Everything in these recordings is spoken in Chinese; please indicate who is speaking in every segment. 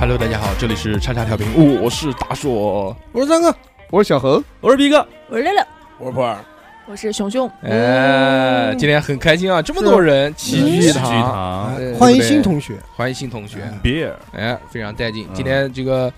Speaker 1: Hello，大家好，这里是叉叉调频，我是大硕。
Speaker 2: 我是三哥，
Speaker 3: 我是小恒，
Speaker 4: 我是逼哥，
Speaker 5: 我是乐乐，
Speaker 2: 我是普洱，
Speaker 5: 我是熊熊，
Speaker 1: 哎，今天很开心啊，这么多人齐聚一堂，哎
Speaker 4: 堂
Speaker 1: 对
Speaker 2: 欢迎新同学，
Speaker 1: 欢迎新同学，
Speaker 4: ，beer，
Speaker 1: 哎，非常带劲。
Speaker 4: 嗯
Speaker 1: 今天这个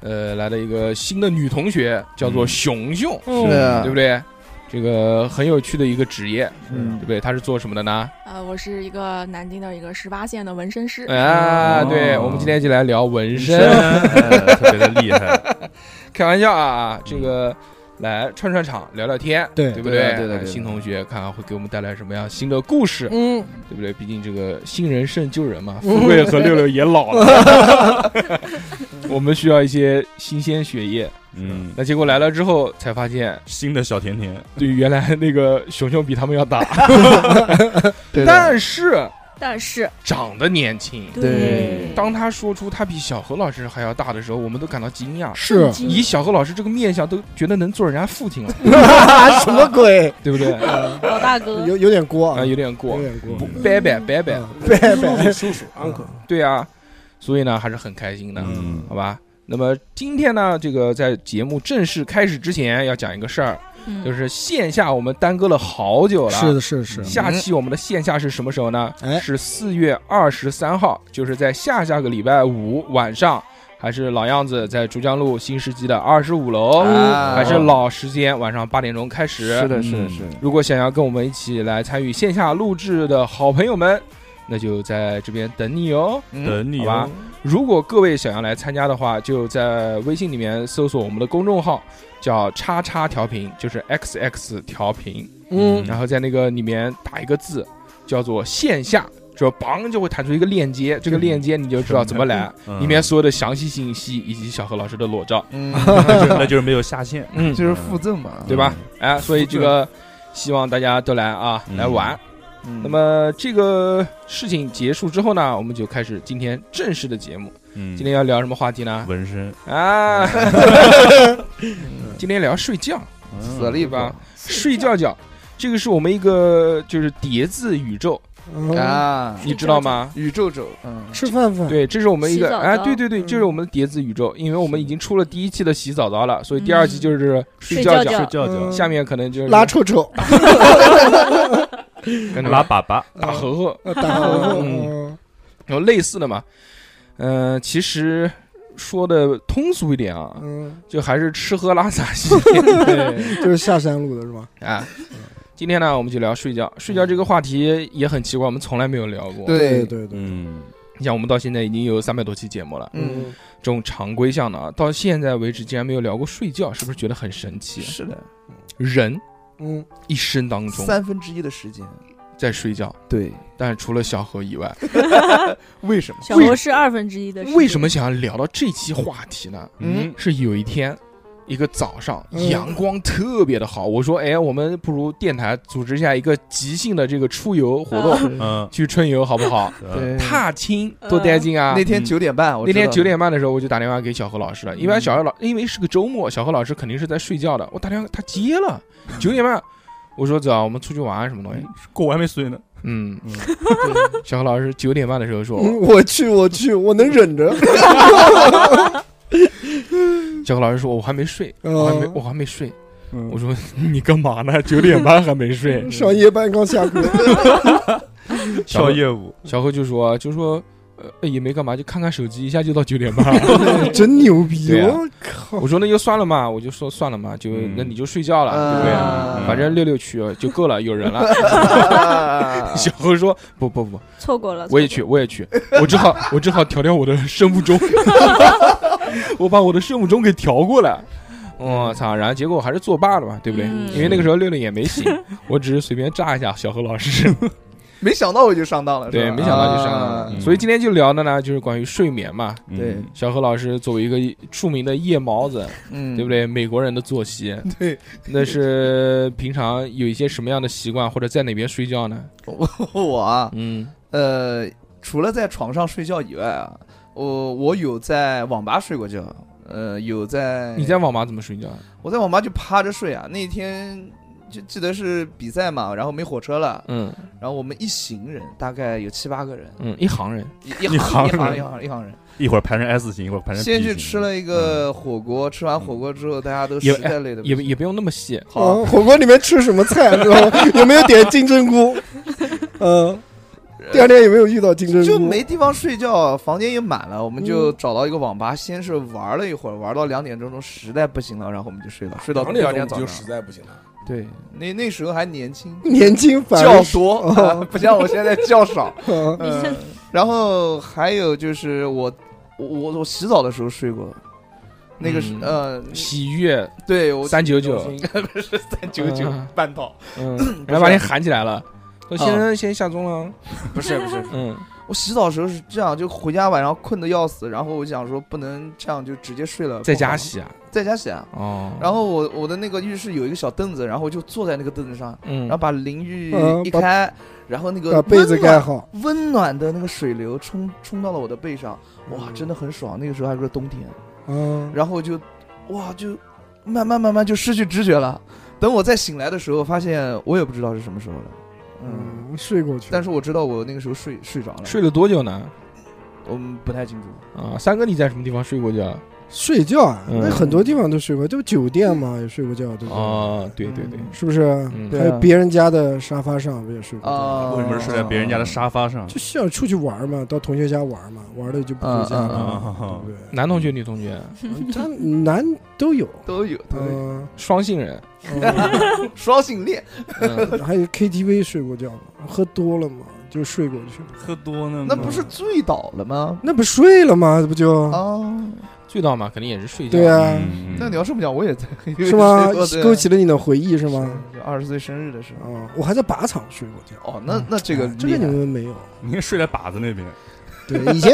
Speaker 1: 呃来了一个新的女同学，叫做熊熊，
Speaker 3: 是的
Speaker 1: 对不对？这个很有趣的一个职业，对
Speaker 3: 嗯
Speaker 1: 不，对？她是做什么的呢？
Speaker 5: 呃，我是一个南京的一个十八线的纹身师，
Speaker 1: 啊，
Speaker 4: 哦
Speaker 1: 对，我们今天就来聊纹
Speaker 4: 真
Speaker 1: 身，
Speaker 4: 哎特别的厉害，
Speaker 1: 开玩笑啊，这个。来串串场，聊聊天，
Speaker 2: 对
Speaker 1: 对不
Speaker 3: 嗯
Speaker 1: 哎
Speaker 3: 对的对的对的
Speaker 1: 新同学，看看会给我们带来什么样新的故事，
Speaker 2: 嗯，
Speaker 1: 对不对？毕竟这个新人胜旧人
Speaker 3: 嗯
Speaker 1: 嘛，富贵和六 六也老了，我们需要一些新鲜血液。
Speaker 4: 嗯，
Speaker 1: 那结果来了之后，才发现，
Speaker 4: 新的小甜甜，
Speaker 1: 对原来那个熊熊比他们要大，
Speaker 3: 对的
Speaker 1: 但是
Speaker 5: 但是
Speaker 1: 长得年轻。
Speaker 3: 对
Speaker 1: 当他说出他比小何老师还要大的时候，我们都感到惊讶。
Speaker 2: 是
Speaker 1: 以小何老师这个面相，都觉得能做人家父亲了，
Speaker 2: 啊什么鬼？
Speaker 1: 对不对？啊、
Speaker 5: 老大哥
Speaker 2: 有有点锅啊，
Speaker 1: 哎有点过
Speaker 2: 有，点锅，嗯
Speaker 1: 拜拜拜拜，
Speaker 2: 拜拜，叔叔 uncle，
Speaker 1: 对啊，所以呢还是很开心的。
Speaker 4: 嗯
Speaker 1: 好吧。那么今天呢，这个在节目正式开始之前要讲一个事儿，
Speaker 5: 嗯
Speaker 1: 就是线下我们耽搁了好久了。
Speaker 2: 是的，是的是的，
Speaker 1: 下期我们的线下是什么时候呢？
Speaker 2: 哎
Speaker 1: 是四月二十三号，就是在下下个礼拜五晚上，还是老样子，在珠江路新世纪的二十五楼，
Speaker 3: 啊
Speaker 1: 还是老时间，晚上八点钟开始。
Speaker 3: 是的，
Speaker 4: 嗯
Speaker 3: 是的，是的，
Speaker 1: 如果想要跟我们一起来参与线下录制的好朋友们，那就在这边等你哦。
Speaker 4: 等你
Speaker 1: 好
Speaker 4: 啊
Speaker 1: 吧，如果各位想要来参加的话，就在微信里面搜索我们的公众号，叫“叉叉调频”，就是 XX 调频，
Speaker 2: 嗯，
Speaker 1: 然后在那个里面打一个字，叫做线下，就砰就会弹出一个链接，这个链接你就知道怎么来，
Speaker 4: 嗯
Speaker 1: 里面所有的详细信息以及小何老师的裸照，
Speaker 3: 嗯，
Speaker 4: 那就是那 就是没有下线，
Speaker 1: 嗯，
Speaker 3: 就是附赠嘛，
Speaker 1: 对吧？哎，所以这个希望大家都来啊，
Speaker 4: 嗯
Speaker 1: 来玩。
Speaker 3: 嗯？
Speaker 1: 那么这个事情结束之后呢，我们就开始今天正式的节目。
Speaker 4: 嗯，
Speaker 1: 今天要聊什么话题呢？
Speaker 4: 纹身
Speaker 1: 啊， 今天聊睡觉，
Speaker 3: 死了一把
Speaker 1: 睡觉觉，这个是我们一个就是叠字宇宙，嗯
Speaker 2: 啊，
Speaker 3: 啊，
Speaker 1: 你知道吗？
Speaker 3: 宇宙宙，嗯，
Speaker 2: 吃饭饭，
Speaker 1: 对，这是我们一
Speaker 5: 洗
Speaker 1: 个
Speaker 5: 澡
Speaker 1: 哎，
Speaker 5: 澡
Speaker 1: 对对对，
Speaker 2: 嗯
Speaker 1: 这是我们的叠字宇宙，因为我们已经出了第一期的洗澡澡了，所以第二期就是睡觉
Speaker 5: 睡觉
Speaker 1: 觉
Speaker 4: 叫
Speaker 5: 觉，
Speaker 4: 叫
Speaker 2: 嗯
Speaker 1: 下面可能就是
Speaker 2: 拉臭臭，
Speaker 3: 嗯
Speaker 1: 跟
Speaker 4: 拉粑粑，
Speaker 1: 打
Speaker 2: 猴，
Speaker 1: 猴猴，
Speaker 2: 呃打猴猴，
Speaker 1: 嗯
Speaker 2: 嗯
Speaker 1: 然后类似的嘛，嗯，其实说的通俗一点啊，
Speaker 2: 嗯，
Speaker 1: 就还是吃喝拉撒洗
Speaker 3: 对，
Speaker 2: 就是下山路的是吧？
Speaker 1: 啊。今天呢，我们就聊睡觉。睡觉这个话题也很奇怪，我们从来没有聊过。
Speaker 3: 对
Speaker 2: 对对，
Speaker 4: 嗯，
Speaker 1: 你想，我们到现在已经有三百多期节目了，
Speaker 3: 嗯，
Speaker 1: 这种常规项的啊，到现在为止竟然没有聊过睡觉，是不是觉得很神奇？
Speaker 3: 是的，
Speaker 1: 人
Speaker 2: 嗯，
Speaker 1: 一生当中
Speaker 3: 三分之一的时间，
Speaker 1: 在睡觉，
Speaker 3: 对，
Speaker 1: 但是除了小何以外，
Speaker 3: 为什么？
Speaker 5: 小罗是二分之一的时间，
Speaker 1: 为什么想要聊到这期话题呢？
Speaker 3: 嗯
Speaker 1: 是有一天。一个早上，
Speaker 2: 嗯
Speaker 1: 阳光特别的好。我说，哎，我们不如电台组织一下一个即兴的这个出游活动，
Speaker 4: 嗯，呃
Speaker 1: 去春游好不 好？
Speaker 4: 对，
Speaker 3: 对，
Speaker 1: 踏青多带劲啊！
Speaker 3: 那天
Speaker 4: 嗯
Speaker 3: 九点半，
Speaker 1: 嗯
Speaker 3: 我
Speaker 1: 那天
Speaker 3: 知道
Speaker 1: 九点半的时候，我就打电话给小何老师了。因为小何老，因为是个周末，小何老师肯定是在睡觉的。我打电话，他接了，九点半，我说走啊，我们出去玩啊，什么东西？
Speaker 4: 过我还没睡呢，
Speaker 1: 嗯，
Speaker 3: 对
Speaker 1: 小何老师九点半的时候说，
Speaker 2: 嗯我去我去，我能忍着，
Speaker 1: 小何老师说我还没睡， 我还没我还没睡。
Speaker 2: 嗯？
Speaker 1: 我说你干嘛呢？九点半还没睡
Speaker 2: 嗯上夜班刚下课，
Speaker 1: 小何
Speaker 4: 跳业务，
Speaker 1: 小何就说就说呃也没干嘛，就看看手机，一下就到九点半 了。
Speaker 2: 真牛逼！
Speaker 1: 对啊
Speaker 2: 我靠，
Speaker 1: 我说那就算了嘛，我就说算了嘛，就
Speaker 4: 嗯
Speaker 1: 那你就睡觉了，对不对？
Speaker 3: 啊
Speaker 1: 反正六六去呃就够了，有人了。
Speaker 3: 啊
Speaker 4: 嗯
Speaker 1: 小何说不不不，
Speaker 5: 错过了？
Speaker 1: 我也去，我也去，我只 好我只好调调我的生物钟，我把我的生物钟给调过来。
Speaker 4: 嗯
Speaker 1: 我、操！然后结果还是作罢了嘛，对不对？
Speaker 5: 嗯
Speaker 1: 因为那个时候六六也没 醒，我只是随便炸一下小何老师，
Speaker 3: 没想到我就上当了，是吧
Speaker 1: 对，没想到就上当了。
Speaker 3: 啊
Speaker 4: 嗯
Speaker 1: 所以今天就聊的呢，就是关于睡眠嘛。
Speaker 3: 对
Speaker 4: 嗯
Speaker 1: 小何老师作为一个著名的夜猫子，
Speaker 3: 嗯，
Speaker 1: 对不？对？美国人的作息，
Speaker 3: 对，
Speaker 1: 那是平常有一些什么样的习惯，或者在哪边睡觉呢？
Speaker 3: 我啊，
Speaker 1: 嗯，
Speaker 3: 呃，除了在床上睡觉以外啊，我我有在网吧睡过觉，呃，有在
Speaker 1: 你在网吧怎么睡觉？
Speaker 3: 我在网吧就趴着睡啊。那天就记得是比赛嘛，然后没火车了，
Speaker 1: 嗯
Speaker 3: 然后我们一行人大概有七八个人，
Speaker 1: 嗯，一行人，
Speaker 3: 一一行
Speaker 4: 一行人
Speaker 3: 一行一行一行人，
Speaker 4: 一会儿排成 S 型，一会儿排成 B
Speaker 3: 先
Speaker 4: 型。
Speaker 3: 去吃了一个火锅，吃完火锅之后大家都实在累的
Speaker 1: 也也不用那么细，
Speaker 3: 好，
Speaker 2: 啊火锅里面吃什么菜知道吗？ 有没有点金针菇？ 嗯，第二天有没有遇到金针菇？
Speaker 3: 就没地方睡觉，房间也满了，我们就找到一个网吧，先是玩了一会儿，玩到两点钟钟实在不行了，然后我们就睡了，睡到第二天早
Speaker 6: 就
Speaker 3: 上。
Speaker 6: 实在不行了。
Speaker 3: 对，那那时候还年轻，
Speaker 2: 年轻反
Speaker 3: 较
Speaker 2: 而
Speaker 3: 多，啊 不像我现在较少。
Speaker 2: 嗯
Speaker 3: 嗯，然后还有就是我，我我我洗澡的时候睡过，那个是、
Speaker 1: 嗯
Speaker 3: 呃，
Speaker 1: 喜悦
Speaker 3: 对我
Speaker 1: 三九九，
Speaker 3: 是三九九
Speaker 1: 嗯
Speaker 3: 半套，
Speaker 1: 嗯，然后把你喊起来了，说先生先下钟了，
Speaker 3: 不是啊不是，
Speaker 1: 嗯
Speaker 3: 我洗澡的时候是这样，就回家晚上困得要死，然后我想说不能这样就直接睡了，
Speaker 1: 在家
Speaker 3: 不好
Speaker 1: 洗啊，
Speaker 3: 在家洗啊。
Speaker 1: 哦，
Speaker 3: 然后我我的那个浴室有一个小凳子，然后我就坐在那个凳子上，
Speaker 1: 嗯
Speaker 3: 然后把淋浴
Speaker 2: 嗯
Speaker 3: 一
Speaker 2: 把
Speaker 3: 开，然后那个
Speaker 2: 把被子
Speaker 3: 温暖
Speaker 2: 盖好，
Speaker 3: 温暖的那个水流冲冲到了我的背上，哇，真的很爽。那个时候还是冬天，
Speaker 2: 嗯，
Speaker 3: 然后就，哇，就慢慢慢慢就失去知觉了。等我再醒来的时候，发现我也不知道是什么时候了，嗯，
Speaker 2: 嗯，睡过去。
Speaker 3: 但是我知道我那个时候睡睡着了，
Speaker 1: 睡了多久呢？
Speaker 3: 我们不太清楚。
Speaker 1: 啊，三哥你在什么地方睡过觉？
Speaker 2: 睡觉啊，
Speaker 1: 嗯
Speaker 2: 那很多地方都睡过，就酒店嘛也睡过觉，对吧？
Speaker 1: 啊，对对对，
Speaker 2: 是不是？
Speaker 1: 嗯
Speaker 2: 还
Speaker 3: 哦对
Speaker 2: 有
Speaker 3: 啊
Speaker 2: 别人家的沙发上不也睡过觉？
Speaker 3: 啊，
Speaker 4: 为什么是睡在别人家的沙发上？
Speaker 2: 就像出去玩嘛，到同学家玩嘛，玩了就不回家
Speaker 3: 嗯
Speaker 4: 嗯
Speaker 2: 了
Speaker 4: 嗯，
Speaker 2: 对
Speaker 1: 男同学女同学，
Speaker 2: 不对？他男都有，
Speaker 3: 都有，都有
Speaker 2: 嗯，
Speaker 1: 双性人，
Speaker 2: 嗯
Speaker 3: 双性恋，
Speaker 1: 嗯
Speaker 2: 还有 KTV 睡过觉嘛，喝多了嘛就睡过去了，
Speaker 4: 喝多呢吗？
Speaker 3: 那不是醉倒了吗？
Speaker 2: 那不睡了吗？这不就
Speaker 3: 啊，
Speaker 2: 嗯
Speaker 1: 醉到嘛，肯定也是睡觉。
Speaker 2: 对啊，
Speaker 4: 嗯？
Speaker 3: 那你要这么讲，我也在，
Speaker 2: 嗯 是吗？勾
Speaker 3: 起
Speaker 2: 起了你的回忆是吗？
Speaker 3: 二十岁生日的时候。
Speaker 2: 啊，我还在靶场睡过觉。哎
Speaker 3: 哦，那那这个
Speaker 2: 嗯这个
Speaker 3: 厉
Speaker 2: 你
Speaker 3: 害
Speaker 2: 们没有。
Speaker 4: 你应该睡在靶子那边，
Speaker 2: 对，以前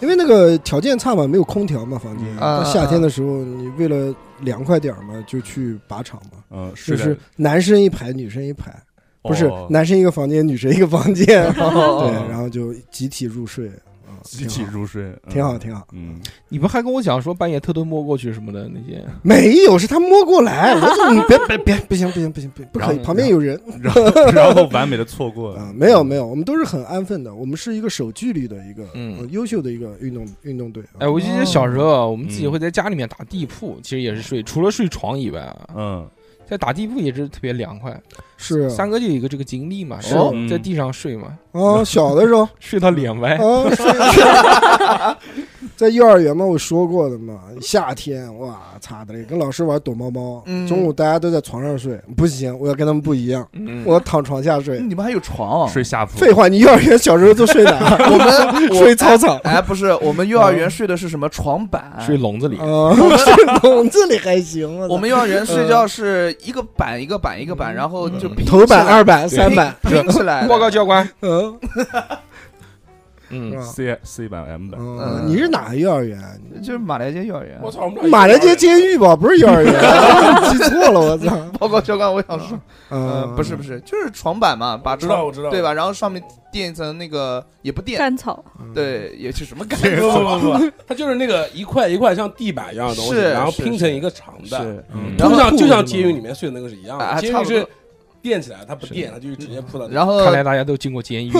Speaker 2: 因为那个条件差嘛，没有空调嘛，房间。
Speaker 4: 嗯
Speaker 2: 到
Speaker 3: 啊
Speaker 2: 夏天的时候，你为了凉快点儿嘛，就去靶场嘛，
Speaker 4: 嗯，睡
Speaker 2: 就
Speaker 4: 在
Speaker 2: 是男生一排，女生一排，不是
Speaker 4: 哦
Speaker 2: 男生一个房间，女生一个房间， 对，
Speaker 3: 哦
Speaker 2: 然后就集体入睡，啊
Speaker 4: 集体入睡，嗯
Speaker 2: 挺好挺好。
Speaker 4: 嗯，
Speaker 1: 你不还跟我讲说半夜偷偷摸过去什么的那些？
Speaker 2: 没有，是他摸过来，我说你别别别，不行不行不行，不不可以，
Speaker 1: 然后
Speaker 2: 旁边有人
Speaker 4: 然后嗯 然后完美的错过
Speaker 2: 啊
Speaker 4: 了，，
Speaker 2: 没有没有，我们都是很安分的，我们是一个守纪律的一个
Speaker 1: 嗯
Speaker 2: 呃优秀的一个运动运动队啊。
Speaker 1: 哎，我记得
Speaker 3: 哦
Speaker 1: 小时候啊我们自己会在家里面打地铺，其实也是睡，除了睡床以外啊，
Speaker 4: 嗯，
Speaker 1: 在打地铺也是特别凉快。
Speaker 2: 是啊
Speaker 1: 三哥就有一个这个经历嘛，
Speaker 2: 是
Speaker 1: 然后
Speaker 4: 嗯
Speaker 1: 在地上睡嘛，
Speaker 2: 啊，小的时候
Speaker 1: 睡到脸歪。
Speaker 2: 啊，是 在幼儿园嘛，我说过的嘛，夏天哇，擦的嘞，跟老师玩躲猫猫，
Speaker 3: 嗯
Speaker 2: 中午大家都在床上睡，不行，我要跟他们不一样，
Speaker 1: 嗯，
Speaker 2: 我要躺床下睡。
Speaker 3: 你们还有床啊？
Speaker 4: 睡嗯下铺，
Speaker 2: 废话，你幼儿园小时候都睡哪儿？
Speaker 3: 我们我
Speaker 2: 睡操场嗯
Speaker 3: 哎，不是，我们幼儿园睡的是什么床板？
Speaker 1: 睡笼子里。
Speaker 2: 啊，睡笼子里还行。
Speaker 3: 我们幼儿园睡觉是一个板一个板一个板，然后就拼
Speaker 2: 嗯头版、
Speaker 3: 起来
Speaker 2: 二版、三版，
Speaker 3: 拼拼起来。
Speaker 1: 报告教官，
Speaker 2: 啊嗯，是
Speaker 1: 嗯，
Speaker 2: 吧
Speaker 4: C C 版 M 版，
Speaker 2: 嗯，你是哪个幼儿园？
Speaker 3: 就是马来街幼儿园。
Speaker 6: 我操，
Speaker 2: 马来街监狱吧，不是幼儿园，记错了，我操！
Speaker 3: 报告教官，我想说，呃，
Speaker 2: 嗯，
Speaker 3: 不是不是，就是床板嘛，把
Speaker 6: 知道
Speaker 3: 床
Speaker 6: 我知道，
Speaker 3: 对？吧？然后上面垫一层那个也不垫，
Speaker 7: 甘 草，
Speaker 2: 嗯，
Speaker 3: 对，也是什么感
Speaker 6: 不
Speaker 3: 觉？
Speaker 4: 嗯
Speaker 6: 不不不，它就是那个一块一块像地 板一样的东西，
Speaker 3: 是
Speaker 6: 然后
Speaker 3: 是
Speaker 6: 拼成一个长的，
Speaker 3: 是，
Speaker 4: 嗯
Speaker 6: 就
Speaker 3: 然后
Speaker 6: 像就像监狱里面睡的那个是一样
Speaker 3: 啊，
Speaker 6: 的，监
Speaker 3: 差
Speaker 6: 狱
Speaker 3: 不多
Speaker 6: 是。垫起来，它不
Speaker 3: 是
Speaker 6: 垫，它就直接铺到。
Speaker 3: 然后
Speaker 1: 看来大家都进过监狱。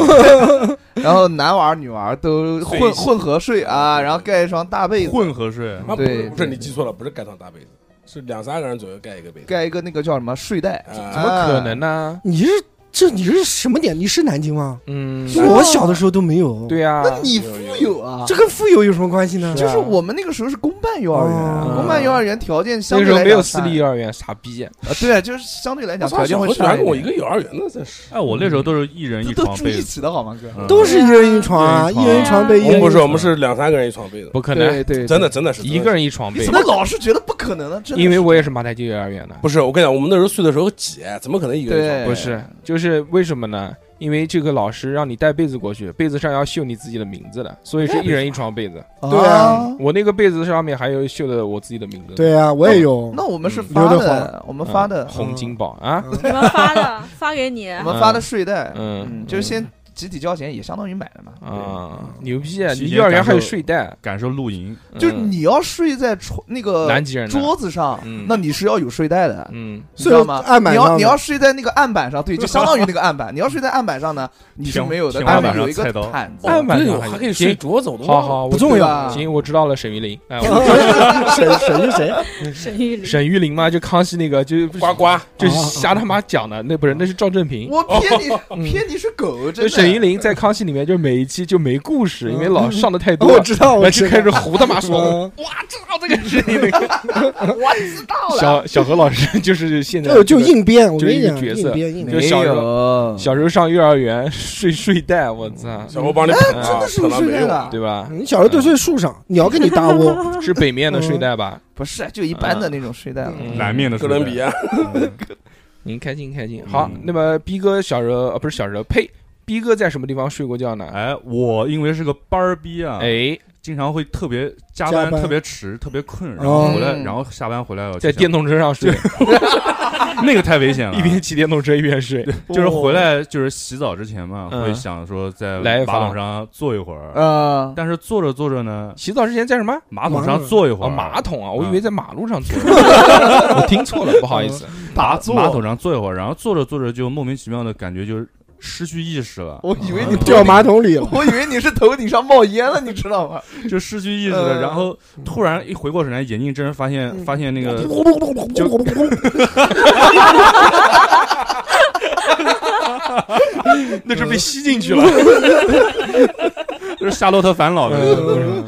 Speaker 3: 然后男娃儿女娃儿都
Speaker 6: 睡
Speaker 3: 混
Speaker 6: 一起嗯
Speaker 3: 混合睡啊，然后盖一床大被子，
Speaker 4: 混合睡，
Speaker 6: 啊，不
Speaker 3: 对
Speaker 6: 是不是
Speaker 3: 对
Speaker 6: 你记错了，不是盖床大被子，是两三个人左右盖一个被子。
Speaker 3: 盖一个那个叫什么睡袋？
Speaker 1: 怎
Speaker 6: 啊，
Speaker 1: 么可能呢？
Speaker 2: 嗯你是这你是什么点？你是南京吗？
Speaker 1: 嗯，
Speaker 7: 是
Speaker 2: 我小的时候都没有，，
Speaker 1: 对啊，
Speaker 3: 那你富有啊？
Speaker 2: 这跟富有有什么关系呢？
Speaker 1: 是
Speaker 3: 就
Speaker 1: 啊
Speaker 3: 是我们那个时候是公办幼儿园啊，
Speaker 1: 哦
Speaker 3: 公办幼儿园条件相
Speaker 1: 那
Speaker 3: 对
Speaker 1: 时候
Speaker 3: 来
Speaker 1: 没有
Speaker 3: 讲
Speaker 1: 私立
Speaker 3: 差
Speaker 1: 幼儿园，傻逼。
Speaker 3: 啊，对啊，就是相对来
Speaker 6: 我
Speaker 3: 讲
Speaker 6: 操，
Speaker 3: 条件
Speaker 6: 小
Speaker 3: 会
Speaker 6: 何居
Speaker 3: 差
Speaker 6: 然跟
Speaker 3: 点
Speaker 6: 我一个幼儿园的，真是。
Speaker 4: 哎，我那时候都是一人一
Speaker 3: 这都
Speaker 4: 床
Speaker 3: 住
Speaker 4: 被
Speaker 3: 一
Speaker 4: 子，
Speaker 3: 起的好吗，哥？
Speaker 4: 嗯
Speaker 2: 都是一人一床啊，
Speaker 4: 一人一床
Speaker 2: 一人一床被一
Speaker 6: 我
Speaker 2: 人
Speaker 6: 们
Speaker 2: 一
Speaker 6: 不是，
Speaker 2: 床
Speaker 6: 我们是两三个人一床被子，
Speaker 1: 不可能，
Speaker 3: 对对，
Speaker 6: 真的真的是
Speaker 1: 一个。人一床被
Speaker 3: 对，你怎。么老是觉得不可能呢？真的
Speaker 1: 因为我也是马台街幼儿园的，
Speaker 6: 不是，我跟你讲，我们那时候睡的时候挤，怎么可能一个人一床？
Speaker 3: 对，
Speaker 1: 不是，就是为什么呢？因为这个老师让你带被子过去，被子上要绣你自己的名字的，所以是一人一床被子。
Speaker 2: 对啊
Speaker 3: 啊。
Speaker 1: 我那个被子上面还有绣的我自己的名字，，
Speaker 2: 对啊，我也有，
Speaker 3: 那我们是
Speaker 1: 嗯
Speaker 3: 发
Speaker 2: 刘德
Speaker 3: 的，我们发的，嗯
Speaker 1: 洪金宝啊，
Speaker 7: 你们发的，发给你。啊
Speaker 3: 我们发的睡袋，
Speaker 1: 嗯
Speaker 3: 就是先集体交钱也相当于买了嘛。
Speaker 1: 啊，牛逼！
Speaker 4: 提
Speaker 1: 你
Speaker 4: 前
Speaker 1: 幼儿园
Speaker 4: 感
Speaker 1: 还有
Speaker 4: 受
Speaker 1: 睡袋，
Speaker 4: 感受露营，
Speaker 3: 就是
Speaker 1: 嗯
Speaker 3: 你要睡在床那个
Speaker 1: 南极人的
Speaker 3: 桌子上
Speaker 1: 嗯，
Speaker 3: 那你是要有睡袋的，
Speaker 1: 嗯，
Speaker 3: 你知道吗
Speaker 2: 所以？案板
Speaker 3: 你
Speaker 2: 上
Speaker 3: 要
Speaker 2: 呢
Speaker 3: 你要睡在那个案板上，对，就相当于那个 案板。你要睡在案板上呢，你是
Speaker 4: 天
Speaker 3: 没有的，
Speaker 4: 天
Speaker 3: 它
Speaker 4: 花
Speaker 3: 是
Speaker 4: 板
Speaker 3: 有
Speaker 4: 上
Speaker 3: 一个
Speaker 4: 菜刀
Speaker 3: 毯子。
Speaker 1: 哦案板
Speaker 6: 对，
Speaker 1: 上
Speaker 6: 我
Speaker 1: 还
Speaker 6: 还
Speaker 1: 有
Speaker 6: 可以睡
Speaker 1: 行
Speaker 6: 桌子，我都
Speaker 1: 好
Speaker 6: 忘了。
Speaker 1: 好，我
Speaker 2: 不重
Speaker 1: 知
Speaker 2: 要
Speaker 1: 道行，我知道了，沈玉琳，哎，我
Speaker 2: 谁谁是谁？
Speaker 7: 沈玉琳，
Speaker 1: 沈玉琳嘛，就康熙那个，就
Speaker 6: 呱呱，
Speaker 1: 就瞎他妈讲的，那不是，那是赵正平。
Speaker 3: 我骗
Speaker 1: 嗯
Speaker 3: 你，骗你是狗，真
Speaker 1: 就
Speaker 3: 的。
Speaker 1: 沈玉琳在《康熙》里面，就每一期就没故事，因为老上的太多
Speaker 2: 哦我
Speaker 1: 了，
Speaker 2: 知道，
Speaker 1: 然
Speaker 2: 我
Speaker 1: 后
Speaker 2: 知
Speaker 1: 就
Speaker 2: 道
Speaker 1: 开始胡他妈说。
Speaker 2: 嗯
Speaker 3: 哇，知道这个事情，我知道了。
Speaker 1: 小小何老师就是现在
Speaker 2: 就就
Speaker 1: 这个
Speaker 2: 硬编，我
Speaker 1: 就
Speaker 2: 跟
Speaker 1: 是一
Speaker 2: 你
Speaker 1: 个
Speaker 2: 讲，
Speaker 1: 角色
Speaker 2: 硬编硬
Speaker 1: 就
Speaker 2: 编。
Speaker 1: 小时
Speaker 3: 候
Speaker 1: 小时候上幼儿园睡 睡袋，我操，
Speaker 6: 小欧帮你捧啊，
Speaker 3: 真的是
Speaker 6: 捧
Speaker 3: 有
Speaker 6: 到
Speaker 3: 睡
Speaker 6: 没
Speaker 3: 袋
Speaker 6: 有？
Speaker 3: 的，
Speaker 1: 对吧？
Speaker 2: 你小时候就睡树上，鸟给你搭窝，
Speaker 1: 是北面的睡袋吧？
Speaker 3: 不是就一般的那种睡袋了。
Speaker 1: 嗯
Speaker 4: 南面的
Speaker 6: 哥
Speaker 4: 睡
Speaker 6: 伦
Speaker 4: 袋
Speaker 6: 比亚，
Speaker 1: 您开心开心。好，那么逼哥小时候呃不是小时候，呸，逼哥在什么地方睡过觉呢？
Speaker 4: 哎，我因为是个班儿逼啊，
Speaker 1: 哎，
Speaker 4: 经常会特别加
Speaker 2: 加
Speaker 4: 班
Speaker 2: 班
Speaker 4: 特别迟，特别困，然
Speaker 2: 哦
Speaker 4: 后回来，
Speaker 3: 嗯
Speaker 4: 然后下班回来了，
Speaker 1: 在电动车上 睡，
Speaker 4: 那个太危险 了，
Speaker 1: 一边骑电动车一边睡。
Speaker 4: 就是回来就是洗澡之前嘛，
Speaker 1: 嗯
Speaker 4: 会想说在
Speaker 1: 来一
Speaker 4: 马
Speaker 1: 发
Speaker 4: 桶上坐一会
Speaker 1: 嗯
Speaker 4: 儿，
Speaker 3: 呃，
Speaker 4: 但是坐着坐着呢，
Speaker 1: 洗澡之前在什么？
Speaker 4: 马桶上坐一会
Speaker 1: 哦，
Speaker 4: 儿，
Speaker 1: 马桶啊，我以
Speaker 4: 嗯
Speaker 1: 为在马路上坐， 我听错了，不好意 思。
Speaker 3: 打
Speaker 4: 马桶上坐一会儿，然后坐着坐着就莫名其妙的感觉就是失去意识了，
Speaker 3: 我以为你
Speaker 2: 掉
Speaker 3: 头
Speaker 2: 马桶里
Speaker 3: 顶，
Speaker 2: 了。
Speaker 3: 我以为你是头顶上冒烟了，你知道吗？
Speaker 4: 就失去意识了，
Speaker 3: 呃
Speaker 4: 然后突然一回过神来，眼镜真人发现
Speaker 2: 嗯
Speaker 4: 发现那个就
Speaker 2: 就
Speaker 1: 那是被吸进去了。
Speaker 4: 就是夏洛特烦恼的，
Speaker 1: 嗯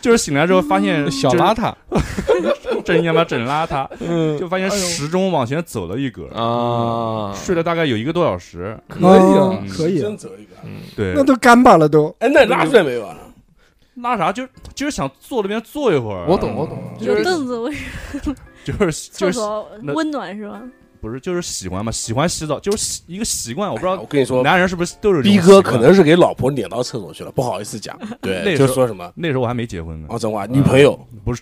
Speaker 4: 就是醒来之后发现
Speaker 1: 小邋遢，
Speaker 4: 遢， 真他妈整邋遢，
Speaker 1: 嗯
Speaker 4: 就发现时钟往前走了一格，
Speaker 1: 啊，
Speaker 4: 睡了大概有一个多小时，
Speaker 6: 可以啊
Speaker 2: 嗯，可以
Speaker 6: 真走一个。
Speaker 4: 对
Speaker 2: 那，都干巴了都。
Speaker 6: 哎，那拉出来没有啊？
Speaker 4: 拉啥就就是想坐那边坐一会儿，
Speaker 3: 我懂，我懂，就
Speaker 7: 有
Speaker 3: 是
Speaker 7: 凳子，我
Speaker 4: 就是就
Speaker 7: 厕
Speaker 4: 是
Speaker 7: 所
Speaker 4: 那
Speaker 7: 温暖是吧？
Speaker 4: 不是就是喜欢嘛，喜欢洗澡就是习一个习惯，我不知
Speaker 6: 我
Speaker 4: 道
Speaker 6: 跟你说，
Speaker 4: 男人是不是都是这种
Speaker 6: 逼哥
Speaker 4: 习惯
Speaker 6: 可能是给老婆撵到厕所去了，不好意思讲。对，
Speaker 4: 那
Speaker 6: 就
Speaker 4: 时候
Speaker 6: 说什么
Speaker 4: 那时候我还没结婚呢，
Speaker 6: 王振华女朋友，
Speaker 4: 不是，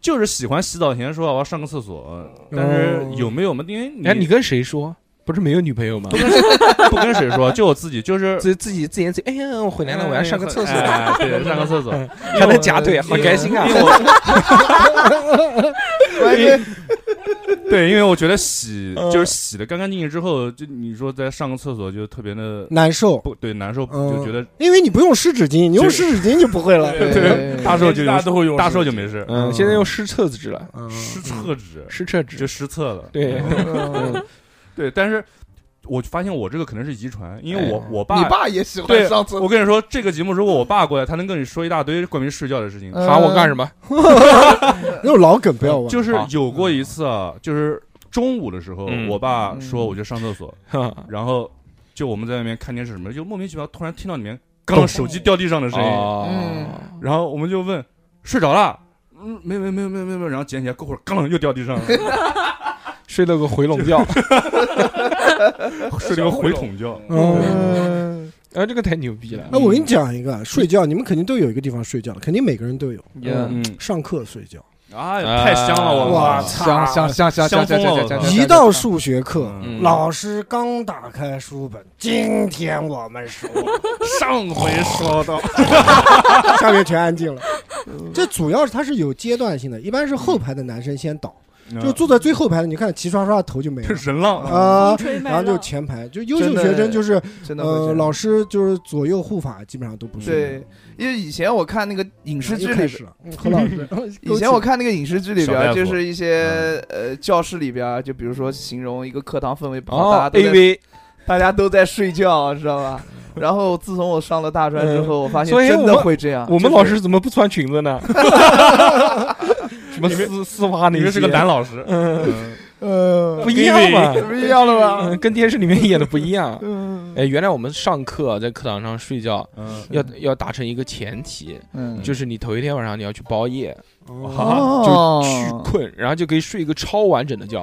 Speaker 4: 就是喜欢洗澡前说我要上个厕所，但是有没有嘛？因为你
Speaker 1: 哦哎，你跟谁说？不是没有女朋友吗
Speaker 4: 不？跟不跟谁说，就我自己就是。
Speaker 1: 自自己自言自语，哎呀，我回来了，我要上个厕所，
Speaker 4: 哎对，上个厕所，
Speaker 1: 还能夹腿，好开心啊！
Speaker 4: 对，因为我觉得洗
Speaker 1: 嗯
Speaker 4: 就是洗的干干净净之后，就你说再上个厕所就特别的
Speaker 2: 难受，
Speaker 4: 不对难受，
Speaker 2: 嗯
Speaker 4: 就觉得
Speaker 2: 因为你不用湿纸巾，你用湿纸巾就不会了。
Speaker 6: 对
Speaker 4: 对大寿就
Speaker 6: 大家都会用
Speaker 4: 大寿就没事，
Speaker 1: 嗯，现在用湿厕纸了，
Speaker 2: 嗯
Speaker 4: 失厕纸
Speaker 1: 湿厕
Speaker 4: 就
Speaker 1: 纸，
Speaker 4: 失厕了，
Speaker 1: 对，
Speaker 4: 对，但是我发现我这个可能是遗传，因
Speaker 1: 哎
Speaker 4: 为我我
Speaker 3: 你
Speaker 4: 爸
Speaker 3: 爸也喜欢
Speaker 4: 对
Speaker 3: 上厕所。
Speaker 4: 我跟你说，这个节目如果我爸过来，他能跟你说一大堆关于睡觉的事情。
Speaker 3: 嗯
Speaker 1: 喊我干什么？
Speaker 2: 那种老梗不要玩。
Speaker 4: 就是有过一次啊，就是中午的时候，
Speaker 1: 嗯
Speaker 4: 我爸说我去上厕所，然后就我们在那边看电视什么，就莫名其妙突然听到里面刚手机掉地上的声音，
Speaker 1: 哦，
Speaker 4: 然后我们就问睡着了。嗯，没有没有没有没有没有没有，然后捡起来，过会儿刚又掉 地上了，
Speaker 1: 睡了个回笼觉，
Speaker 4: 睡了个回桶觉。
Speaker 2: 嗯，
Speaker 3: 嗯，
Speaker 1: 啊，这个太牛逼了
Speaker 2: 哎，！我给你讲一个，睡觉你们肯定都有一个地方睡觉了，肯定每个人都有。
Speaker 1: 嗯
Speaker 2: 上课睡觉，
Speaker 4: 哎呀，太香了，我
Speaker 2: 哇
Speaker 4: 操
Speaker 3: 香香香
Speaker 4: 香
Speaker 3: 香
Speaker 4: 疯了我操
Speaker 2: 一到数学课，
Speaker 4: 嗯
Speaker 2: 老师刚打开书本，今天我们 说，
Speaker 4: 上回说到，
Speaker 2: 下面全安静了。
Speaker 3: 嗯
Speaker 2: 这主要是它是有阶段性的，一般是后排的男生先倒，
Speaker 3: 嗯
Speaker 2: 就坐在最后排的，你看齐刷刷的头就
Speaker 1: 嗯
Speaker 2: 没了
Speaker 4: 人浪，
Speaker 7: 风。
Speaker 2: 啊
Speaker 7: 吹麦
Speaker 2: 然后
Speaker 7: 浪
Speaker 2: 就，前排，就优秀
Speaker 3: 嗯真的
Speaker 2: 学生就是
Speaker 3: 真的会这
Speaker 2: 呃，
Speaker 3: 样
Speaker 2: 老师就是左右护法，基本上都不睡。
Speaker 3: 对，因为以前我看那个影视剧
Speaker 2: 又
Speaker 3: 里
Speaker 2: 开
Speaker 3: 边，
Speaker 2: 始了，嗯何老师，
Speaker 3: 以前我看那个影视剧里边
Speaker 4: 小大
Speaker 3: 儿，
Speaker 4: 夫
Speaker 3: 就是一些呃教室里边儿，就比如说形容一个课堂氛围不好，大
Speaker 1: 哦
Speaker 3: 家都
Speaker 1: ，A
Speaker 3: 在
Speaker 1: V，
Speaker 3: 大家都在睡觉，知道吧？然后自从我上了大专之后，我发现
Speaker 1: 所以
Speaker 3: 真的
Speaker 1: 我们
Speaker 3: 会这样。
Speaker 1: 我们
Speaker 3: 啊就是
Speaker 1: 老师怎么不穿裙子呢？什么丝丝袜那
Speaker 4: 你
Speaker 1: 些？
Speaker 4: 们是个男老师，
Speaker 1: 嗯，不一样嘛，
Speaker 3: 不一样了吧？
Speaker 1: 嗯，跟电视里面演的不一样。
Speaker 3: 嗯
Speaker 1: 哎，原来我们上课在课堂上睡觉，
Speaker 4: 嗯，
Speaker 1: 要要达成一个前提，
Speaker 3: 嗯
Speaker 1: 就是你头一天晚上你要去包夜，
Speaker 2: 哦，
Speaker 1: 就
Speaker 3: 哦，
Speaker 1: 巨困，然后就可以睡一个超完整的觉。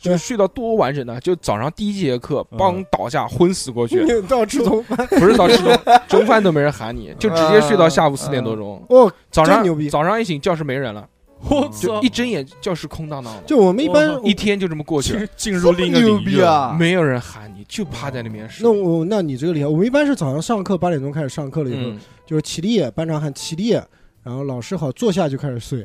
Speaker 1: 就
Speaker 2: 对
Speaker 1: 是睡到多完整呢？就早上第一节课，帮
Speaker 4: 嗯
Speaker 1: 倒下昏死过 去，
Speaker 2: 到处 都
Speaker 1: 不是到吃中中饭都没人喊你，就直接睡到下午四点多钟。
Speaker 2: 哦，
Speaker 1: 早
Speaker 2: 真
Speaker 1: 上
Speaker 2: 牛逼
Speaker 1: 早上一醒，教室没人了，
Speaker 4: 我
Speaker 1: 就
Speaker 4: 操
Speaker 1: 一，睁眼教室空荡荡的，
Speaker 2: 就我们一般
Speaker 4: 哇
Speaker 1: 一天就这么过去了，
Speaker 4: 进进入另一个
Speaker 3: 牛
Speaker 4: 领域
Speaker 3: 逼
Speaker 4: 了。
Speaker 3: 啊！
Speaker 1: 没有人喊你，就趴在那边睡
Speaker 2: 那。我那你这个厉害，我们一般是早上上课八点钟开始上课了以后，
Speaker 1: 嗯，
Speaker 2: 就是起立，班长喊起立，然后老师好坐下就开 始睡，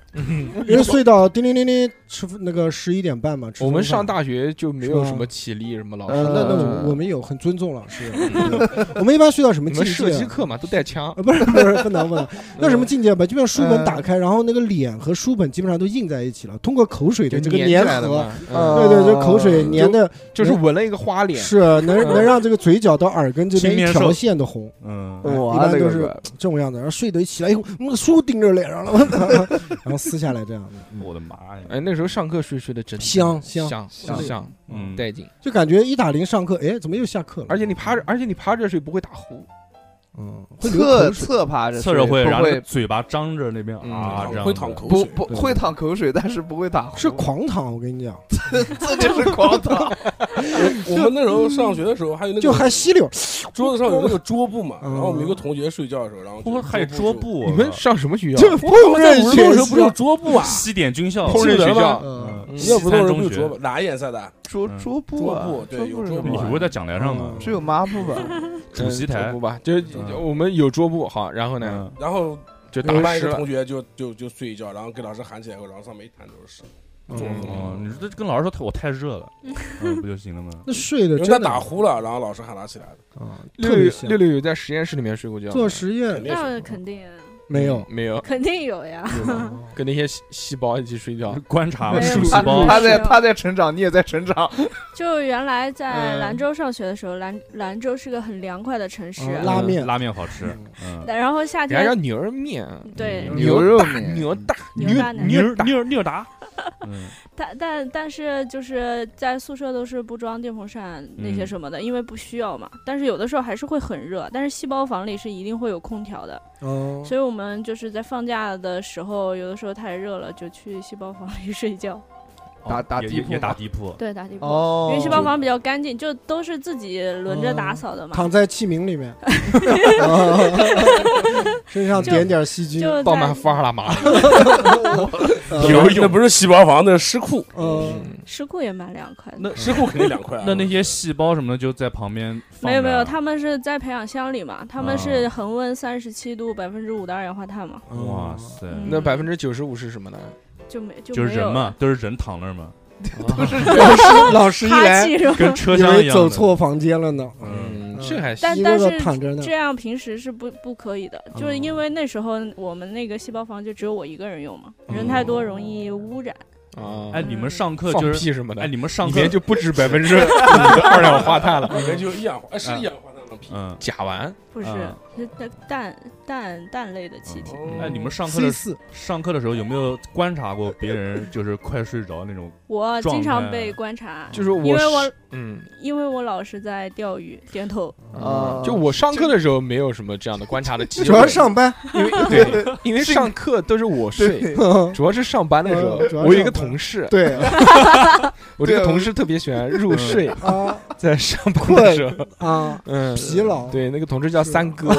Speaker 2: 因为睡到叮铃铃铃吃那个十一点半嘛。吃中
Speaker 1: 我们
Speaker 2: 饭
Speaker 1: 上大学就没有
Speaker 2: 是吧
Speaker 1: 什么起立什么老
Speaker 2: 啊
Speaker 1: 师，
Speaker 2: 那那
Speaker 3: 呃
Speaker 2: 我我们有很尊重老师， 对我们一般睡到什么
Speaker 1: 你
Speaker 2: 境
Speaker 1: 们射
Speaker 2: 界
Speaker 1: 击？课嘛都带枪
Speaker 2: 啊，，不是不 是不能 不能，那什么境界吧？基本上书本打开，然后那个脸和书本基本上都印在一起了，通过口水的这个
Speaker 1: 粘起来了
Speaker 2: 合，
Speaker 1: 嘛，
Speaker 3: 嗯
Speaker 1: 嗯
Speaker 2: 对对，就口水粘的
Speaker 1: 就是纹了一个花脸，
Speaker 2: 是能能让这个嘴角到耳根这边
Speaker 4: 青面
Speaker 2: 一
Speaker 4: 兽
Speaker 2: 条线都红，
Speaker 4: 嗯，
Speaker 3: 我
Speaker 2: 一般
Speaker 3: 勒
Speaker 2: 都
Speaker 3: 个
Speaker 2: 是
Speaker 3: 乖
Speaker 2: 这种样子。然后睡得一起来以后，嗯书钉着脸上了， 我操然后撕下来这样子，
Speaker 4: 我的妈呀，
Speaker 1: 哎，那时候上课睡睡的真的
Speaker 2: 香
Speaker 1: 香
Speaker 2: 香
Speaker 1: 香
Speaker 3: 香
Speaker 1: 香，
Speaker 4: 嗯，
Speaker 1: 带劲。
Speaker 2: 就感觉一打铃上课，哎，怎么又下课了？
Speaker 1: 而且你趴着，而且你趴着睡不会打呼，
Speaker 2: 嗯，会流
Speaker 3: 侧
Speaker 2: 口水。
Speaker 3: 侧趴着睡，
Speaker 4: 侧着会，
Speaker 3: 不
Speaker 4: 然后
Speaker 3: 会
Speaker 4: 嘴巴张着那边
Speaker 1: 嗯
Speaker 4: 啊，这样
Speaker 6: 会
Speaker 4: 子
Speaker 6: 淌口
Speaker 3: 不
Speaker 6: 水，
Speaker 3: 不
Speaker 2: 对
Speaker 3: 会淌口水，但是不会打呼，
Speaker 2: 是狂躺，我跟你讲，
Speaker 3: 这就是狂淌。
Speaker 6: 我们那时候上学的时候，还有那个
Speaker 2: 就还吸溜，
Speaker 6: 桌子上有那个桌布嘛，
Speaker 2: 嗯
Speaker 6: 然后我们有个同学睡觉的时候，然后
Speaker 4: 我还有
Speaker 6: 桌
Speaker 4: 桌，布，
Speaker 1: 你们上什么学
Speaker 2: 就
Speaker 1: 校？
Speaker 2: 烹
Speaker 6: 我们在
Speaker 2: 饪
Speaker 6: 五十
Speaker 2: 学
Speaker 6: 中的时候不是有
Speaker 2: 习。
Speaker 6: 桌布啊？
Speaker 4: 西点军校，
Speaker 1: 烹饪学校，
Speaker 2: 嗯，
Speaker 6: 你
Speaker 4: 西
Speaker 6: 要不
Speaker 4: 餐
Speaker 6: 动人
Speaker 4: 中
Speaker 6: 不有
Speaker 4: 学
Speaker 6: 桌布，哪个颜色的？
Speaker 3: 桌
Speaker 4: 嗯
Speaker 3: 桌布
Speaker 6: 桌
Speaker 3: 啊，
Speaker 6: 布对有
Speaker 3: 是
Speaker 6: 桌
Speaker 3: 什
Speaker 6: 布
Speaker 4: 你不
Speaker 3: 么玩
Speaker 4: 会
Speaker 3: 意
Speaker 4: 在讲台上吗
Speaker 2: 嗯？
Speaker 3: 只有抹布吧？
Speaker 4: 主席
Speaker 1: 嗯桌
Speaker 4: 台
Speaker 1: 布，吧，就
Speaker 4: 嗯
Speaker 1: 我们有桌布好，然后呢
Speaker 4: 嗯，
Speaker 6: 然后
Speaker 1: 就打
Speaker 6: 打班一
Speaker 1: 湿
Speaker 6: 个
Speaker 1: 了
Speaker 6: 同，学就就就睡一觉，然后给老师喊起来过，然后上面一摊都是屎，
Speaker 2: 嗯
Speaker 6: 桌布
Speaker 4: 哦，你这跟老师说太我太热了，嗯，不就行了吗？
Speaker 2: 那睡的
Speaker 6: 因为
Speaker 2: 真
Speaker 6: 他
Speaker 2: 的
Speaker 6: 打呼了，然后老师喊他起来的，
Speaker 2: 啊，
Speaker 1: 六
Speaker 2: 特别
Speaker 1: 六
Speaker 2: 香
Speaker 1: 六六有在实验室里面睡过觉吗，
Speaker 2: 做实
Speaker 6: 肯
Speaker 2: 验
Speaker 6: 定是
Speaker 7: 那肯定啊
Speaker 2: 没有，
Speaker 1: 没有，
Speaker 7: 肯定有呀，
Speaker 1: 跟那些细细胞一起睡觉，
Speaker 4: 观察
Speaker 7: 没有
Speaker 4: 数细
Speaker 3: 他
Speaker 4: 胞
Speaker 7: 嗯，
Speaker 3: 他在
Speaker 7: 是
Speaker 3: 他在成长，你也在成长。
Speaker 7: 就原来在
Speaker 1: 嗯
Speaker 7: 兰州上学的时候，兰兰州是个很凉快的城市，
Speaker 1: 哦
Speaker 2: 嗯拉面
Speaker 4: 拉面好吃，嗯，
Speaker 7: 然后夏
Speaker 1: 人家叫
Speaker 7: 天
Speaker 1: 牛肉面，
Speaker 7: 对
Speaker 1: 嗯
Speaker 3: 牛肉
Speaker 1: 大
Speaker 3: 面
Speaker 1: 牛大
Speaker 7: 牛
Speaker 1: 牛
Speaker 7: 大
Speaker 4: 尔
Speaker 1: 牛大
Speaker 4: 尼尔尼尔达，嗯，
Speaker 7: 但但但是就是在宿舍都是不装电风扇那些
Speaker 4: 嗯
Speaker 7: 什么的，因为不需要嘛。但是有的时候还是会很热，但是细胞房里是一定会有空调的，
Speaker 2: 哦，
Speaker 7: 所以我们就是在放假的时候，有的时候太热了就去细胞房里 睡觉。
Speaker 3: 打打
Speaker 4: 也
Speaker 3: 地
Speaker 4: 也
Speaker 3: 铺
Speaker 4: 也
Speaker 3: 嘛
Speaker 4: 打地铺，
Speaker 7: 对，打地铺。
Speaker 3: 哦
Speaker 7: 因为细 胞房比较干净，就都是自己轮着
Speaker 4: 嗯
Speaker 7: 打扫的嘛，
Speaker 2: 躺在器皿 里面，哦身上点点细菌，
Speaker 7: 就
Speaker 1: 倒
Speaker 7: 在
Speaker 1: 满福尔拉 玛，
Speaker 2: 嗯
Speaker 6: 那不是细胞房，那是尸库，
Speaker 2: 嗯，
Speaker 7: 石库也蛮凉快的。
Speaker 4: 那
Speaker 6: 尸库肯定两块啊。
Speaker 4: 那那些细胞什么的就在旁边放
Speaker 7: 没有没有，
Speaker 4: 着啊哦
Speaker 7: 他们是在培养箱里嘛，他们是恒温三十七度，百分之五的二氧化碳嘛，
Speaker 4: 哇塞，
Speaker 7: 嗯
Speaker 1: 那百分之九十五是什么呢？
Speaker 7: 就没就
Speaker 4: 就是
Speaker 7: 没有
Speaker 4: 人嘛，哦都是人躺那儿 嘛，
Speaker 2: 老师老师一
Speaker 7: 哈
Speaker 2: 来，
Speaker 7: 气是吧？
Speaker 4: 跟车
Speaker 2: 以
Speaker 4: 厢一
Speaker 2: 为
Speaker 4: 样，
Speaker 2: 走，错房间了呢，
Speaker 4: 嗯，
Speaker 1: 嗯，这还行
Speaker 7: 但
Speaker 2: 一
Speaker 7: 但
Speaker 2: 个
Speaker 7: 是
Speaker 2: 个躺着呢，
Speaker 7: 这样平时是不不可以的，就是因为那时候我们那个细胞房就只有我一个人用嘛，人太多容易污染。
Speaker 1: 啊，
Speaker 4: 哎，你们上课
Speaker 1: 放
Speaker 4: 就是，
Speaker 1: 屁什么
Speaker 4: 哎，
Speaker 1: 的，
Speaker 4: 你们上
Speaker 1: 里
Speaker 4: 课
Speaker 1: 面就不止百分之二氧化碳了，
Speaker 6: 里面就是一氧化，哎，是一氧化碳吗？屁。
Speaker 4: 嗯，
Speaker 1: 甲烷
Speaker 7: 不是
Speaker 4: 嗯，
Speaker 7: 是那氮氮氮类的气体。
Speaker 6: 哦
Speaker 4: 哎，你们上课
Speaker 2: C
Speaker 4: 的
Speaker 2: 四
Speaker 4: 上课的时候有没有观察过别人就是快睡着 那种？
Speaker 7: 我经
Speaker 4: 状态
Speaker 7: 常被观察，
Speaker 1: 就是我
Speaker 7: 因为我
Speaker 1: 是嗯
Speaker 7: 因为我老是在钓鱼，点头。
Speaker 3: 啊
Speaker 1: 就我上课的时候没有什么这样的观察的机会，
Speaker 2: 主要是上班，
Speaker 1: 因为对，因为上课都是我睡，主要是上班的时
Speaker 2: 嗯主
Speaker 1: 候，
Speaker 2: 要是
Speaker 1: 我有一个
Speaker 2: 上班
Speaker 1: 同事，
Speaker 2: 对
Speaker 1: 我这个
Speaker 3: 对
Speaker 1: 同事特别喜欢入睡，
Speaker 2: 啊
Speaker 1: 在上班的时候，
Speaker 2: 啊，
Speaker 1: 嗯，
Speaker 2: 疲劳，
Speaker 1: 对，那个同事叫三哥，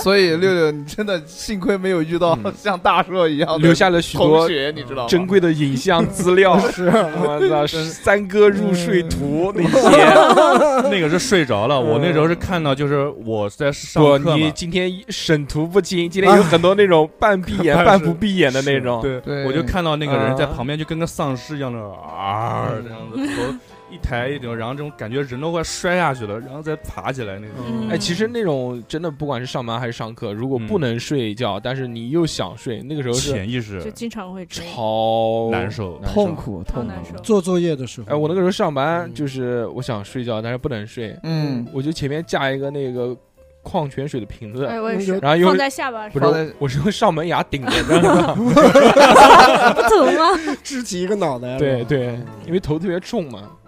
Speaker 3: 所以六六，你真的幸亏没有遇到
Speaker 1: 嗯
Speaker 3: 像大硕一样
Speaker 4: 哦
Speaker 3: 的
Speaker 1: 留下了许多
Speaker 3: 同学，你知道吗？
Speaker 1: 珍贵的影像资 料，
Speaker 2: 是
Speaker 1: 我操，三哥入睡图
Speaker 4: 嗯
Speaker 1: 那些。
Speaker 4: 那个是睡着了，我那时候是看到就是我在上
Speaker 1: 不，
Speaker 4: 课
Speaker 1: 嗯你
Speaker 4: 嘛，啊
Speaker 1: 今天审图不清，今天有很多那种半闭 眼、半不闭眼的那种。
Speaker 4: 对，
Speaker 3: 对，
Speaker 4: 我就看到那个人在
Speaker 1: 啊嗯
Speaker 4: 旁边就跟个丧尸一样的啊这样子头一抬一扭，然后这种感觉人都快摔下去了，然后再爬起来那种。
Speaker 7: 嗯
Speaker 1: 哎，其实那种真的，不管是上班还是上课，如果不能睡觉，但是你又想睡，那个时候是
Speaker 4: 潜意
Speaker 7: 就
Speaker 4: 识
Speaker 7: 经常会追，
Speaker 1: 超
Speaker 4: 嗯难。受，
Speaker 3: 痛苦
Speaker 7: 超
Speaker 3: 痛
Speaker 7: 难受
Speaker 3: 苦，。
Speaker 2: 做作业的时候，
Speaker 1: 哎，我那个时候上
Speaker 4: 嗯
Speaker 1: 班就是我想睡觉，但是不能睡，
Speaker 3: 嗯，
Speaker 1: 我就前面架一个那个矿泉水的瓶子，
Speaker 7: 哎，我也是
Speaker 2: 有，
Speaker 1: 然后用
Speaker 7: 放在下巴
Speaker 1: 不
Speaker 7: 上
Speaker 1: 是
Speaker 3: 放在
Speaker 1: 我是用上门牙顶着 的，
Speaker 7: 不疼吗？
Speaker 2: 支起一个脑袋，
Speaker 1: 对
Speaker 2: 是吧
Speaker 1: 对，因为头特别重嘛。
Speaker 2: 嗯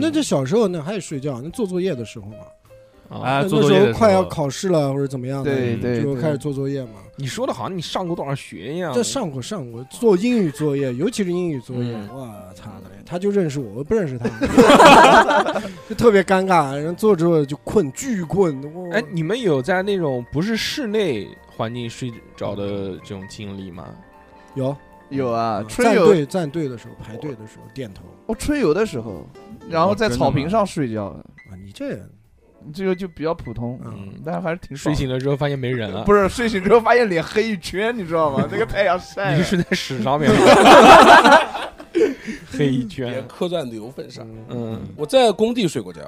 Speaker 2: 那这小时候呢，还得睡觉，那做作业的时候嘛，
Speaker 1: 啊，
Speaker 4: 啊，
Speaker 2: 那
Speaker 4: 做
Speaker 2: 那
Speaker 4: 作业
Speaker 2: 时
Speaker 4: 的
Speaker 2: 候
Speaker 4: 时
Speaker 2: 快要
Speaker 4: 候
Speaker 2: 考试了或者怎么样的，
Speaker 3: 对对，
Speaker 2: 嗯就
Speaker 3: 对
Speaker 2: 开始做作业嘛。
Speaker 1: 你说的好像你上过多少学一样。
Speaker 2: 这上过上过做英语作业，尤其是英语作业，
Speaker 1: 嗯
Speaker 2: 哇擦的嘞！他就认识我，我不认识他，就特别尴尬。然后做着做着就困，巨困。我
Speaker 1: 哎，你们有在那种不是室内环境睡着的这种经历吗？
Speaker 2: 有
Speaker 3: 有啊，春
Speaker 2: 站
Speaker 3: 游
Speaker 2: 队站队的时候排队的时候点头
Speaker 3: 我春游的时候，然后在草坪上睡觉，
Speaker 2: 啊，你这
Speaker 3: 这个就比较普通，
Speaker 1: 嗯，
Speaker 3: 但还是挺
Speaker 1: 睡
Speaker 3: 爽的
Speaker 1: 醒了之后发现没人了，
Speaker 3: 不是睡醒之后发现脸黑一圈，你知道吗？这个太阳晒
Speaker 1: 你
Speaker 3: 了
Speaker 1: 是。睡在屎上面， 黑一
Speaker 4: 哎
Speaker 6: 别
Speaker 1: 圈，
Speaker 6: 客在牛粪上。
Speaker 1: 嗯，
Speaker 6: 我在工地睡过觉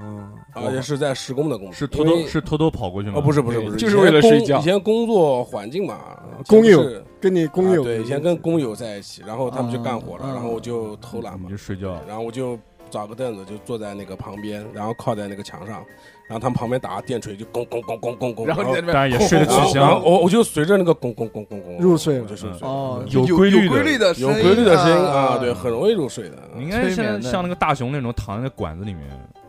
Speaker 2: 嗯
Speaker 6: 啊，也是在施工的工地，
Speaker 4: 哦是偷
Speaker 6: 因
Speaker 4: 偷
Speaker 6: 为
Speaker 4: 是偷偷跑过去吗？
Speaker 6: 哦，不是不是不是，
Speaker 1: 就是
Speaker 6: 以前
Speaker 1: 为了睡
Speaker 6: 工
Speaker 1: 觉
Speaker 6: 以前工作环境嘛，
Speaker 2: 工友
Speaker 6: 以前不是
Speaker 2: 跟你工友
Speaker 6: 啊对，以前跟工友在一起，然后他们就干活了，
Speaker 2: 啊
Speaker 6: 然后我就偷懒
Speaker 4: 你
Speaker 6: 嘛
Speaker 4: 就，睡觉。
Speaker 6: 然后我就找个凳子就坐在那个旁边，然后靠在那个墙上，然后他们旁边打个电锤就咣咣咣咣咣咣，
Speaker 3: 然后你在那
Speaker 4: 当然
Speaker 3: 边
Speaker 4: 也睡 得
Speaker 6: 然后
Speaker 4: 起
Speaker 6: 然后
Speaker 4: 香，
Speaker 6: 我我就随着那个咣咣咣咣咣
Speaker 2: 入睡了
Speaker 6: 我就入睡了嗯
Speaker 3: 哦，
Speaker 4: 有
Speaker 3: 有
Speaker 4: 规律的
Speaker 3: 有
Speaker 6: 有规
Speaker 3: 规律的声音
Speaker 6: 律的声音啊，对，很容易入睡的。啊
Speaker 4: 你应该
Speaker 3: 催眠
Speaker 4: 像
Speaker 3: 的
Speaker 4: 像那个大熊那种躺在那管子里面，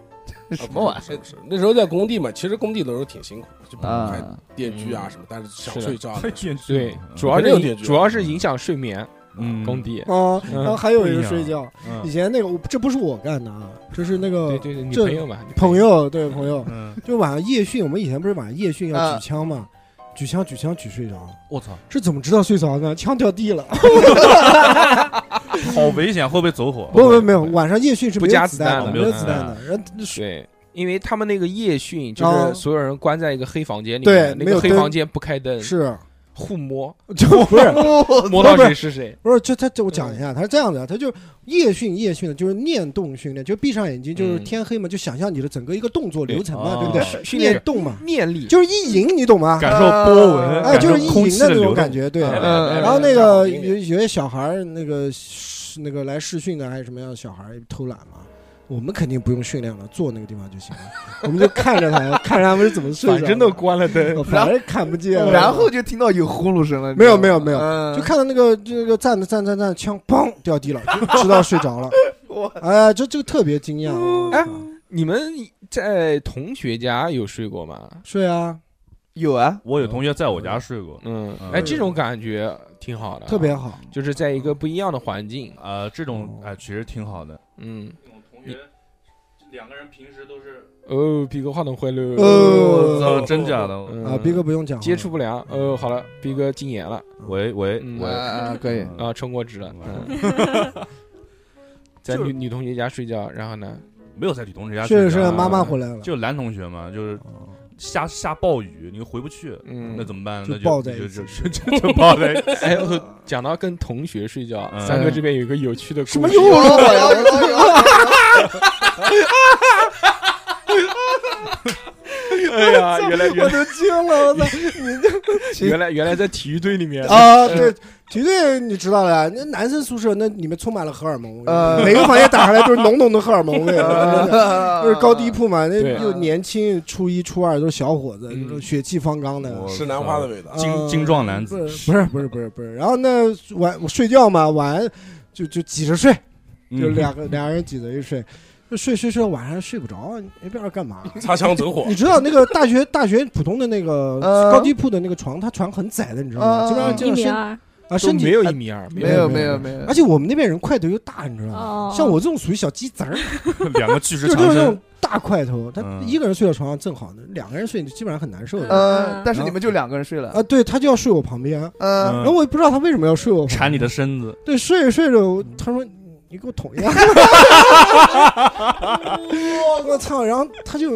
Speaker 3: 什么玩意
Speaker 6: 是不是？那时候在工地嘛，其实工地的时候挺辛苦的，就
Speaker 3: 儿
Speaker 6: 把
Speaker 3: 啊？
Speaker 6: 电锯啊什么，但是想睡觉的。
Speaker 1: 对，主要
Speaker 6: 肯定有
Speaker 1: 是
Speaker 6: 点
Speaker 1: 主要是影响睡眠，
Speaker 4: 嗯
Speaker 1: 工地，
Speaker 2: 哦，
Speaker 1: 嗯
Speaker 2: 然后还有一
Speaker 4: 不
Speaker 2: 个
Speaker 4: 一样
Speaker 2: 睡觉，
Speaker 4: 嗯
Speaker 2: 以 前那个我这不是我干的啊，这是那
Speaker 1: 对
Speaker 2: 个
Speaker 1: 对对，你
Speaker 2: 这
Speaker 1: 朋友嘛，你
Speaker 2: 朋友对朋友，
Speaker 4: 嗯，
Speaker 2: 就晚上夜训，我们以前不是晚上夜训要
Speaker 3: 啊
Speaker 2: 举枪嘛，举枪举枪举睡着，
Speaker 4: 我操，
Speaker 2: 这怎么知道睡着呢？枪掉地了，
Speaker 4: 好危险，会不会走火？
Speaker 2: 不不没有，晚上夜训是
Speaker 1: 不
Speaker 2: 没
Speaker 1: 加
Speaker 2: 有
Speaker 1: 子
Speaker 2: 子
Speaker 1: 弹
Speaker 2: 弹
Speaker 4: 的
Speaker 2: 的，
Speaker 4: 没
Speaker 2: 没
Speaker 4: 有
Speaker 2: 有
Speaker 4: 子
Speaker 2: 子
Speaker 4: 弹
Speaker 2: 弹的，人那是
Speaker 1: 对。因为他们那个夜训就是
Speaker 2: 啊
Speaker 1: 所有人关在一个黑房间里
Speaker 2: 对
Speaker 1: 面，那
Speaker 2: 没
Speaker 1: 个
Speaker 2: 有
Speaker 1: 黑
Speaker 2: 灯
Speaker 1: 房间不开灯，
Speaker 2: 是，
Speaker 1: 互 摸，
Speaker 2: 就不是
Speaker 1: 摸到谁是谁。
Speaker 2: 不是，就他就我讲一下，他是这样的，他就夜训夜训的，就是念动训练，就闭上眼睛，就是
Speaker 1: 嗯
Speaker 2: 天黑嘛，就想象你的整个一个动作流程嘛，对不
Speaker 4: 哦
Speaker 2: 对？
Speaker 1: 训
Speaker 2: 念
Speaker 1: 练
Speaker 2: 动嘛，
Speaker 1: 念力，
Speaker 2: 就是意淫，你懂吗？
Speaker 4: 感受波纹，
Speaker 2: 哎，
Speaker 4: 感受
Speaker 2: 就是意
Speaker 4: 空
Speaker 2: 淫
Speaker 4: 气
Speaker 2: 的那
Speaker 4: 流
Speaker 2: 种
Speaker 4: 动
Speaker 2: 感觉，对。
Speaker 6: 啊
Speaker 4: 哎
Speaker 3: 嗯
Speaker 1: 呃
Speaker 2: 然后那个有有些小孩儿，那个是那个来试训的还是什么样的小孩儿偷懒嘛，我们肯定不用训练了，坐那个地方就行 了，我们就看着他，看着他们是怎么睡着
Speaker 1: 反
Speaker 2: 的，
Speaker 1: 正都关了灯，
Speaker 2: 哦反正看不见。
Speaker 3: 然后就听到有呼噜声了。
Speaker 2: 没有没有没有
Speaker 3: 嗯有
Speaker 2: 就看到那个这个站着站站站，枪砰掉地 了，就知道睡着了。
Speaker 3: 我
Speaker 2: 哎，这这个特别惊讶。我
Speaker 1: 哎
Speaker 2: 操
Speaker 1: 你们在同学家有睡过吗？
Speaker 2: 睡啊，
Speaker 3: 有啊，
Speaker 4: 我有同学在我家睡过，
Speaker 1: 嗯
Speaker 4: 嗯，
Speaker 1: 哎，这种感觉挺好的，啊
Speaker 2: 特别，好。啊
Speaker 1: 就是在一个不一样的环境，
Speaker 4: 呃，这种哎其实挺好的。
Speaker 1: 嗯，
Speaker 4: 同学两个人平时都是
Speaker 1: 哦，比哥话筒坏了，
Speaker 2: 呃
Speaker 4: 呃，真假的？
Speaker 1: 嗯
Speaker 2: 啊，逼哥不用讲了，
Speaker 1: 接触不良，哦，好了，逼哥禁言了
Speaker 4: 喂喂
Speaker 1: 嗯
Speaker 4: 喂，
Speaker 3: 啊可以。
Speaker 1: 啊，冲过职了，嗯，在女女同学家睡觉，然后呢，
Speaker 4: 没有在女同学家
Speaker 2: 睡着睡
Speaker 4: 觉
Speaker 2: 着
Speaker 4: 啊
Speaker 2: 妈妈回来了，
Speaker 4: 就男同学嘛，就是下下暴雨，你又回不去，
Speaker 1: 嗯
Speaker 4: 那怎么办？
Speaker 2: 就
Speaker 4: 那
Speaker 2: 抱在
Speaker 4: 就
Speaker 2: 一
Speaker 4: 就
Speaker 2: 起
Speaker 4: 就就就抱在一起。
Speaker 1: 哎，我讲到跟同学睡觉，
Speaker 4: 嗯
Speaker 1: 三哥这边有一个有趣的故事，
Speaker 2: 什么有
Speaker 3: 有有有有
Speaker 1: 哎呀，原来原
Speaker 2: 我
Speaker 1: 来
Speaker 2: 都惊了，我操！
Speaker 1: 原来原来在体育队里面，
Speaker 2: 啊，对，绝对你知道的，那男生宿舍那里面充满了荷尔蒙，
Speaker 3: 呃
Speaker 2: 每个房间打开来都是浓浓的荷尔蒙味，真的就
Speaker 3: 有，
Speaker 2: 是高低 铺嘛，那
Speaker 1: 对
Speaker 2: 又年轻，初一初二都是小伙子，
Speaker 1: 嗯
Speaker 2: 就是血气方刚的。呃
Speaker 4: 我
Speaker 6: 石南花的味道，
Speaker 4: 精精壮男子
Speaker 2: 不是不是不是不是不是，然后那晚我睡觉嘛，晚就就挤着睡，就
Speaker 4: 嗯
Speaker 2: 两个两人挤着一睡，就睡睡睡到晚上睡不着，你不知道干嘛。
Speaker 6: 擦枪走火
Speaker 2: 你，知道那个大学大学普通的那个
Speaker 3: 呃
Speaker 2: 高低铺的那个床，它床很窄的，你知道吗？
Speaker 3: 呃
Speaker 2: 基本上
Speaker 7: 一
Speaker 2: 就
Speaker 7: 米
Speaker 2: 身
Speaker 7: 二
Speaker 2: 啊
Speaker 1: 都
Speaker 2: 身体
Speaker 1: 没有一米二，
Speaker 3: 没有没有没有
Speaker 2: 而，且我们那边人块头又大，你知道吗？
Speaker 7: 哦，
Speaker 2: 像我这种属于小鸡子儿，
Speaker 4: 两个巨
Speaker 2: 就
Speaker 4: 石
Speaker 2: 就是
Speaker 4: 强
Speaker 2: 那
Speaker 4: 森
Speaker 2: 种，大块头，他
Speaker 4: 嗯
Speaker 2: 一个人睡到床上正好呢，两个人睡你基本上很难受的。
Speaker 3: 呃，但是你们就两个人睡了
Speaker 2: 啊，，对他就要睡我旁边，
Speaker 3: 嗯，
Speaker 2: 然后
Speaker 4: 嗯
Speaker 2: 我也不知道他为什么要睡我旁边
Speaker 4: 缠你的身子，
Speaker 2: 对，睡着睡着，我他说你给我捅一下， 我操！然后他就。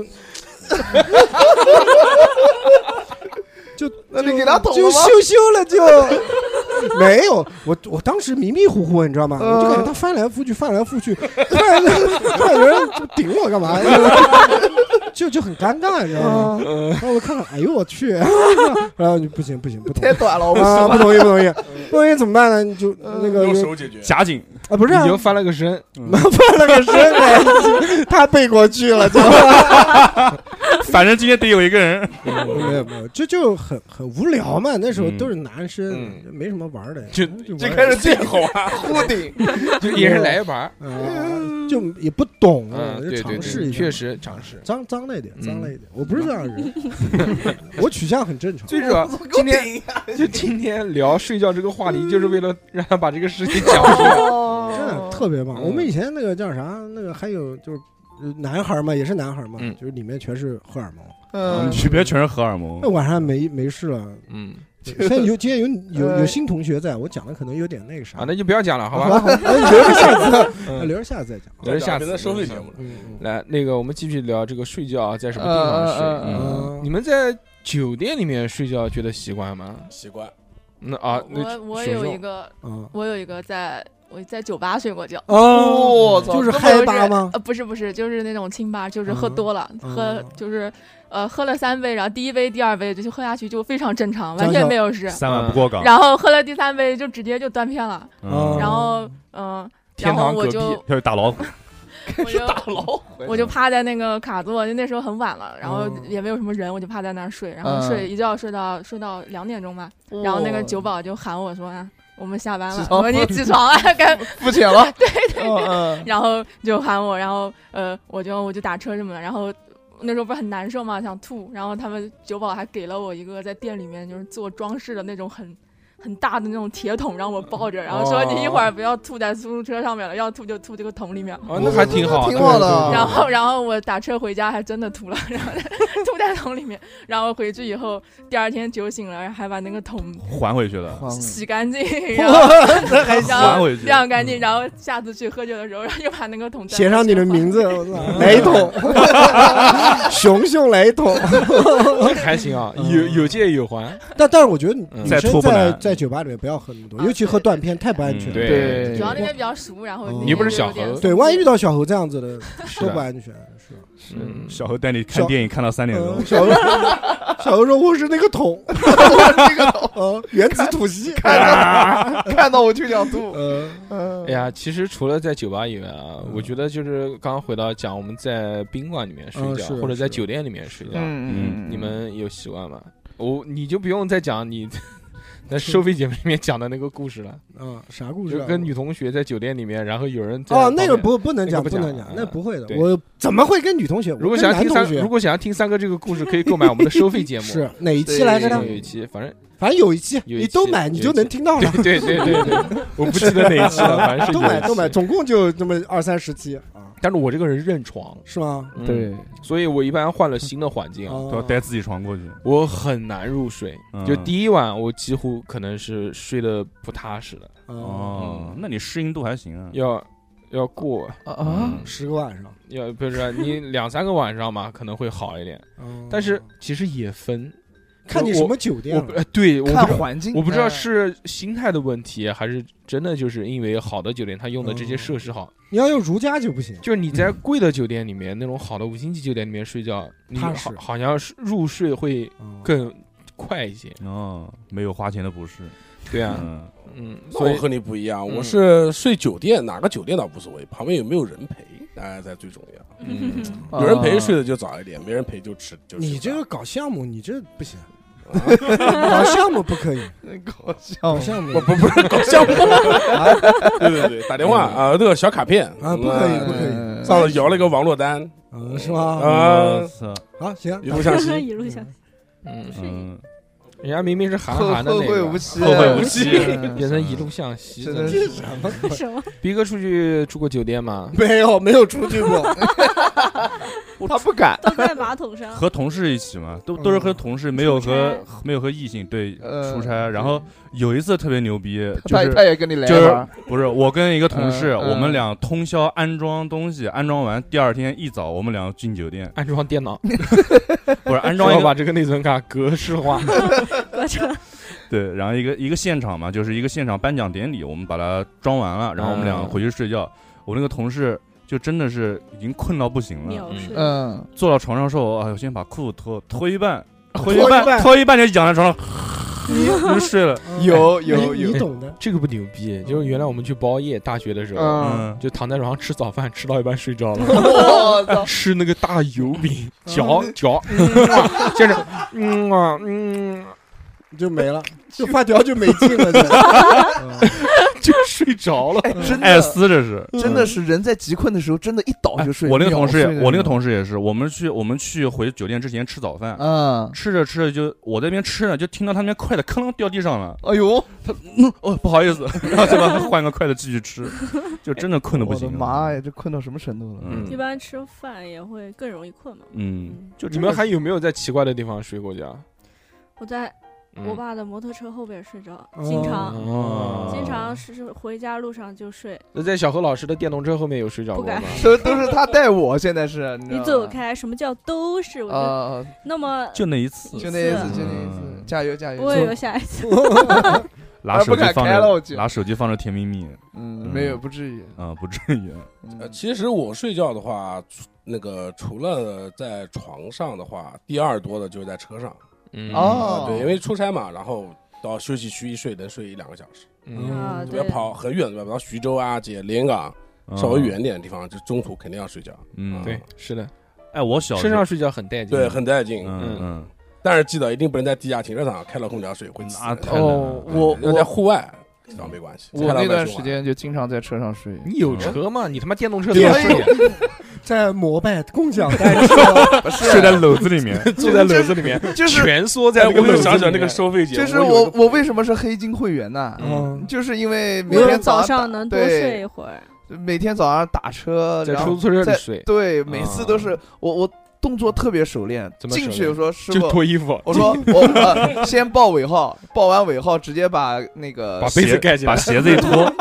Speaker 2: 就
Speaker 3: 那你
Speaker 2: 就
Speaker 3: 给他捅
Speaker 2: 就
Speaker 3: 了吗
Speaker 2: 羞羞了就， 没有我我当时迷迷糊糊你知道吗？我就感觉他翻来覆去翻来覆去， 突然突然有人就顶我干嘛？ 就就很尴尬你知道吗？然后我看看，哎呦我 去，然后就不行不行不同
Speaker 3: 太短了，我不
Speaker 2: 啊
Speaker 3: 行
Speaker 2: 不同意不同意不同意怎么办呢？你就那个
Speaker 6: 用
Speaker 2: 呃就
Speaker 6: 手解决。
Speaker 4: 夹紧，
Speaker 2: 啊，不是、
Speaker 1: 已
Speaker 2: 啊，
Speaker 1: 经翻了个 身，
Speaker 2: 翻了个身呗，他背过去 了，就
Speaker 4: 反正今天得有一个人。
Speaker 2: 没有没有，这就很很无聊嘛。那时候
Speaker 4: 嗯
Speaker 2: 都是男生，
Speaker 1: 嗯
Speaker 2: 没什么玩的，
Speaker 1: 就
Speaker 2: 就
Speaker 3: 这
Speaker 2: 玩
Speaker 3: 开始
Speaker 6: 这好玩，
Speaker 3: 互顶，
Speaker 1: 就一人来一盘儿，
Speaker 2: 啊，就也不懂啊，
Speaker 1: 嗯，
Speaker 2: 就
Speaker 1: 对对
Speaker 2: 尝试
Speaker 1: 对，
Speaker 2: 一下，
Speaker 1: 确实尝 试。
Speaker 2: 脏脏了一点，
Speaker 1: 嗯
Speaker 2: 脏了一点。我不是这样的人，我取向很正常。
Speaker 1: 最主要，今天
Speaker 2: 啊
Speaker 1: 就今天聊睡觉这个话题，就是为了让他把这个事情讲出 来。
Speaker 3: 嗯
Speaker 2: 真的嗯特别
Speaker 1: 嗯
Speaker 2: 棒。我们以前那个叫啥，那个还有就是呃男孩嘛，也是男孩嘛
Speaker 1: 嗯，
Speaker 2: 就是里面全是荷尔蒙。哎
Speaker 3: 嗯
Speaker 4: 里边全是荷尔 蒙
Speaker 2: 那，晚上没没事了，
Speaker 1: 嗯，
Speaker 2: 现在有今天有有有
Speaker 3: 呃
Speaker 2: 新同学在，我讲的可能有点那个啥，
Speaker 1: 哎啊，那就不要讲了，好
Speaker 2: 好
Speaker 1: 吧？
Speaker 2: 吧，那留着下次，那
Speaker 1: 嗯
Speaker 2: 留着下次再讲。
Speaker 1: 留着下次
Speaker 6: 变成收费节目了。
Speaker 2: 嗯
Speaker 1: 来，那个我们继续聊这个睡觉啊在什么地方睡？
Speaker 3: 嗯嗯
Speaker 1: 嗯
Speaker 2: 嗯
Speaker 1: 你们在酒店里面睡觉觉得习惯吗？
Speaker 6: 习惯，
Speaker 1: 那啊，那
Speaker 5: 我我
Speaker 1: 熊
Speaker 5: 有
Speaker 1: 熊
Speaker 5: 一个，
Speaker 2: 嗯
Speaker 5: 我有一个在我在酒吧睡过觉。
Speaker 2: 哦，
Speaker 3: 我
Speaker 2: 就
Speaker 3: 操
Speaker 2: 是
Speaker 5: 不
Speaker 2: 嗨
Speaker 5: 是
Speaker 2: 吧吗？
Speaker 5: 呃，不是不是，就是那种清吧，就是喝
Speaker 2: 嗯
Speaker 5: 多了，喝
Speaker 2: 嗯
Speaker 5: 就是呃喝了三杯，然后第一杯、第二杯就就喝下去就非常正常，完
Speaker 2: 张
Speaker 5: 全
Speaker 2: 小
Speaker 5: 没有事。
Speaker 4: 三碗不过岗，
Speaker 5: 然后喝了第三杯就直接就断片了，
Speaker 2: 哦
Speaker 4: 嗯
Speaker 5: 然后嗯，
Speaker 1: 天
Speaker 5: 然后
Speaker 1: 堂
Speaker 5: 我
Speaker 1: 隔
Speaker 5: 就
Speaker 1: 壁
Speaker 4: 要去打老虎，
Speaker 5: 我就
Speaker 3: 老
Speaker 5: 我就趴在那个卡座，就那时候很晚了，然后
Speaker 2: 嗯
Speaker 5: 也没有什么人，我就趴在那儿睡，然后
Speaker 3: 嗯哦
Speaker 5: 睡一觉睡到睡到两点钟吧，然后那个酒保就喊我说啊，我们下班
Speaker 3: 起
Speaker 5: 了，
Speaker 3: 床
Speaker 5: 我说你起床啊，该
Speaker 3: 付钱了，嗯对对对，
Speaker 5: 然后就喊我，然后呃，我就我就打车什么的，然后那时候不是很难受嘛，想吐，然后他们酒保还给了我一个在店里面就是做装饰的那种很。很大的那种铁桶让我抱着，然后说你一
Speaker 2: 哦
Speaker 5: 会儿不要吐在出租车上面了，要吐就吐这个桶里面。
Speaker 1: 啊，那还挺好
Speaker 3: 挺
Speaker 1: 的。
Speaker 3: 好
Speaker 2: 哦
Speaker 5: 然
Speaker 3: 的。
Speaker 5: 后，然后我打车回家还真的吐了，然后 吐在桶里面，然后回去以后，第二天酒醒了，还把那个桶
Speaker 2: 嗯
Speaker 4: 还回去了，
Speaker 5: 洗干 净， 然后
Speaker 3: 还
Speaker 5: 然
Speaker 4: 还
Speaker 5: 后
Speaker 4: 回去。
Speaker 5: 晾干净，然后下次去喝酒的时候，然后又把那个桶再
Speaker 2: 嗯写上你的
Speaker 5: 放
Speaker 2: 名 字，我操来一桶， 熊熊来一桶。
Speaker 1: 还行啊，
Speaker 2: 嗯
Speaker 1: 有有借有还。
Speaker 2: 但但是我觉得女
Speaker 1: 嗯
Speaker 2: 女
Speaker 4: 再
Speaker 2: 生
Speaker 4: 吐不
Speaker 2: 在
Speaker 4: 难
Speaker 2: 在酒吧里面不要喝那么多，
Speaker 5: 啊
Speaker 2: 尤其喝断片太不安全。
Speaker 4: 嗯
Speaker 1: 对
Speaker 3: 对
Speaker 5: 主
Speaker 1: 哎
Speaker 5: 要那边比较熟，然后
Speaker 2: 哦
Speaker 5: 那
Speaker 2: 你不
Speaker 5: 边
Speaker 1: 是
Speaker 5: 就
Speaker 1: 小
Speaker 5: 有点
Speaker 1: 猴
Speaker 2: 对，万一遇到小猴这样子的都不安全。是，
Speaker 1: 嗯，
Speaker 4: 小何带你看电影看到三点钟
Speaker 2: 嗯，小猴 小猴说我是那个 桶， 嗯，原子吐息。
Speaker 3: 看到 看到我就想吐。
Speaker 2: 嗯
Speaker 3: 哎
Speaker 1: 哎，呀，其实除了在酒吧以外啊，
Speaker 2: 嗯
Speaker 1: 我觉得就是刚刚回到讲我们在宾馆里面睡
Speaker 2: 嗯
Speaker 1: 觉，
Speaker 2: 是
Speaker 1: 或者在
Speaker 2: 是
Speaker 1: 酒店里面睡觉，
Speaker 3: 嗯
Speaker 1: 你们有习惯吗？我你就不用再讲你在收费节目里面讲的那个故事了，
Speaker 2: 嗯，啥故事
Speaker 1: 就
Speaker 2: 啊？
Speaker 1: 跟女同学在酒店里面，然后有人在
Speaker 2: 哦，那个
Speaker 1: 旁边。
Speaker 2: 不不能讲，
Speaker 1: 那个不
Speaker 2: 不
Speaker 1: 讲啊
Speaker 2: 能讲，那不会的。
Speaker 1: 对
Speaker 2: 我怎么会跟女同学？
Speaker 1: 如果
Speaker 2: 我跟
Speaker 1: 想要
Speaker 2: 男
Speaker 1: 听
Speaker 2: 同
Speaker 1: 三，
Speaker 2: 学
Speaker 1: 如果想要听三哥这个故事，可以购买我们的收费节目。
Speaker 2: 是哪一期来着呢
Speaker 1: 有？一期，反正
Speaker 2: 反正有一期，
Speaker 1: 有一
Speaker 2: 你都
Speaker 1: 期
Speaker 2: 买，你
Speaker 1: 有
Speaker 2: 就
Speaker 1: 一期
Speaker 2: 能听到了
Speaker 1: 对。对对对对， 我不记得哪一期了，反正是
Speaker 2: 都
Speaker 1: 有一
Speaker 2: 买
Speaker 1: 期
Speaker 2: 都买，。总共就这么二三十期啊，
Speaker 1: 但是我这个人认床，
Speaker 2: 是吗？
Speaker 1: 嗯，，所以我一般换了新的环境啊，
Speaker 2: 哦
Speaker 4: 都要带自己床过去。
Speaker 1: 我很难入睡。
Speaker 4: 嗯
Speaker 1: 就第一晚，我几乎可能是睡得不踏实的，
Speaker 2: 哦，
Speaker 4: 哦，那你适应度还行啊。
Speaker 1: 要要过嗯
Speaker 3: 啊，
Speaker 2: 十个晚上，
Speaker 1: 要不是啊你两三个晚上嘛，可能会好一点。
Speaker 2: 哦
Speaker 1: 但是其实也分，
Speaker 2: 看你什么酒店
Speaker 1: 我
Speaker 2: 了
Speaker 1: 不，呃对，我不
Speaker 3: 看
Speaker 1: 知道
Speaker 3: 环境，
Speaker 1: 我不知道是心态的问题，还是真的就是因为好的酒店它用的这些
Speaker 2: 哦
Speaker 1: 设施好。
Speaker 2: 你要用如家就不行。
Speaker 1: 就是你在贵的酒店里面，那种好的五星级酒店里面睡觉，你
Speaker 2: 踏
Speaker 1: 好
Speaker 2: 实
Speaker 1: 好像是入睡会
Speaker 2: 哦
Speaker 1: 更快一些。
Speaker 4: 哦，没有花钱的不是。
Speaker 1: 对啊，
Speaker 4: 嗯，
Speaker 1: 嗯，
Speaker 6: 那
Speaker 1: 所
Speaker 6: 我
Speaker 1: 以
Speaker 6: 和你不一样，
Speaker 1: 嗯
Speaker 6: 我是睡酒店，哪个酒店倒无所谓，旁边有没有人陪，哎，才最重要。
Speaker 1: 嗯，
Speaker 3: 啊
Speaker 6: 有人陪睡的就早一点，没人陪就迟就迟到。
Speaker 2: 你这个搞项目，你这不行，
Speaker 6: 啊
Speaker 2: 搞项目不可以，
Speaker 3: 搞笑
Speaker 2: 搞，项目
Speaker 6: 不不不是搞项目，对对对，打电话啊，那个小卡片
Speaker 2: 嗯啊不可以
Speaker 6: 嗯
Speaker 2: 不可以
Speaker 3: 嗯
Speaker 6: 上次摇了一个王珞丹，
Speaker 2: 嗯，是吗？
Speaker 6: 啊
Speaker 4: 我，操，
Speaker 2: 好，行，
Speaker 6: 一路 向西，
Speaker 7: 一路向
Speaker 1: 嗯，
Speaker 4: 嗯，
Speaker 1: 人家明明是 韩
Speaker 3: 后
Speaker 1: 寒的
Speaker 3: 后
Speaker 1: 那
Speaker 3: 会
Speaker 1: 个
Speaker 3: 无，期，
Speaker 4: 后会无 期
Speaker 3: 嗯
Speaker 1: 变成一路向西。
Speaker 3: 真的
Speaker 1: 真
Speaker 3: 是
Speaker 1: 的
Speaker 2: 什么？
Speaker 7: 西什么？
Speaker 1: 逼哥出去住过酒店吗？，
Speaker 2: 没有没有出去过，
Speaker 3: 他不敢，
Speaker 7: 都在马桶上。
Speaker 4: 和同事一起嘛，都都是和同事，没有和
Speaker 7: 出
Speaker 4: 没有和异性对
Speaker 3: 呃
Speaker 4: 出差。然后有一次特别牛逼，就
Speaker 3: 他
Speaker 4: 是
Speaker 3: 他也跟你来一
Speaker 4: 就是
Speaker 3: 把
Speaker 4: 不是我跟一个同事，
Speaker 3: 嗯嗯
Speaker 4: 我们俩通宵安装东西，安装完第二天一早，我们俩进酒 店
Speaker 1: 安装电脑，
Speaker 4: 不是安
Speaker 1: 安
Speaker 4: 装 一
Speaker 1: 要
Speaker 4: 个
Speaker 1: 把这个内存卡格式化。
Speaker 7: 我这
Speaker 4: 对，然后一个一个现场嘛，就是一个现场颁奖典礼，我们把它装完了，然后我们俩
Speaker 1: 嗯
Speaker 4: 回去睡觉。我那个同事就真的是已经困到不行了，
Speaker 7: 秒睡，
Speaker 3: 嗯，
Speaker 4: 坐到床上说：“哎呦，先把裤子脱脱一半，
Speaker 3: 啊
Speaker 4: 脱
Speaker 2: 脱一半
Speaker 4: 半，脱一半就仰在床上， 就睡了。
Speaker 3: 有
Speaker 2: 嗯
Speaker 3: 有
Speaker 2: 你
Speaker 3: 有
Speaker 2: 你懂的，
Speaker 1: 这个不牛逼，就是原来我们去包夜，大学的时候，
Speaker 3: 嗯，
Speaker 4: 嗯，
Speaker 1: 就躺在床上吃早饭，吃到一半睡着了，
Speaker 3: 我操，
Speaker 1: 吃那个大油 饼，嚼嚼，接着，嗯啊嗯，
Speaker 2: 就没了，就发条就没劲了，就嗯
Speaker 1: 就睡着了。
Speaker 3: 哎，真
Speaker 4: 艾
Speaker 3: 的。
Speaker 4: 斯这是。”哎
Speaker 3: 真的是人在极困的时候，真的一倒就睡。
Speaker 4: 我那个同事也
Speaker 3: 秒睡，
Speaker 4: 我那个
Speaker 3: 种
Speaker 4: 同事也是，我们去我们去回酒店之前吃早饭，
Speaker 3: 嗯，
Speaker 4: 吃着吃着就我在那边吃呢，就听到他那边筷子哐啷掉地上 了，
Speaker 3: 哎呦，
Speaker 4: 哦不好意思， 然后就把它换个筷子继续 吃，就真的困的不
Speaker 3: 我的
Speaker 4: 行啊了。
Speaker 3: 妈呀，这困到什么程度了？
Speaker 1: 嗯
Speaker 7: 一般吃饭也会更容易困嘛。
Speaker 4: 嗯，
Speaker 7: 嗯，
Speaker 1: 就你们还有没有在奇怪的地方睡过觉？
Speaker 7: 我在
Speaker 1: 嗯
Speaker 7: 我爸的摩托车后边睡着，
Speaker 2: 哦
Speaker 7: 经常
Speaker 1: 哦
Speaker 7: 经常是是回家路上就睡，
Speaker 1: 那在小何老师的电动车后面有睡着
Speaker 7: 不
Speaker 1: 过
Speaker 7: 敢
Speaker 1: 吗？
Speaker 3: 都都是他带我，现在是你
Speaker 7: 你走开，什么叫都是？我就
Speaker 3: 啊，
Speaker 7: 那么
Speaker 4: 就那一次，
Speaker 3: 就那一次，
Speaker 4: 嗯
Speaker 3: 就那一次，加油加油！
Speaker 7: 我也有下一次，
Speaker 4: 拿手机
Speaker 3: 不敢
Speaker 4: 放
Speaker 3: 开了我去
Speaker 4: 着，拿手机放着甜蜜蜜，
Speaker 3: 嗯，没有，不至于。
Speaker 4: 啊，不至于。
Speaker 3: 嗯
Speaker 6: 呃，其实我睡觉的话，除那个除了在床上的话，第二多的就是在车上。
Speaker 1: 嗯
Speaker 3: 哦
Speaker 6: 对，因为出差嘛，然后到休息区一睡能睡一两个小时，
Speaker 1: 嗯
Speaker 7: 啊
Speaker 6: 要
Speaker 7: 对
Speaker 6: 跑很远的地方，到徐州啊、这些连云港
Speaker 4: 嗯
Speaker 6: 稍微，远点的地方，就中途肯定要睡觉。
Speaker 4: 嗯，
Speaker 1: 对，是的，
Speaker 4: 哎，我小
Speaker 1: 身
Speaker 4: 时候，
Speaker 1: 上睡觉很带劲。
Speaker 6: 对，很带劲。
Speaker 4: 嗯嗯，
Speaker 6: 但是记得一定不能在地下停车场开了空调睡，会死
Speaker 4: 那
Speaker 6: 人的。
Speaker 4: 太难了
Speaker 1: 哦
Speaker 4: 对
Speaker 3: 我
Speaker 6: 要在
Speaker 3: 我
Speaker 6: 户外倒没关系。
Speaker 3: 我
Speaker 6: 开到
Speaker 3: 那段
Speaker 6: 外去
Speaker 3: 时
Speaker 6: 玩
Speaker 3: 间就经常在车上睡，
Speaker 1: 你有车吗？你他妈电动车
Speaker 6: 对
Speaker 1: 怎么
Speaker 6: 哎呦
Speaker 1: 睡？
Speaker 2: 在摩拜共享单车，
Speaker 3: 不是
Speaker 4: 睡在篓子里 面，
Speaker 1: 坐在篓子里面，
Speaker 3: 就是
Speaker 1: 蜷缩在
Speaker 6: 哎
Speaker 1: 那个
Speaker 6: 我
Speaker 1: 篓
Speaker 6: 又
Speaker 1: 子
Speaker 6: 想起来
Speaker 1: 里
Speaker 6: 那
Speaker 1: 面
Speaker 6: 个收费节目，
Speaker 3: 就是
Speaker 6: 我有
Speaker 3: 我
Speaker 6: 一个
Speaker 3: 我为什么是黑金会员呢？
Speaker 2: 嗯，
Speaker 3: 就是因为每
Speaker 7: 我
Speaker 3: 天
Speaker 7: 早
Speaker 3: 上
Speaker 7: 上
Speaker 3: 打
Speaker 7: 能多睡
Speaker 3: 对，
Speaker 7: 一会儿。
Speaker 3: 每天早上打车，
Speaker 1: 在
Speaker 3: 然后
Speaker 1: 出租车里
Speaker 3: 在
Speaker 1: 睡，
Speaker 3: 对，每次都是我我动作特别熟练，
Speaker 1: 怎么熟
Speaker 3: 进
Speaker 1: 练
Speaker 3: 去我说师
Speaker 1: 就
Speaker 3: 傅。
Speaker 1: 脱衣服，
Speaker 3: 我说我、呃、先报尾号，报完尾号直接把那个
Speaker 1: 把被子
Speaker 4: 鞋
Speaker 1: 盖起来
Speaker 4: 把。鞋子一 脱，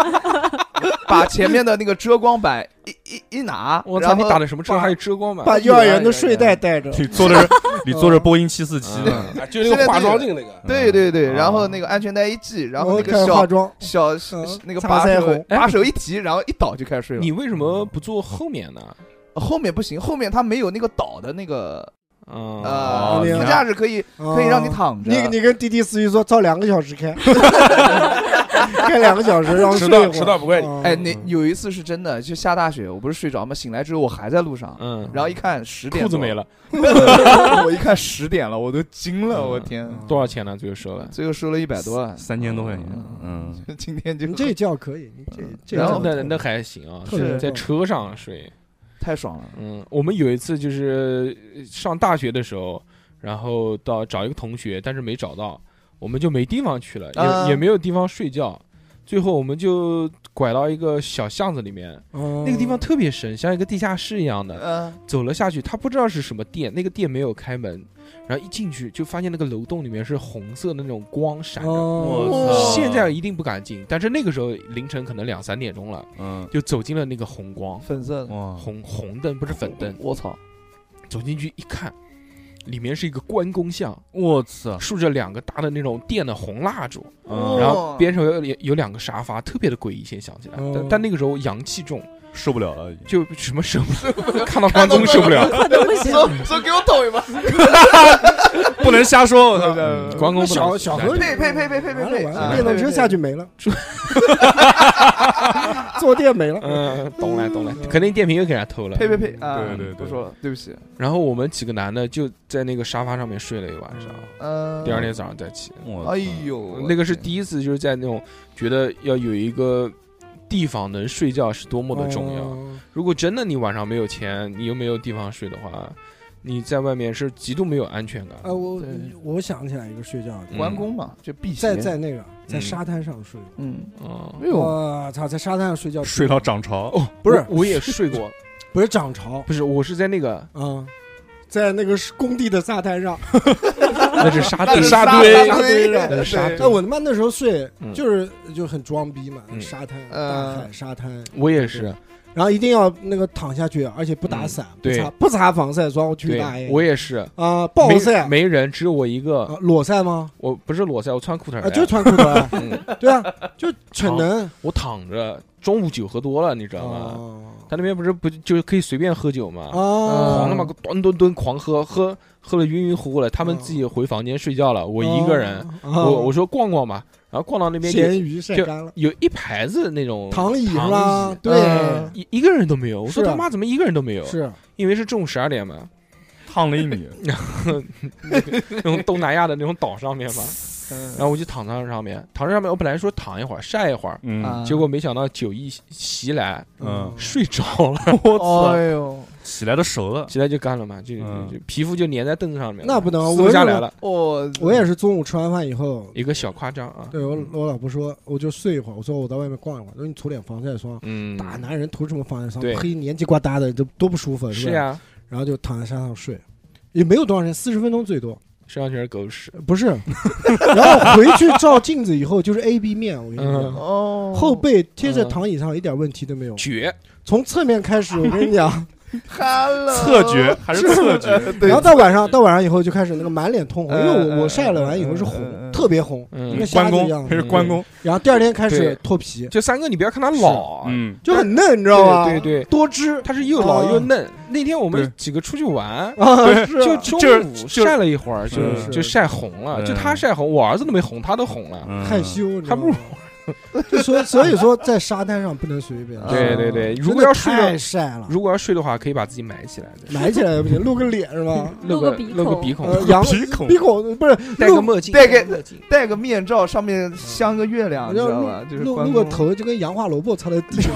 Speaker 3: 把前面的那个遮光板一一一拿，
Speaker 1: 我操，
Speaker 3: 然
Speaker 1: 你
Speaker 3: 后
Speaker 1: 打的什么车？还有遮光板？
Speaker 2: 把幼儿园的睡袋带着，
Speaker 4: 你坐的是你坐着波音七四七呢，
Speaker 6: 啊就是那个化妆镜那个，
Speaker 3: 对对对，
Speaker 4: 嗯
Speaker 3: 然后那个安全带一系，然后那
Speaker 2: 开
Speaker 3: 个
Speaker 2: 始化
Speaker 3: 小
Speaker 2: 妆，
Speaker 3: 小
Speaker 2: 嗯
Speaker 3: 那个
Speaker 2: 擦
Speaker 3: 把
Speaker 2: 腮
Speaker 3: 手
Speaker 2: 红
Speaker 3: 把手一提，然后一倒就开始睡了
Speaker 1: 你。为什么不坐后面呢？
Speaker 3: 后面不行，后面它没有那个倒的那个
Speaker 1: 嗯
Speaker 4: 哦
Speaker 3: 呃，
Speaker 2: 明
Speaker 3: 副
Speaker 2: 白
Speaker 3: 驾驶可以可以让你躺着
Speaker 2: 你。哦啊你跟滴滴司机说，照两个小时 开，开两个小时，然后
Speaker 6: 迟
Speaker 2: 睡
Speaker 6: 到
Speaker 2: 一会儿
Speaker 6: 迟到不怪你
Speaker 2: 嗯
Speaker 3: 哎，那有一次是真的，就下大雪，我不是睡着吗？醒来之后我还在路上，
Speaker 1: 嗯，
Speaker 3: 然后一看十点，
Speaker 1: 裤子没，了，
Speaker 3: 我一看十点了，我都惊了，我天！
Speaker 1: 多少钱呢？最后收了。
Speaker 3: 最后收了一百多万，
Speaker 4: 嗯三千多块钱，嗯，
Speaker 3: 今天就
Speaker 2: 你这觉可以，你这这
Speaker 3: 嗯然
Speaker 1: 那
Speaker 3: 后
Speaker 2: 觉
Speaker 1: 那那还行啊，
Speaker 2: 特
Speaker 3: 是
Speaker 2: 别
Speaker 1: 在
Speaker 2: 棒
Speaker 1: 车上睡。
Speaker 3: 太爽了。
Speaker 1: 嗯，我们有一次就是呃上大学的时候，然后到找一个同学，但是没找到，我们就没地方去了，也、
Speaker 3: 啊
Speaker 1: 也没有地方睡觉。最后我们就拐到一个小巷子里面，
Speaker 2: 哦
Speaker 1: 那个地方特别神，像一个地下室一样的。
Speaker 3: 嗯，
Speaker 1: 走了下去，他不知道是什么店，那个店没有开门，然后一进去就发现那个楼栋里面是红色的那种光闪着。
Speaker 2: 哦，
Speaker 4: 操
Speaker 1: 现在一定不敢进，但是那个时候凌晨可能两三点钟了，
Speaker 4: 嗯，
Speaker 1: 就走进了那个红光，
Speaker 3: 粉色的，
Speaker 4: 哇，
Speaker 1: 红红灯不是粉灯，
Speaker 3: 我操！
Speaker 1: 走进去一看，里面是一个关公像，
Speaker 4: 我操，
Speaker 1: 竖着两个大的那种电的红蜡烛，
Speaker 4: 嗯
Speaker 1: 然后边上有有两个沙发，特别的诡异。现在想起来，
Speaker 2: 哦
Speaker 1: 但但那个时候阳气重，
Speaker 4: 受不了了已经。
Speaker 1: 就什么受不 了，看到关公受不了，
Speaker 3: 走走，给我抖一把！
Speaker 4: 不能瞎说，我操！
Speaker 1: 嗯关公不能
Speaker 2: 小小何
Speaker 3: 呸呸呸呸呸呸
Speaker 2: 完了
Speaker 3: 呸！
Speaker 2: 完
Speaker 1: 啊
Speaker 2: 了，电动车下去没 了
Speaker 1: 对，
Speaker 2: 坐垫没了，
Speaker 1: 嗯，懂了懂了，肯定电瓶又给人家偷了。
Speaker 3: 呸呸呸！啊，
Speaker 4: 对对对
Speaker 3: 不说了，对不起。
Speaker 1: 然后我们几个男的就在那个沙发上面睡了一晚上，
Speaker 3: 嗯，
Speaker 1: 第二天，早上再起。
Speaker 4: 嗯我操
Speaker 3: 哎，呦，
Speaker 1: 那个是第一次，就是在那种觉得要有一个地方能睡觉是多么的重要。
Speaker 2: 哦
Speaker 1: 如果真的你晚上没有钱，你又没有地方睡的话，你在外面是极度没有安全感。
Speaker 2: 呃，我
Speaker 3: 对
Speaker 2: 我想起来一个睡觉的，
Speaker 1: 嗯
Speaker 3: 关公嘛，就辟
Speaker 2: 在
Speaker 3: 邪，
Speaker 2: 在那个在
Speaker 1: 嗯
Speaker 2: 沙滩上睡，
Speaker 3: 嗯，
Speaker 1: 嗯，
Speaker 3: 没有，
Speaker 2: 我操，在沙滩上睡觉
Speaker 4: 睡到涨潮，
Speaker 1: 哦，
Speaker 2: 不是
Speaker 1: 我我也睡过，
Speaker 2: 不是涨潮
Speaker 1: 不是，我是在那个
Speaker 2: 啊，在那个工地的沙滩上，
Speaker 1: 那是 沙
Speaker 3: 那
Speaker 1: 地
Speaker 3: 是
Speaker 1: 沙
Speaker 3: 沙
Speaker 1: 堆，
Speaker 3: 沙堆
Speaker 2: 对
Speaker 1: 那是沙
Speaker 2: 哎，
Speaker 1: 堆。
Speaker 2: 我他妈那时候睡
Speaker 1: 嗯
Speaker 2: 就是就很装逼嘛，
Speaker 1: 嗯
Speaker 2: 沙滩、
Speaker 3: 呃
Speaker 2: 大海、沙滩，
Speaker 1: 我也是，
Speaker 2: 然后一定要那个躺下去，而且不打
Speaker 1: 嗯
Speaker 2: 伞，不
Speaker 1: 对
Speaker 2: 擦不擦防晒霜，我去
Speaker 1: 对
Speaker 2: 大爷，
Speaker 1: 我也是，
Speaker 2: 啊暴
Speaker 1: 没
Speaker 2: 晒
Speaker 1: 没人，只有我一
Speaker 2: 啊
Speaker 1: 个，
Speaker 2: 裸晒吗？
Speaker 1: 我不是裸晒，我穿裤腿儿
Speaker 2: 啊，
Speaker 1: 的，
Speaker 2: 就穿裤头啊，
Speaker 1: 嗯
Speaker 2: 对啊，就逞能，啊
Speaker 1: 我躺着，中午酒喝多了，你知道吗？
Speaker 2: 哦
Speaker 1: 他那边不是不就是可以随便喝酒吗？
Speaker 2: 啊，
Speaker 1: 狂他妈吨吨吨狂喝，喝喝了晕晕乎乎了。他们自己回房间睡觉了，我一个人，
Speaker 2: 啊，
Speaker 1: 我我说逛逛吧，然后逛到那边有
Speaker 2: 咸鱼晒
Speaker 1: 就
Speaker 2: 干了，
Speaker 1: 有一排子那种
Speaker 2: 躺椅是吧？
Speaker 1: 躺椅
Speaker 2: 对，
Speaker 3: 嗯
Speaker 1: 一一个人都没有。我说
Speaker 2: 是啊
Speaker 1: 他妈怎么一个人都没有？
Speaker 2: 是
Speaker 1: 因为是中午十二点嘛，
Speaker 4: 烫了一米，
Speaker 1: 那种东南亚的那种岛上 面嘛。
Speaker 3: 嗯
Speaker 1: 然后我就躺在上面，躺在上面，我本来说躺一会儿晒一会儿，
Speaker 4: 嗯，
Speaker 3: 啊
Speaker 1: 结果没想到酒意袭袭来，
Speaker 4: 嗯
Speaker 1: 睡着了，
Speaker 4: 我操，
Speaker 3: 哎呦，
Speaker 4: 起来都熟了，
Speaker 1: 起来就干了嘛，就就就皮肤就粘在凳子上面了，
Speaker 2: 那不能
Speaker 1: 撕不
Speaker 2: 我
Speaker 1: 下
Speaker 2: 是
Speaker 1: 来了。
Speaker 3: 我
Speaker 2: 我也是中午吃完饭以后，
Speaker 1: 一个小夸张啊，
Speaker 2: 对我我老婆说，我就睡一会儿，我说我到外面逛一会儿，她说你涂点防晒霜。
Speaker 1: 嗯，
Speaker 2: 大男人涂什么防晒霜
Speaker 1: 对？
Speaker 2: 黑年纪瓜哒的，这多不舒服，
Speaker 1: 是啊
Speaker 2: 吧？
Speaker 1: 呀，
Speaker 2: 然后就躺在沙发上睡，也没有多长时间，四十分钟最多。
Speaker 1: 身上全是狗屎。
Speaker 2: 不是， 然后回去照镜子以后就是 A B 面，我跟你
Speaker 1: 嗯
Speaker 2: 讲，
Speaker 3: 哦
Speaker 2: 后背贴在躺椅上一点问题都没有。
Speaker 1: 绝，
Speaker 2: 从侧面开始，我跟你 讲，
Speaker 3: Hello，呃
Speaker 4: 侧绝还是侧绝？
Speaker 3: 对
Speaker 2: 然后到晚上到晚上以后就开始那个满脸通红，因
Speaker 3: 嗯
Speaker 2: 为我我
Speaker 3: 嗯
Speaker 2: 晒了完以后是
Speaker 3: 嗯
Speaker 2: 红，
Speaker 3: 嗯
Speaker 2: 特别红，
Speaker 1: 嗯
Speaker 4: 关
Speaker 2: 跟瞎子一
Speaker 4: 公
Speaker 2: 样
Speaker 4: 还。是关公？
Speaker 2: 然后第二天开
Speaker 1: 对
Speaker 2: 始脱皮，
Speaker 1: 这三哥你不要看他老啊，
Speaker 4: 嗯，
Speaker 2: 就很嫩，你知道吧？
Speaker 1: 对对对，
Speaker 2: 多汁
Speaker 1: 他是又老
Speaker 2: 啊
Speaker 1: 又嫩。那天我
Speaker 4: 对
Speaker 1: 们几个出去玩，
Speaker 2: 啊，是
Speaker 1: 就
Speaker 2: 啊
Speaker 1: 中
Speaker 4: 就是
Speaker 1: 午
Speaker 4: 就是
Speaker 1: 晒了一会儿，就是就晒红了，
Speaker 4: 嗯
Speaker 1: 就他晒红，我儿子都没红，他都红了。
Speaker 4: 嗯
Speaker 2: 害羞，你知
Speaker 1: 还
Speaker 2: 道
Speaker 1: 不如
Speaker 2: 吗 就所以所以说在沙滩上不能随便。
Speaker 1: 对
Speaker 3: 啊
Speaker 1: 对对，
Speaker 2: 嗯真
Speaker 1: 如果
Speaker 2: 的
Speaker 1: 要睡
Speaker 2: 太
Speaker 1: 着，
Speaker 2: 晒了，
Speaker 1: 如果要睡的话，可以把自己埋起来，对
Speaker 2: 埋起来也不行，露个脸是吧？
Speaker 1: 露
Speaker 5: 露
Speaker 1: 个
Speaker 5: 个鼻
Speaker 1: 露个
Speaker 5: 孔
Speaker 1: 鼻孔，
Speaker 2: 呃，羊
Speaker 4: 鼻孔
Speaker 2: 鼻孔不是
Speaker 1: 戴个
Speaker 2: 露
Speaker 1: 墨镜，
Speaker 3: 戴个
Speaker 1: 墨镜。
Speaker 3: 戴个面罩，上面镶个月啊亮，你知
Speaker 2: 要
Speaker 3: 道
Speaker 2: 露
Speaker 3: 吧？就是
Speaker 2: 露
Speaker 3: 关
Speaker 2: 露个
Speaker 3: 公，
Speaker 2: 头，就跟洋化萝卜插在地上。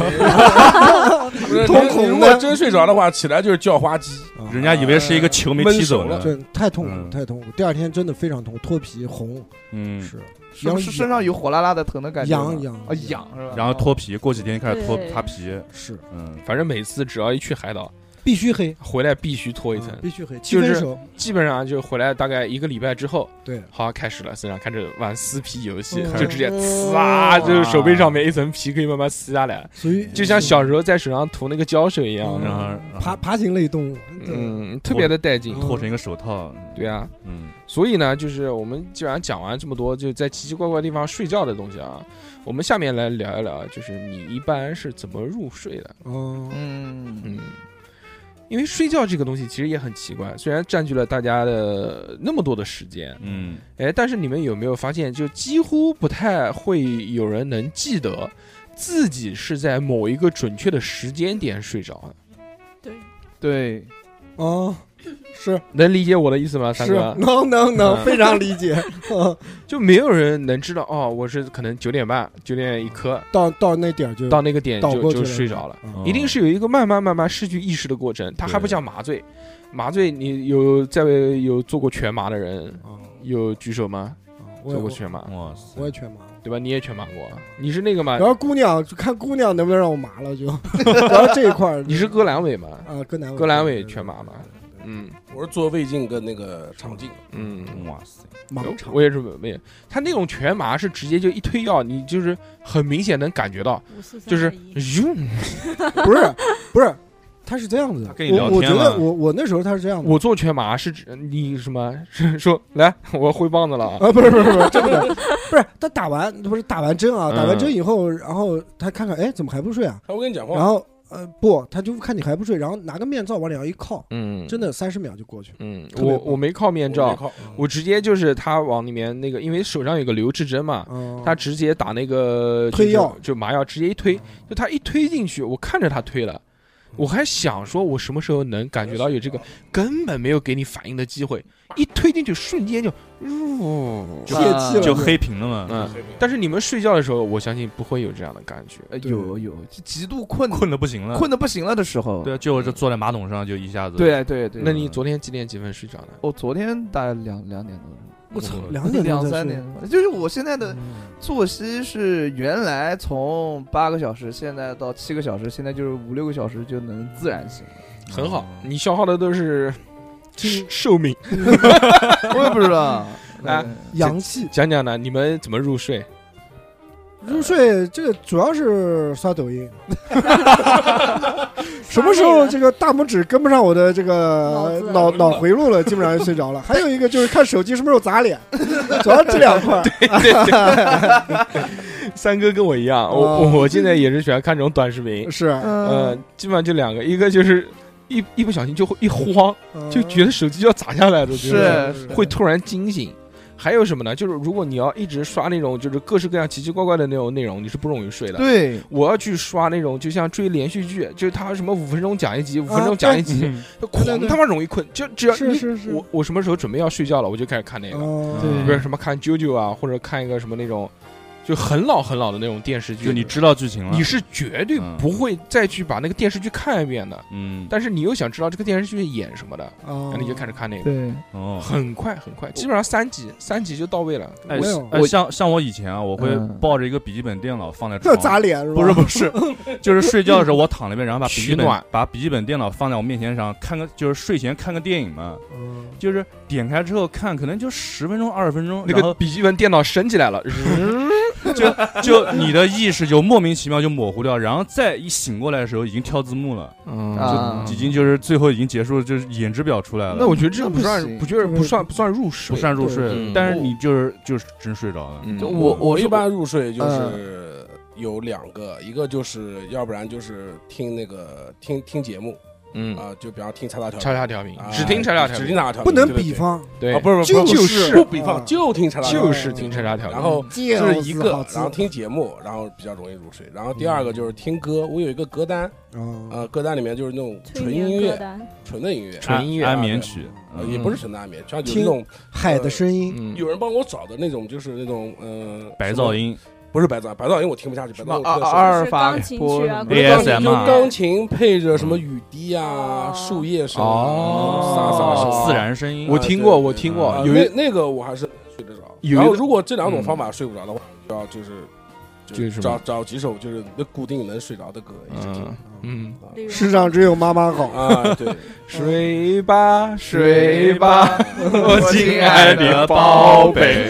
Speaker 6: 不是
Speaker 2: 瞳
Speaker 6: 你
Speaker 2: 孔
Speaker 6: 如果
Speaker 2: 呢
Speaker 6: 真睡着的话，起来就是叫花鸡。
Speaker 4: 人家以为是一个球没踢走
Speaker 6: 闷
Speaker 4: 呢。
Speaker 2: 啊 真太痛苦了，
Speaker 4: 嗯
Speaker 2: 太痛苦。第二天真的非常痛，脱皮红
Speaker 4: 嗯，
Speaker 2: 是
Speaker 3: 是不是身上有火辣辣的疼的感觉吗？
Speaker 2: 痒痒
Speaker 3: 啊痒是吧？
Speaker 4: 然后脱皮，过几天开始脱
Speaker 7: 对
Speaker 4: 擦皮。
Speaker 2: 是
Speaker 4: 嗯，
Speaker 1: 反正每次只要一去海岛，
Speaker 2: 必须黑，
Speaker 1: 回来必须脱一层
Speaker 2: 嗯，必须黑，七
Speaker 1: 就
Speaker 2: 分
Speaker 1: 是
Speaker 2: 熟。
Speaker 1: 基本上就回来大概一个礼拜之后，
Speaker 2: 对，
Speaker 1: 好开始了，身上开始玩撕皮游戏，
Speaker 2: 嗯
Speaker 1: 就直接呲啊，就是手背上面一层皮可以慢慢撕下来，
Speaker 2: 所以
Speaker 1: 就像小时候在手上涂那个胶水一样
Speaker 2: 嗯
Speaker 1: 的，
Speaker 4: 然后然
Speaker 2: 爬
Speaker 4: 后
Speaker 2: 爬行类动物，对
Speaker 1: 嗯，特别的带劲
Speaker 2: 嗯，
Speaker 4: 脱成一个手套。
Speaker 1: 对啊，
Speaker 4: 嗯，
Speaker 1: 所以呢，就是我们既然讲完这么多，就在奇奇怪怪地方睡觉的东西啊，我们下面来聊一聊，就是你一般是怎么入睡的？
Speaker 2: 嗯，
Speaker 3: 嗯，
Speaker 1: 嗯，因为睡觉这个东西其实也很奇怪，虽然占据了大家的那么多的时间，
Speaker 4: 嗯
Speaker 1: 哎，但是你们有没有发现，就几乎不太会有人能记得自己是在某一个准确的时间点睡着的？
Speaker 3: 对，
Speaker 2: 哦，是
Speaker 1: 能理解我的意思吗，三
Speaker 2: 是
Speaker 1: 哥？
Speaker 2: 能能能，
Speaker 1: 嗯
Speaker 2: 非常理解。嗯
Speaker 1: 就没有人能知道哦，我是可能九点半、九点一刻
Speaker 2: 到到那点儿就
Speaker 1: 到那个点
Speaker 2: 嗯倒
Speaker 1: 就
Speaker 2: 过去
Speaker 1: 就
Speaker 2: 了
Speaker 1: 睡着了，
Speaker 2: 嗯
Speaker 1: 一定是有一个慢慢慢慢失去意识的过程。它还不
Speaker 4: 对
Speaker 1: 像麻醉，麻醉你有在有做过全麻的人
Speaker 2: 嗯
Speaker 1: 有举手吗？
Speaker 2: 嗯我
Speaker 1: 做过
Speaker 2: 也
Speaker 1: 全麻，
Speaker 4: 哇塞
Speaker 2: 我也全麻了。
Speaker 1: 对吧？你也全麻过，你是那个吗
Speaker 2: 然？后姑娘就看姑娘能不能让我麻了就，然后这一块儿
Speaker 1: 你是哥阑尾吗？
Speaker 2: 啊，哥南
Speaker 1: 哥阑尾全麻吗？嗯
Speaker 6: 我是做胃镜跟那个肠镜，
Speaker 1: 嗯，
Speaker 4: 哇塞，
Speaker 2: 盲肠
Speaker 1: 我也是没有。他那种全麻是直接就一推药，你就是很明显能感觉到，
Speaker 7: 五四三
Speaker 1: 就是
Speaker 7: 二一
Speaker 1: 哟，
Speaker 2: 不是不是，他是这样子的
Speaker 4: 他跟你聊
Speaker 2: 我我觉
Speaker 4: 天
Speaker 2: 得
Speaker 4: 了
Speaker 2: 我我那时候他是这样的
Speaker 1: 我做全麻是指你什么？ 是说来我挥棒子了啊？
Speaker 2: 啊，不是不是不是真的不是他打完不是打完针啊，
Speaker 1: 嗯
Speaker 2: 打完针以后，然后他看看哎怎么还不睡啊，
Speaker 6: 他会跟你讲
Speaker 2: 然
Speaker 6: 话，
Speaker 2: 后呃不他就看你还不睡，然后拿个面罩往脸上一靠，
Speaker 1: 嗯，
Speaker 2: 真的三十秒就过去了，
Speaker 1: 嗯，
Speaker 2: 特别
Speaker 1: 我
Speaker 2: 棒
Speaker 1: 我没靠面
Speaker 6: 我没
Speaker 1: 罩，
Speaker 6: 靠，嗯
Speaker 1: 我直接就是他往里面那个，因为手上有个留置针嘛，
Speaker 2: 嗯，
Speaker 1: 他直接打那个
Speaker 2: 推
Speaker 1: 就是
Speaker 2: 药
Speaker 1: 就麻药，直接一推，就他一推进去，我看着他推了。我还想说，我什么时候能感觉到有这个，根本没有给你反应的机会，一推进去瞬间就，呜，
Speaker 2: 泄
Speaker 3: 就
Speaker 2: 气了
Speaker 4: 就黑屏了嘛，
Speaker 1: 嗯。但是你们睡觉的时候，我相信不会有这样的感觉。
Speaker 3: 呃
Speaker 2: 对
Speaker 3: 有有极度
Speaker 1: 嗯
Speaker 3: 困
Speaker 4: 困的不行了。
Speaker 3: 困的不行了的时候，
Speaker 4: 对啊，就这坐在马桶上就一下子。
Speaker 3: 对对对，
Speaker 1: 那你昨天几点几分睡着的？
Speaker 3: 我昨天大概两两点多
Speaker 2: 我操
Speaker 1: 嗯
Speaker 2: 两点
Speaker 3: 两
Speaker 2: 钟再
Speaker 3: 三
Speaker 2: 睡嗯
Speaker 3: 点，就是我现在的作息是原来从八个小时，现在到七个小时，现在就是五六个小时就能自然醒。
Speaker 1: 很好，
Speaker 4: 嗯
Speaker 1: 你消耗的都是寿命。
Speaker 3: 我也不知道，
Speaker 1: 啊
Speaker 3: 嗯
Speaker 2: 阳气嗯
Speaker 1: 讲讲呢，你们怎么入睡？
Speaker 2: 入睡这个主要是刷抖 音，什么时候这个大拇指跟不上我的这个
Speaker 7: 脑
Speaker 2: 脑脑回路了，基本上就睡着了。还有一个就是看手机什么时候砸脸，主要这两块儿。
Speaker 1: 三哥跟我一样，我
Speaker 2: 哦
Speaker 1: 我我现在也是喜欢看这种短视频，
Speaker 2: 是，啊
Speaker 1: 呃
Speaker 3: 嗯，，
Speaker 1: 基本上就两个，一个就是一一不小心就会一慌，
Speaker 2: 嗯
Speaker 1: 就觉得手机要砸下来的，就是
Speaker 3: 是
Speaker 1: 会突然惊醒。还有什么呢？就是如果你要一直刷那种就是各式各样奇奇怪怪的那种内容，你是不容易睡的。
Speaker 3: 对，
Speaker 1: 我要去刷那种就像追连续剧，就是他什么五分钟讲一集，五分钟讲一集，
Speaker 4: 嗯，
Speaker 1: 就狂他妈容易困。就只要
Speaker 2: 是
Speaker 1: 你
Speaker 2: 是是
Speaker 1: 我我什么时候准备要睡觉了，我就开始看那个。
Speaker 2: 哦
Speaker 1: 不是什么看啾啾啊，或者看一个什么那种，就很老很老的那种电视剧，
Speaker 4: 就你知道剧情了，
Speaker 1: 你是绝对
Speaker 4: 嗯
Speaker 1: 不会再去把那个电视剧看一遍的。
Speaker 4: 嗯，
Speaker 1: 但是你又想知道这个电视剧演什么的，
Speaker 2: 哦
Speaker 1: 那你就开始看那个，
Speaker 3: 对，
Speaker 4: 哦，
Speaker 1: 很快很快，基本上三集三集就到位了。
Speaker 4: 哎
Speaker 2: 我
Speaker 4: 是
Speaker 2: 有
Speaker 4: 哎像像我以前啊，我会
Speaker 3: 嗯
Speaker 4: 抱着一个笔记本电脑放在
Speaker 2: 这
Speaker 4: 床
Speaker 1: 啊
Speaker 2: 砸脸是吧？
Speaker 4: 不是不是， 就是睡觉的时候我躺那边，然后把笔
Speaker 1: 取
Speaker 4: 记本
Speaker 1: 暖
Speaker 4: 把笔记本电脑放在我面前上看个，就是睡前看个电影嘛，
Speaker 2: 嗯，
Speaker 4: 就是点开之后看，可能就十分钟二十分钟，
Speaker 1: 那
Speaker 4: 然
Speaker 1: 个
Speaker 4: 后
Speaker 1: 笔记本电脑升起来了，
Speaker 4: 就你的意识就莫名其妙就模糊掉，然后再一醒过来的时候已经跳字幕了，
Speaker 1: 嗯
Speaker 3: 啊
Speaker 4: 已经就是最后已经结束了，就是演职表出来
Speaker 1: 那
Speaker 4: 了，
Speaker 1: 我觉得这个不
Speaker 3: 那不
Speaker 1: 算，
Speaker 3: 行
Speaker 1: 不觉得不算不算入睡，
Speaker 4: 不算入睡
Speaker 1: 对，
Speaker 4: 但是你就是就是真睡着了，
Speaker 1: 嗯
Speaker 3: 就我
Speaker 6: 我
Speaker 3: 是
Speaker 6: 一般入睡就是有两个，一个就是要不然就是听那个听听节目
Speaker 1: 嗯，
Speaker 6: 啊，就比方听叉叉调
Speaker 1: 查
Speaker 6: 频，
Speaker 1: 查调频
Speaker 6: 啊，
Speaker 1: 只听查查
Speaker 6: 只
Speaker 1: 调频
Speaker 6: 听，叉叉调频，
Speaker 2: 不能
Speaker 6: 对对
Speaker 2: 比
Speaker 6: 对
Speaker 2: 方，
Speaker 1: 对
Speaker 6: 啊，，不是
Speaker 2: 就
Speaker 6: 不
Speaker 1: 就是
Speaker 6: 不比方，
Speaker 2: 嗯
Speaker 6: 就听叉叉调频，
Speaker 1: 就是听查查调频，
Speaker 6: 然后这是一
Speaker 2: 这
Speaker 6: 个
Speaker 2: 好，词嗯
Speaker 6: 然后听节目，然后比较容易入睡。然后第二个就是听歌，我有一个歌单，
Speaker 2: 啊，
Speaker 6: 呃，歌单里面就是那种
Speaker 7: 催
Speaker 6: 纯
Speaker 7: 眠
Speaker 6: 音
Speaker 7: 歌
Speaker 6: 乐，
Speaker 7: 单，
Speaker 6: 纯的音乐，
Speaker 1: 纯音乐
Speaker 4: 啊
Speaker 7: 啊
Speaker 4: 安安眠曲，
Speaker 6: 呃
Speaker 4: 嗯
Speaker 6: 也不是纯的安眠，像有
Speaker 2: 听
Speaker 6: 那种
Speaker 2: 海的声音，
Speaker 1: 嗯
Speaker 6: 有人帮我找的那种，就是那种呃
Speaker 4: 白噪，
Speaker 6: 什
Speaker 4: 音，
Speaker 6: 么不是白噪音，白噪音我听不下去，白噪音我
Speaker 3: 二
Speaker 6: 听得受不了
Speaker 3: 二
Speaker 7: 是
Speaker 3: 啊法
Speaker 7: 钢琴
Speaker 3: 波
Speaker 7: 曲
Speaker 3: 什
Speaker 7: 啊
Speaker 3: 么
Speaker 7: 古
Speaker 6: 就
Speaker 4: 对
Speaker 3: 的
Speaker 6: 是钢
Speaker 4: ASMR
Speaker 6: 就钢琴配着什么雨滴啊
Speaker 7: 哦、
Speaker 6: 树叶声
Speaker 1: 哦
Speaker 6: 啊、沙沙声啊，
Speaker 4: 自然声音，
Speaker 1: 我听过，
Speaker 6: 对对
Speaker 1: 我听过
Speaker 6: 啊，
Speaker 1: 哦有
Speaker 6: 那
Speaker 1: 一
Speaker 6: 那个我还是睡得着。
Speaker 1: 有一
Speaker 6: 然后
Speaker 1: 个嗯
Speaker 6: 如果这两种方法睡不着的话，就要就是
Speaker 1: 就是
Speaker 6: 就
Speaker 1: 什么
Speaker 6: 找找几首就是那固定能睡着的歌一直听
Speaker 1: 嗯嗯，
Speaker 6: 啊
Speaker 7: 例如
Speaker 2: 世上只有妈妈好。
Speaker 6: 啊，对，
Speaker 1: 睡吧
Speaker 3: 睡 吧，
Speaker 1: 我
Speaker 3: 亲爱的宝
Speaker 1: 贝，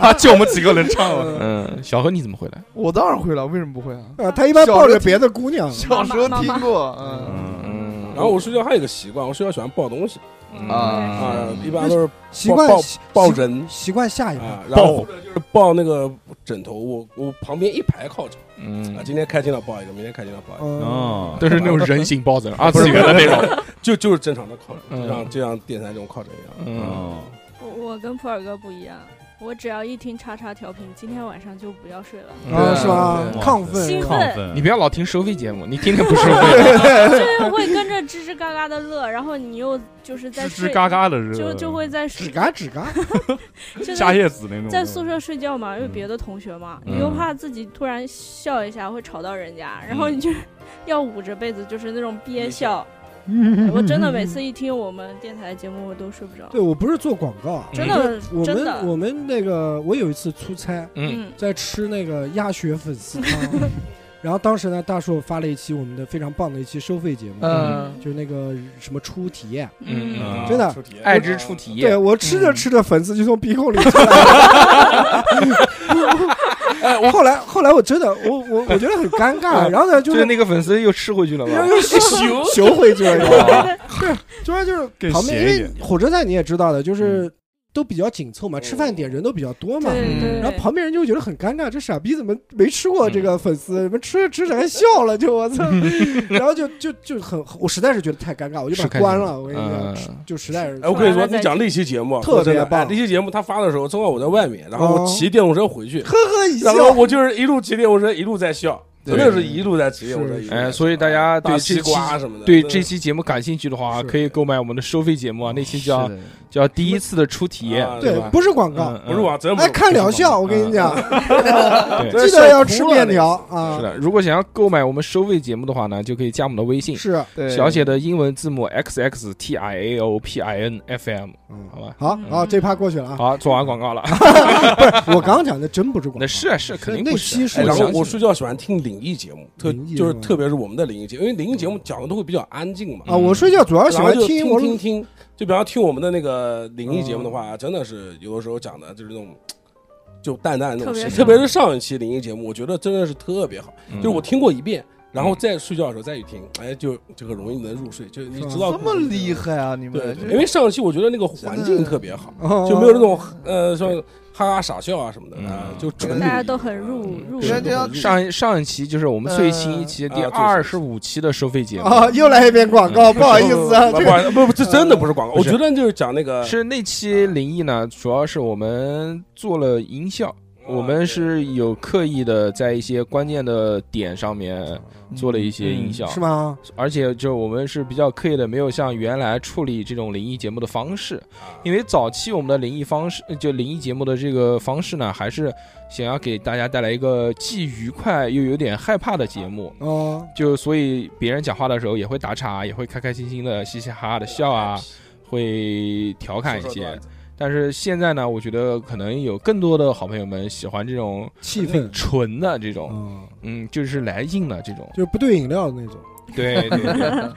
Speaker 4: 啊就我们几个人唱了。
Speaker 1: 嗯，小何你怎么回来？
Speaker 3: 我当然会了，为什么不会啊？
Speaker 2: 啊，他一般抱着别的姑娘，
Speaker 3: 小时候听过，嗯，
Speaker 4: 嗯，
Speaker 1: 嗯
Speaker 6: 然后我睡觉还有一个习惯，我睡觉喜欢抱东西
Speaker 7: 嗯
Speaker 3: 啊
Speaker 6: 啊，一般都是
Speaker 2: 习惯
Speaker 6: 抱
Speaker 2: 习
Speaker 6: 抱人
Speaker 2: 习惯下一个，
Speaker 6: 啊，然后就是抱那个枕头，我我旁边一排靠枕啊，
Speaker 1: 嗯，
Speaker 6: 今天开心了抱一个，明天开心了抱一个，
Speaker 2: 哦，
Speaker 4: 哦，
Speaker 1: 都是那种人形啊抱 枕，二次元的那种，
Speaker 6: 就就是正常的靠枕，
Speaker 1: 嗯
Speaker 6: 就像就像电台这种靠枕一样。
Speaker 1: 嗯，
Speaker 4: 哦，
Speaker 7: 我我跟普洱哥不一样，我只要一听叉叉调频，今天晚上就不要睡了，
Speaker 2: 啊是吧
Speaker 1: 嗯对？
Speaker 4: 对
Speaker 2: 亢奋
Speaker 7: 兴
Speaker 2: 是吧，
Speaker 4: 亢
Speaker 7: 奋
Speaker 4: 奋，
Speaker 1: 你不要老听收费节目，你听听不收费，
Speaker 7: 就是会跟着吱吱嘎嘎的乐，然后你又就是在
Speaker 4: 吱
Speaker 7: 睡
Speaker 4: 吱，嘎嘎的热，
Speaker 7: 就就会在
Speaker 2: 吱
Speaker 7: 睡，
Speaker 2: 嘎吱嘎，
Speaker 7: 就是
Speaker 4: 加叶子那种。
Speaker 7: 在宿舍睡觉嘛，因为别的同学嘛，
Speaker 1: 嗯
Speaker 7: 你又怕自己突然笑一下会吵到人家，然后你就 要捂着被子，就是那种憋笑。哎我真的每次一听我们电台节目，我都睡不着
Speaker 2: 对，我不是做广告啊，
Speaker 7: 真的
Speaker 2: 我
Speaker 7: 真
Speaker 2: 们
Speaker 7: 的，
Speaker 2: 我们那个，我有一次出差，
Speaker 1: 嗯，
Speaker 7: 嗯，
Speaker 2: 在吃那个鸭血粉丝汤，然后当时呢，大硕发了一期我们的非常棒的一期收费节目，
Speaker 3: 嗯，
Speaker 2: 就是那个什么初体验，
Speaker 1: 嗯
Speaker 4: 嗯
Speaker 2: 真的
Speaker 6: 啊出题
Speaker 1: 爱之初体
Speaker 2: 对
Speaker 1: 验，
Speaker 2: 我吃着吃着粉丝就从鼻孔里出来了。哎，我后来后来我真的我我我觉得很尴尬，然后呢就
Speaker 1: 就是是那个粉丝又吃回去了
Speaker 2: 然
Speaker 1: 吧
Speaker 2: 后？又 修修回去了，对，主 要就是
Speaker 4: 更
Speaker 2: 旁边因
Speaker 4: 斜一
Speaker 2: 为
Speaker 4: 点
Speaker 2: 火车站你也知道的，就是都比较紧凑嘛，吃饭点人都比较多嘛，
Speaker 7: 对对。
Speaker 2: 嗯然后旁边人就觉得很尴尬，这傻逼怎么没吃过这个粉丝？怎么吃着吃着还笑了？就我操！然后就就就很，我实在是觉得太尴尬，我就把它关了。我跟你讲，
Speaker 1: 嗯
Speaker 2: 就实在是
Speaker 6: 哎，我跟你说，你讲那期节目啊
Speaker 2: 特
Speaker 6: 说
Speaker 2: 别
Speaker 6: 真的
Speaker 2: 棒
Speaker 6: 哎那期节目他发的时候，正好我在外面，然后
Speaker 2: 哦
Speaker 6: 我骑电动车回去，
Speaker 2: 呵呵一笑
Speaker 6: 然。后我就是一路骑电动车一路在笑，
Speaker 1: 对
Speaker 6: 真的是一路在骑电动车
Speaker 2: 是
Speaker 6: 一路在笑。
Speaker 1: 哎，所以大家对
Speaker 6: 大
Speaker 1: 这
Speaker 6: 西
Speaker 1: 期
Speaker 6: 瓜什么的，
Speaker 1: 对
Speaker 6: 真的
Speaker 1: 这期节目感兴趣的话，
Speaker 2: 是
Speaker 1: 可以购买我们的收费节目啊，那期叫
Speaker 3: 是的
Speaker 1: 叫第一次的初体验，
Speaker 6: 啊
Speaker 2: 对
Speaker 6: 吧，
Speaker 2: 不是广告，
Speaker 1: 嗯
Speaker 6: 不是，我真不
Speaker 2: 哎，
Speaker 6: 是
Speaker 2: 看疗效。
Speaker 6: 不
Speaker 2: 我
Speaker 6: 是广告
Speaker 2: 跟你讲，
Speaker 1: 嗯对
Speaker 2: 记得要吃面条啊！
Speaker 1: 是的，如果想要购买我们收费节目的话呢，就可以加我们的微信，
Speaker 2: 是
Speaker 3: 对
Speaker 1: 小写的英文字母 x x t i a o p i n f m，
Speaker 2: 嗯
Speaker 1: 好吧。
Speaker 2: 好好，这趴过去了啊！
Speaker 1: 好，做完广告了，
Speaker 2: 我刚讲的真不是广告
Speaker 1: 那，是啊是啊肯定
Speaker 2: 那
Speaker 1: 不
Speaker 2: 期
Speaker 1: 是。
Speaker 2: 是
Speaker 6: 哎，然后
Speaker 1: 相信
Speaker 6: 我睡觉喜欢听灵异节目，特
Speaker 2: 灵异
Speaker 6: 就是
Speaker 2: 是吧
Speaker 6: 特别是我们的灵异节目，因为灵异节目讲的都会比较安静嘛。
Speaker 2: 啊！我睡觉主要喜
Speaker 6: 然后
Speaker 2: 欢
Speaker 6: 就
Speaker 2: 听我
Speaker 6: 听听听，就比方听我们的那个灵异节目的话，
Speaker 1: 嗯
Speaker 6: 真的是有的时候讲的就是那种。就淡淡的那种
Speaker 7: 特别
Speaker 6: 事情，
Speaker 7: 是
Speaker 6: 特别是上一期灵异节目，我觉得真的是特别好。
Speaker 1: 嗯
Speaker 6: 就是我听过一遍，然后再睡觉的时候再去听，哎，就就很容易能入睡。就你知道
Speaker 2: 是
Speaker 3: 这么厉，害啊，你
Speaker 6: 对，
Speaker 3: 们
Speaker 6: 对因为上一期我觉得那个环境特别好，
Speaker 2: 哦
Speaker 6: 就没有那种呃像哈哈傻笑啊什么的，
Speaker 1: 嗯
Speaker 6: 啊，就纯嗯
Speaker 7: 大家
Speaker 6: 灵异
Speaker 7: 都很入入
Speaker 3: 人家
Speaker 6: 入
Speaker 1: 上一上一期就是我们最新一期
Speaker 2: 嗯
Speaker 1: 的第
Speaker 6: 呃
Speaker 1: 二十五期的收费节目，嗯
Speaker 2: 啊，又来一遍广告，不好意思 啊，
Speaker 6: 不
Speaker 2: 这
Speaker 6: 不
Speaker 2: 个嗯
Speaker 6: 不不，这真的不是广告，
Speaker 1: 不
Speaker 6: 我
Speaker 1: 是
Speaker 6: 觉得就是讲那个
Speaker 2: 啊
Speaker 1: 是那期灵异呢，主要是我们做了音效，我们是有刻意的在一些关键的点上面
Speaker 3: 嗯
Speaker 1: 做了一些音效，
Speaker 2: 嗯是吗？
Speaker 1: 而且就我们是比较刻意的，没有像原来处理这种灵异节目的方式，因为早期我们的灵异方式，呃就灵异节目的这个方式呢，还是想要给大家带来一个既愉快又有点害怕的节目。
Speaker 2: 哦，
Speaker 1: 就所以别人讲话的时候也会打岔，也会开开心心的、嘻嘻哈哈的笑啊，会调侃一
Speaker 6: 说说
Speaker 1: 些
Speaker 6: 段。子
Speaker 1: 但是现在呢，我觉得可能有更多的好朋友们喜欢这种
Speaker 2: 气氛，
Speaker 1: 纯的这种，
Speaker 2: 嗯，
Speaker 1: 嗯，就是来硬的这种。
Speaker 2: 就是不兑饮料的那种。
Speaker 1: 对对对。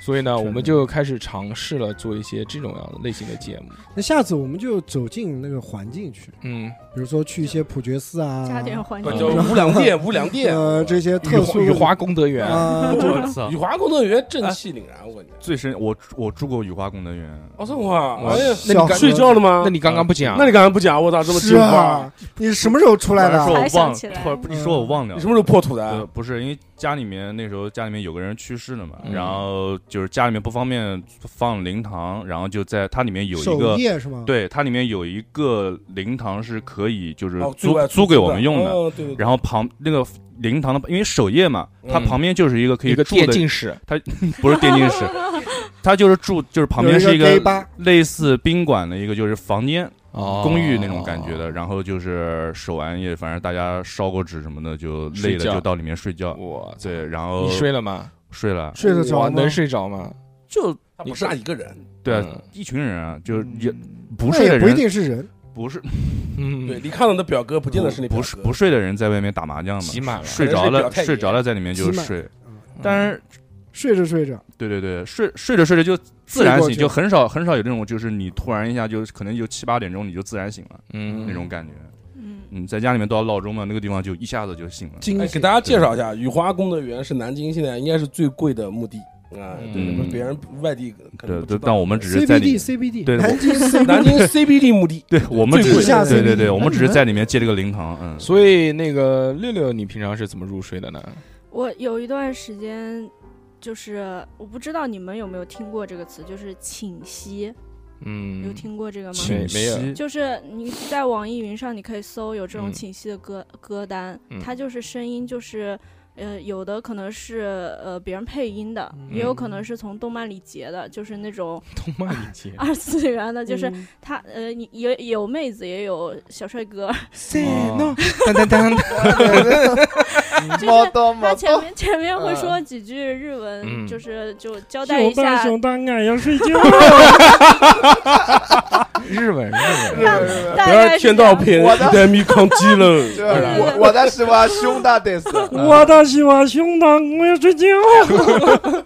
Speaker 1: 所以呢，我们就开始尝试了做一些这种样的类型的节目。
Speaker 2: 那下次我们就走进那个环境去，
Speaker 1: 嗯，
Speaker 2: 比如说去一些普觉寺啊，
Speaker 7: 加点环
Speaker 6: 不
Speaker 7: 境
Speaker 6: 呃
Speaker 1: 嗯
Speaker 6: 叫无良店，无良店，哦
Speaker 2: 呃，这些
Speaker 1: 雨
Speaker 2: 特
Speaker 1: 花
Speaker 2: 殊
Speaker 1: 雨花功德园，
Speaker 2: 啊，
Speaker 3: 嗯
Speaker 2: 就
Speaker 4: 我操
Speaker 6: 雨！华工作人员正气凛然，我跟你讲。
Speaker 4: 最深，我我住过雨花工德园，
Speaker 6: 哦，这么啊
Speaker 1: 哇
Speaker 6: 哎呀，
Speaker 1: 那你刚
Speaker 6: 睡觉了吗？
Speaker 1: 那你刚刚不
Speaker 4: 啊
Speaker 1: 讲？
Speaker 6: 那你刚才不讲，我操，这么
Speaker 2: 是
Speaker 6: 惊慌
Speaker 2: 啊？，你什么时候出来
Speaker 4: 突
Speaker 2: 的？
Speaker 4: 然
Speaker 7: 才
Speaker 2: 啊
Speaker 4: 说我
Speaker 7: 想
Speaker 4: 忘，
Speaker 7: 起来
Speaker 4: 突然一说我忘掉
Speaker 6: 你
Speaker 4: 了
Speaker 6: 什。么时候破土
Speaker 4: 呃，
Speaker 6: 的？啊
Speaker 4: 不是，因为家里面那时候家里面有个人去世了嘛，
Speaker 1: 嗯
Speaker 4: 然后就是家里面不方便放灵堂，然后就在它里面有一
Speaker 2: 守
Speaker 4: 个，
Speaker 2: 夜是吗？，
Speaker 4: 对，它里面有一个灵堂是可以就是
Speaker 6: 哦，
Speaker 4: 租、
Speaker 6: 对外
Speaker 4: 租给我们用的，
Speaker 6: 哦对对对
Speaker 4: 然后旁那个灵堂的，因为守夜嘛，它
Speaker 1: 嗯
Speaker 4: 旁边就是一个可以
Speaker 1: 一个
Speaker 4: 住
Speaker 1: 电
Speaker 4: 的，
Speaker 1: 竞室，
Speaker 4: 不是电 竞室，它就是住就是旁边是
Speaker 2: 一
Speaker 4: 一
Speaker 2: gay
Speaker 4: 个
Speaker 2: 吧，
Speaker 4: 类似宾馆的一个就是房间，
Speaker 1: 哦
Speaker 4: 公寓那种感觉。的，然后就是守完夜，反正大家烧过纸什么的，就累
Speaker 1: 睡
Speaker 4: 了
Speaker 1: 觉
Speaker 4: 就到里面睡觉。
Speaker 1: 我操！
Speaker 4: 对，然后
Speaker 1: 哦嗯你睡了吗？
Speaker 4: 睡了，
Speaker 2: 睡得着
Speaker 1: 哇
Speaker 2: 吗？
Speaker 1: 能睡着吗？
Speaker 4: 就
Speaker 6: 他不是他一个人，
Speaker 4: 对啊，
Speaker 1: 嗯
Speaker 4: 一群人啊，就是也不
Speaker 2: 那
Speaker 4: 睡的
Speaker 2: 也不一
Speaker 4: 人，
Speaker 2: 定是人，
Speaker 4: 不是
Speaker 1: 嗯，
Speaker 6: 对，你看到的表哥不见得是你表
Speaker 4: 不
Speaker 6: 哥，
Speaker 4: 是不睡的人在外面打麻将
Speaker 1: 挤
Speaker 4: 嘛，
Speaker 1: 满了。
Speaker 4: 睡
Speaker 6: 可能
Speaker 4: 着
Speaker 6: 是表
Speaker 4: 了
Speaker 6: 太爷
Speaker 4: 睡着了在里面就
Speaker 2: 挤满
Speaker 4: 睡，
Speaker 1: 嗯
Speaker 4: 但是
Speaker 2: 睡着睡着，
Speaker 4: 对对对，睡睡着睡着就自然
Speaker 2: 睡过
Speaker 4: 醒，
Speaker 2: 去
Speaker 4: 就很少很少有这种就是你突然一下就可能就七八点钟你就自然醒了
Speaker 1: 嗯
Speaker 4: 那种感觉。
Speaker 7: 嗯，
Speaker 4: 嗯，在家里面都要闹钟嘛，那个地方就一下子就醒了。
Speaker 2: 惊
Speaker 6: 哎，
Speaker 2: 喜
Speaker 6: 给大家介绍一下，雨花功德园是南京现在应该是最贵的墓地啊，
Speaker 1: 嗯
Speaker 6: 对，不是别人外地可能
Speaker 4: 对
Speaker 6: 不
Speaker 4: 对，
Speaker 6: 知道
Speaker 4: 但我们只是在里
Speaker 2: CBD，CBD，
Speaker 4: 对
Speaker 2: 南京
Speaker 6: 南
Speaker 2: CBD，
Speaker 6: 京 CBD 墓地，
Speaker 4: 对我们只
Speaker 6: 最
Speaker 4: 是
Speaker 6: 贵的
Speaker 4: 对对对，
Speaker 2: CBD
Speaker 4: 我们只是在里面借了个灵堂，嗯，
Speaker 1: 所以那个六六，你平常是怎么入睡的呢？
Speaker 7: 我有一段时间，就是我不知道你们有没有听过这个词，就是寝息，
Speaker 1: 嗯，
Speaker 7: 有听过这个吗？
Speaker 1: 没没有
Speaker 4: 息
Speaker 7: 就是你在网易云上，你可以搜有这
Speaker 1: 嗯
Speaker 7: 种寝息的歌、歌单
Speaker 1: 嗯，
Speaker 7: 它就是声音，就是呃，有的可能是呃别人配音的，也有可能是从动漫里截的，就是那种
Speaker 1: 动漫理 解。
Speaker 7: 二次元的，就是他呃，你也有妹子，也有小帅哥，
Speaker 1: 哦当当当
Speaker 3: 嗯 猫刀猫
Speaker 7: 他前
Speaker 3: 刀，
Speaker 7: 面前面会说几句日文，
Speaker 1: 嗯
Speaker 7: 就是就交代一下。
Speaker 2: 当俺要睡觉。
Speaker 1: 日本日本，
Speaker 7: 大大
Speaker 6: 不要
Speaker 7: 概是
Speaker 6: 天
Speaker 7: 这
Speaker 6: 道
Speaker 7: 样
Speaker 6: 偏，
Speaker 3: 我的
Speaker 6: 一代米康基
Speaker 3: 对
Speaker 1: 啊
Speaker 6: 了。
Speaker 3: 我我的是我胸大得死，
Speaker 2: 我的喜欢胸膛，我要睡觉。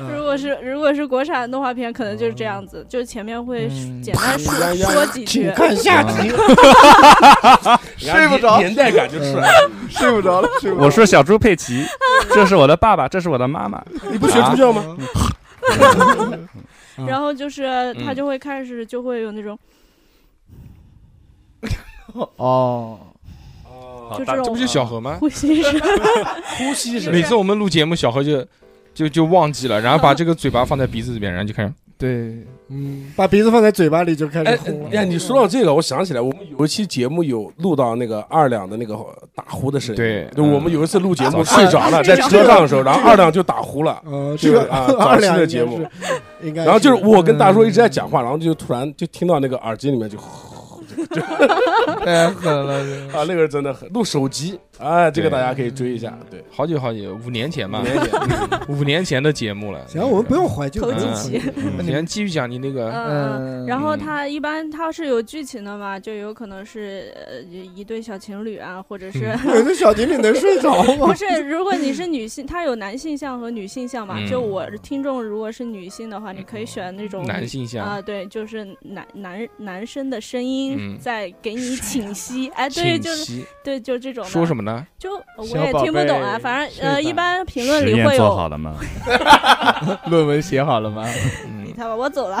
Speaker 2: 嗯
Speaker 7: 如果是如果是国产动画片，可能就是这样子，就前面会
Speaker 1: 嗯
Speaker 7: 简单说
Speaker 6: 呀呀
Speaker 7: 说几句
Speaker 2: 请。看下集。
Speaker 3: 睡不着
Speaker 6: 年代感就是了，
Speaker 3: 睡不着了，睡不着。
Speaker 4: 我是小猪佩奇，这是我的爸爸，这是我的妈妈。
Speaker 6: 你不
Speaker 4: 啊
Speaker 6: 学猪叫吗？
Speaker 2: 嗯
Speaker 7: 然后就是他
Speaker 1: 嗯
Speaker 7: 就会开始就会有那种，
Speaker 3: 哦，
Speaker 7: 就
Speaker 4: 大
Speaker 7: 这
Speaker 1: 这
Speaker 7: 种
Speaker 1: 不就小何吗？
Speaker 7: 呼吸声，
Speaker 6: 呼吸
Speaker 7: 是
Speaker 6: 声
Speaker 1: 每次我们录节目，小何就就就忘记了，然后把这个嘴巴放在鼻子里面，然后就开始
Speaker 3: 对，
Speaker 2: 嗯，把鼻子放在嘴巴里就开
Speaker 6: 哎
Speaker 2: 始呼
Speaker 6: 哎呀，
Speaker 2: 了。
Speaker 6: 你说到这个，我想起来，我们有一期节目有录到那个二两的那个打呼的声音。
Speaker 1: 对嗯
Speaker 6: 我们有一次录节目
Speaker 1: 早
Speaker 6: 睡着了，在车上的时候，然后二两就打呼了。
Speaker 2: 呃，这个
Speaker 6: 对啊
Speaker 2: 二两
Speaker 6: 早期的节目
Speaker 2: 应该是，应该
Speaker 6: 然后就是我跟大叔一直在讲话，然后就突然就听到那个耳机里面就
Speaker 3: 太狠了，这
Speaker 6: 啊，那个真的很录手机，哎，这个
Speaker 1: 对
Speaker 6: 大家可以追一下。对，
Speaker 1: 好久好久，五年前吧
Speaker 6: 五，年前
Speaker 1: 五年前的节目了。
Speaker 2: 行，我们不用怀旧
Speaker 7: 头
Speaker 1: 几
Speaker 2: 了。
Speaker 7: 集
Speaker 1: 嗯，你先继续讲你那个，
Speaker 7: 嗯。
Speaker 3: 嗯，
Speaker 7: 然
Speaker 3: 后
Speaker 7: 后
Speaker 1: 嗯
Speaker 7: 他一般他是有剧情的嘛，就有可能是呃一对小情侣啊，或者是、
Speaker 1: 嗯
Speaker 2: 有的小精灵能睡 着
Speaker 7: 不
Speaker 2: 吗？
Speaker 7: 是，如果你是女性，它有男性向和女性向嘛。
Speaker 1: 嗯
Speaker 7: 就我听众如果是女性的话，你可以选那种
Speaker 1: 男性
Speaker 7: 啊、
Speaker 1: 向，
Speaker 7: 对，就是男男男生的声音
Speaker 1: 嗯啊
Speaker 7: 在给你请息，哎，对，就是
Speaker 1: 息
Speaker 7: 对，就这种的。
Speaker 1: 说什么呢？
Speaker 7: 就我
Speaker 3: 小
Speaker 7: 也
Speaker 3: 宝
Speaker 7: 听不懂
Speaker 3: 贝
Speaker 7: 啊，反
Speaker 3: 睡
Speaker 7: 正呃，一
Speaker 3: 吧
Speaker 7: 般评论
Speaker 4: 实
Speaker 7: 里
Speaker 4: 验
Speaker 7: 会
Speaker 4: 做好
Speaker 7: 有。
Speaker 4: 了吗？
Speaker 3: 论文写 好了吗？
Speaker 7: 你
Speaker 1: 嗯，
Speaker 7: 看吧，我走了。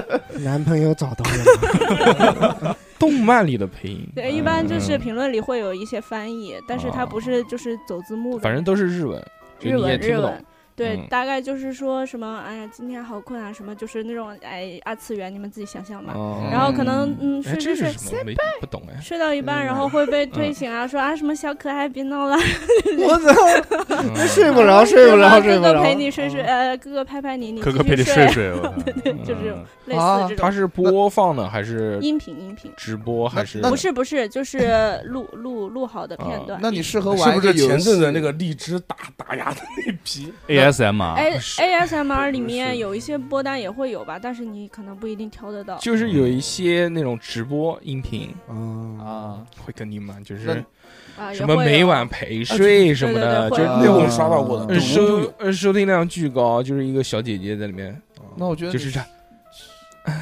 Speaker 2: 男朋友找到了吗，
Speaker 1: 动漫里的配音，
Speaker 7: 对，一般就
Speaker 1: 嗯
Speaker 7: 是
Speaker 1: 哦
Speaker 7: 评论里会有一些翻译，但是它不是就是走字幕的，
Speaker 1: 反正都是日文，就
Speaker 7: 日
Speaker 1: 你也
Speaker 7: 文
Speaker 1: 听
Speaker 7: 日
Speaker 1: 不
Speaker 7: 文
Speaker 1: 懂。。
Speaker 7: 对，
Speaker 1: 嗯
Speaker 7: 大概就是说什么，哎呀，今天好困啊，什么就是那种哎二次元，你们自己想象吧。
Speaker 1: 哦
Speaker 7: 然后可能嗯
Speaker 1: 哎，
Speaker 7: 睡
Speaker 1: 这
Speaker 7: 睡
Speaker 1: 是什
Speaker 7: 睡。
Speaker 1: 么？我嗯没不懂 哎。
Speaker 7: 睡到一半，然后会被推醒啊，说啊什么小可爱，别闹了，
Speaker 2: 我操，
Speaker 1: 嗯
Speaker 2: 睡不着，睡不着，睡
Speaker 7: 哥
Speaker 2: 不
Speaker 7: 哥
Speaker 2: 着
Speaker 7: 陪。你睡睡，呃，哥哥拍拍你，你
Speaker 4: 可可
Speaker 7: 继续
Speaker 4: 陪你
Speaker 7: 睡
Speaker 4: 睡，睡， 我靠
Speaker 7: 对就是这种
Speaker 4: 嗯
Speaker 7: 类似
Speaker 3: 啊
Speaker 7: 这
Speaker 1: 它
Speaker 7: 种
Speaker 1: 是播放的还是
Speaker 7: 音频 音频，
Speaker 1: 直播还是？
Speaker 3: 那
Speaker 7: 不是不是，就是录录录好的
Speaker 1: 哦
Speaker 7: 片段。
Speaker 3: 那你适合
Speaker 6: 是
Speaker 3: 玩
Speaker 6: 不
Speaker 3: 一个
Speaker 6: 是
Speaker 3: 游
Speaker 6: 前阵
Speaker 3: 戏
Speaker 6: 子那个荔枝打打压的那批？
Speaker 4: ASM 啊，
Speaker 7: A
Speaker 1: 是
Speaker 7: ASMR 里
Speaker 6: 是
Speaker 7: 面有一些播单也会有吧，但是你可能不一定挑得到。
Speaker 1: 就是有一些那种直播音频
Speaker 2: 啊，
Speaker 3: 啊，
Speaker 1: 会跟你们就
Speaker 3: 那
Speaker 1: 是
Speaker 5: 啊，
Speaker 1: 什么每晚陪睡什么的，
Speaker 7: 啊
Speaker 3: 啊
Speaker 7: 对
Speaker 1: 就是
Speaker 7: 对对
Speaker 6: 那我刷到过的
Speaker 1: 呃
Speaker 3: 嗯
Speaker 6: 对我
Speaker 1: 收呃收听量巨高，就是一个小姐姐在里面，
Speaker 3: 那我觉得
Speaker 1: 就是这样，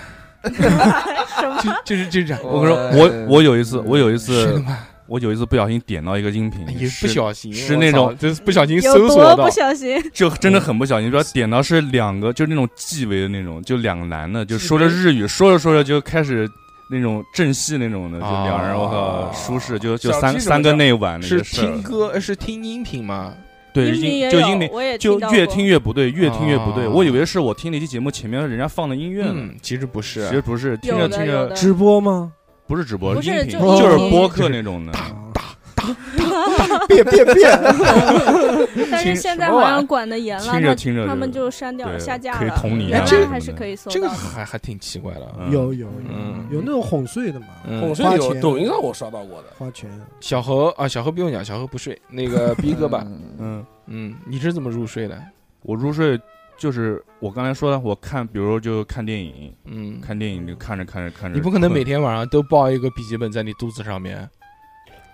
Speaker 7: 什么？
Speaker 1: 就 就是就是这样。
Speaker 4: 我跟你说，我我有一次，我有一
Speaker 1: 呃嗯是的
Speaker 4: 次，
Speaker 1: 吗？哎
Speaker 4: 我有一次不小心点到一个音频，
Speaker 1: 也不
Speaker 4: 是
Speaker 1: 小心，
Speaker 4: 是
Speaker 1: 我
Speaker 4: 那
Speaker 1: 操
Speaker 4: 种
Speaker 1: 就是不小心
Speaker 7: 有
Speaker 1: 搜索
Speaker 7: 多
Speaker 1: 到
Speaker 7: 不，小心？
Speaker 4: 就真的很不小心，主要点到是两个，就是那种纪委的那种，就两个男的，就说着日语，说着说着就开始那种正戏那种的，就两人，我
Speaker 1: 哦
Speaker 4: 靠，舒适，就就
Speaker 6: 小
Speaker 4: 三
Speaker 6: 鸡什么
Speaker 4: 三个
Speaker 6: 叫
Speaker 4: 内晚那
Speaker 1: 是
Speaker 4: 个事儿
Speaker 1: 听歌呃是听音频吗？
Speaker 4: 对
Speaker 7: 音频
Speaker 4: 音
Speaker 7: 也
Speaker 4: 就
Speaker 7: 有
Speaker 4: 音频。
Speaker 7: 我也
Speaker 4: 就
Speaker 7: 到
Speaker 4: 越
Speaker 7: 过
Speaker 4: 听越不对，越听越不对。
Speaker 1: 哦
Speaker 4: 我以为是我听了一期节目前面人家放的音乐呢，
Speaker 1: 嗯，其实不
Speaker 4: 啊其
Speaker 1: 是，
Speaker 4: 实不是，听
Speaker 7: 有
Speaker 4: 着
Speaker 7: 的
Speaker 4: 听
Speaker 7: 有
Speaker 4: 着
Speaker 7: 的
Speaker 2: 直播吗？
Speaker 4: 不是直播，
Speaker 7: 不
Speaker 4: 音
Speaker 7: 是
Speaker 4: 频
Speaker 7: 就
Speaker 2: 音
Speaker 4: 就是
Speaker 7: 频
Speaker 4: 播客那种的。
Speaker 2: 打打打，变变变！
Speaker 7: 但是
Speaker 4: 听
Speaker 7: 现
Speaker 4: 什
Speaker 7: 在
Speaker 4: 么
Speaker 7: 好
Speaker 4: 玩意儿
Speaker 7: 像管的严了，
Speaker 4: 听着
Speaker 7: 他
Speaker 4: 听着
Speaker 7: 他
Speaker 4: 就
Speaker 7: 们就删掉了
Speaker 4: 对
Speaker 7: 下架
Speaker 4: 可以
Speaker 7: 了。
Speaker 4: 同理
Speaker 7: 原
Speaker 1: 啊这
Speaker 7: 来
Speaker 1: 个
Speaker 7: 还是可以搜
Speaker 1: 这个
Speaker 7: 到的。
Speaker 1: 还还挺奇怪的。啊
Speaker 4: 嗯
Speaker 2: 有有
Speaker 1: 嗯
Speaker 2: 有那种哄睡的嘛，
Speaker 1: 嗯
Speaker 6: 哄睡
Speaker 2: 花
Speaker 6: 有
Speaker 2: 钱
Speaker 6: 抖音上我刷到过的，
Speaker 2: 花钱。
Speaker 1: 小何啊，小何不用讲，小何不睡。那个逼哥吧，
Speaker 4: 嗯，
Speaker 1: 嗯，你是怎么入睡的？
Speaker 4: 我入睡就是我刚才说的，我看，比如说就看电影，
Speaker 1: 嗯，
Speaker 4: 看电影就看着看着看着，
Speaker 1: 你不可 能每。天晚上都抱一个笔记本在你肚子上面。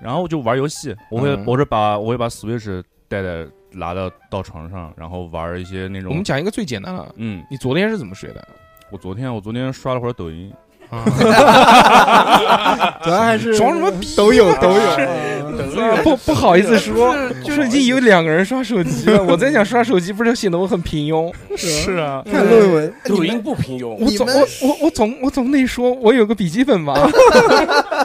Speaker 4: 然后就玩游戏，我会、
Speaker 1: 嗯
Speaker 4: 我是把我会把 Switch 带在拿到到床上，然后玩一些那
Speaker 1: 我们
Speaker 4: 种。
Speaker 1: 讲一个最简单的，
Speaker 4: 嗯，
Speaker 1: 你昨天是怎么睡的？
Speaker 4: 我昨天我昨天刷了会儿抖音，
Speaker 1: 啊，
Speaker 2: 主要还是
Speaker 1: 装什么逼
Speaker 2: 都有都
Speaker 6: 啊抖
Speaker 2: 有。
Speaker 6: 音
Speaker 1: 不不好意思说，
Speaker 3: 就
Speaker 1: 就是
Speaker 3: 是
Speaker 1: 已经有两个人刷手机了。我在讲刷手机，不是显得我很平庸。
Speaker 2: 是
Speaker 4: 啊，
Speaker 2: 看论文，
Speaker 6: 抖音不平
Speaker 1: 我
Speaker 6: 庸，
Speaker 1: 总
Speaker 3: 你们
Speaker 1: 我我我总我总得说，我有个笔记本吧。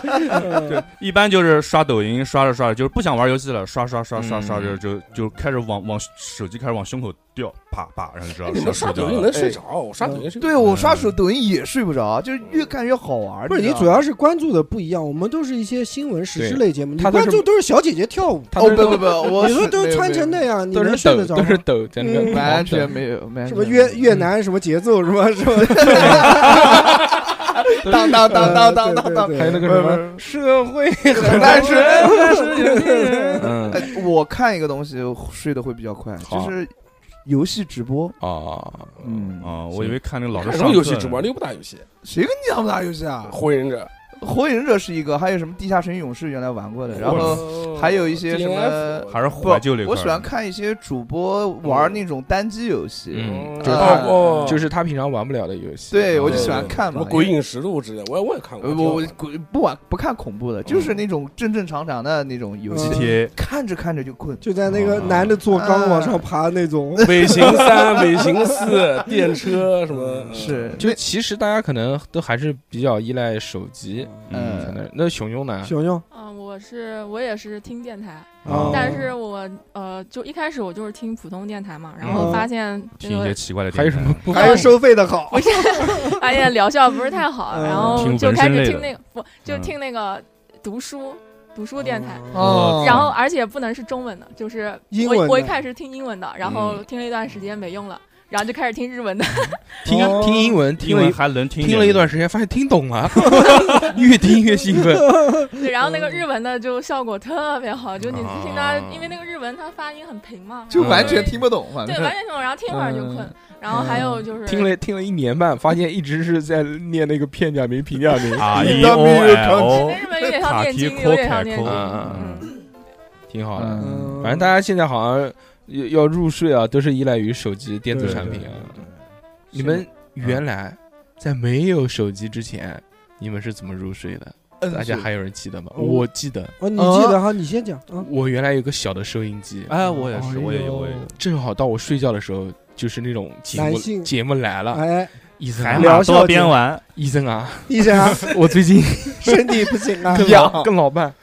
Speaker 4: 对，一般就是刷抖音，刷着刷着就是不想玩游戏了，刷刷刷刷刷着
Speaker 1: 嗯
Speaker 4: 就就开始往往手机开始往胸口掉，啪啪，然后就知道
Speaker 6: 哎你
Speaker 4: 要
Speaker 6: 们
Speaker 4: 睡
Speaker 6: 刷
Speaker 4: 觉
Speaker 6: 抖音
Speaker 4: 了。
Speaker 6: 能睡着，我刷抖音睡不着
Speaker 3: 对我刷手抖音也睡不着，就是越看越好玩。
Speaker 2: 不是你
Speaker 3: 知道
Speaker 2: 主要是关注的不一样，我们都是一些新闻时事类节目，你
Speaker 1: 他都是
Speaker 2: 关注都是小姐姐跳舞，
Speaker 1: 他
Speaker 3: 哦
Speaker 1: 都是
Speaker 3: 不不 不，我
Speaker 2: 你说都
Speaker 3: 没有
Speaker 2: 穿成
Speaker 3: 没
Speaker 2: 那
Speaker 3: 有
Speaker 2: 样，你
Speaker 1: 都
Speaker 2: 能
Speaker 1: 是
Speaker 2: 睡得
Speaker 1: 抖
Speaker 2: 着
Speaker 1: 都
Speaker 2: 吗？
Speaker 1: 是抖，在那个
Speaker 2: 嗯
Speaker 3: 完全没有，完全
Speaker 2: 什么
Speaker 3: 没有
Speaker 2: 越越南什么节奏什么什么，
Speaker 3: 当当当当当当当，
Speaker 2: 当
Speaker 1: 还有那个什么社会很 单
Speaker 3: 很单
Speaker 1: 纯
Speaker 3: 纯，
Speaker 1: 但是有些人嗯
Speaker 3: 哎我看一个东西睡得会比较快，
Speaker 1: 好
Speaker 3: 就是游戏直播。
Speaker 1: 啊，
Speaker 3: 嗯
Speaker 4: 啊、我以为看那老师
Speaker 6: 什
Speaker 4: 上
Speaker 6: 么游戏
Speaker 4: 课
Speaker 6: 直播？你又不打游戏？
Speaker 3: 谁跟你讲不打游戏啊？
Speaker 6: 火影忍者，
Speaker 3: 火影忍者是一个，还有什么地下城勇士原来玩过的，然后
Speaker 6: 后
Speaker 3: 还有一些什么
Speaker 4: 还是
Speaker 3: 不
Speaker 4: 怀旧那块儿
Speaker 3: 我喜欢看一些主播玩那种单机游戏，
Speaker 1: 嗯，
Speaker 6: 就是
Speaker 1: 就
Speaker 3: 啊
Speaker 1: 是
Speaker 3: 他
Speaker 6: 哦，
Speaker 1: 就是是他平常玩不了的游戏。
Speaker 3: 对我
Speaker 6: 对
Speaker 3: 就喜
Speaker 6: 对
Speaker 3: 欢
Speaker 6: 对
Speaker 3: 看
Speaker 6: 什
Speaker 3: 嘛
Speaker 6: 么。鬼影实录之类，我也我也看过。
Speaker 3: 呃，我我鬼不玩不看恐怖的，就是那种正正常常的那种游戏，
Speaker 2: 嗯
Speaker 4: GTA
Speaker 3: 看着看着就困。
Speaker 2: 就在那个男的坐缸往上爬那种，
Speaker 6: 尾行三、尾行四、电车什么，
Speaker 3: 是，
Speaker 1: 就其实大家可能都还是比较依赖手机。
Speaker 3: 嗯
Speaker 1: 在那儿那熊熊呢？
Speaker 2: 熊熊
Speaker 5: 嗯，我是我也是听电台，
Speaker 1: 哦
Speaker 5: 但是我呃，就一开始我就是听普通电台嘛，然
Speaker 2: 嗯
Speaker 5: 后发现这
Speaker 4: 听一些
Speaker 5: 个
Speaker 4: 奇怪的电
Speaker 1: 还有什么
Speaker 4: 台
Speaker 1: 不
Speaker 2: 还
Speaker 1: 方
Speaker 2: 是收费的好，
Speaker 5: 发现疗效不是太好，
Speaker 2: 嗯
Speaker 5: 然后
Speaker 4: 听
Speaker 5: 就
Speaker 4: 纹
Speaker 5: 开
Speaker 4: 身类
Speaker 5: 始
Speaker 4: 的嗯
Speaker 5: 听那个不就听那个读书读书电台。
Speaker 3: 哦
Speaker 5: 然后，而且不能是中文的，就是
Speaker 2: 英
Speaker 5: 我
Speaker 2: 文的
Speaker 5: 我一开始听英文的，然后听了一段时间没用了，然后就开始听日文的。
Speaker 1: 听
Speaker 2: 哦
Speaker 1: 听英文，听
Speaker 4: 英
Speaker 1: 了
Speaker 4: 文
Speaker 1: 一
Speaker 4: 还能听
Speaker 1: 听了一段
Speaker 4: 时
Speaker 1: 时间，发现听懂了， 越听越兴奋。
Speaker 5: 对，然后那个日文的就效果特别好，就你听它
Speaker 1: 啊，
Speaker 5: 因为那个日文它发音很平嘛，嗯
Speaker 3: 就
Speaker 5: 然后
Speaker 3: 完全听不懂，反
Speaker 5: 对
Speaker 3: 正
Speaker 5: 完全听不懂，然后听一会儿就困
Speaker 3: 嗯。
Speaker 5: 然后还有就是
Speaker 1: 听了听了一年半，发现一直是在念那个片假名、平假名。
Speaker 4: 啊
Speaker 3: 一
Speaker 4: E
Speaker 3: 段
Speaker 4: O
Speaker 3: 没有
Speaker 4: L
Speaker 5: 跟日本有点像
Speaker 4: 塔
Speaker 5: 念经，
Speaker 4: 提
Speaker 5: 有点像念
Speaker 4: 科
Speaker 5: 经。
Speaker 4: 凯科
Speaker 5: 嗯，
Speaker 1: 挺好的。
Speaker 3: 嗯，
Speaker 1: 反正大家现在好像要要入睡啊，都是依赖于手机电子产品啊。你们原来在没有手机之前，你们是怎么入睡的？大家还有人记得吗？
Speaker 2: 嗯
Speaker 1: 我记得，
Speaker 2: 哦，你记得哈，你先讲啊，
Speaker 1: 我原来有个小的收音机，啊
Speaker 4: 哎，我也是，我也有，我
Speaker 2: 哎
Speaker 4: 也
Speaker 2: 呦
Speaker 4: 有。
Speaker 1: 正好到我睡觉的时候，就是那种节
Speaker 2: 男
Speaker 1: 目
Speaker 2: 性
Speaker 1: 节目来啊了，
Speaker 2: 哎，
Speaker 1: 医生
Speaker 4: 海
Speaker 1: 啊，
Speaker 2: 聊
Speaker 4: 马
Speaker 2: 笑
Speaker 4: 多
Speaker 2: 点
Speaker 4: 边玩，
Speaker 1: 医生 啊，
Speaker 2: 医生啊，
Speaker 1: 我最 近
Speaker 2: 身体不行啊，
Speaker 1: 跟老跟老伴，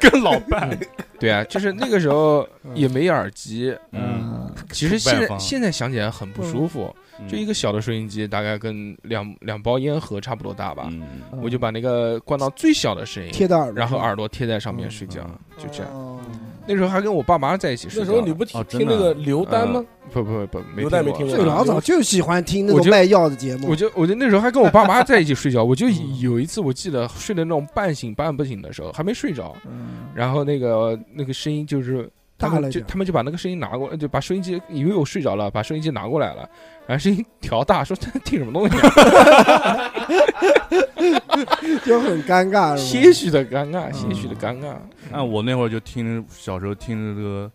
Speaker 4: 跟老伴，
Speaker 2: 嗯
Speaker 1: 对啊，就是那个时候也没耳机，
Speaker 4: 嗯，
Speaker 1: 其实现
Speaker 4: 外
Speaker 1: 在
Speaker 4: 放嗯
Speaker 1: 现在想起来很不舒服，就一
Speaker 4: 个
Speaker 1: 个小的收音机，大概跟两两包烟盒差不多大吧。
Speaker 4: 嗯
Speaker 1: 我就把那个灌到最小的声音，
Speaker 2: 贴到耳朵上，
Speaker 1: 然后耳朵贴在上面睡觉
Speaker 4: 嗯，
Speaker 1: 就这样。
Speaker 2: 哦。
Speaker 1: 那时候还跟我爸妈在一起
Speaker 6: 那
Speaker 1: 睡觉
Speaker 6: 时
Speaker 1: 呢。
Speaker 6: 候你不听
Speaker 4: 哦
Speaker 6: 听
Speaker 4: 真的
Speaker 6: 那个刘丹吗？
Speaker 1: 不不不，没
Speaker 6: 有代没
Speaker 1: 过
Speaker 6: 听过
Speaker 2: 最老早就喜欢听那
Speaker 1: 啊我
Speaker 2: 种
Speaker 1: 就
Speaker 2: 卖药的节目
Speaker 1: 我，就我就那时候还跟我爸妈在一起睡觉，我就有一次我记得睡的那种半醒半不醒的时候，还没睡着，然后那个那个声音就是他
Speaker 2: 大了
Speaker 1: 们
Speaker 2: 一
Speaker 1: 就
Speaker 2: 点。
Speaker 1: 他们就把那个声音拿过，呃就把收音机以为我睡着了，把收音机拿过来了，然后声音调大，说听什么东西啊，
Speaker 2: 就很尴尬，是吧
Speaker 1: 些许的尴尬，些许的
Speaker 2: 嗯
Speaker 1: 尴尬。
Speaker 4: 按我那会儿就听小时候听这个，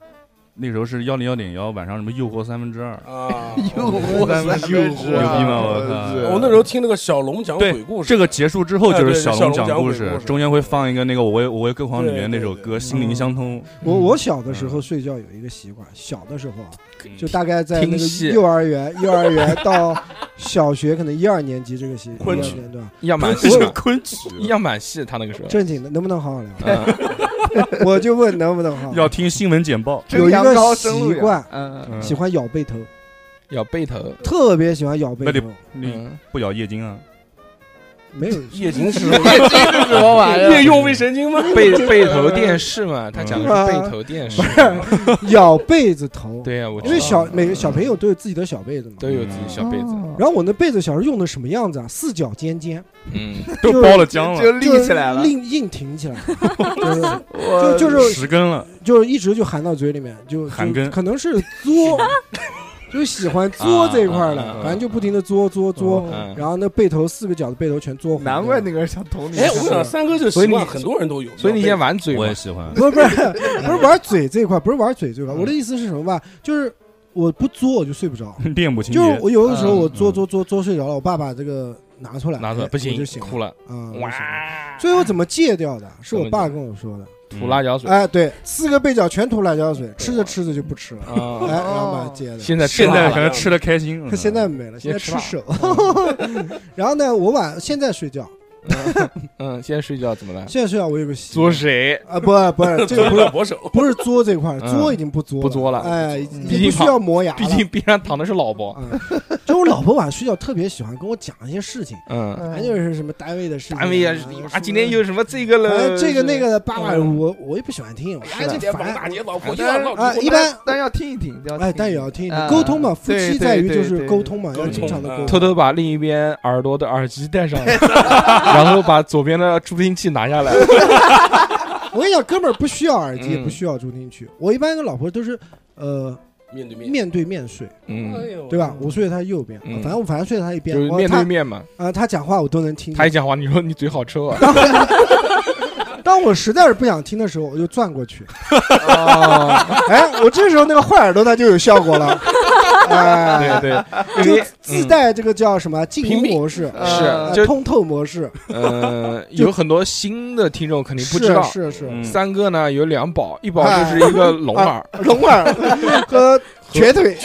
Speaker 4: 那时候是幺零幺点幺晚上什么诱惑三分之二，
Speaker 6: 啊，哦
Speaker 3: 诱 惑三分之二
Speaker 4: 牛逼吗？我操！
Speaker 6: 我那时候听那个小龙讲鬼故事，
Speaker 4: 这个结束之后
Speaker 6: 哎
Speaker 4: 就
Speaker 6: 对
Speaker 4: 是小
Speaker 6: 小
Speaker 4: 龙
Speaker 6: 龙
Speaker 4: 讲
Speaker 6: 讲
Speaker 4: 故
Speaker 6: 鬼
Speaker 4: 事
Speaker 6: 故，事
Speaker 4: 中间会放一个那个《我为我为歌狂》里面那首
Speaker 6: 对对
Speaker 4: 歌《心灵相通》。
Speaker 2: 我
Speaker 1: 嗯
Speaker 2: 我小的时候睡觉有一个习惯，小的时候啊，就大概在那
Speaker 1: 听
Speaker 2: 个
Speaker 1: 戏
Speaker 2: 幼 儿园、幼儿园到小学可能一二年级这个期，一二
Speaker 6: 昆曲
Speaker 2: 年段
Speaker 1: 样 板戏
Speaker 2: 我，
Speaker 4: 昆曲
Speaker 1: 样板戏，他那个时候
Speaker 2: 正经的，能不能好好聊？
Speaker 1: 嗯
Speaker 2: 我就问能不能好好聊
Speaker 4: 要听新闻简报，
Speaker 2: 有一
Speaker 3: 阳高
Speaker 2: 个
Speaker 3: 深入
Speaker 2: 习
Speaker 3: 呀
Speaker 2: 惯，
Speaker 3: 嗯嗯，
Speaker 4: 嗯
Speaker 2: 喜欢咬背头，
Speaker 1: 要背头，
Speaker 2: 特别喜欢咬背
Speaker 4: 那得
Speaker 2: 头，
Speaker 4: 你
Speaker 1: 嗯，
Speaker 4: 不咬夜经啊？
Speaker 2: 没有
Speaker 6: 夜行时
Speaker 3: 这是哎什么玩意哦儿？
Speaker 6: 夜用卫神经吗？
Speaker 1: 背背头电视嘛，他讲的是背头电视。
Speaker 2: 咬被子头，
Speaker 1: 对呀，啊我知
Speaker 2: 嗯因
Speaker 1: 道
Speaker 2: 为小哦每个小朋友都有自己的小被子嘛。
Speaker 1: 都有自己小被子，
Speaker 2: 然后我那被子小时候用的什么样子啊？四角尖尖，
Speaker 1: 嗯，
Speaker 4: 都
Speaker 2: 就
Speaker 4: 包了浆
Speaker 3: 就
Speaker 4: 了，
Speaker 3: 立起来了
Speaker 2: 就，硬硬挺起来，就是
Speaker 3: 我
Speaker 2: 就就是
Speaker 4: 十根了。
Speaker 2: 就是一直就含到嘴里面，就
Speaker 4: 含
Speaker 2: 就
Speaker 4: 根
Speaker 2: 可能是作，就喜欢作这一块
Speaker 1: 啊啊啊
Speaker 2: 儿的，
Speaker 1: 啊
Speaker 2: 反正就不停的作作作，
Speaker 1: 嗯
Speaker 2: 然后那背头四个角的背头全作红。
Speaker 3: 难怪那个人想捅你。
Speaker 6: 哎，我想三哥这个
Speaker 1: 所以
Speaker 6: 习
Speaker 1: 你
Speaker 6: 惯很多人都有，
Speaker 1: 所以你
Speaker 6: 要
Speaker 1: 先玩嘴嘛
Speaker 4: 我也，喜欢，
Speaker 2: 不是不是不是玩嘴这一块，不是玩嘴这一块。我的意思是什么吧？就是我不作我就睡不着，
Speaker 4: 恋母情
Speaker 2: 就是
Speaker 4: 节。
Speaker 2: 我有的时候
Speaker 3: 嗯
Speaker 2: 我作作作作睡着了，我爸把这个拿出来，
Speaker 1: 拿出
Speaker 2: 哎
Speaker 1: 来不
Speaker 2: 我
Speaker 1: 行
Speaker 2: 就，醒
Speaker 1: 哭
Speaker 2: 了
Speaker 1: 了，
Speaker 2: 啊。我就醒了
Speaker 1: 哇，嗯
Speaker 2: 最后怎么戒掉的？是我爸
Speaker 1: 怎么戒
Speaker 2: 跟我说的。
Speaker 4: 嗯
Speaker 1: 涂辣椒水
Speaker 2: 哎，对，四个被角全涂辣椒水，吃着吃着就不吃了，哎，
Speaker 1: 啊！
Speaker 2: 然后把它戒掉。
Speaker 1: 现在吃
Speaker 4: 现
Speaker 1: 辣
Speaker 4: 在
Speaker 1: 了
Speaker 4: 可能吃的开心。
Speaker 2: 他现在没了，现在
Speaker 1: 也
Speaker 2: 吃
Speaker 1: 吃
Speaker 2: 手。 然后呢，我晚现在睡觉，
Speaker 1: 嗯，现在睡觉怎么了？
Speaker 2: 现在睡觉我有个习
Speaker 1: 作
Speaker 2: 惯
Speaker 1: 谁？
Speaker 2: 啊，不不 是这个不是
Speaker 6: 我手，
Speaker 2: 不是作这块儿，
Speaker 1: 嗯
Speaker 2: 作已经不作
Speaker 1: 不作了嗯
Speaker 2: 哎，已经
Speaker 1: 毕
Speaker 2: 不
Speaker 1: 竟
Speaker 2: 需要磨牙了。
Speaker 1: 毕竟边上躺的是老婆。
Speaker 2: 嗯，就我老婆晚上睡觉特别喜欢跟我讲一些事情，
Speaker 1: 嗯，哎
Speaker 2: 反正就是什么单位的事情啊，
Speaker 1: 单位也是，妈今天又什么这个
Speaker 2: 哎
Speaker 1: 了，
Speaker 2: 这个那个的，爸爸
Speaker 1: 嗯
Speaker 2: 我我也不喜欢听，我
Speaker 6: 哎，
Speaker 2: 哎
Speaker 6: 这
Speaker 2: 这
Speaker 6: 点王大
Speaker 2: 烦。
Speaker 6: 姐老婆一
Speaker 3: 但
Speaker 6: 样
Speaker 3: 是
Speaker 6: 闹
Speaker 2: 啊，
Speaker 6: 离
Speaker 2: 一
Speaker 6: 婚
Speaker 2: 般
Speaker 3: 但要听一听，要
Speaker 1: 嗯
Speaker 2: 哎，但也要听
Speaker 3: 啊
Speaker 2: 沟通嘛，夫
Speaker 3: 对
Speaker 2: 妻
Speaker 3: 对
Speaker 2: 在于就
Speaker 3: 对
Speaker 2: 是
Speaker 3: 对
Speaker 2: 沟通嘛，
Speaker 6: 对
Speaker 2: 要经常的
Speaker 6: 沟
Speaker 2: 沟
Speaker 6: 通
Speaker 1: 偷
Speaker 2: 通。
Speaker 1: 偷把另一边耳朵的耳机戴 上，然后把左边的助听器拿下来。
Speaker 2: 我跟你讲，哥们儿不需要耳机，也
Speaker 1: 嗯
Speaker 2: 不需要助听器。我一般跟老婆都是呃
Speaker 6: 面对面，
Speaker 2: 面对面睡，
Speaker 6: 哎
Speaker 1: 嗯，
Speaker 6: 呦
Speaker 2: 对吧？我睡在他右边，
Speaker 1: 嗯
Speaker 2: 反正我反正睡在他一边
Speaker 1: 就是，
Speaker 2: 我
Speaker 1: 面
Speaker 2: 他
Speaker 1: 对面嘛。
Speaker 2: 啊，他讲话我都能听见。
Speaker 1: 他一讲话，你说你嘴好臭啊！
Speaker 2: 当我实在是不想听的时候，我就转过去。 哎，我这时候那个坏耳朵它就有效果了。哎，
Speaker 1: 对对，因
Speaker 2: 就
Speaker 1: 为嗯
Speaker 2: 自带这个叫什么静
Speaker 1: 屏
Speaker 2: 音
Speaker 1: 蔽
Speaker 2: 模式，
Speaker 1: 是
Speaker 2: 呃
Speaker 1: 就
Speaker 2: 通透模式，
Speaker 1: 呃，
Speaker 2: 就
Speaker 1: 有很多新的听众肯定不知
Speaker 2: 是
Speaker 1: 道，
Speaker 2: 是是哎啊
Speaker 4: 嗯
Speaker 1: 三哥呢有两宝，一宝就是一个龙耳，
Speaker 2: 聋耳和瘸腿。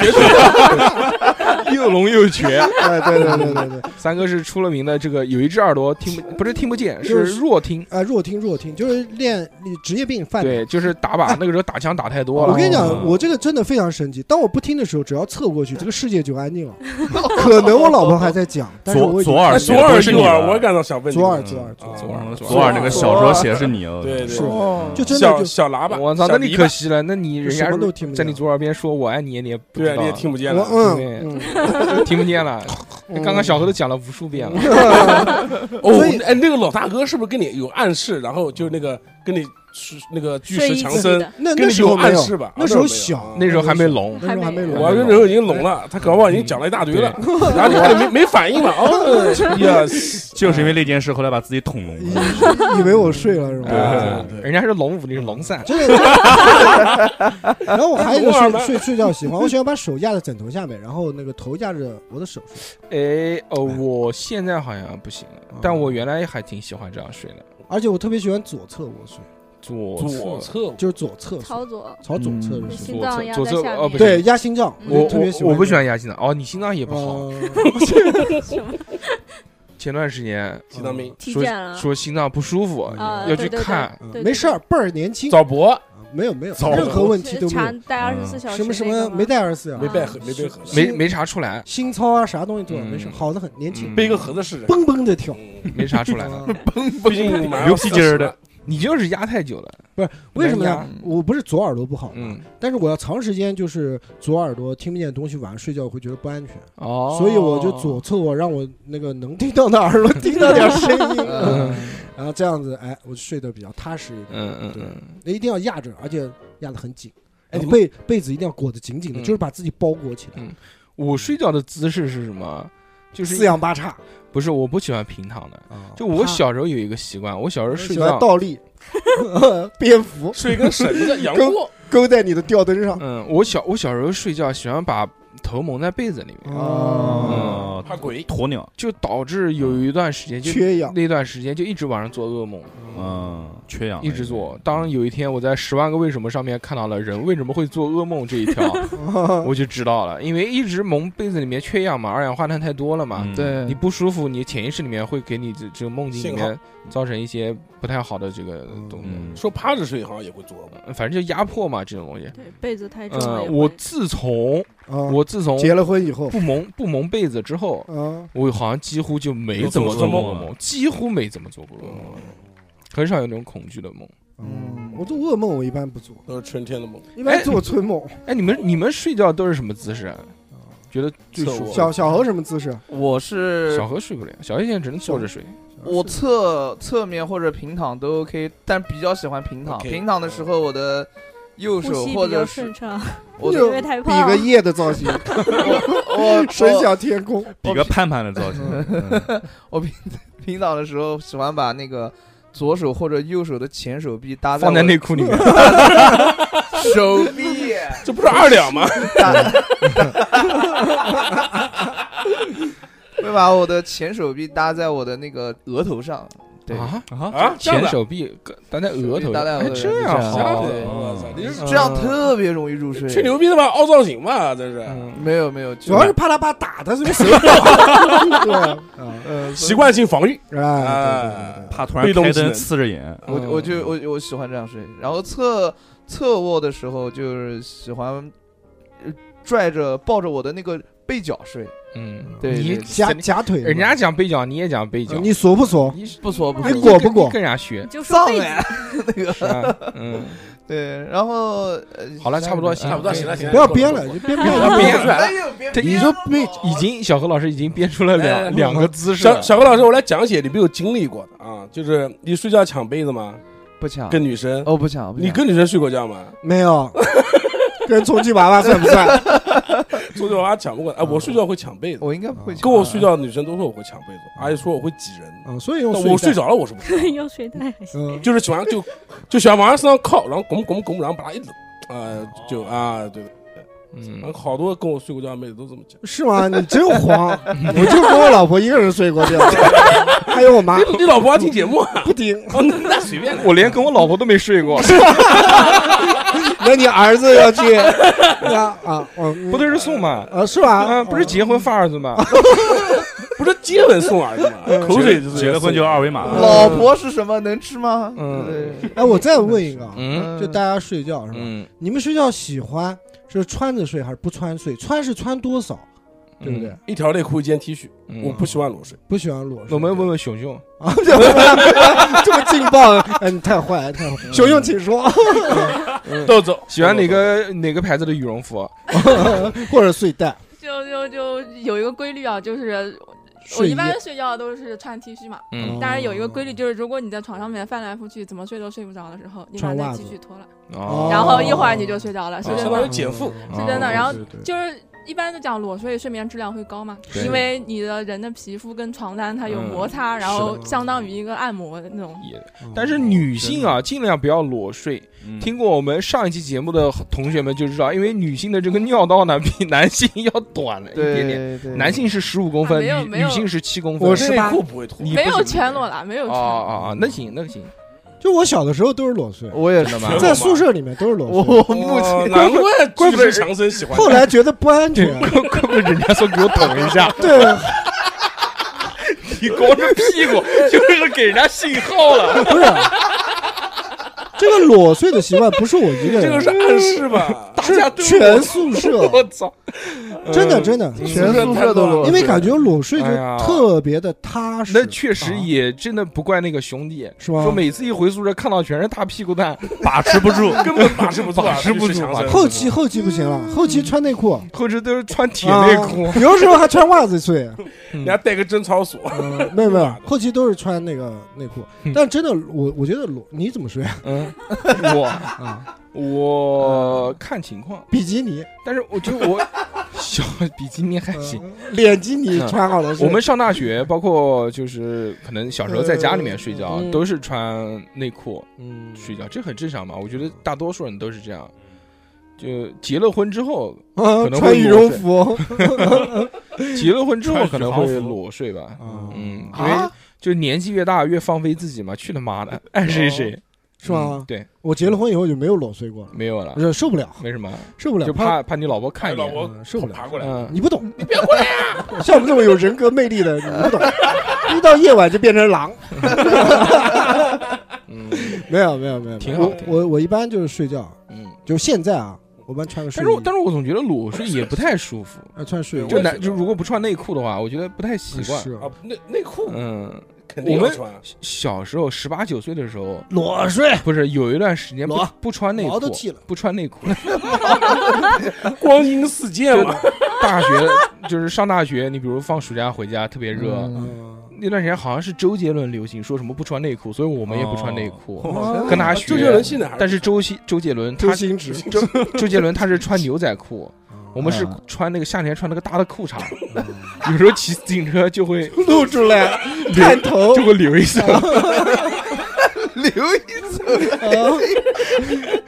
Speaker 1: 又聋又瘸。
Speaker 2: 哎，对对对对对，
Speaker 1: 三哥是出了名的，这个有一只耳朵听不不是听不见，
Speaker 2: 就是是
Speaker 1: 弱听。
Speaker 2: 啊，弱听弱听就是练职业病犯的。
Speaker 1: 对， 就是打靶，那个时候打枪打太多了。
Speaker 2: 我跟你
Speaker 1: 嗯
Speaker 2: 讲，我这个真的非常神奇。当我不听的时候，只要侧过去，这个世界就安静了。可能我老婆还在讲，但是
Speaker 4: 左
Speaker 2: 我已经
Speaker 4: 左耳
Speaker 6: 哎
Speaker 4: 写
Speaker 6: 左
Speaker 4: 的
Speaker 6: 耳
Speaker 4: 不是
Speaker 6: 右
Speaker 4: 你
Speaker 6: 耳，
Speaker 4: 吧
Speaker 6: 我也感到想问你
Speaker 2: 左耳左耳左
Speaker 6: 啊
Speaker 2: 耳
Speaker 4: 左耳
Speaker 1: 左耳
Speaker 4: 左耳那个小时候写的是你哦，
Speaker 6: 对对
Speaker 2: 是，
Speaker 3: 哦，
Speaker 2: 就真的
Speaker 6: 小
Speaker 2: 就
Speaker 6: 小喇叭，
Speaker 1: 我操，那
Speaker 6: 小
Speaker 1: 你
Speaker 6: 篱
Speaker 1: 可
Speaker 6: 笆
Speaker 1: 惜了，那你人家
Speaker 2: 什么都听不
Speaker 1: 在
Speaker 2: 见
Speaker 1: 你左耳边说我爱你，你也不知
Speaker 6: 对，啊
Speaker 1: 道，
Speaker 6: 你也听不见
Speaker 2: 我
Speaker 6: 了。
Speaker 1: 对
Speaker 2: 嗯
Speaker 1: 听不见了。
Speaker 2: 嗯，
Speaker 1: 刚刚小何都讲了无数遍了，
Speaker 6: 哦
Speaker 2: 所以，
Speaker 6: 哎，那个老大哥是不是跟你有暗示？然后就那个跟你是那个巨
Speaker 7: 睡
Speaker 6: 石
Speaker 7: 一
Speaker 6: 强
Speaker 7: 起
Speaker 6: 森，
Speaker 7: 的，
Speaker 2: 那
Speaker 6: 跟
Speaker 2: 那
Speaker 6: 你
Speaker 2: 时
Speaker 6: 有
Speaker 2: 候没
Speaker 6: 暗
Speaker 2: 有
Speaker 6: 示吧？
Speaker 2: 那时候小
Speaker 6: 啊
Speaker 1: 那时候还没聋。
Speaker 2: 那时候还没
Speaker 7: 还没
Speaker 2: 聋，
Speaker 6: 我那时候已经聋了，他搞不好已经讲了一大堆了，然后你还没没反 应嘛？哦，yes，
Speaker 4: 就是因为那件事，后来把自己捅聋了。
Speaker 2: 以以为我睡了是
Speaker 6: 对
Speaker 2: 吧？
Speaker 1: 啊
Speaker 6: 对对
Speaker 1: 人家是龙五，你是龙三，
Speaker 2: 真的。 然后我还有一个睡睡睡觉喜欢，我喜欢把手压在枕头下面，然后那个头压着我的手睡。
Speaker 1: 哎，哦，我现在好像不行了，但我原来还挺喜欢这样睡的，
Speaker 2: 而且我特别喜欢左侧卧睡，
Speaker 1: 左
Speaker 6: 左
Speaker 1: 侧，
Speaker 6: 侧
Speaker 2: 就是左侧睡
Speaker 7: 操作，
Speaker 2: 朝
Speaker 1: 嗯
Speaker 2: 左侧着
Speaker 7: 你
Speaker 2: 睡。
Speaker 7: 心脏压
Speaker 1: 左
Speaker 7: 在
Speaker 1: 侧
Speaker 7: 下
Speaker 1: 哦
Speaker 7: 面，嗯
Speaker 1: 不
Speaker 2: 对，压心脏，
Speaker 1: 我
Speaker 2: 就特别喜欢。
Speaker 1: 我我不喜欢压心脏，哦，你心脏也不好。
Speaker 2: 呃。
Speaker 1: 前段时间
Speaker 6: 西藏兵
Speaker 7: 体
Speaker 1: 说
Speaker 7: 检了
Speaker 1: 说心脏不舒服，
Speaker 7: 啊，
Speaker 1: 要
Speaker 7: 对
Speaker 1: 去
Speaker 7: 对对
Speaker 1: 看
Speaker 7: 对对
Speaker 2: 嗯没事儿，倍儿年轻。
Speaker 6: 早搏，
Speaker 2: 啊没有没有
Speaker 6: 糟了
Speaker 2: 任何问题都没
Speaker 7: 查
Speaker 2: 有，嗯
Speaker 7: 带二十四小时
Speaker 2: 什么什
Speaker 7: 那
Speaker 2: 么
Speaker 7: 个吗
Speaker 2: 没带耳塞啊，
Speaker 6: 没带盒，没背盒子，
Speaker 1: 没没查出来，
Speaker 2: 新操啊啥东西都有
Speaker 1: 嗯
Speaker 2: 没事，好的很，年轻，
Speaker 1: 嗯
Speaker 6: 背个盒子是人。
Speaker 2: 蹦蹦的跳。啊
Speaker 6: 嗯
Speaker 1: 没查出来呢。
Speaker 6: 毕 竟马上
Speaker 4: 牛皮筋儿的
Speaker 6: 40了，
Speaker 1: 你就是压太久了，
Speaker 2: 为什么呢
Speaker 1: 难压？
Speaker 2: 我不是左耳朵不好嘛
Speaker 1: 嗯，，
Speaker 2: 但是我要长时间就是左耳朵听不见东西，晚上睡觉我会觉得不安全，
Speaker 1: 哦
Speaker 2: 所以我就左侧我让我那个能听到的耳朵听到点声 音，
Speaker 3: 嗯
Speaker 2: 然后这样子，哎，我睡得比较踏实一点。
Speaker 1: 嗯嗯
Speaker 2: 对
Speaker 1: 嗯，
Speaker 2: 那一定要压着，而且压得很紧。
Speaker 6: 哎
Speaker 2: 哎，
Speaker 6: 你
Speaker 2: 被被子一定要裹得紧紧的，
Speaker 1: 嗯
Speaker 2: 就是把自己包裹起来，
Speaker 1: 我睡觉的姿势是什么？就是
Speaker 2: 四仰八叉。
Speaker 1: 不是我不喜欢平躺的，
Speaker 2: 啊
Speaker 1: 就我
Speaker 2: 趴
Speaker 1: 小时候有一个习惯，我小时候睡
Speaker 2: 喜欢
Speaker 1: 觉，
Speaker 2: 倒立，蝙蝠
Speaker 6: 睡根绳子，杨
Speaker 2: 跟
Speaker 6: 过，
Speaker 2: 勾在你的吊灯上。
Speaker 1: 嗯，我小我小时候睡觉喜欢把头蒙在被子里
Speaker 2: 啊
Speaker 1: 面，
Speaker 2: 哦，
Speaker 4: 哦，
Speaker 6: 怕鬼，
Speaker 4: 鸵鸟，
Speaker 1: 就导致有一段时间就
Speaker 2: 缺氧。
Speaker 1: 那段时间就一直晚上做噩梦，
Speaker 4: 嗯，缺氧，
Speaker 1: 一直做。当有一天我在《十万个为什么》上面看到了人为什么会做噩梦这一条，我就知道了，因为一直蒙被子里面缺氧嘛，二氧化碳太多了嘛，
Speaker 4: 嗯
Speaker 3: 对，
Speaker 1: 你不舒服，你潜意识里面会给你这这个梦境里
Speaker 6: 信
Speaker 1: 面造成一些不太好的这个东西，
Speaker 4: 嗯，
Speaker 6: 说趴着睡好像也会做噩梦。
Speaker 1: 呃反正就压迫嘛这种东西。
Speaker 7: 对被子太重了
Speaker 1: 呃，
Speaker 7: 也会。
Speaker 1: 我自从
Speaker 2: 我
Speaker 1: 我嗯自从
Speaker 2: 结了婚以后，
Speaker 1: 不蒙不蒙被子之后，
Speaker 2: 啊，
Speaker 1: 我好像几乎就没
Speaker 4: 有
Speaker 1: 怎么
Speaker 4: 做
Speaker 1: 做
Speaker 4: 噩
Speaker 1: 过
Speaker 4: 梦
Speaker 1: 噩
Speaker 4: 吗
Speaker 1: 梦，几乎没怎么做过噩梦，很少有那种恐惧的梦。
Speaker 2: 嗯，我做噩梦我一般不做，
Speaker 6: 都是春天的梦，
Speaker 2: 一般做春梦。
Speaker 1: 哎，你们你们睡觉都是什么姿势啊？觉得最舒服？
Speaker 2: 小小何什么姿势？啊
Speaker 3: 我是
Speaker 1: 小何睡不了，小何现在只能坐着睡。
Speaker 3: 我侧侧面或者平躺都 OK，但比较喜欢平躺。
Speaker 6: OK
Speaker 3: 平躺的时候，我的右
Speaker 7: 呼
Speaker 3: 手
Speaker 7: 吸
Speaker 3: 或
Speaker 7: 比较
Speaker 3: 者是
Speaker 7: 顺畅，
Speaker 3: 我
Speaker 7: 因
Speaker 3: 的
Speaker 7: 为太
Speaker 2: 比
Speaker 7: 胖
Speaker 2: 个
Speaker 7: 了。
Speaker 2: 耶的造型，哦
Speaker 3: 我
Speaker 2: 神
Speaker 3: 我
Speaker 2: 向天空。
Speaker 4: 比个盼盼的造型，嗯
Speaker 3: 平躺的时候喜欢把那个左手或者右手的前手臂搭
Speaker 1: 放在
Speaker 3: 我
Speaker 1: 内裤里 面，
Speaker 3: 手臂，
Speaker 6: 这不是二两吗？
Speaker 3: 会把我的前手臂搭在我的那个额头上，对
Speaker 1: 啊，
Speaker 6: 啊，这样
Speaker 1: 前
Speaker 6: 的
Speaker 1: 手臂搭在额头
Speaker 3: 搭在
Speaker 1: 上，哎
Speaker 3: 额头
Speaker 1: 这
Speaker 3: 上就这
Speaker 1: 样
Speaker 3: 样
Speaker 1: 好。
Speaker 6: 对，我操，你是
Speaker 3: 这
Speaker 1: 呃
Speaker 3: 样特别容易入睡。
Speaker 6: 吹牛逼的吧？凹造型吧，这是
Speaker 1: 嗯
Speaker 3: 没有没有，
Speaker 2: 主要是
Speaker 3: 就
Speaker 2: 怕他爸打他，所以谁打？对啊，
Speaker 3: 呃
Speaker 6: 习惯性防御，啊
Speaker 2: 哎，对对对对
Speaker 4: 怕突然
Speaker 6: 被动
Speaker 4: 开
Speaker 6: 技能
Speaker 4: 灯刺着眼，
Speaker 3: 我我就我我喜欢这样睡，然后侧侧卧的时候就是喜欢呃拽着抱着我的那个背角睡，
Speaker 1: 嗯，
Speaker 3: 对
Speaker 1: 你
Speaker 3: 对
Speaker 2: 夹夹腿，
Speaker 1: 人家讲被角，你也讲被角，
Speaker 2: 你锁不锁？
Speaker 1: 你是
Speaker 3: 不错不
Speaker 2: 哎
Speaker 3: 错，
Speaker 2: 裹不裹
Speaker 1: 你跟人家学
Speaker 7: 你就说
Speaker 3: 上
Speaker 2: 哎
Speaker 7: 被子
Speaker 3: 来哎 那个
Speaker 1: 是吧？嗯，
Speaker 3: 对，然后呃
Speaker 1: 好了嗯差不多行
Speaker 6: 差不多行了，行了，
Speaker 2: 不要编了，就编编
Speaker 1: 不要 编
Speaker 2: 了。
Speaker 1: 了
Speaker 3: 哎呦别
Speaker 1: 这
Speaker 3: 别
Speaker 1: 你说
Speaker 3: 了
Speaker 1: 被已经小何老师已经编出了
Speaker 6: 来来来
Speaker 1: 两两个姿势了
Speaker 6: 小，小何老师，我来讲解你没有经历过的啊，就是你睡觉抢被子吗？
Speaker 3: 不抢，
Speaker 6: 跟女生，
Speaker 3: 哦不抢，不抢
Speaker 6: 你跟女生睡过觉吗？
Speaker 2: 没有，跟充气娃娃算不算？
Speaker 6: 昨天我还抢不过，哎，我睡觉会抢被子，
Speaker 3: 我应该不会抢啊
Speaker 6: 跟我睡觉的女生都说我会抢被子，而且说我会挤人。
Speaker 2: 啊，所以用
Speaker 6: 但
Speaker 2: 袋
Speaker 6: 我睡，着了，我是不知道的
Speaker 7: 用睡袋还行。
Speaker 2: 嗯，
Speaker 6: 就是喜欢就就喜欢往他身上靠，然后拱拱拱，然后把他一搂，啊，就啊，对，
Speaker 1: 嗯，
Speaker 6: 好多跟我睡过觉的妹子都这么讲。
Speaker 2: 是吗？你真黄，我就跟我老婆一个人睡过觉，还有我妈
Speaker 6: 你你老婆还听节目啊？
Speaker 2: 不听。
Speaker 6: 哦那那随便了。
Speaker 1: 我连跟我老婆都没睡过，
Speaker 2: 那你儿子要去啊啊，我
Speaker 1: 不都是送吗？
Speaker 2: 啊是吧？
Speaker 1: 啊，不是结婚发儿子吗？
Speaker 6: 不是接吻送儿子吗？口水就是
Speaker 4: 结了婚就二维码了，
Speaker 3: 老婆是什么能吃吗？
Speaker 1: 嗯
Speaker 3: 对
Speaker 2: 哎，我再问一个啊，
Speaker 1: 嗯
Speaker 2: 就大家睡觉是吧？
Speaker 1: 嗯，
Speaker 2: 你们睡觉喜欢是穿着睡还是不穿睡？穿是穿多少，对不对？
Speaker 6: 一条内裤一件 T 恤，
Speaker 1: 嗯？
Speaker 6: 我不喜欢裸睡。
Speaker 2: 不喜欢裸睡。
Speaker 1: 我们问问熊熊，
Speaker 2: 啊，这么这么劲爆，哎，你太坏，太坏。熊熊，请说，
Speaker 6: 豆豆
Speaker 1: 喜欢哪？个哪个牌子的羽绒服？啊
Speaker 2: 或者睡袋。
Speaker 5: 就就就有一个规律啊，就是我
Speaker 2: 睡哦
Speaker 5: 一
Speaker 2: 衣
Speaker 5: 般睡觉都是穿 T 恤嘛，
Speaker 1: 嗯
Speaker 5: 当然有一个规律，就是如果你在床上面翻来覆去，怎么睡都睡不着的时候，你把
Speaker 2: 穿
Speaker 5: 那
Speaker 2: 袜
Speaker 5: T
Speaker 2: 子
Speaker 5: 恤脱了，
Speaker 1: 哦
Speaker 5: 然后一会儿你就睡着了，是
Speaker 1: 哦
Speaker 5: 真
Speaker 6: 相
Speaker 5: 的
Speaker 6: 当于，减负。
Speaker 5: 是真的。然后
Speaker 1: 对
Speaker 5: 就是一般都讲裸睡，睡眠质量会高嘛，
Speaker 1: 对
Speaker 5: 因为你的人的皮肤跟床单它有
Speaker 1: 嗯
Speaker 5: 摩擦，然
Speaker 1: 是的
Speaker 5: 后相当于一个按摩的那种。
Speaker 1: 也但是女性啊，尽量不要裸睡。
Speaker 4: 嗯
Speaker 1: 听过我们上一期节目的同学们就知道，因为女性的这个尿道呢比男性要短了一点点，
Speaker 3: 对对，
Speaker 1: 男性是十五公分，
Speaker 5: 啊没有
Speaker 1: 女
Speaker 5: 没有
Speaker 1: 女性是七公分。
Speaker 2: 我
Speaker 6: 是
Speaker 2: 是吧
Speaker 6: 内裤不会脱
Speaker 1: 你，
Speaker 5: 没
Speaker 1: 不
Speaker 5: 有
Speaker 1: 行
Speaker 5: 全裸了，没有
Speaker 1: 哦
Speaker 5: 全
Speaker 1: 哦
Speaker 5: 裸。
Speaker 1: 哦，那行那行，
Speaker 2: 就我小的时候都是裸睡，
Speaker 3: 我也是
Speaker 1: 真的吗
Speaker 2: 在宿舍里面都是裸睡。
Speaker 3: 我目
Speaker 1: 呃
Speaker 3: 前
Speaker 6: 哦难 怪怪不得强森喜 欢。
Speaker 2: 后来觉得不安全，，
Speaker 1: 怪怪不得人家说给我捅一下
Speaker 2: 对，
Speaker 1: 你光着屁股就是给人家信号了。
Speaker 2: 不是。这个裸睡的习惯不是我一个
Speaker 6: 这个
Speaker 2: 人
Speaker 6: 是，暗示 吧？大家
Speaker 2: 是
Speaker 6: 都
Speaker 2: 全宿 舍，
Speaker 6: 我操！
Speaker 2: 真的真的，
Speaker 3: 嗯
Speaker 2: 嗯
Speaker 3: 全宿舍都裸
Speaker 2: 因为感觉裸睡就
Speaker 6: 哎呀
Speaker 2: 特别的踏实啊
Speaker 1: 那。确实也真的不怪那个兄弟，
Speaker 2: 是吧
Speaker 1: 说每次一回宿舍看到全是大屁股蛋，
Speaker 4: 把持不住，
Speaker 6: 根本把持不住啊，
Speaker 1: 把持不住
Speaker 6: 强
Speaker 1: 把
Speaker 6: 森
Speaker 2: 后期后期不行
Speaker 3: 嗯
Speaker 2: 了，后期穿内裤，
Speaker 1: 后者都是穿铁内裤
Speaker 2: 啊，有的时候还穿袜子睡。
Speaker 6: 人家带个贞操锁，
Speaker 2: 嗯，没有没有，后期都是穿那个内裤
Speaker 1: 嗯。
Speaker 2: 但真的，我我觉得裸你怎么睡啊
Speaker 1: 嗯，我
Speaker 2: 啊？
Speaker 1: 我看情况，
Speaker 2: 比基尼，
Speaker 1: 但是我就 我小比基尼还哎行。
Speaker 2: 嗯脸基尼穿好了睡。
Speaker 1: 我们上大学，包括就是可能小时候在家里面睡觉，
Speaker 2: 嗯
Speaker 1: 都是穿内裤
Speaker 2: 嗯
Speaker 1: 睡觉，这很正常嘛。我觉得大多数人都是这样。就结了婚之后，
Speaker 2: 啊
Speaker 1: 可能会
Speaker 2: 穿羽绒 服
Speaker 1: 结了婚之后
Speaker 4: 穿
Speaker 1: 可能
Speaker 4: 羽
Speaker 1: 会
Speaker 4: 绒服
Speaker 1: 裸睡吧，
Speaker 2: 啊
Speaker 1: 嗯，因为
Speaker 2: 啊？
Speaker 1: 就年纪越大越放飞自己嘛，去他妈的，爱谁谁，
Speaker 2: 哦是吗
Speaker 1: 嗯？对，
Speaker 2: 我结了婚以后就没有裸睡过了，
Speaker 1: 没有了
Speaker 2: 不，是受不了，
Speaker 1: 没什么，
Speaker 2: 受不了，
Speaker 1: 就怕怕你老婆看
Speaker 6: 哎老
Speaker 1: 见，
Speaker 6: 婆
Speaker 2: 嗯受不了
Speaker 6: 爬过来，
Speaker 1: 嗯，
Speaker 2: 你不懂，你别过 来呀！像我们这种有人格魅力的，你不懂，一到夜晚就变成狼。
Speaker 1: 嗯
Speaker 2: 没有没有没有，
Speaker 1: 挺好
Speaker 2: 我
Speaker 1: 挺好
Speaker 2: 我我一般就是睡觉，
Speaker 1: 嗯，
Speaker 2: 就现在啊，我一般穿个睡
Speaker 1: 但
Speaker 2: 衣
Speaker 1: 是我但是我总觉得裸睡也不太舒服，
Speaker 2: 啊穿睡衣
Speaker 1: 就
Speaker 6: 我也
Speaker 1: 男
Speaker 6: 觉
Speaker 1: 就
Speaker 6: 得
Speaker 1: 如果不穿内裤的话，我觉得不太习惯。
Speaker 2: 是
Speaker 6: 啊，内内裤
Speaker 1: 嗯，
Speaker 6: 肯定
Speaker 1: 我
Speaker 6: 要
Speaker 1: 们
Speaker 6: 穿，啊
Speaker 1: 小时候十八九岁的时候，
Speaker 2: 裸睡，
Speaker 1: 不是有一段时间不
Speaker 2: 裸
Speaker 1: 不穿内
Speaker 2: 毛
Speaker 1: 裤
Speaker 2: 都，剃了，
Speaker 1: 不穿内裤，
Speaker 6: 光阴似箭嘛，
Speaker 1: 大学就是上大学，你比如放暑假回家特别热，
Speaker 2: 嗯，
Speaker 1: 那段时间好像是周杰伦流行说什么不穿内裤，所以我们也不穿内 裤，
Speaker 2: 哦
Speaker 1: 跟他学。
Speaker 6: 周杰伦现在还
Speaker 1: 但是周西周杰伦他
Speaker 2: 周星驰，啊
Speaker 1: 周周杰伦他是穿牛仔裤， 我们是
Speaker 3: 嗯
Speaker 1: 穿那个夏天穿那个大的裤衩，有时候骑自行车就会
Speaker 2: 露出 来，探头
Speaker 1: 就，会留一手，
Speaker 2: 哦
Speaker 3: 留一
Speaker 2: 啊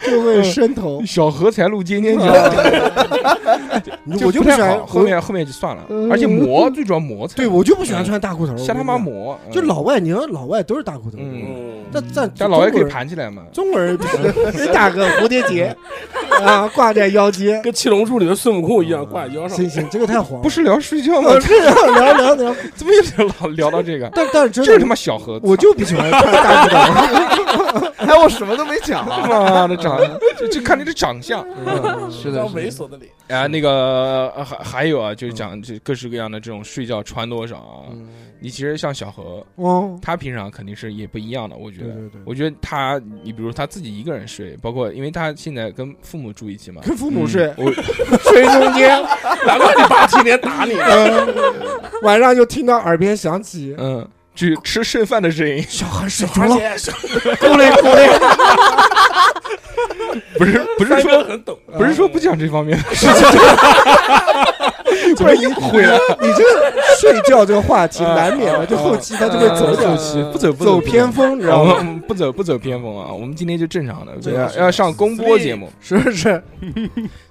Speaker 2: 就会伸头。
Speaker 1: 小荷才露尖尖角，
Speaker 2: 我嗯就
Speaker 1: 嗯不
Speaker 2: 不
Speaker 1: 太
Speaker 2: 喜欢嗯
Speaker 1: 好。，后面后面就算了，而且磨最主要磨蹭，
Speaker 2: 对我就不喜欢穿大裤头，
Speaker 1: 瞎他妈
Speaker 2: 抹。
Speaker 1: 磨，嗯
Speaker 2: 就老外，你看老外都是大裤头，
Speaker 1: 嗯
Speaker 6: 嗯，
Speaker 2: 但但
Speaker 1: 但老外可以
Speaker 2: 中国人
Speaker 1: 盘起来嘛。
Speaker 2: 中国人不行，得打个蝴蝶结啊，挂在腰间，
Speaker 6: 跟七龙珠里的孙悟空一样挂在腰上，
Speaker 2: 行行，这个太黄了，
Speaker 1: 不是聊睡觉吗
Speaker 2: 哦，？是啊聊聊聊，
Speaker 1: 怎么又聊聊到这个？
Speaker 2: 但但是真的，
Speaker 1: 这他妈小盒子，
Speaker 2: 我就不喜欢穿大裤头。
Speaker 3: 哎，我什么都没 讲啊！
Speaker 1: 妈的长，就就看你这长相。
Speaker 3: 是的
Speaker 6: 张，猥琐的脸，
Speaker 1: 啊，那个呃还还有啊，就是讲这各式各样的这种睡觉穿多少啊。
Speaker 2: 嗯
Speaker 1: 你其实像小何，
Speaker 2: 哦，
Speaker 1: 他平常肯定是也不一样的，我觉
Speaker 2: 对
Speaker 1: 得。
Speaker 2: 对对，
Speaker 1: 我觉得他，你比如他自己一个人睡，包括因为他现在跟父母住一起 嘛，
Speaker 2: 跟父母睡，
Speaker 1: 我
Speaker 2: 睡中间，
Speaker 6: 难怪你爸天天打你，
Speaker 2: 晚上就听到耳边响起
Speaker 1: 嗯，就吃剩饭的声 音，
Speaker 2: 小孩睡着
Speaker 6: 而
Speaker 2: 了，
Speaker 6: 且是
Speaker 2: 够嘞够嘞，
Speaker 1: 不是不是
Speaker 6: 三
Speaker 1: 说
Speaker 6: 哥很懂，
Speaker 1: 不是说不讲这方面的事 情，啊
Speaker 2: 不是又回来？你这个睡觉这个话题难免的，就后期他就会
Speaker 1: 走
Speaker 2: 走走
Speaker 1: 棋，嗯不走不走
Speaker 2: 走偏
Speaker 1: 锋，
Speaker 2: 锋，你知
Speaker 1: 我
Speaker 2: 道
Speaker 1: 们我
Speaker 2: 吗？
Speaker 1: 们不走不走偏锋啊，我们今天就正常的，啊
Speaker 2: 对
Speaker 1: 要
Speaker 2: 是
Speaker 1: 要上公播节目。
Speaker 2: 是不是？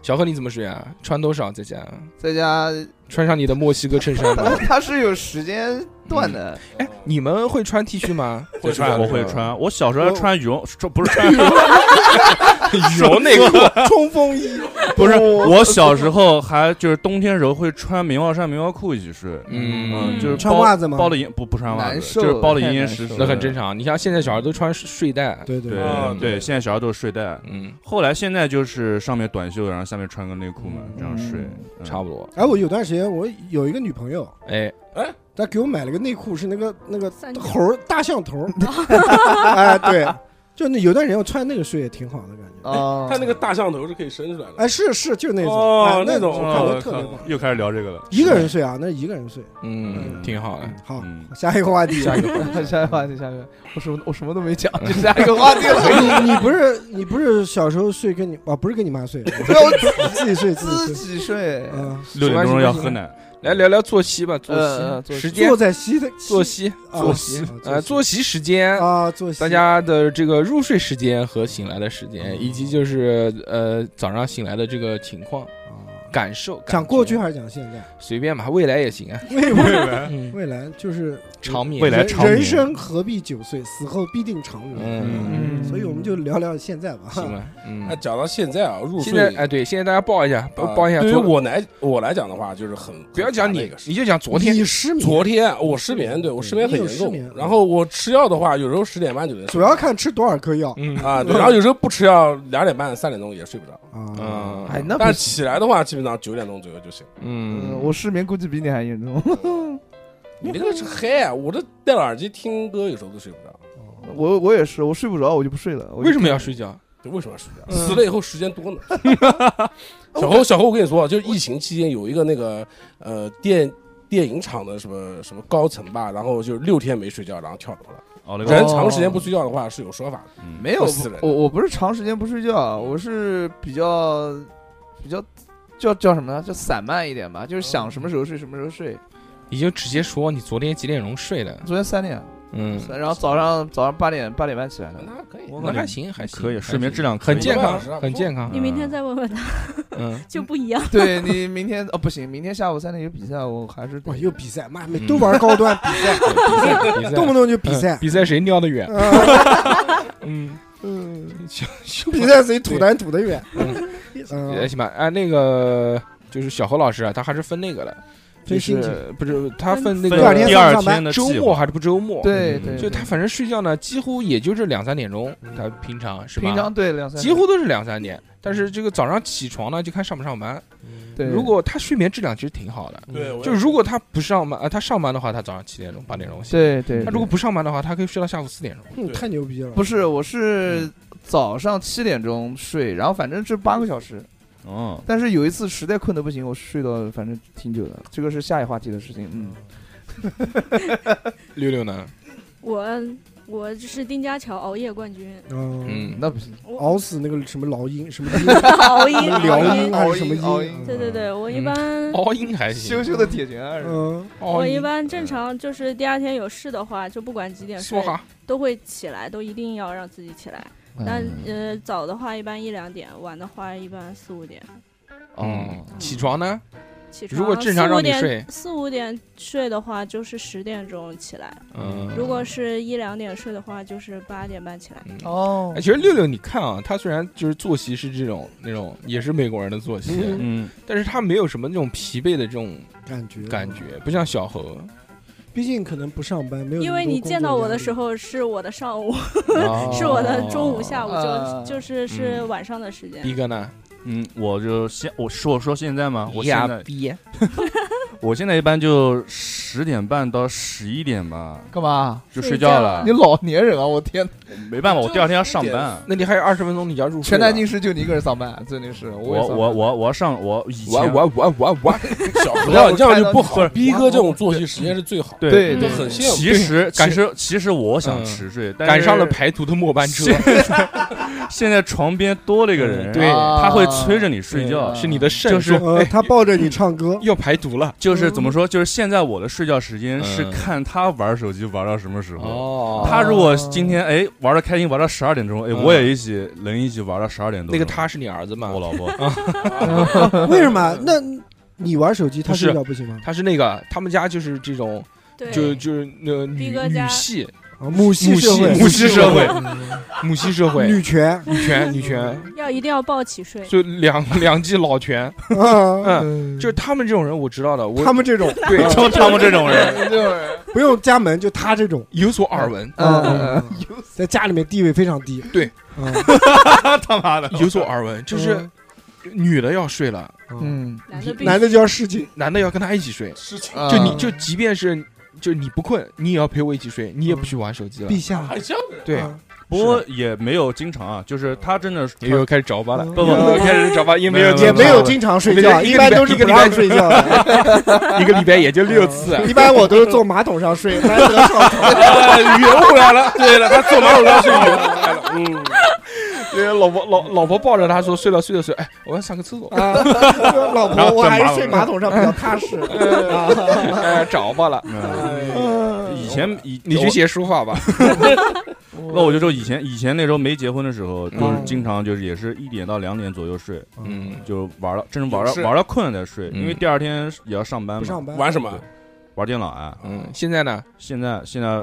Speaker 1: 小何你怎么睡啊？穿多少在家？
Speaker 3: 在家
Speaker 1: 穿上你的墨西哥衬衫 吧。
Speaker 3: 他是有时间段的，
Speaker 1: 哎，你们会穿啊 T 恤吗？
Speaker 6: 会穿
Speaker 1: 在学校
Speaker 4: 我
Speaker 1: 的时候
Speaker 4: 会穿，我小时候
Speaker 2: 我
Speaker 4: 穿羽绒，穿不是穿羽绒，
Speaker 1: 羽绒内裤。
Speaker 2: 冲锋衣，
Speaker 4: 不是，我小时候还就是冬天时候会穿棉袄衫、棉袄裤一起睡，
Speaker 1: 嗯
Speaker 4: 嗯，就是
Speaker 2: 穿
Speaker 4: 包
Speaker 2: 袜子吗
Speaker 4: 包的严不不穿袜
Speaker 3: 难
Speaker 4: 子，
Speaker 3: 受
Speaker 4: 就是包的
Speaker 3: 太
Speaker 4: 严严
Speaker 3: 难
Speaker 4: 实
Speaker 3: 受
Speaker 4: 实，
Speaker 1: 那很正。常。你像现在小孩都穿睡袋，
Speaker 2: 对对
Speaker 4: 对
Speaker 6: 啊对
Speaker 4: 对，现在小孩都是睡袋，
Speaker 1: 嗯，
Speaker 4: 后来现在就是上面短袖，然后下面穿个内裤嘛，这样睡，嗯
Speaker 1: 差不多。
Speaker 2: 哎，我有段时间我有一个女朋友，
Speaker 1: 哎，
Speaker 2: 她给我买了个内裤，是那个那个
Speaker 5: 嗯
Speaker 7: 三角
Speaker 2: 猴儿大象头儿， 哎，对，就那有段时间我穿那个睡也挺好的感觉。
Speaker 3: 啊，
Speaker 6: 他那个 大象头是可以伸出来的，
Speaker 2: 哎，是是，就那种，
Speaker 6: 哦
Speaker 2: 哎
Speaker 6: 那种
Speaker 2: 我感觉
Speaker 4: 哦
Speaker 2: 特别棒。
Speaker 4: 又开始聊这个了。
Speaker 2: 一个人睡啊，那是一个人睡。
Speaker 1: 嗯，挺好的。
Speaker 2: 好，
Speaker 4: 嗯
Speaker 2: 下一个话题。
Speaker 1: 下一个，
Speaker 3: 下一个话题，下一个，我什么我什么都没讲，就下一个话题了。
Speaker 2: 你你不是你不是小时候睡跟你啊不是跟你妈睡，
Speaker 3: 我
Speaker 2: 自己睡自
Speaker 3: 自
Speaker 2: 己睡。
Speaker 3: 己睡，
Speaker 2: 嗯，
Speaker 4: 六点钟要喝奶，
Speaker 1: 来聊聊作息吧，
Speaker 3: 嗯
Speaker 1: 作
Speaker 3: 嗯
Speaker 1: 息
Speaker 3: 作息
Speaker 1: 时间
Speaker 2: 坐，在西的
Speaker 1: 作息，
Speaker 2: 啊
Speaker 1: 作息
Speaker 2: 啊，
Speaker 1: 呃，作
Speaker 2: 作
Speaker 1: 息时间。
Speaker 2: 啊坐西
Speaker 1: 大家的这个入睡时间和醒来的时间，
Speaker 2: 嗯
Speaker 1: 以及就是呃早上醒来的这个情况，
Speaker 2: 啊
Speaker 1: 感受，感
Speaker 2: 讲过
Speaker 1: 觉
Speaker 2: 去还是讲现在？
Speaker 1: 随便吧，未来也行啊。
Speaker 2: 未来，
Speaker 1: 嗯，
Speaker 2: 未来就是
Speaker 1: 长眠
Speaker 4: 未来
Speaker 2: 人
Speaker 4: 长眠
Speaker 2: 人生何必久岁，死后必定长眠。
Speaker 1: 嗯，
Speaker 2: 所以我们就聊聊现在吧。
Speaker 1: 行吧，
Speaker 6: 那
Speaker 1: 嗯。
Speaker 6: 讲到现在啊，入
Speaker 1: 现在
Speaker 6: 睡
Speaker 1: 哎，对，现在大家报一下，报
Speaker 6: 啊
Speaker 1: 报一下
Speaker 6: 对于
Speaker 1: 昨。
Speaker 6: 我来我来讲的话，就是很
Speaker 1: 不要讲
Speaker 6: 很烦的
Speaker 1: 你
Speaker 6: 一个，事
Speaker 1: 你就讲昨天
Speaker 2: 你。失眠，
Speaker 6: 昨天啊我失眠，对我失眠
Speaker 2: 嗯
Speaker 6: 很
Speaker 2: 你有
Speaker 6: 严
Speaker 2: 失眠
Speaker 6: 重。然后我吃药的话，有时候十点半就能睡
Speaker 2: 主要看吃多少颗药
Speaker 1: 嗯
Speaker 6: 啊，对然后有时候不吃药，两点半、三点钟也睡不着。
Speaker 2: 啊。
Speaker 1: 嗯
Speaker 3: 哎，那不
Speaker 6: 但
Speaker 3: 行
Speaker 6: 起来的话，基本上九点钟左右就醒。
Speaker 3: 嗯
Speaker 1: 嗯，
Speaker 3: 我失眠估计比你还严重。
Speaker 6: 你这个是嗨啊，我这戴了耳机听歌，有时候都睡不着。
Speaker 3: 我我也是，我睡不着，我就不睡了。我就
Speaker 1: 为什么要睡觉？
Speaker 6: 这为什么要睡觉？
Speaker 2: 嗯
Speaker 6: 死了以后时间多呢。小侯，小侯，我跟你说啊，就疫情期间有一个那个呃电电影厂的什么什么高层吧，然后就六天没睡觉，然后跳楼了。
Speaker 4: 哦，那
Speaker 3: 然
Speaker 6: 人
Speaker 4: 个
Speaker 3: 后
Speaker 6: 长时间不睡觉的话是有说法的，
Speaker 4: 嗯
Speaker 3: 没有
Speaker 6: 会死人的
Speaker 3: 我我不是长时间不睡觉，我是比较比较叫叫什么呢？就散漫一点吧，就是想什么时候睡什么时候睡。
Speaker 1: 你就直接说你昨天几点钟睡的？
Speaker 3: 昨天三点，
Speaker 1: 嗯，
Speaker 3: 然后早上早上八点八点半起来的。
Speaker 6: 那可以。
Speaker 4: 我
Speaker 1: 那
Speaker 4: 感觉
Speaker 1: 还行，还行，
Speaker 4: 可以，
Speaker 1: 还
Speaker 4: 睡眠
Speaker 1: 行
Speaker 4: 质量可以
Speaker 1: 很健康
Speaker 6: 不错，
Speaker 1: 很健康
Speaker 7: 你。明天再问问他，
Speaker 1: 嗯，
Speaker 7: 就不一样。
Speaker 3: 对你明天哦不行，明天下午三点有比赛，我还是得
Speaker 2: 哇，又比赛，妈每都玩高端比赛，
Speaker 1: 比赛
Speaker 2: 动不动就比
Speaker 1: 嗯
Speaker 2: 赛。
Speaker 1: 比赛谁尿得远？
Speaker 2: 啊
Speaker 1: 嗯，
Speaker 2: 嗯，
Speaker 1: 行
Speaker 2: 比赛谁吐痰吐得远？
Speaker 1: 也
Speaker 2: 嗯，
Speaker 1: 行吧。啊，那个就是小侯老师啊，他还是分那个的，就
Speaker 2: 分心
Speaker 1: 是不是他分那
Speaker 4: 分
Speaker 2: 第二天
Speaker 1: 个
Speaker 4: 第
Speaker 2: 上
Speaker 4: 二
Speaker 2: 上班
Speaker 4: 天的
Speaker 1: 周
Speaker 4: 计
Speaker 1: 末
Speaker 4: 划
Speaker 1: 还是不周末？
Speaker 3: 对
Speaker 4: 嗯
Speaker 3: 对，
Speaker 1: 就他反正睡觉呢，几乎也就是两三点钟，他平常是吧？
Speaker 3: 平常对两三
Speaker 1: 几乎都是两三点，但是这个早上起床呢，就看上不上班。
Speaker 3: 对，
Speaker 1: 如果他睡眠质量其实挺好的，
Speaker 6: 对，我也
Speaker 1: 就如果他不上班，呃，他上班的话，他早上七点钟、八点钟醒；
Speaker 3: 对对，
Speaker 1: 他如果不上班的话，他可以睡到下午四点钟。
Speaker 2: 嗯太牛逼了！
Speaker 3: 不是我是早上七点钟睡，然后反正这八个小时，
Speaker 4: 哦，
Speaker 3: 但是有一次实在困得不行，我睡到反正挺久的，这个是下一话题的事情。嗯，
Speaker 1: 六六呢？
Speaker 7: 我我是丁家桥熬夜冠 军，
Speaker 2: 嗯，
Speaker 1: 嗯，
Speaker 3: 那不行，
Speaker 7: 我
Speaker 2: 熬死那个什么老鹰什么鹰
Speaker 7: 熬夜
Speaker 2: 辽
Speaker 7: 熬
Speaker 2: 鹰
Speaker 7: 夜。
Speaker 2: 还是什么
Speaker 3: 熬
Speaker 2: 鹰
Speaker 3: 鹰？
Speaker 7: 对对对，我一
Speaker 1: 嗯
Speaker 7: 般
Speaker 1: 熬鹰还行
Speaker 3: 羞，羞的铁拳二人。
Speaker 2: 嗯，
Speaker 1: 熬
Speaker 7: 我一
Speaker 1: 鹰
Speaker 7: 般正常就是第二天有事的话，就不管几点睡
Speaker 1: 说，哈，嗯
Speaker 7: 都会起来，都一定要让自己起来。但呃，早的话一般一两点，晚的话一般四五点
Speaker 1: 嗯，起床呢？
Speaker 7: 起床。
Speaker 1: 如果正常
Speaker 7: 四五
Speaker 1: 让你
Speaker 7: 点
Speaker 1: 睡
Speaker 7: 四五点睡的话就是十点钟起来；
Speaker 1: 嗯，
Speaker 7: 如果是一两点睡的话，就是八点半起来。
Speaker 1: 嗯
Speaker 3: 哦
Speaker 1: 哎，其实六六，你看啊，他虽然就是作息是这种那种，也是美国人的作息，
Speaker 2: 嗯
Speaker 4: 嗯，
Speaker 1: 但是他没有什么那种疲惫的这种
Speaker 2: 感觉
Speaker 1: 感，觉，不像小侯。
Speaker 2: 毕竟可能不上班，没有
Speaker 7: 因为你见到我的时
Speaker 2: 候，
Speaker 7: 候是我的上午，
Speaker 1: 哦
Speaker 7: 是我的中午、下午，
Speaker 3: 啊
Speaker 7: 就就是是
Speaker 1: 嗯
Speaker 7: 晚上的时间。
Speaker 1: 逼哥呢？
Speaker 4: 嗯，我就现我说我说现在吗？我现
Speaker 1: 呀
Speaker 4: 在
Speaker 1: 逼，
Speaker 4: 我现在一般就十点半到十一点吧，
Speaker 3: 干嘛？啊
Speaker 4: 就
Speaker 7: 睡
Speaker 4: 睡觉
Speaker 7: 觉
Speaker 4: 了
Speaker 3: 你。老年人啊！我天，
Speaker 4: 没办法，我第二天要上班。
Speaker 1: 那你还有二十分钟你就要入睡
Speaker 3: 全
Speaker 1: 了
Speaker 3: 南京市就你一个人上班，真的是我
Speaker 4: 我
Speaker 3: 也上班
Speaker 4: 我我我要上我以
Speaker 1: 我
Speaker 4: 前
Speaker 1: 我我我我，
Speaker 6: 小何，你这样就不
Speaker 4: 不
Speaker 6: 好
Speaker 4: 是。
Speaker 6: 逼哥这种作息时间是最好的，
Speaker 4: 对
Speaker 7: 嗯
Speaker 6: 就很羡慕。
Speaker 4: 其实
Speaker 1: 赶
Speaker 4: 其实其实我想
Speaker 1: 嗯
Speaker 4: 迟睡，但是
Speaker 1: 赶上了排毒的末班车，
Speaker 4: 现 在床边多了一个人，
Speaker 1: 嗯对
Speaker 3: 啊
Speaker 4: 他会催着你睡觉
Speaker 3: 对，
Speaker 1: 是你的肾
Speaker 4: 就是
Speaker 1: 说
Speaker 2: 呃，他抱着你 唱歌，
Speaker 1: 要排毒了。
Speaker 4: 就是怎么说，就是现在我的睡觉时间
Speaker 1: 嗯
Speaker 4: 是看他玩手机玩到什么时候。
Speaker 1: 哦
Speaker 4: 他如果今天哎玩的开心，玩到十二点钟，哎
Speaker 1: 嗯
Speaker 4: 我也一起能一起玩到十二点多
Speaker 1: 那
Speaker 4: 钟。
Speaker 1: 个他是你儿子吗
Speaker 4: 我？老 婆，
Speaker 2: 为什么？那你玩手机，他
Speaker 1: 不是
Speaker 2: 睡觉不行吗？
Speaker 1: 他是那个，他们家就是这种，
Speaker 7: 对，
Speaker 1: 就就是那个女
Speaker 7: 逼哥家
Speaker 1: 女系
Speaker 2: 啊母系社会，
Speaker 1: 母系社会
Speaker 2: 嗯
Speaker 1: 母系社会，
Speaker 2: 女权，
Speaker 1: 女权女权，
Speaker 7: 要一定要抱起睡。
Speaker 1: 就两两记老拳，
Speaker 2: 啊
Speaker 1: 嗯，就是他们这种人我知道的，我
Speaker 2: 他们这种
Speaker 1: 对
Speaker 4: 就他们这种人，
Speaker 3: 就是
Speaker 2: 不用加盟，就他这种
Speaker 1: 有所耳闻，
Speaker 2: 啊，在家里面地位非常低。
Speaker 1: 嗯对
Speaker 2: 嗯，
Speaker 4: 他妈的，
Speaker 1: 有所耳闻，就是女的要睡了，
Speaker 2: 嗯，
Speaker 3: 嗯，
Speaker 7: 男的必须
Speaker 2: 男的就要侍寝，
Speaker 1: 男的要跟她一起睡，
Speaker 6: 事情
Speaker 3: 啊
Speaker 1: 就你就即便是就你不困，你也要陪我一起睡，你也不许玩手机了
Speaker 2: 陛，下。
Speaker 6: 很像人。
Speaker 1: 对，
Speaker 2: 啊
Speaker 4: 不过也也没有经常啊，就是他 真的
Speaker 1: 也有开始找吧了，
Speaker 2: 嗯
Speaker 4: 不不
Speaker 1: 又开始找吧，也没有
Speaker 4: 没
Speaker 2: 也
Speaker 4: 有
Speaker 2: 没有
Speaker 1: 经
Speaker 2: 经常睡
Speaker 1: 没有
Speaker 2: 觉，
Speaker 1: 一个
Speaker 2: 一般
Speaker 1: 礼拜
Speaker 2: 都是
Speaker 1: 一个
Speaker 2: 不
Speaker 1: 礼拜
Speaker 2: 让睡觉的。
Speaker 1: 常一个礼拜也就 六次，啊
Speaker 2: 一般我都是坐马桶上睡，难得上 床
Speaker 1: 圆哎回来了。对了，他坐马桶上睡圆回来了。嗯，对，老婆老老婆抱着他说睡了睡了睡了，哎，我要上个厕所。
Speaker 2: 啊。老
Speaker 4: 然
Speaker 2: 婆，
Speaker 4: 后
Speaker 2: 我还
Speaker 4: 转马
Speaker 2: 是
Speaker 4: 桶
Speaker 2: 睡马桶上比较踏实。啊
Speaker 1: 哎，找吧了，
Speaker 4: 嗯
Speaker 2: 嗯
Speaker 4: 以前以
Speaker 1: 你去写书法吧。
Speaker 4: 那我就说以前以前那时候没结婚的时候，就是
Speaker 2: 嗯
Speaker 4: 经常就是也是一点到两点左右睡，
Speaker 1: 嗯，
Speaker 4: 就玩了，真是玩
Speaker 6: 有事
Speaker 4: 了玩到困了才睡，
Speaker 1: 嗯
Speaker 4: 因为第二天也要上班
Speaker 2: 不
Speaker 4: 嘛
Speaker 2: 上，班
Speaker 6: 玩什么？
Speaker 4: 玩电脑啊。
Speaker 1: 嗯，现在呢，哎
Speaker 4: 现在现在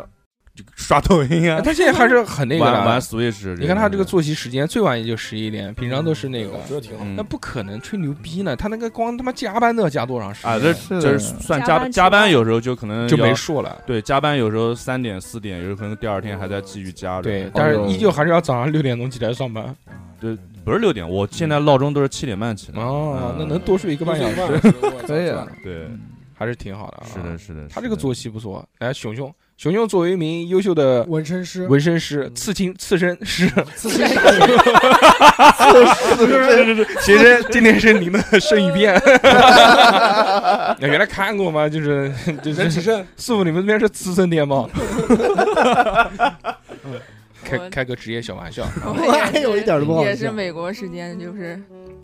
Speaker 4: 就刷抖音啊，
Speaker 1: 他现在还是很那个
Speaker 4: 玩玩
Speaker 1: 的。
Speaker 4: Switch。
Speaker 1: 你看他这个，作息时间，最晚也就十一点，平常都是那个
Speaker 6: 哎我。觉得挺好。
Speaker 4: 嗯
Speaker 1: 那不可能吹牛逼呢，他那个光他妈加班都要加多长时间
Speaker 4: 啊，这
Speaker 3: 是的
Speaker 4: 这是算
Speaker 7: 加
Speaker 4: 加
Speaker 7: 班
Speaker 4: 加班，有时候就可能
Speaker 1: 就没
Speaker 4: 要
Speaker 1: 数了。
Speaker 4: 对加班，有时候三点四点，有时候可能第二天还在继续加着。
Speaker 1: 对
Speaker 4: 哦，
Speaker 1: 但是
Speaker 6: 有
Speaker 1: 依旧还是要早上六点钟起来上班。
Speaker 4: 不是六点，我现在闹钟都是七点半起的。
Speaker 1: 哦
Speaker 4: 嗯，
Speaker 1: 那能多睡一个半小时，
Speaker 6: 时
Speaker 3: 可以啊，
Speaker 4: 对，
Speaker 1: 还是挺好的啊。
Speaker 4: 是的，，是的，
Speaker 1: 他
Speaker 4: 是
Speaker 1: 这个
Speaker 4: 的
Speaker 1: 作息不错。哎，熊熊，熊熊作为一名优秀的
Speaker 2: 纹身师，
Speaker 1: 纹身师、刺青、刺身 师，
Speaker 2: 刺青达人，
Speaker 1: 其实今天是您的生鱼 片。那原来看过吗？就是 就是
Speaker 6: 人体肾，
Speaker 1: 师傅，你们那边是资深店吗？ 开
Speaker 5: 我
Speaker 1: 开个职业小玩笑，
Speaker 5: 我也是
Speaker 2: 有一点都不好啊
Speaker 5: 也是
Speaker 2: 笑
Speaker 5: 美国时间，就是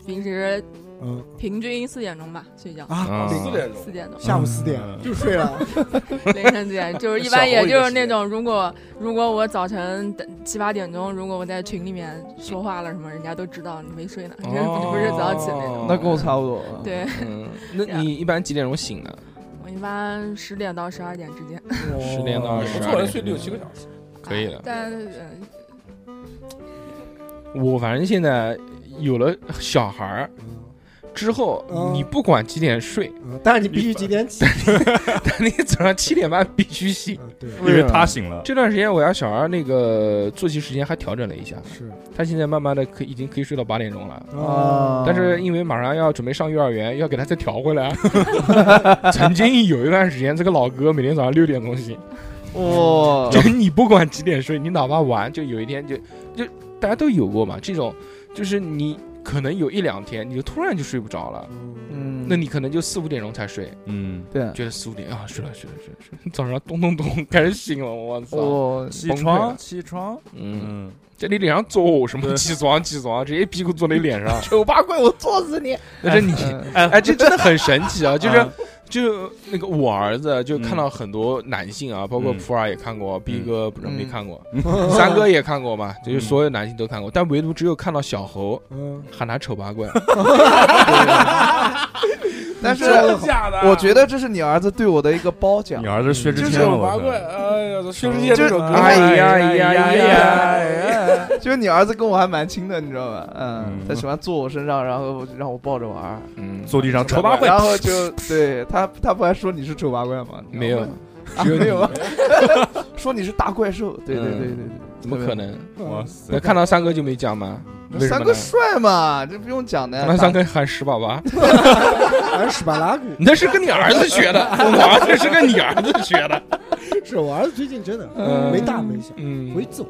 Speaker 5: 平时
Speaker 2: 嗯
Speaker 5: 平均四点钟吧睡觉，
Speaker 2: 啊，
Speaker 1: 嗯
Speaker 6: 四点钟
Speaker 5: 四，点钟
Speaker 2: 下午四点就睡了，
Speaker 5: 凌晨四点， 就是一
Speaker 6: 小
Speaker 5: 般也
Speaker 6: 猴一
Speaker 5: 就
Speaker 6: 个
Speaker 5: 是
Speaker 6: 时
Speaker 5: 那
Speaker 6: 间
Speaker 5: 种，如果如果我早晨等七八点钟，如果我在群里面说话了什么，人家都知道你没睡呢，就是不是早起那种。
Speaker 1: 哦
Speaker 3: 那跟我差不多。，
Speaker 5: 对
Speaker 1: 嗯，那你一般几点钟醒呢？
Speaker 5: 我一般十点到十二点之间，
Speaker 1: 十点到
Speaker 6: 我
Speaker 1: 二十
Speaker 6: 做人睡六七个小时，
Speaker 1: 可以了
Speaker 5: 但嗯
Speaker 1: 我反正现在有了小孩儿之后，
Speaker 2: 嗯
Speaker 1: 你不管几点睡，
Speaker 2: 嗯但是你必须几点起？
Speaker 1: 但你早上七点半必须醒。
Speaker 2: 嗯对，
Speaker 4: 因为他醒了，
Speaker 1: 这段时间我家小孩那个作息时间还调整了一下，
Speaker 2: 是
Speaker 1: 他现在慢慢的可以已经可以睡到八点钟了。
Speaker 3: 嗯哦
Speaker 2: 啊，
Speaker 1: 但是因为马上要准备上幼儿园，要给他再调回来。 曾经有一段时间，这个老哥每天早上六点钟醒，
Speaker 3: 哇
Speaker 1: 就，你不管几点睡，你哪怕晚，就有一天就就大家都有过嘛。这种就是你可能有一两天，你就突然就睡不着了，
Speaker 3: 嗯，
Speaker 1: 那你可能就四五点钟才睡，
Speaker 4: 嗯，
Speaker 3: 对，
Speaker 1: 觉得四五点啊睡了睡了睡了睡了，早上咚咚咚开始醒了，我操！
Speaker 3: 我，
Speaker 4: 起
Speaker 1: 崩溃了
Speaker 4: 床，起床，
Speaker 1: 嗯，
Speaker 4: 嗯，
Speaker 1: 在你脸上揍什么
Speaker 4: 对
Speaker 1: 起床起床，直接一屁股坐你脸上
Speaker 3: 丑八怪，我揍死你！
Speaker 1: 那是你
Speaker 3: 嗯
Speaker 1: 哎，这真的很神奇 啊！就是
Speaker 4: 啊
Speaker 1: 就那个我儿子，就
Speaker 4: 嗯
Speaker 1: 看到很多男性啊，包括
Speaker 4: 嗯
Speaker 1: 普洱也看过，B
Speaker 4: 嗯
Speaker 1: 哥不是
Speaker 3: 嗯
Speaker 1: 没看过，
Speaker 2: 嗯
Speaker 1: 三哥也看过 嘛，就是
Speaker 4: 嗯
Speaker 1: 所有男性都看过，但唯独只有看到小猴
Speaker 2: 嗯，
Speaker 1: 喊他丑 八怪。
Speaker 3: 但是
Speaker 2: 真的
Speaker 6: 假的
Speaker 3: 我觉得这是你儿子对我的一个褒奖
Speaker 4: 你。儿子薛之
Speaker 6: 就是
Speaker 4: 谦，
Speaker 6: 我
Speaker 4: 我
Speaker 6: 八
Speaker 4: 操
Speaker 6: 怪，哎呀，薛之谦这首歌，
Speaker 1: 哎呀哎呀哎呀！
Speaker 3: 哎就是你儿子跟我还蛮亲的，你知道吧？嗯，
Speaker 4: 嗯
Speaker 3: 他喜欢坐我身上，然后让我抱着玩儿，
Speaker 1: 嗯，
Speaker 4: 坐地上丑八怪，
Speaker 6: 哎
Speaker 3: 然后就对他，他不还说你是丑八怪吗？
Speaker 1: 没 有，
Speaker 3: 啊
Speaker 1: 只有你嗯
Speaker 3: 没 有啊，说你是大怪兽，对对对对对，
Speaker 1: 怎么可能？
Speaker 2: 嗯
Speaker 4: 哇
Speaker 1: 那
Speaker 4: 塞，
Speaker 1: 看到三哥就没讲吗？为
Speaker 3: 特
Speaker 1: 什
Speaker 3: 别好？三
Speaker 1: 么
Speaker 3: 哥
Speaker 1: 呢？
Speaker 3: 帅嘛，这不用 讲的呀。
Speaker 1: 那三哥喊屎粑粑，
Speaker 2: 还是十八拉鼓，
Speaker 1: 你那是跟你儿子学的，我儿子是跟你儿子学的。
Speaker 2: 是我儿子最近真的
Speaker 1: 嗯
Speaker 2: 没大没小，
Speaker 1: 嗯，
Speaker 2: 回走。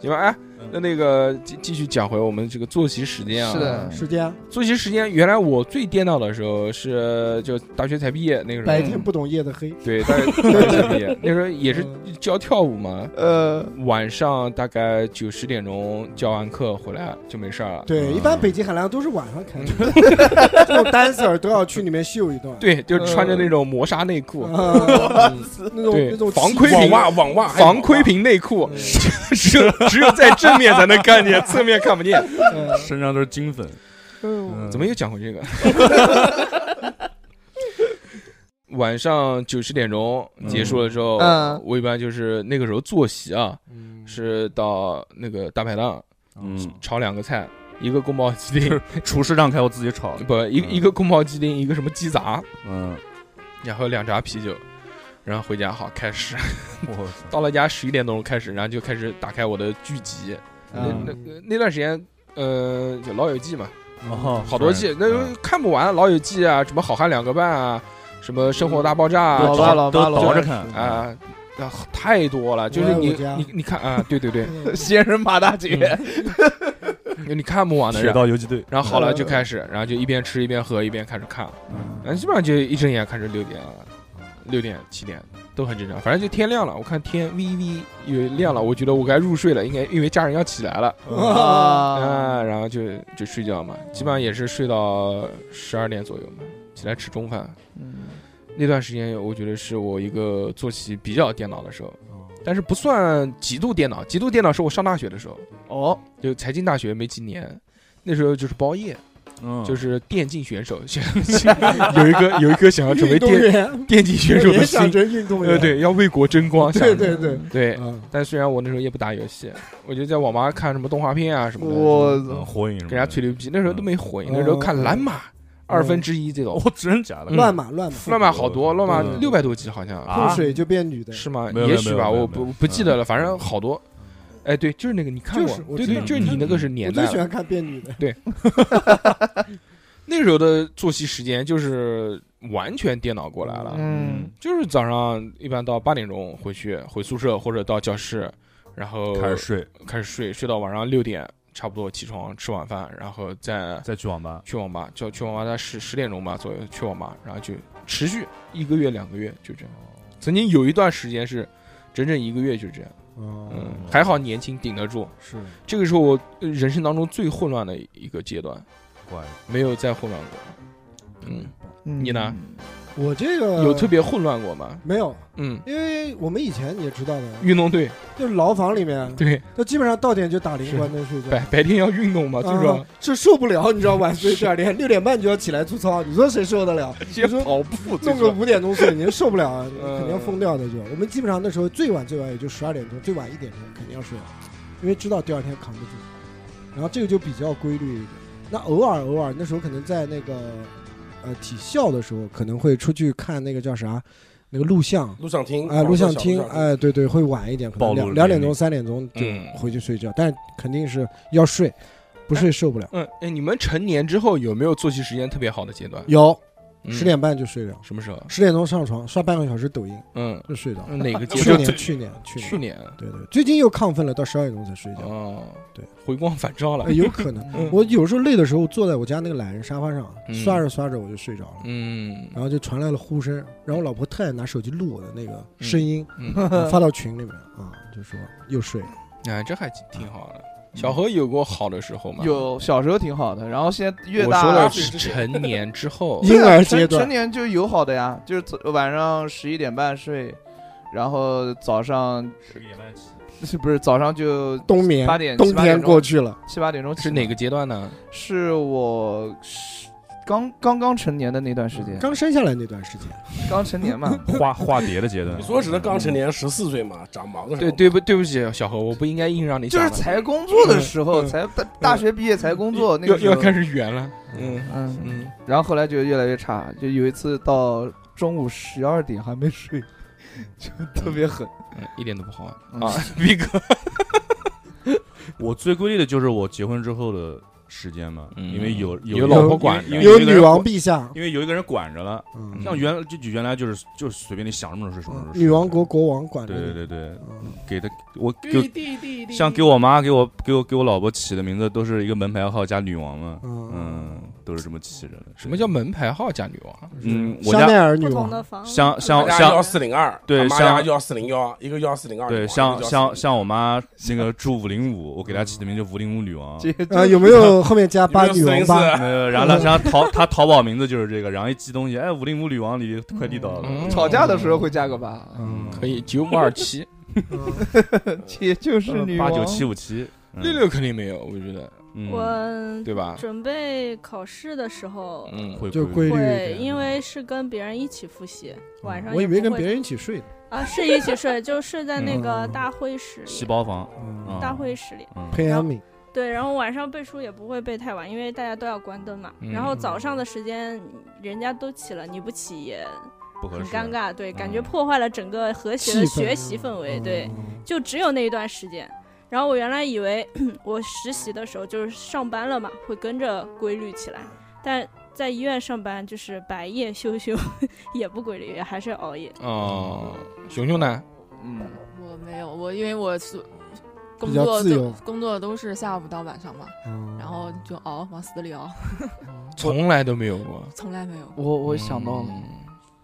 Speaker 1: 行吧，哎，那那个继继续讲回我们这个作息时间啊。
Speaker 3: 是的
Speaker 2: 时间
Speaker 1: 作息时间，原来我最颠倒的时候是就大学才毕业那个时候，
Speaker 2: 白天不懂夜的黑，
Speaker 1: 对，大学大学才毕业那时候也是
Speaker 2: 嗯
Speaker 1: 教跳舞嘛，
Speaker 3: 呃，
Speaker 1: 晚上大概九十点钟教完课回来就没事儿了。
Speaker 2: 对，
Speaker 4: 嗯
Speaker 2: 一般北极海蓝都是晚上开的， 这种 dancer 都要去里面秀一段。
Speaker 1: 嗯对，就穿着那种磨砂内裤、
Speaker 2: 啊，那种
Speaker 1: 对
Speaker 2: 那种
Speaker 1: 防
Speaker 2: 气
Speaker 1: 窥
Speaker 6: 网
Speaker 1: 屏、
Speaker 6: 袜网袜还有
Speaker 1: 防窥
Speaker 6: 网袜
Speaker 1: 屏内裤，
Speaker 2: 嗯
Speaker 1: 只 有只有在正面才能看见，侧面看不见。
Speaker 2: 嗯
Speaker 4: 身上都是金粉，
Speaker 3: 呃
Speaker 4: 嗯
Speaker 1: 怎么又讲回这个？ 晚上九十点钟结束了之后，
Speaker 3: 嗯
Speaker 1: 我一般就是那个时候作息啊，哦是到那个大排档
Speaker 4: 嗯，
Speaker 1: 炒两个菜，一个宫保鸡 丁，
Speaker 4: 厨师让开，我自己炒，
Speaker 1: 不一一个宫保鸡丁，一个什么鸡杂，
Speaker 4: 嗯，
Speaker 1: 然后两扎啤酒，然后回家好开始。
Speaker 4: 我操，
Speaker 1: 到了家十一点钟开始，然后就开始打开我的剧集。
Speaker 4: 嗯
Speaker 1: 那那那段时间，呃，就《老友记》嘛，
Speaker 4: 哦
Speaker 1: 好多季，那
Speaker 4: 嗯
Speaker 1: 看不完，《老友记》啊，什么《好汉两个半》啊，什么《生活大爆炸》啊
Speaker 3: 嗯老爸老
Speaker 4: 都
Speaker 3: 爸老
Speaker 4: 倒着
Speaker 3: 爸，
Speaker 4: 看，
Speaker 1: 啊，啊太多了，就是你
Speaker 2: 我爱我家
Speaker 1: 你你看啊，对对 对，
Speaker 3: 仙人马大姐，
Speaker 1: 你看不完的
Speaker 4: 铁
Speaker 1: 人。
Speaker 4: 道游击队，
Speaker 1: 然后好了就开始，然后就一边吃一边喝一边开始看，
Speaker 3: 嗯
Speaker 1: 然后基本上就一睁眼看是六点了，六点七点都很正常，反正就天亮了。我看天微微有亮了，我觉得我该入睡了，应该因为家人要起来了
Speaker 2: 啊
Speaker 1: 嗯啊，然后就就睡觉嘛，基本上也是睡到十二点左右嘛，起来吃中饭。
Speaker 3: 嗯
Speaker 2: 哦
Speaker 1: 那段时间我觉得是我一个作息比较颠倒的时候，但是不算极度电脑，极度电脑是我上大学的时候，
Speaker 3: 哦，
Speaker 1: 就财经大学没几年，那时候就是包夜，
Speaker 4: 嗯，
Speaker 1: 就是电竞选手， 想有一个有一个想要成为
Speaker 2: 运动
Speaker 1: 电
Speaker 2: 员，
Speaker 1: 电竞选手
Speaker 2: 也
Speaker 1: 的
Speaker 2: 想
Speaker 1: 心，
Speaker 2: 着运动员，
Speaker 1: 呃，对，要为国争光，想
Speaker 2: 对
Speaker 1: 着
Speaker 2: 对对，
Speaker 1: 对。
Speaker 2: 嗯，
Speaker 1: 但虽然我那时候也不打游戏，我就在网吧看什么动画片啊什么的，
Speaker 3: 我
Speaker 4: 嗯火影什么的
Speaker 1: 给人家吹牛逼。那时候都没火影，
Speaker 2: 嗯
Speaker 1: 那时候看蓝马二分之一这种，
Speaker 4: 哦，真假的？
Speaker 1: 嗯
Speaker 2: 乱码乱码，
Speaker 1: 乱马好多，乱马
Speaker 2: 嗯
Speaker 1: 六百多集好像
Speaker 4: 啊
Speaker 2: 碰水就变女的，
Speaker 1: 是吗？
Speaker 4: 没有没
Speaker 1: 也
Speaker 4: 有
Speaker 1: 许
Speaker 4: 没
Speaker 1: 吧，
Speaker 4: 有没有
Speaker 1: 我
Speaker 4: 没
Speaker 1: 不
Speaker 4: 有
Speaker 1: 不记得了，
Speaker 4: 嗯
Speaker 1: 反正好多。哎，对，就是那个你看
Speaker 2: 就
Speaker 1: 过
Speaker 2: 是，我
Speaker 1: 对
Speaker 2: 知
Speaker 1: 对，
Speaker 2: 道
Speaker 1: 就是你那个是
Speaker 2: 我
Speaker 1: 年代
Speaker 2: 最
Speaker 1: 了
Speaker 2: 喜。欢看变女的，
Speaker 1: 那时候的作息时间就是完全颠倒过来了，
Speaker 3: 嗯，
Speaker 1: 就是早上一般到八点钟回去，回宿舍或者到教室，然后
Speaker 4: 嗯开始睡，
Speaker 1: 开始睡，睡到晚上六点差不多起床吃晚饭，然后再
Speaker 4: 再去网吧。
Speaker 1: 去网吧，就去网吧在十十点钟吧左右去网吧，然后就持续一个月两个月就这样。
Speaker 2: 哦
Speaker 1: 曾经有一段时间是整整一个月就这样，嗯，还好年轻顶得住，
Speaker 2: 是
Speaker 1: 这个是我呃人生当中最混乱的一个阶段，
Speaker 4: 怪
Speaker 1: 没有再混乱过。嗯，你呢？
Speaker 2: 我这个
Speaker 1: 有特别混乱过吗？
Speaker 2: 没有？
Speaker 1: 嗯，
Speaker 2: 因为我们以前你也知道的，
Speaker 1: 运动队
Speaker 2: 就是牢房里面，
Speaker 1: 对，
Speaker 2: 那基本上到点就打铃
Speaker 1: 是
Speaker 2: 关灯睡觉。
Speaker 1: 白白天要运动嘛，最主要
Speaker 2: 啊，这受不了，你知道晚睡第二天六点半就要起来做操，你说谁受得 了？
Speaker 1: 先
Speaker 2: 说
Speaker 1: 跑步， 最
Speaker 2: 弄
Speaker 1: 主
Speaker 2: 个
Speaker 1: 要
Speaker 2: 五点钟睡，你受不了啊，
Speaker 1: 嗯
Speaker 2: 肯定要疯掉的就。我们基本上那时候最晚最晚也就十二点钟，最晚一点钟肯定要睡了，因为知道第二天扛不住。然后这个就比较规律一点。那偶尔偶尔，那时候可能在那个呃体校的时候，可能会出去看那个叫啥，那个录像。
Speaker 6: 录像厅
Speaker 2: 哎，录像厅，，
Speaker 6: 小
Speaker 2: 哎，对对，会晚一点，可
Speaker 4: 暴
Speaker 2: 能
Speaker 4: 露了
Speaker 2: 两
Speaker 4: 年
Speaker 2: 两点
Speaker 4: 龄
Speaker 2: 钟、三点钟就
Speaker 1: 嗯
Speaker 2: 回去睡觉，但肯定是要睡，不睡受不了。
Speaker 1: 嗯，哎，你们成年之后有没有作息时间特别好的阶段？
Speaker 2: 有
Speaker 1: 嗯
Speaker 2: 十点半就睡着，
Speaker 1: 什么时候？
Speaker 2: 十点钟上床刷半个小时抖音
Speaker 1: 嗯，
Speaker 2: 就睡着。
Speaker 1: 嗯 哪个 阶
Speaker 2: 去
Speaker 1: 段？
Speaker 2: 年去年去
Speaker 1: 去
Speaker 2: 年，
Speaker 1: 年
Speaker 2: 对对，最近又亢奋了，到十二点钟才睡觉，
Speaker 1: 哦，
Speaker 2: 对，
Speaker 1: 回光返照了
Speaker 2: 哎。有可 能。
Speaker 1: 嗯
Speaker 2: 我有时候累的时候，坐在我家那个懒人沙发上，
Speaker 1: 嗯
Speaker 2: 刷着刷着我就睡着了，
Speaker 1: 嗯
Speaker 2: 然后就传来了呼声，然后我老婆特爱拿手机录我的那个声音，
Speaker 1: 嗯，
Speaker 2: 然后 发到群里面啊，就说又睡了。
Speaker 1: 哎，这还挺好的。
Speaker 2: 嗯
Speaker 1: 小何有过好的时候吗？。
Speaker 3: 有小时候挺好的，然后现在越
Speaker 1: 我
Speaker 3: 大啊
Speaker 1: 说
Speaker 6: 了
Speaker 1: 了
Speaker 6: 是
Speaker 1: 是成年之后，
Speaker 2: 婴儿阶
Speaker 3: 成
Speaker 2: 段
Speaker 3: 成年就有好的呀，就是早晚上十一点半睡，然后早上
Speaker 4: 十点半起，
Speaker 3: 是不是早上就
Speaker 2: 冬眠，
Speaker 3: 八点
Speaker 2: 冬天过去了，
Speaker 3: 七八点钟起
Speaker 1: 是哪个阶段呢？
Speaker 3: 是我是刚刚刚成年的那段时间，
Speaker 2: 刚生下来那段时间，
Speaker 3: 刚成年嘛，
Speaker 4: 化化蝶的阶段
Speaker 6: 你。所指的刚成年十四岁嘛，长毛的时候
Speaker 1: 对，对不对不起，小何，我不应该硬让你
Speaker 3: 就
Speaker 1: 讲
Speaker 3: 是
Speaker 1: 的。
Speaker 3: 才工作的时候，
Speaker 1: 嗯
Speaker 3: 才大大学毕业才工作那
Speaker 1: 要
Speaker 3: 个时候
Speaker 1: 要 开始圆了。嗯
Speaker 3: 嗯，
Speaker 1: 嗯，
Speaker 3: 然后后来就越来越差，就有一次到中午十二点还没睡， 就特别狠。
Speaker 1: 嗯一点都不好玩
Speaker 3: 嗯
Speaker 1: 啊，逼哥。
Speaker 4: 我最规律的就是我结婚之后的时间嘛，
Speaker 1: 嗯
Speaker 4: 因为有
Speaker 1: 有
Speaker 4: 一个
Speaker 1: 老
Speaker 4: 人
Speaker 1: 婆管
Speaker 4: 因为
Speaker 2: 有
Speaker 4: 一个
Speaker 2: 女
Speaker 4: 人
Speaker 2: 王
Speaker 4: 管
Speaker 2: 陛下，
Speaker 4: 因为有一个人管着了。
Speaker 2: 嗯
Speaker 1: 嗯
Speaker 4: 像原就就原来就是就是随便你想什么时候睡什么时候睡。
Speaker 2: 女王国国王管着
Speaker 4: 对
Speaker 2: 你。
Speaker 4: 对对对，
Speaker 2: 嗯
Speaker 4: 给他我就像给我妈给我给我给我老婆起的名字都是一个门牌号加女王嘛，
Speaker 2: 嗯，
Speaker 4: 嗯，都是这么起着的。
Speaker 1: 什么叫门牌号加女王？啊
Speaker 4: 嗯？我
Speaker 2: 香奈
Speaker 4: 家
Speaker 2: 儿女
Speaker 7: 不
Speaker 2: 王
Speaker 7: 同的房
Speaker 4: 像像
Speaker 6: 他家
Speaker 4: 像
Speaker 6: 幺四零二，
Speaker 4: 对
Speaker 6: 他
Speaker 4: 像
Speaker 6: 妈幺四零幺，一个幺四零二，
Speaker 4: 对，像像像我妈那个住五零五，我给她起的名叫五零五女王。
Speaker 3: 这
Speaker 2: 呃，有没有后面加八女王八？
Speaker 6: 404
Speaker 4: 没有，然后她然后淘她淘宝名字就是这个，然后一寄东西，哎，五零五女王你快递到了。
Speaker 1: 嗯
Speaker 3: 吵架的时候会加个八，
Speaker 2: 嗯，
Speaker 1: 可以九五二七
Speaker 3: 也就是
Speaker 4: 呃
Speaker 3: 女
Speaker 4: 八
Speaker 3: 王
Speaker 4: 九七五七
Speaker 1: 六六肯定没有，我觉得
Speaker 4: 嗯，
Speaker 7: 我
Speaker 1: 对吧？
Speaker 7: 准备考试的时候，
Speaker 1: 嗯，
Speaker 4: 会
Speaker 2: 就规律一
Speaker 7: 会
Speaker 2: 点。嗯
Speaker 7: 因为是跟别人一起复习，晚上
Speaker 2: 我以
Speaker 7: 也
Speaker 2: 为
Speaker 7: 不
Speaker 2: 跟
Speaker 7: 会
Speaker 2: 别人一起睡呢。
Speaker 7: 啊是一起睡，就睡在那个
Speaker 2: 嗯
Speaker 7: 大会室
Speaker 4: 细
Speaker 7: 里，
Speaker 4: 胞房，
Speaker 2: 嗯
Speaker 4: 啊，
Speaker 7: 大会室里。
Speaker 4: 嗯
Speaker 2: 培养皿，
Speaker 7: 对，然后晚上背书也不会背太晚，因为大家都要关灯嘛。然后早上的时间人家都起了，你不起也
Speaker 4: 不合
Speaker 7: 很
Speaker 4: 适，
Speaker 7: 尴尬，对，感觉
Speaker 4: 嗯
Speaker 7: 破坏了整个和谐的
Speaker 2: 气氛
Speaker 7: 学习氛围，对，
Speaker 2: 嗯
Speaker 7: 就只有那一段时间。然后我原来以为 我实习的时候就是上班了嘛，会跟着规律起来，但在医院上班就是白夜羞羞， 也不规律，也还是熬夜。
Speaker 1: 哦，熊熊呢？
Speaker 3: 嗯，
Speaker 5: 我没有，我因为我是工
Speaker 2: 比较
Speaker 5: 作
Speaker 2: 自
Speaker 5: 都
Speaker 2: 由
Speaker 5: 工作都是下午到晚上嘛，
Speaker 2: 嗯
Speaker 5: 然后就熬，往死里熬，
Speaker 1: 从来都没有过。
Speaker 5: 从来没有过。
Speaker 3: 我我想到了，
Speaker 1: 嗯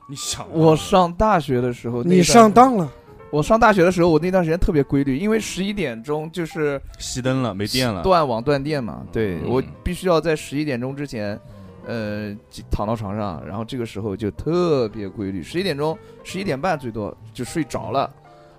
Speaker 4: 你
Speaker 6: 啊
Speaker 4: 想
Speaker 3: 我上大学的时候，那
Speaker 2: 你
Speaker 3: 段
Speaker 2: 上当了，
Speaker 3: 我上大学的时候，我那段时间特别规律，因为十一点钟就是
Speaker 4: 熄灯了，没电了，
Speaker 3: 断网断电嘛，对
Speaker 1: 嗯
Speaker 3: 我必须要在十一点钟之前，呃，躺到床上，然后这个时候就特别规律，十一点钟、十一点半最多就睡着了。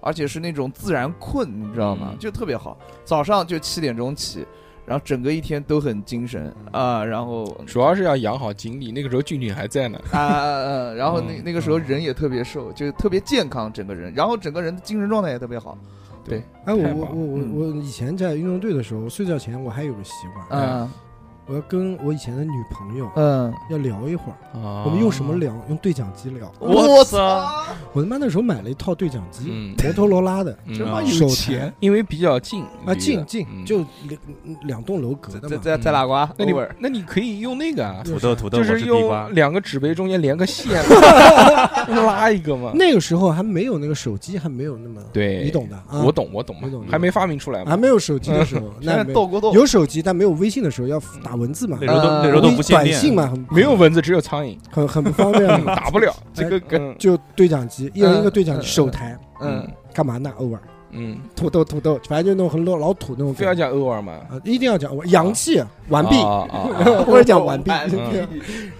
Speaker 3: 而且是那种自然困，你知道吗？
Speaker 4: 嗯
Speaker 3: 就特别好。早上就七点钟起，然后整个一天都很精神啊、然后
Speaker 1: 主要是要养好精力。那个时候俊俊还在呢，
Speaker 3: 啊啊啊，然后那
Speaker 1: 嗯
Speaker 3: 那个时候人也特别瘦，就特别健康，整个人，然后整个人的精神状态也特别好。
Speaker 2: 哎，我
Speaker 1: 太
Speaker 2: 我
Speaker 1: 棒了
Speaker 2: 我我
Speaker 3: 嗯
Speaker 2: 我以前在运动队的时候，睡觉前我还有个习惯，
Speaker 3: 嗯
Speaker 2: 我要跟我以前的女朋友
Speaker 3: 嗯，
Speaker 2: 要聊一会儿。
Speaker 1: 我
Speaker 2: 我们用什么？聊？用对讲机聊。
Speaker 3: 我操，
Speaker 2: 我他妈那时候买了一套对讲机，
Speaker 1: 嗯，
Speaker 2: 摩托罗拉的，
Speaker 1: 嗯
Speaker 3: 这
Speaker 1: 啊
Speaker 3: 么
Speaker 2: 有
Speaker 3: 有
Speaker 2: 手
Speaker 3: 钱
Speaker 2: 钱，
Speaker 1: 因为比较近
Speaker 2: 啊，
Speaker 1: 离
Speaker 2: 近
Speaker 1: 得
Speaker 2: 近
Speaker 1: 嗯
Speaker 2: 就两两栋楼隔的嗯
Speaker 3: 在
Speaker 2: 嘛。
Speaker 3: 在在哪瓜？
Speaker 1: 那你
Speaker 3: 偶尔
Speaker 1: 哦那你可以用那个啊，
Speaker 2: 用
Speaker 4: 土
Speaker 2: 啥
Speaker 4: 豆土豆，
Speaker 1: 就
Speaker 4: 我是地瓜
Speaker 1: 用。两个纸杯中间连个线， 拉一个嘛。
Speaker 2: 那个时候还没有那个手机，还没有那么，
Speaker 1: 对
Speaker 2: 你懂的啊。
Speaker 1: 我懂，我懂
Speaker 2: 我懂
Speaker 1: 嘛
Speaker 2: 啊你，
Speaker 1: 还没发明出来嘛。
Speaker 2: 还没有手机的时候，
Speaker 3: 现
Speaker 2: 那
Speaker 3: 在
Speaker 2: 没
Speaker 3: 斗过斗，
Speaker 2: 有手机但没有微信的时候要打文字嘛，
Speaker 4: 那时候都
Speaker 3: 呃
Speaker 4: 那时候都不限
Speaker 2: 短
Speaker 4: 电，
Speaker 2: 信嘛，很
Speaker 1: 没有蚊子，只有苍蝇，
Speaker 2: 很很不方便嘛。
Speaker 1: 打不了 这
Speaker 2: 哎
Speaker 1: 个梗。
Speaker 2: 就对讲机，一人一个对讲
Speaker 3: 嗯
Speaker 2: 机，手台
Speaker 3: 嗯，
Speaker 2: 干嘛呢？偶尔
Speaker 1: 嗯，
Speaker 2: 土豆土豆，反正就那种很老老土那种
Speaker 1: 非要
Speaker 2: 感觉。
Speaker 1: 讲偶尔嘛。
Speaker 2: 啊，一定要讲洋气完毕，
Speaker 4: 哦
Speaker 1: 啊啊啊啊
Speaker 2: 或者讲完毕。
Speaker 3: 完毕
Speaker 2: 对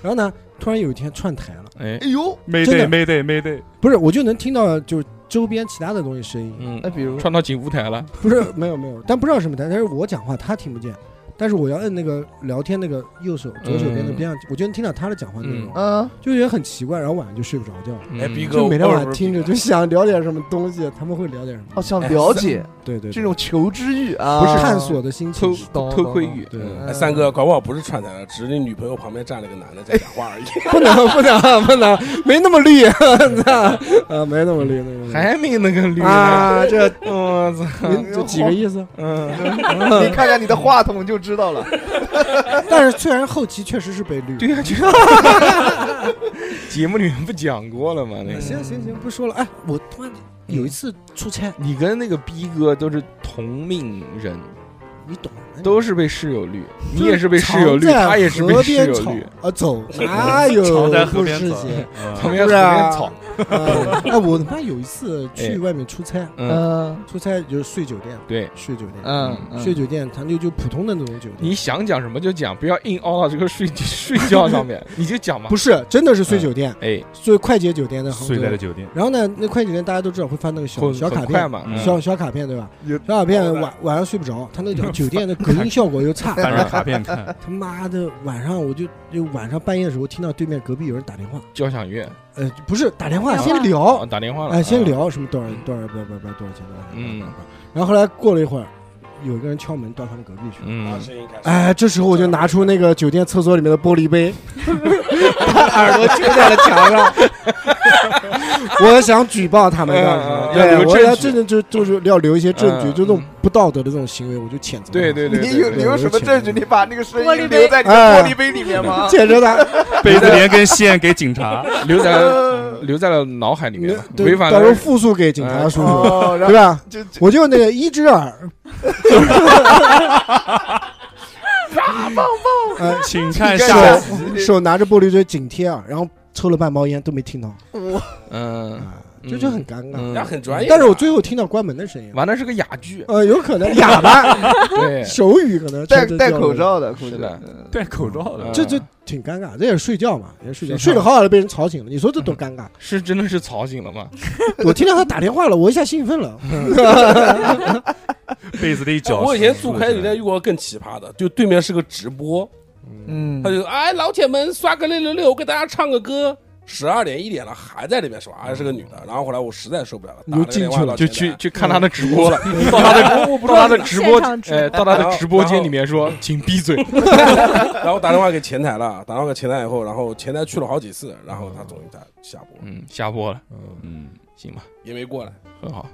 Speaker 2: 然后呢，突然有一天串台了，
Speaker 1: 哎
Speaker 3: 哎，呦，
Speaker 2: 真的
Speaker 4: Mayday Mayday Mayday，
Speaker 2: 不是，我就能听到就是周边其他的东西声音，
Speaker 1: 嗯
Speaker 3: 那，比如
Speaker 1: 串到警务台了。
Speaker 2: 不是没有没有，但不知道什么台，但是我讲话他听不见，但是我要摁那个聊天那个右手左手
Speaker 4: 嗯
Speaker 2: 边的边上，我就能听到他的讲话内容，
Speaker 3: 嗯，
Speaker 2: 就觉得很奇怪，然后晚上就睡不着觉了。
Speaker 1: 嗯
Speaker 6: 哎逼哥
Speaker 2: 就每天晚上听
Speaker 1: 啊
Speaker 2: 着就想聊点什么东西，他们会聊点什么？
Speaker 3: 哦，想了解
Speaker 2: 对对，对
Speaker 3: 这种求知欲啊，
Speaker 2: 不是探索的心
Speaker 1: 偷
Speaker 2: 情，
Speaker 3: 懂
Speaker 1: 偷窥欲。
Speaker 2: 懂懂
Speaker 1: 嗯
Speaker 6: 哎三哥，搞不好不是串台了，只是你女朋友旁边站了个男的在讲话而已。
Speaker 2: 不能不能不能，没那么 绿，啊，没那么绿，没那么
Speaker 1: 还没那个绿
Speaker 2: 绿
Speaker 1: 呢，
Speaker 2: 啊，这
Speaker 1: 我操，
Speaker 2: 你这几个意思？
Speaker 1: 嗯，
Speaker 3: 你看看你的话筒就知道了。
Speaker 2: 但是虽然后期确实是被绿，
Speaker 1: 对呀，就 节目里面不讲过了吗？那个，
Speaker 2: 行行行，不说了。哎，我突然有一次出差，
Speaker 1: 你跟那个逼哥都是同命人，
Speaker 2: 你懂的，
Speaker 1: 都是被室友绿，
Speaker 2: 就
Speaker 1: 你也是被室友绿，
Speaker 2: 常在
Speaker 1: 他也是被
Speaker 2: 河
Speaker 1: 室
Speaker 2: 边
Speaker 1: 友
Speaker 2: 吵
Speaker 1: 绿，
Speaker 2: 啊，走 哪有
Speaker 4: 常在河
Speaker 2: 不
Speaker 4: 边
Speaker 2: 是啊
Speaker 4: 走
Speaker 2: 些？
Speaker 1: 旁
Speaker 4: 嗯
Speaker 1: 边河边草，
Speaker 2: 啊，哎我他妈有一次去
Speaker 1: 哎
Speaker 2: 外面出差，
Speaker 1: 嗯，
Speaker 3: 嗯
Speaker 2: 出差就是睡酒店，
Speaker 1: 对。
Speaker 2: 睡酒店，
Speaker 3: 嗯，
Speaker 2: 睡酒店，他就就普通的那种酒
Speaker 1: 你
Speaker 2: 店，
Speaker 1: 想讲什么就讲，不要硬凹到这个睡睡觉上 面，你就讲嘛
Speaker 2: 不。是真的是睡酒店，
Speaker 1: 哎，
Speaker 2: 睡快捷酒店在杭
Speaker 4: 睡在了
Speaker 2: 州。
Speaker 4: 酒 店，
Speaker 2: 然后呢，那快捷酒店大家都知道会发那个小
Speaker 1: 很
Speaker 2: 小卡
Speaker 1: 很快
Speaker 2: 片，
Speaker 1: 嘛，
Speaker 4: 嗯
Speaker 1: 嗯
Speaker 2: 小小卡片对吧？
Speaker 3: 有
Speaker 2: 小卡片晚晚上睡不着，他 那个酒店的隔音效果又差，
Speaker 4: 翻着卡片看，
Speaker 2: 他妈的晚上我就就晚上半夜的时候听到对面隔壁有人打电话，
Speaker 1: 交响乐，
Speaker 2: 呃，不是打电话
Speaker 5: 打电
Speaker 2: 先
Speaker 5: 话
Speaker 1: 哦，
Speaker 2: 聊，
Speaker 1: 打电话了，
Speaker 2: 哎，先
Speaker 1: 嗯，
Speaker 2: 聊什么多少多少不不不多少钱多少钱，
Speaker 1: 嗯
Speaker 2: 多少钱，然后后来过了一会儿，有一个人敲门到他们隔壁去 了。
Speaker 1: 嗯，
Speaker 2: 哎，这时候我就拿出那个酒店厕所里面的玻璃 杯，把耳朵贴在了墙上。 我想举报他们，当
Speaker 1: 嗯嗯嗯
Speaker 2: 时
Speaker 1: 要
Speaker 2: 对
Speaker 1: 留
Speaker 2: 我要
Speaker 1: 证
Speaker 2: 证据，就就是要留一些证据，
Speaker 1: 嗯
Speaker 2: 就这种不道德的这种行为，我就谴责。
Speaker 1: 对，对对，
Speaker 3: 你
Speaker 1: 对
Speaker 3: 有
Speaker 1: 对
Speaker 2: 对
Speaker 3: 留
Speaker 2: 有
Speaker 3: 什么
Speaker 2: 钱
Speaker 3: 证据？你把那个声
Speaker 5: 玻璃
Speaker 3: 音
Speaker 5: 杯
Speaker 3: 留在你的
Speaker 2: 哎
Speaker 3: 玻璃杯里面吗？
Speaker 2: 谴责他。
Speaker 4: 杯子连根线给警察，
Speaker 1: 留在了
Speaker 3: 嗯
Speaker 1: 留在了脑海里面嘛，
Speaker 2: 对
Speaker 1: 违反
Speaker 2: 到时候
Speaker 1: 了嗯
Speaker 2: 复诉给警察叔叔，
Speaker 3: 哦，然
Speaker 2: 对
Speaker 3: 后
Speaker 2: 吧？
Speaker 3: 就就
Speaker 2: 我就那个一只耳，棒棒，
Speaker 4: 请看
Speaker 2: 手
Speaker 4: 下集。
Speaker 2: 呃手拿着玻璃锥紧贴耳，然后抽了半包烟都没听到，
Speaker 1: 嗯，
Speaker 2: 啊，这就很尴尬。
Speaker 1: 嗯
Speaker 6: 人家很专业，
Speaker 2: 但是我最后听到关门的声音，
Speaker 1: 完了是个哑 剧，
Speaker 2: 呃，有可能哑巴，
Speaker 1: 对，
Speaker 2: 手语可能
Speaker 3: 戴
Speaker 2: 真的
Speaker 3: 戴
Speaker 2: 叫
Speaker 3: 口
Speaker 2: 了，
Speaker 3: 罩的，估计
Speaker 1: 是的
Speaker 3: 嗯
Speaker 4: 戴口罩的
Speaker 1: 嗯，
Speaker 2: 这这挺尴尬，这也是睡觉嘛，也是睡觉，
Speaker 1: 睡觉
Speaker 2: 睡得好好的被人吵醒了，你说这多 尴尬？
Speaker 1: 是真的是吵醒了吗？
Speaker 2: 我听到他打电话了，我一下兴 奋了，
Speaker 4: 被子的一角。
Speaker 6: 哎我以前住快捷酒店遇过更奇葩的，就对面是个直播，
Speaker 3: 嗯
Speaker 6: 他就哎老铁们刷个六六六，我给大家唱个歌。十二点一点了，还在那边刷，还是个女的。然后后来我实在受不了了，
Speaker 2: 你
Speaker 6: 打
Speaker 2: 就
Speaker 6: 了个电话
Speaker 2: 进去
Speaker 6: 到
Speaker 2: 了
Speaker 1: 就
Speaker 6: 前
Speaker 1: 去
Speaker 6: 台
Speaker 1: 去看
Speaker 2: 嗯
Speaker 1: 他的直 播了，
Speaker 6: 到他的，我不知
Speaker 1: 到
Speaker 6: 道
Speaker 1: 他的
Speaker 6: 是
Speaker 1: 直播，
Speaker 5: 现场直播
Speaker 1: 呃，到他的直播间里面说
Speaker 2: 嗯
Speaker 6: 然，
Speaker 1: 请闭嘴，
Speaker 6: 哪然后打电话给前台了， 打电话给前台以后，然后前台去了好几次，然后他终于才下播，
Speaker 1: 嗯，下播了，
Speaker 4: 嗯，
Speaker 1: 行吧，
Speaker 6: 也没过来。
Speaker 1: 很好，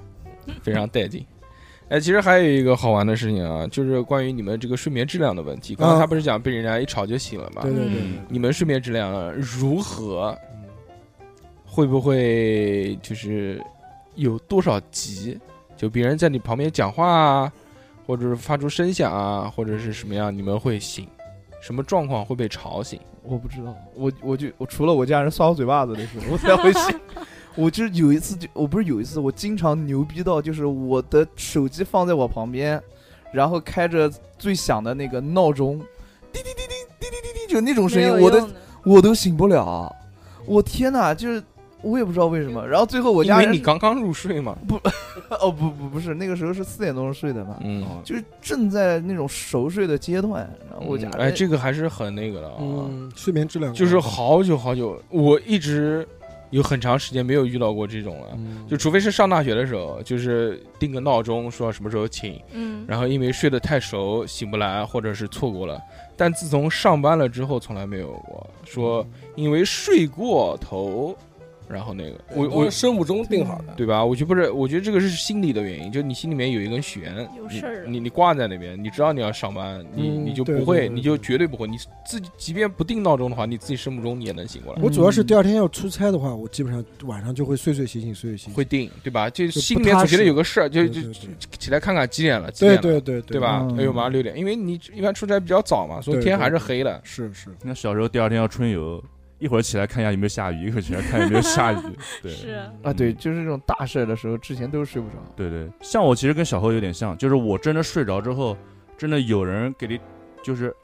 Speaker 1: 非常带劲。 哎，其实还有一个好玩的事情啊，就是关于你们这个睡眠质量的问题。刚才
Speaker 2: 啊
Speaker 1: 他不是讲被人家一吵就醒了吗？
Speaker 2: 对对对
Speaker 4: 嗯
Speaker 1: 你们睡眠质量如何？
Speaker 3: 嗯
Speaker 1: 会不会就是有多少级？就别人在你旁边讲话啊，或者是发出声响啊，或者是什么样，你们会醒？什么状况会被吵醒？
Speaker 3: 我不知道，我我就我除了我家人扇我嘴巴子的时候，我才会 醒。我就是有一次就我不是有一次，我经常牛逼到就是我的手机放在我旁边，然后开着最响的那个闹钟，滴滴滴滴滴滴滴滴，就那种声
Speaker 7: 没
Speaker 3: 音，
Speaker 7: 有
Speaker 3: 我的
Speaker 7: 用的
Speaker 3: 我都醒不了。我天哪，就是我也不知道为什么。然后最后我
Speaker 1: 因
Speaker 3: 家
Speaker 1: 为
Speaker 3: 人
Speaker 1: 你刚刚入睡嘛。
Speaker 3: 哦不不不是那个时候是四点钟睡的嘛，
Speaker 1: 嗯，
Speaker 3: 就是正在那种熟睡的阶段。然后我家人
Speaker 1: 哎，这个还是很那个的啊，
Speaker 2: 嗯，睡眠质量
Speaker 1: 就是好久好久，我一直有很长时间没有遇到过这种了。
Speaker 2: 嗯
Speaker 1: 就除非是上大学的时候，就是定个闹钟，说什么时候寝，
Speaker 7: 嗯，
Speaker 1: 然后因为睡得太熟醒不来，或者是错过了。但自从上班了之后，从来没有过说
Speaker 2: 嗯
Speaker 1: 因为睡过头，然后那个我
Speaker 6: 都
Speaker 1: 我
Speaker 6: 是生物钟定好的。
Speaker 1: 对吧？我觉得不是，我觉得这个是心理的原因，就你心里面有一根弦，
Speaker 7: 有
Speaker 1: 你
Speaker 7: 事儿了
Speaker 1: 你你挂在那边，你知道你要上班，你
Speaker 2: 嗯
Speaker 1: 你就
Speaker 2: 对
Speaker 1: 不会，
Speaker 2: 对对
Speaker 1: 你就
Speaker 2: 对
Speaker 1: 绝对不会，你自己即便不定闹钟的话，你自己生物钟你也能醒过来，
Speaker 2: 我主要是第二天要出差的话，我基本上晚上就会睡睡醒醒，睡睡醒醒。
Speaker 1: 会定，对吧？就
Speaker 2: 就
Speaker 1: 心里
Speaker 2: 不
Speaker 1: 面
Speaker 2: 踏
Speaker 1: 总觉得
Speaker 2: 实
Speaker 1: 有个事儿，就
Speaker 2: 对
Speaker 1: 就
Speaker 2: 对
Speaker 1: 起来看看几点了，几点
Speaker 2: 对
Speaker 1: 了，
Speaker 2: 对对对
Speaker 1: 对吧？
Speaker 3: 嗯
Speaker 1: 哎呦妈，六点，因为你一般出差比较早嘛，所以
Speaker 2: 对
Speaker 1: 天
Speaker 2: 对
Speaker 1: 还是
Speaker 2: 对
Speaker 1: 黑的。
Speaker 2: 嗯是是，
Speaker 4: 那小时候第二天要春游，一会儿起来看一下有没有下雨，一会儿起来看有没有下雨。对
Speaker 7: 是
Speaker 1: 嗯
Speaker 3: 啊对，就是这种大事儿的时候，之前都是睡不着。
Speaker 4: 对对，像我其实跟小侯有点像，就是我真的睡着之后，真的有人给你，就是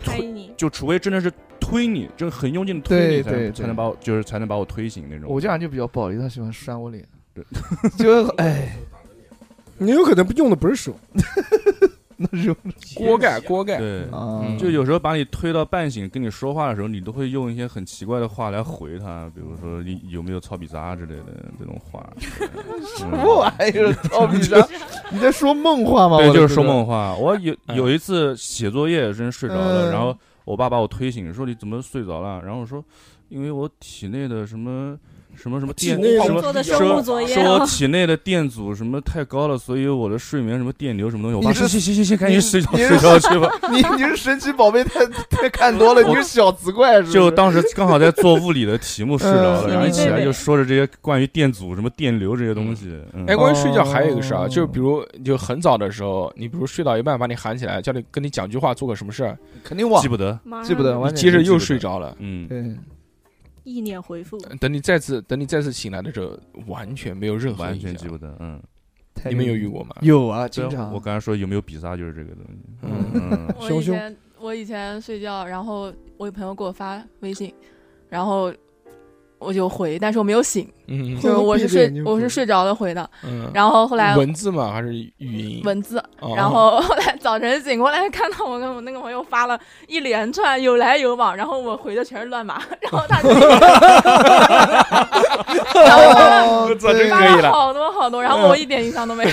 Speaker 7: 拍你，
Speaker 4: 就除非真的是推你，就是很用劲的推
Speaker 3: 对
Speaker 4: 你才能
Speaker 3: 对对
Speaker 4: 才能把我就是才能把我推醒那种。
Speaker 3: 我家人就比较暴力，他喜欢扇我脸
Speaker 4: 对，
Speaker 3: 就哎，
Speaker 2: 你有可能用的不是手，
Speaker 3: 那种
Speaker 1: 锅盖，锅盖，
Speaker 4: 对。
Speaker 3: 啊
Speaker 1: 嗯
Speaker 4: 就有时候把你推到半醒，跟你说话的时候，你都会用一些很奇怪的话来回他，比如说你有没有操比渣之类的这种 话。什
Speaker 3: 什么玩意儿？操你啥？你在说梦话吗？
Speaker 4: 对，
Speaker 3: 我
Speaker 4: 就
Speaker 3: 都
Speaker 4: 是说
Speaker 3: 觉得。
Speaker 4: 梦话。我有
Speaker 1: 嗯
Speaker 4: 有一次写作业，真睡着了，
Speaker 3: 哎嗯
Speaker 4: 然后我爸把我推醒，说你怎么睡着了？然后我说，因为我体内的什么什么什么电
Speaker 2: 内
Speaker 4: 什么
Speaker 7: 做的
Speaker 4: 说
Speaker 7: 生物作业
Speaker 4: 说我
Speaker 7: 哦，
Speaker 4: 体内的电阻什么太高了，所以我的睡眠什么电流什么东西。我爸
Speaker 3: 你
Speaker 4: 说
Speaker 3: 是
Speaker 4: 行行行行，赶紧
Speaker 3: 你
Speaker 4: 睡着
Speaker 3: 你是
Speaker 4: 睡 着去吧。
Speaker 3: 你你是神奇宝贝太太看多了，
Speaker 4: 我
Speaker 3: 你是小紫怪是不是？
Speaker 4: 就当时刚好在做物理的题目睡着了，
Speaker 3: 嗯
Speaker 4: 然后一起
Speaker 7: 对
Speaker 4: 来
Speaker 7: 对
Speaker 4: 就说着这些关于电阻什么电流这些东西。嗯
Speaker 1: 哎，关于睡觉还有一个事啊，
Speaker 3: 哦
Speaker 1: 就是比如就很早的时候，你比如睡到一半把你喊起来，叫你跟你讲句话，做个什么事儿，
Speaker 3: 肯定忘
Speaker 4: 记，不得。
Speaker 7: 马上
Speaker 3: 记不得，完全
Speaker 1: 接着
Speaker 4: 记不
Speaker 1: 又
Speaker 4: 得
Speaker 1: 睡着了。
Speaker 4: 嗯，
Speaker 3: 对，
Speaker 7: 意念回复，
Speaker 1: 等你再次等你再次醒来的时候，完全没有任何
Speaker 4: 完
Speaker 1: 印
Speaker 4: 全记
Speaker 1: 象。
Speaker 4: 不得。嗯，
Speaker 3: 太
Speaker 1: 你们有遇过吗？
Speaker 3: 有啊，经
Speaker 4: 对啊
Speaker 3: 常
Speaker 4: 我刚才说有没有比萨就是这个东西。
Speaker 1: 嗯
Speaker 4: 嗯，
Speaker 5: 我
Speaker 2: 熊
Speaker 5: 以
Speaker 2: 熊
Speaker 5: 前我以前睡觉，然后我有朋友给我发微信，然后我就回，但是我没有醒，
Speaker 1: 嗯
Speaker 5: 就是我是
Speaker 2: 闭着眼
Speaker 5: 睡
Speaker 2: 睛
Speaker 5: 我
Speaker 2: 回
Speaker 5: 是睡着的回的。
Speaker 1: 嗯，
Speaker 5: 然后后来
Speaker 1: 文字嘛还是语音？
Speaker 5: 文字，
Speaker 1: 哦，
Speaker 5: 然后后来早晨醒过来，看到我跟我那个朋友发了一连串有来有往，然后我回的全是乱码，然后他就然后发了
Speaker 3: 哦，对
Speaker 5: 发了好多好多，然后我一点印象都没有，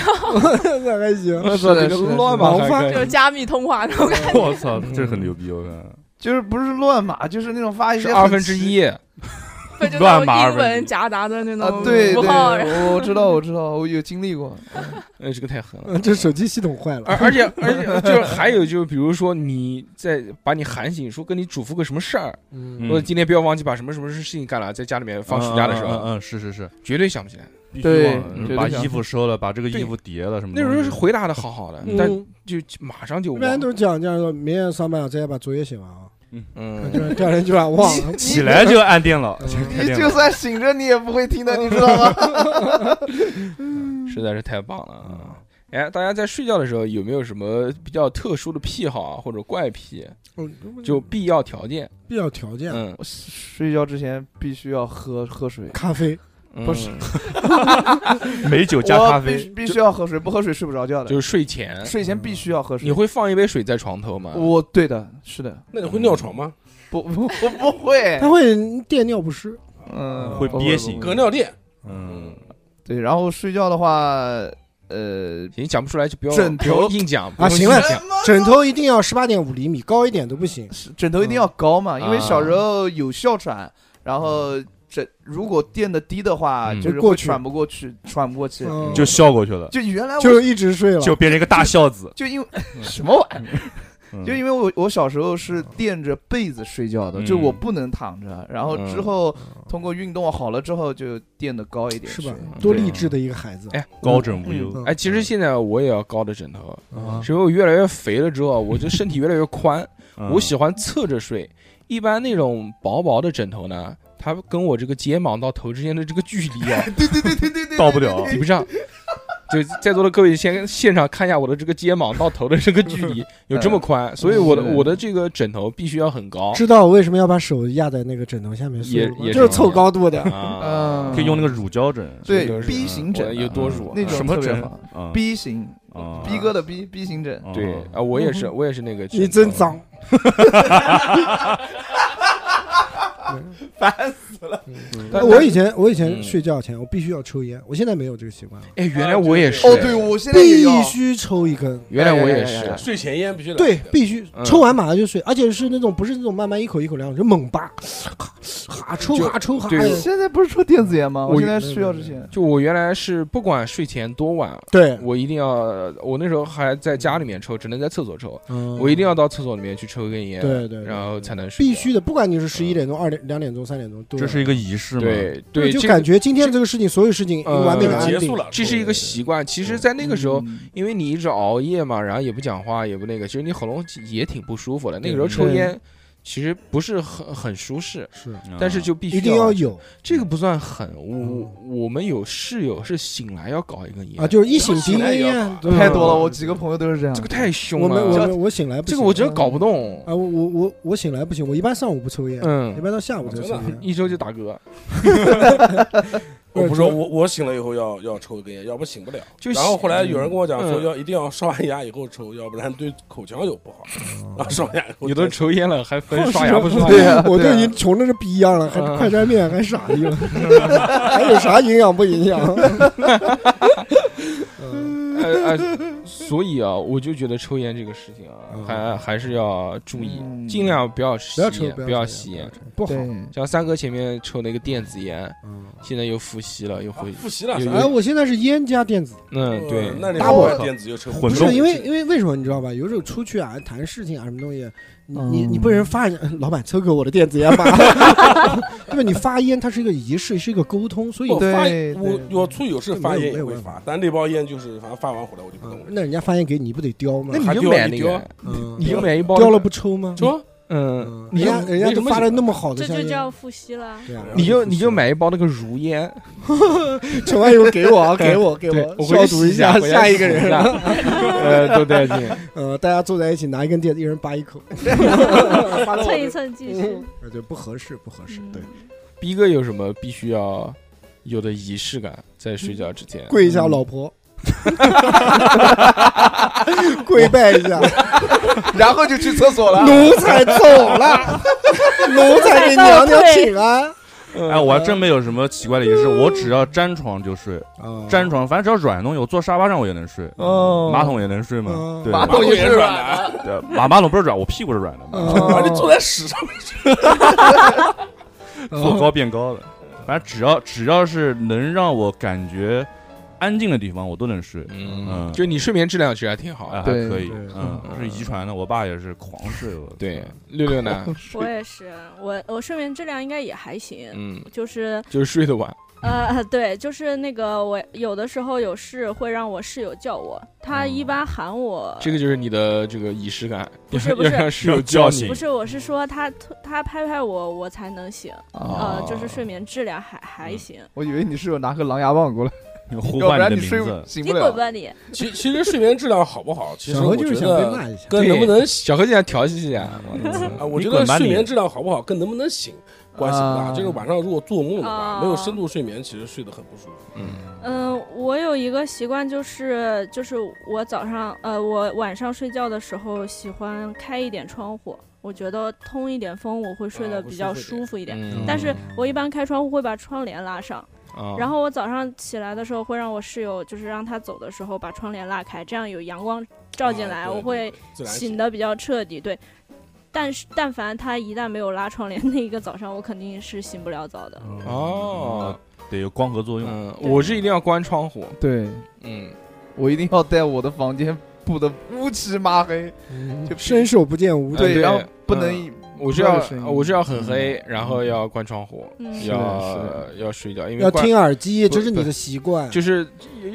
Speaker 2: 那还行。
Speaker 1: 嗯
Speaker 3: 说的
Speaker 1: 这
Speaker 3: 是
Speaker 1: 个乱码
Speaker 2: 盲
Speaker 1: 还
Speaker 2: 发
Speaker 1: 可以
Speaker 5: 就是加密通话那种感觉。
Speaker 4: 我操，这很牛逼，我看。
Speaker 3: 就是不是乱码，就是那种发一些
Speaker 1: 是
Speaker 3: 很
Speaker 1: 二分之
Speaker 3: 奇
Speaker 1: 一，
Speaker 5: 不就
Speaker 4: 乱
Speaker 5: 那
Speaker 4: 码
Speaker 5: 种
Speaker 4: 二
Speaker 5: 英
Speaker 4: 分之一
Speaker 5: 文夹杂的那
Speaker 3: 啊，
Speaker 5: 种
Speaker 3: 对
Speaker 5: 符
Speaker 3: 对，
Speaker 5: 号，然后
Speaker 3: 我我知道我知道，我有经历过，
Speaker 1: 哎，这个太狠了。
Speaker 2: 嗯，这手机系统坏了
Speaker 1: 而，而且而且就是还有就是，比如说你在把你喊醒，说跟你嘱咐个什么事儿，
Speaker 2: 嗯
Speaker 4: 嗯
Speaker 1: 或者今天不要忘记把什么什么事情干了，在家里面放暑假的时
Speaker 4: 嗯嗯
Speaker 1: 候，
Speaker 4: 嗯，是是是，
Speaker 1: 绝对想不起来。
Speaker 4: 必须
Speaker 3: 对
Speaker 4: 忘了
Speaker 3: 绝对
Speaker 4: 把
Speaker 3: 想
Speaker 4: 衣服收了，把这个
Speaker 1: 对
Speaker 4: 衣服叠了什么
Speaker 1: 那
Speaker 4: 东西。
Speaker 1: 时候是回答的好好的，但
Speaker 2: 嗯
Speaker 1: 就就马上就
Speaker 2: 一般
Speaker 1: 忘
Speaker 2: 都
Speaker 1: 了。
Speaker 2: 是讲讲说，明天上班啊，在家把作业写完啊，就
Speaker 1: 嗯，
Speaker 2: 是第二天就把忘 了。
Speaker 4: 起来就按电脑，
Speaker 2: 嗯
Speaker 4: 就开
Speaker 3: 你
Speaker 4: 电
Speaker 3: 就
Speaker 4: 脑。
Speaker 3: 算醒着你也不会听的，你知道吗？
Speaker 1: 实在是太棒了啊！哎，大家在睡觉的时候有没有什么比较特殊的癖好啊，或者怪癖？
Speaker 2: 嗯
Speaker 1: 就必要条件，
Speaker 2: 必要条件，
Speaker 1: 嗯，
Speaker 3: 我睡觉之前必须要喝喝水，
Speaker 2: 咖啡
Speaker 1: 不
Speaker 3: 是，
Speaker 4: 美酒加
Speaker 3: 我
Speaker 4: 咖
Speaker 3: 必
Speaker 4: 啡
Speaker 3: 须，必须要喝水，不喝水睡不着觉的
Speaker 1: 就。是睡前，
Speaker 3: 睡前必须要喝水。
Speaker 1: 你会放一杯水在床头吗？
Speaker 3: 我对的，是的，
Speaker 6: 那你会尿床吗？
Speaker 3: 不不 我不
Speaker 1: 哎
Speaker 3: 会
Speaker 2: 它，会电尿不湿，
Speaker 3: 嗯，
Speaker 4: 会
Speaker 3: 不
Speaker 4: 憋
Speaker 3: 不
Speaker 4: 醒
Speaker 3: 不
Speaker 6: 隔尿垫，
Speaker 4: 嗯，
Speaker 3: 对，然后睡觉的话，呃，
Speaker 1: 行，讲不出来就不要
Speaker 3: 枕头
Speaker 1: 不要硬讲
Speaker 2: 啊行了
Speaker 1: 讲
Speaker 2: 枕头一定要十八点五厘米，高一点都不行。
Speaker 3: 是枕头一定要高
Speaker 4: 啊
Speaker 3: 嘛，
Speaker 1: 嗯
Speaker 3: 因为小时候有哮喘，然后枕如果垫的低的话，
Speaker 4: 嗯
Speaker 3: 就是
Speaker 2: 过
Speaker 3: 会
Speaker 2: 去
Speaker 3: 喘不过去，喘不过气。
Speaker 2: 嗯
Speaker 4: 就笑过去了，
Speaker 3: 就原来我
Speaker 2: 就一直睡了，
Speaker 4: 就变成一个大孝子。
Speaker 3: 就因为什么玩意
Speaker 4: 嗯
Speaker 3: 儿，就因为我我小时候是垫着被子睡觉的，
Speaker 4: 嗯
Speaker 3: 就我不能躺着，然后之后通过运动啊好了之后就垫的高一点
Speaker 2: 是
Speaker 3: 睡，
Speaker 2: 吧？
Speaker 4: 嗯
Speaker 1: 嗯对
Speaker 2: 多励志的一个孩子。
Speaker 1: 哎
Speaker 4: 高枕无忧
Speaker 2: 嗯，
Speaker 1: 哎，其实现在我也要高的枕头，
Speaker 4: 啊
Speaker 1: 是因为我越来越肥了之后，我这身体越来越 宽，
Speaker 4: 嗯
Speaker 1: 我喜欢侧着睡。一般那种薄薄的枕头呢，它跟我这个肩膀到头之间的这个距离 啊，
Speaker 4: 到不了。
Speaker 1: 抵不上。就在座的各位先现场看一下我的这个肩膀到头的这个距离有这么宽，所以我的
Speaker 3: 嗯是
Speaker 1: 我的这个枕头必须要很高
Speaker 2: 知道我为什么要把手压在那个枕头下面睡了吗
Speaker 1: 也也
Speaker 2: 就是凑高度的。
Speaker 3: 嗯
Speaker 1: 啊。
Speaker 4: 可以用那个乳胶枕，
Speaker 3: 对
Speaker 1: 这个是
Speaker 3: B 型
Speaker 1: 我
Speaker 3: 枕
Speaker 1: 有多乳啊
Speaker 3: 那种
Speaker 4: 什么
Speaker 3: 特别
Speaker 4: 枕
Speaker 3: 好
Speaker 4: 啊
Speaker 3: B 型
Speaker 4: 啊
Speaker 3: 逼哥的 B B 型枕，
Speaker 4: 啊
Speaker 1: 对啊，我也是，我也是那个。
Speaker 2: 你真脏，
Speaker 3: 烦
Speaker 1: 但
Speaker 2: 嗯我以前我以前
Speaker 1: 嗯
Speaker 2: 睡觉前我必须要抽烟，我现在没有这个习惯了，
Speaker 1: 哎，原来我也是。
Speaker 3: 哦，对，我现在也
Speaker 2: 必
Speaker 3: 要
Speaker 2: 须抽一根。
Speaker 1: 原来我也
Speaker 3: 哎呀呀呀
Speaker 1: 是
Speaker 3: 呀。
Speaker 6: 睡前烟必须来
Speaker 2: 对
Speaker 6: 一，根
Speaker 2: 必须
Speaker 1: 嗯
Speaker 2: 抽完马上就睡，而且是那种不是那种慢慢一口一口量，就猛扒，哈抽哈抽哎哈
Speaker 1: 对
Speaker 2: 的，
Speaker 3: 现在不是抽电子烟吗？
Speaker 1: 我
Speaker 3: 我现在睡觉之前，
Speaker 1: 就我原来是不管睡前多晚，
Speaker 2: 对，
Speaker 1: 我一定要，我那时候还在家里面抽，只能在厕所抽，我
Speaker 2: 我
Speaker 1: 一定要到厕所里面去抽根烟，
Speaker 2: 嗯对对对
Speaker 1: 然后才能睡觉。
Speaker 2: 必须的，不管你是十一点钟、二点、两点钟、三点钟，都
Speaker 4: 这
Speaker 2: 要
Speaker 4: 是一个仪式嘛？
Speaker 1: 对对，
Speaker 2: 就
Speaker 1: 这
Speaker 2: 感觉今天这个事情，所有事情
Speaker 1: 呃
Speaker 2: 完美的安
Speaker 6: 结
Speaker 2: 定
Speaker 6: 束。了，
Speaker 1: 这是一个习惯。其实，在那个时候，
Speaker 3: 嗯
Speaker 1: 因为你一直熬夜嘛，然后也不讲话，也不那个，其实你喉咙也挺不舒服的。那个时候抽烟其实不是很很舒适，
Speaker 2: 是，
Speaker 4: 啊，
Speaker 1: 但是就必须
Speaker 2: 一定要有
Speaker 1: 这个不算狠。我我们有室友是醒来要搞一根烟
Speaker 2: 啊，就是一醒鼻
Speaker 6: 醒来
Speaker 2: 根
Speaker 6: 也要
Speaker 2: 烟，对
Speaker 3: 太多了，我几个朋友都是这样。
Speaker 1: 这个太凶
Speaker 2: 我们我
Speaker 1: 了，
Speaker 2: 们我醒来不
Speaker 1: 这
Speaker 2: 行，
Speaker 1: 个我真搞不懂。
Speaker 2: 啊，我我我我醒来不行，我一般上午不抽烟，一
Speaker 1: 嗯，
Speaker 2: 般到下午才抽烟。
Speaker 1: 一周就 打嗝，
Speaker 6: 我不说，我我醒了以后要要抽一根烟，要不醒不了。
Speaker 1: 就
Speaker 6: 然后后来有人跟我讲说
Speaker 1: 嗯
Speaker 6: 要一定要刷完牙以后抽，要不然对口腔有不好。 然后刷完牙以后
Speaker 1: 你都
Speaker 6: 再
Speaker 1: 抽烟了，还 分刷牙不刷
Speaker 3: 对
Speaker 1: 牙？
Speaker 3: 啊
Speaker 2: 我都已
Speaker 3: 对啊
Speaker 2: 经穷的是逼样了，还
Speaker 1: 嗯
Speaker 2: 快餐面还傻逼了， 还有啥营养不营 养？嗯
Speaker 1: 呃呃，所以啊，我就觉觉得抽烟这个事情啊，
Speaker 2: 嗯
Speaker 1: 还还是要注意，
Speaker 3: 嗯
Speaker 1: 尽量不要吸
Speaker 2: 不要抽，
Speaker 1: 烟，不
Speaker 2: 要
Speaker 1: 吸
Speaker 2: 烟
Speaker 1: 烟。，
Speaker 2: 不好
Speaker 3: 对。，
Speaker 1: 像三哥前面抽那个电子烟，
Speaker 2: 嗯
Speaker 1: 现在又复吸了，又
Speaker 6: 啊
Speaker 1: 回。
Speaker 6: 复习了
Speaker 1: 有
Speaker 6: 是吧
Speaker 1: 有
Speaker 2: 哎，我现在是烟加电子，
Speaker 1: 嗯，对，
Speaker 6: 那你
Speaker 2: 打我
Speaker 6: 我电子就抽
Speaker 4: 混
Speaker 2: 不
Speaker 4: 动
Speaker 2: 是因为因为为什么你知道吧？有时候出去啊谈事情啊什么东西，你你
Speaker 3: 嗯
Speaker 2: 你被人发现，呃老板抽给我的电子 烟吧，对吧？你发烟它是一个仪式，是一个沟通，所以
Speaker 6: 我发
Speaker 3: 对
Speaker 6: 我
Speaker 3: 对
Speaker 6: 我出有事发烟也
Speaker 2: 没
Speaker 6: 会
Speaker 2: 有办
Speaker 6: 发
Speaker 2: 法，
Speaker 6: 但那包烟就是反正发完回来我就不动
Speaker 2: 嗯
Speaker 6: 了。
Speaker 2: 那人家发烟给你，你不得叼
Speaker 1: 哦
Speaker 2: 吗
Speaker 1: 那？你就
Speaker 6: 丢
Speaker 1: 买那
Speaker 6: 你丢
Speaker 1: 个，
Speaker 2: 嗯
Speaker 1: 你就买一包
Speaker 2: 叼了不抽吗？
Speaker 1: 说，嗯，
Speaker 2: 嗯，
Speaker 1: 你
Speaker 2: 人
Speaker 1: 就
Speaker 2: 家人家
Speaker 1: 没什
Speaker 2: 都
Speaker 1: 么
Speaker 2: 发
Speaker 1: 事
Speaker 2: 了那么好的
Speaker 7: 这
Speaker 2: 香
Speaker 7: 就
Speaker 2: 烟，
Speaker 7: 叫复吸了。
Speaker 2: 对啊，
Speaker 1: 你就你就 买一包那个如烟，
Speaker 2: 抽完以后给 我啊，给我，给
Speaker 1: 对
Speaker 2: 我，
Speaker 1: 我回
Speaker 2: 消
Speaker 1: 去
Speaker 2: 毒
Speaker 1: 洗
Speaker 2: 下
Speaker 1: 下，回家
Speaker 2: 下一个
Speaker 1: 洗
Speaker 2: 人
Speaker 1: 下。 呃，都带进。
Speaker 2: 呃，大家坐在一起拿一根电，一人扒一口， 扒了我
Speaker 7: 蹭一
Speaker 2: 就
Speaker 7: 蹭嗯继续。
Speaker 2: 呃对，不合适，不合适，对，
Speaker 1: 逼哥有什么必须要有的仪式感？在睡觉之前，
Speaker 2: 跪一
Speaker 7: 嗯
Speaker 2: 下老婆，跪拜一下，
Speaker 3: 然后就去厕所了。
Speaker 2: 奴才走了，奴才给娘娘请安。
Speaker 4: 哎，我还真没有什么奇怪的仪式，我只要沾床就睡，
Speaker 2: 啊
Speaker 4: 沾床，反正只要软的东西，我坐沙发上我也能睡，
Speaker 3: 哦，
Speaker 4: 马桶也能睡嘛
Speaker 2: 嗯。
Speaker 4: 对，
Speaker 3: 马
Speaker 4: 马
Speaker 3: 桶也嗯是啊哦
Speaker 6: 软
Speaker 3: 软的，
Speaker 4: 对马马桶不是软，我屁股是软的嘛，
Speaker 2: 啊
Speaker 6: 反正坐在屎上
Speaker 3: 嗯
Speaker 4: 坐高变高的。反正只要只要是能让我感觉安静的地方，我都能睡。
Speaker 1: 嗯，
Speaker 4: 嗯
Speaker 1: 就你睡眠质量其实还挺好
Speaker 4: 哎，还
Speaker 1: 的。
Speaker 3: 对
Speaker 4: 可以，
Speaker 2: 对
Speaker 4: 嗯，是遗传的。我爸也是狂睡，我
Speaker 1: 对，六六呢？
Speaker 7: 我也是，我我睡眠质量应该也还行，
Speaker 1: 嗯，
Speaker 7: 就是
Speaker 1: 就是睡得晚。
Speaker 7: 呃，对，就是那个我有的时候有事会让我室友叫我，他一般喊我，
Speaker 1: 这个就是你的这个仪式感，
Speaker 7: 不是
Speaker 1: 要
Speaker 7: 不是
Speaker 1: 要让室友
Speaker 4: 叫
Speaker 1: 叫
Speaker 4: 醒
Speaker 1: 你
Speaker 7: 不。是，我是说他他拍拍我，我才能醒，呃，
Speaker 1: 哦
Speaker 7: 就是睡眠质量还还行。
Speaker 3: 我以为你是有拿个狼牙棒过来，
Speaker 4: 你 呼
Speaker 3: 要不
Speaker 4: 唤
Speaker 3: 然
Speaker 4: 你
Speaker 3: 你
Speaker 4: 的
Speaker 3: 睡
Speaker 4: 名字，
Speaker 3: 醒
Speaker 7: 你
Speaker 3: 不
Speaker 7: 滚
Speaker 3: 了。
Speaker 7: 吧你！
Speaker 6: 其其实睡眠质量好不好，其实
Speaker 2: 小何
Speaker 6: 我
Speaker 2: 就是
Speaker 6: 觉
Speaker 2: 想被
Speaker 6: 得
Speaker 2: 骂一下，
Speaker 6: 跟能不能
Speaker 1: 小何就想调戏一下，
Speaker 6: 啊，我
Speaker 4: 你
Speaker 6: 觉
Speaker 4: 滚
Speaker 6: 得
Speaker 4: 吧
Speaker 6: 睡
Speaker 4: 你
Speaker 6: 眠质量好不好跟能不能醒关系不大。
Speaker 3: 啊
Speaker 6: 就是晚上如果做梦的话
Speaker 7: 啊，
Speaker 6: 没有深度睡眠，其实睡得很不舒服。
Speaker 7: 嗯、我有一个习惯，就是就是我早上呃，我晚上睡觉的时候喜欢开一点窗户，我觉得通一点风，我会睡
Speaker 6: 啊
Speaker 7: 得
Speaker 6: 会
Speaker 7: 比
Speaker 6: 舒
Speaker 7: 较
Speaker 6: 服一点
Speaker 7: 舒 服一点。
Speaker 1: 嗯
Speaker 7: 但是我一般开窗户会把窗帘拉上，
Speaker 1: 啊
Speaker 7: 然后我早上起来的时候会让我室友，就是让他走的时候把窗帘拉开，这样有阳光照进来，
Speaker 6: 啊对
Speaker 7: 我会
Speaker 6: 自然
Speaker 7: 醒。得比较彻底。对，但是但凡他一旦没有拉窗帘，那一个早上我肯定是醒不了早
Speaker 1: 嗯
Speaker 7: 的。
Speaker 1: 哦，
Speaker 4: 嗯得有光合作用。
Speaker 1: 嗯，我是一定要关窗户，
Speaker 3: 对，
Speaker 1: 嗯，
Speaker 3: 我一定要带我的房间布的乌漆嘛黑，就
Speaker 2: 伸手不见五指。
Speaker 1: 对
Speaker 3: 对，然后不
Speaker 1: 嗯
Speaker 3: 能
Speaker 1: 我是
Speaker 3: 不
Speaker 1: 要
Speaker 3: 要有声音
Speaker 1: 我是要很黑，然后要关窗户，
Speaker 7: 嗯，
Speaker 3: 是的是
Speaker 1: 要
Speaker 3: 的
Speaker 1: 要睡觉，因为
Speaker 2: 要
Speaker 1: 关
Speaker 2: 听耳机，
Speaker 1: 不
Speaker 2: 这是你的习惯。
Speaker 1: 就是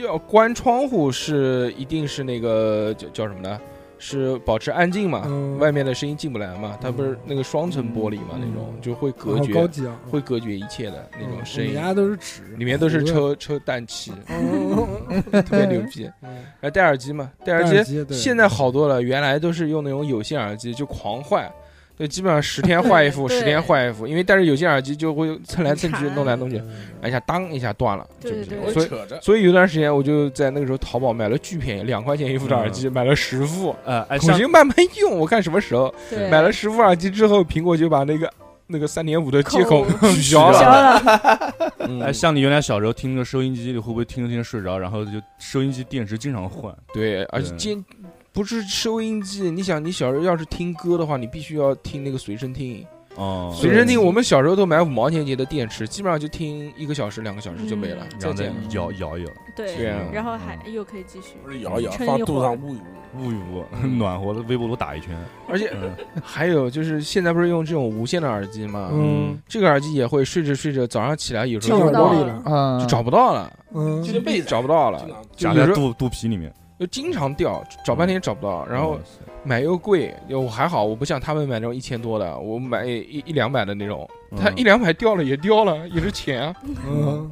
Speaker 1: 要关窗户是一定是那个叫叫什么呢？是保持安静嘛，
Speaker 2: 嗯
Speaker 1: 外面的声音进不来嘛，它不是那个双层玻璃嘛，
Speaker 3: 嗯
Speaker 1: 那种就会
Speaker 2: 好
Speaker 1: 隔绝，
Speaker 2: 高级啊，
Speaker 1: 会隔绝一切的那种声
Speaker 2: 我
Speaker 1: 音
Speaker 2: 们，家都是纸，
Speaker 1: 里面都是
Speaker 2: 糊的。
Speaker 1: 抽抽氮气，
Speaker 2: 嗯
Speaker 1: 特别牛逼。然后戴耳机嘛，戴耳机
Speaker 2: 机对
Speaker 1: 现在好多了，原来都是用那种有线耳机就狂换，对，基本上十天换一 副，
Speaker 5: 对
Speaker 1: 十天换一副，因为但是有些耳机就会蹭来蹭去，
Speaker 5: 很
Speaker 1: 弄来弄去，
Speaker 2: 嗯
Speaker 1: 哎一下当一下断了，
Speaker 5: 对
Speaker 1: 就
Speaker 5: 对
Speaker 1: 这样
Speaker 5: 对
Speaker 1: 所以
Speaker 6: 扯着，
Speaker 1: 所以有段时间我就在那个时候淘宝买了巨便宜，两块钱一副的耳机，买了十副，
Speaker 4: 呃，嗯哎，
Speaker 1: 我
Speaker 4: 像
Speaker 1: 就慢慢用，我看什么时候
Speaker 5: 对，
Speaker 1: 买了十副耳机之后，苹果就把那个那个三点五的接口
Speaker 5: 口
Speaker 1: 取消
Speaker 7: 消
Speaker 1: 了。
Speaker 7: 了，
Speaker 1: 嗯
Speaker 4: 哎，像你原来小时候听着收音机里，会不会听着听着睡着，然后就收音机电池经常换？
Speaker 1: 对，而且
Speaker 4: 对
Speaker 1: 今不是收音机，你想，你小时候要是听歌的话，你必须要听那个随身听。
Speaker 4: 哦，
Speaker 1: 嗯随身听，我们小时候都买五毛钱一节的电池，基本上就听一个小时、两个小时就没了，
Speaker 4: 嗯然
Speaker 1: 再
Speaker 4: 后再
Speaker 1: 见了。
Speaker 4: 摇摇一摇，
Speaker 1: 对
Speaker 7: 对，
Speaker 1: 啊
Speaker 7: 然后还又可以继续
Speaker 6: 不是摇一摇，
Speaker 7: 撑
Speaker 6: 放
Speaker 7: 一
Speaker 6: 肚
Speaker 7: 会
Speaker 6: 上
Speaker 7: 儿
Speaker 6: 捂一捂。
Speaker 4: 捂一捂，
Speaker 1: 嗯
Speaker 4: 暖和的微波炉打一圈。
Speaker 1: 而且
Speaker 4: 嗯，
Speaker 1: 还有就是，现在不是用这种无线的耳机嘛？
Speaker 2: 嗯，
Speaker 1: 这个耳机也会睡着睡着，早上起来有时
Speaker 2: 进
Speaker 1: 候
Speaker 2: 耳
Speaker 1: 就
Speaker 2: 朵
Speaker 1: 忘
Speaker 2: 里
Speaker 1: 了
Speaker 2: 了，
Speaker 3: 啊
Speaker 1: 嗯就找不到了，
Speaker 2: 嗯，
Speaker 6: 这个被子
Speaker 1: 找不到
Speaker 6: 经
Speaker 1: 了，
Speaker 6: 常啊
Speaker 4: 夹
Speaker 1: 有
Speaker 4: 在
Speaker 1: 时候
Speaker 4: 肚肚皮里面，
Speaker 1: 就经常掉，找半
Speaker 2: 嗯
Speaker 1: 天找不到。然后
Speaker 4: 哇塞
Speaker 1: 买又贵，我还好，我不像他们买那种一千多的，我买一一两百的那种，他
Speaker 4: 嗯
Speaker 1: 一两百掉了也掉了，也是钱 啊。
Speaker 2: 嗯，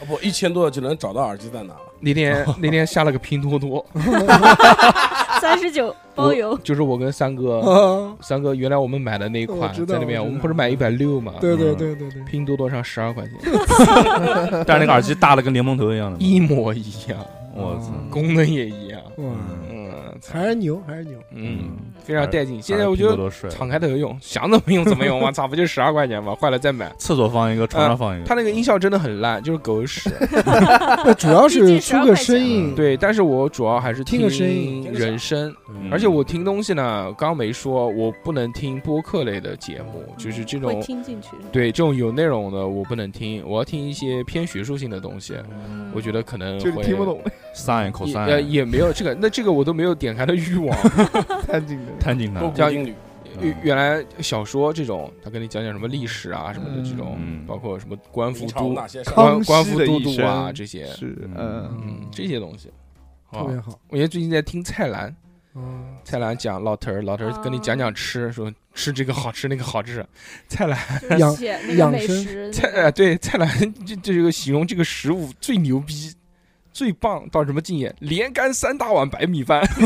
Speaker 6: 啊不一千多就能找到耳机在哪了。
Speaker 1: 那天那天下了个拼多 多，
Speaker 7: 三十九包邮，
Speaker 1: 就是我跟三哥，
Speaker 2: 啊，
Speaker 1: 三哥原来我们买的那一
Speaker 2: 我
Speaker 1: 款
Speaker 2: 知道
Speaker 1: 在那边，
Speaker 2: 我知道
Speaker 1: 我们不是买一百六嘛，
Speaker 2: 对对对对对，
Speaker 1: 拼多多上十二块钱，
Speaker 4: 但是那个耳机大的跟莲蓬头一样的嘛，
Speaker 1: 一模一样，
Speaker 4: 我操，
Speaker 1: 功能也一样，
Speaker 2: 哇，
Speaker 4: 嗯
Speaker 1: 嗯
Speaker 2: 还嗯是牛，还是牛，
Speaker 1: 嗯，非常带劲。现在
Speaker 4: 还
Speaker 1: 我
Speaker 4: 是拼
Speaker 1: 就
Speaker 4: 多多帅
Speaker 1: 敞开头用，想怎么用怎么用，我操，不就十二块钱吗？坏了再买。
Speaker 4: 厕所放一个，床上放一
Speaker 1: 呃它
Speaker 4: 个，
Speaker 1: 那个音效真的很烂，就是狗屎。
Speaker 2: 那主要是
Speaker 7: 毕竟
Speaker 2: 出
Speaker 7: 12
Speaker 2: 个
Speaker 7: 块
Speaker 2: 声
Speaker 7: 钱
Speaker 2: 音，
Speaker 1: 对，但是我主要还是
Speaker 2: 听个声音
Speaker 1: 人声，
Speaker 4: 嗯
Speaker 1: 而且我听东西呢，刚没说，我不能听播客类的节目，
Speaker 7: 嗯
Speaker 1: 就是这
Speaker 7: 会
Speaker 1: 种
Speaker 7: 听进去。
Speaker 1: 对这种有内容的我不能听，我要听一些偏学术性的东西，
Speaker 5: 嗯
Speaker 1: 我觉得可能
Speaker 3: 就是
Speaker 1: 会
Speaker 3: 听不懂，
Speaker 4: 三口
Speaker 1: 也
Speaker 4: 三
Speaker 1: 呃也没有这个，那这个我都没有点开的欲望。
Speaker 3: 太近了。
Speaker 4: 摊进来，
Speaker 6: 多
Speaker 1: 像
Speaker 6: 古英语，
Speaker 4: 嗯
Speaker 1: 原原来小说这种，他跟你讲讲什么历史啊什么的这种，
Speaker 4: 嗯
Speaker 1: 包括什么官
Speaker 6: 明
Speaker 1: 服
Speaker 6: 朝
Speaker 1: 都
Speaker 6: 那些
Speaker 1: 官
Speaker 3: 康
Speaker 1: 官
Speaker 3: 熙
Speaker 1: 服
Speaker 3: 的
Speaker 1: 都
Speaker 3: 一
Speaker 1: 督啊
Speaker 3: 生
Speaker 1: 这些，
Speaker 3: 是
Speaker 4: 嗯，
Speaker 3: 嗯，
Speaker 1: 嗯这些东西。好
Speaker 2: 特
Speaker 1: 吧
Speaker 2: 别好，
Speaker 1: 我觉得最近在听蔡澜，
Speaker 2: 嗯，
Speaker 1: 蔡澜讲老头儿，老头儿跟你讲讲吃，说吃这个好吃那个好吃。蔡澜，
Speaker 2: 养
Speaker 7: 就是写那
Speaker 2: 养
Speaker 7: 个美
Speaker 2: 生
Speaker 7: 食
Speaker 1: 蔡
Speaker 7: 那
Speaker 1: 呃
Speaker 7: 个，
Speaker 1: 对蔡澜这这个形容这个食物最牛逼。最棒到什么境界？连干三大碗白米饭，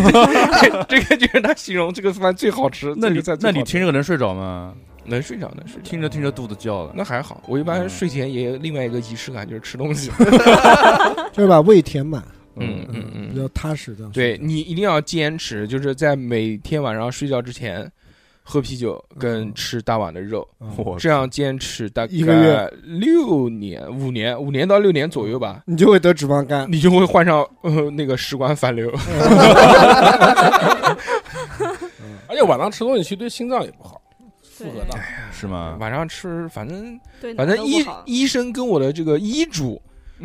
Speaker 1: 这个就是他形容这个饭最好吃。
Speaker 4: 那
Speaker 1: 这
Speaker 4: 你
Speaker 1: 个菜最
Speaker 4: 那
Speaker 1: 好
Speaker 4: 你
Speaker 1: 吃
Speaker 4: 听这个能睡着吗？
Speaker 1: 能睡着，能睡着。
Speaker 4: 听着听着肚子叫了，
Speaker 1: 那还好，我一般
Speaker 4: 嗯
Speaker 1: 睡前也有另外一个仪式感，就是吃东西。
Speaker 2: 就是把胃填满，
Speaker 1: 嗯嗯
Speaker 2: 比
Speaker 1: 嗯，
Speaker 2: 较踏实这样
Speaker 1: 对
Speaker 2: 睡觉。
Speaker 1: 你一定要坚持，就是在每天晚上睡觉之前喝啤酒跟吃大碗的肉，
Speaker 2: 嗯
Speaker 4: 我
Speaker 1: 这样坚持大
Speaker 2: 一个月
Speaker 1: 概六年、五年、五年到六年左右吧，
Speaker 2: 你就会得脂肪 肝，
Speaker 1: 你就会患上呃那个食管反流。
Speaker 6: 而且晚上吃东西其实对心脏也不好，负荷大。
Speaker 4: 是吗？
Speaker 1: 晚上吃，反正
Speaker 7: 对，
Speaker 1: 反正医
Speaker 7: 哪都不好
Speaker 1: 医生跟我的这个医嘱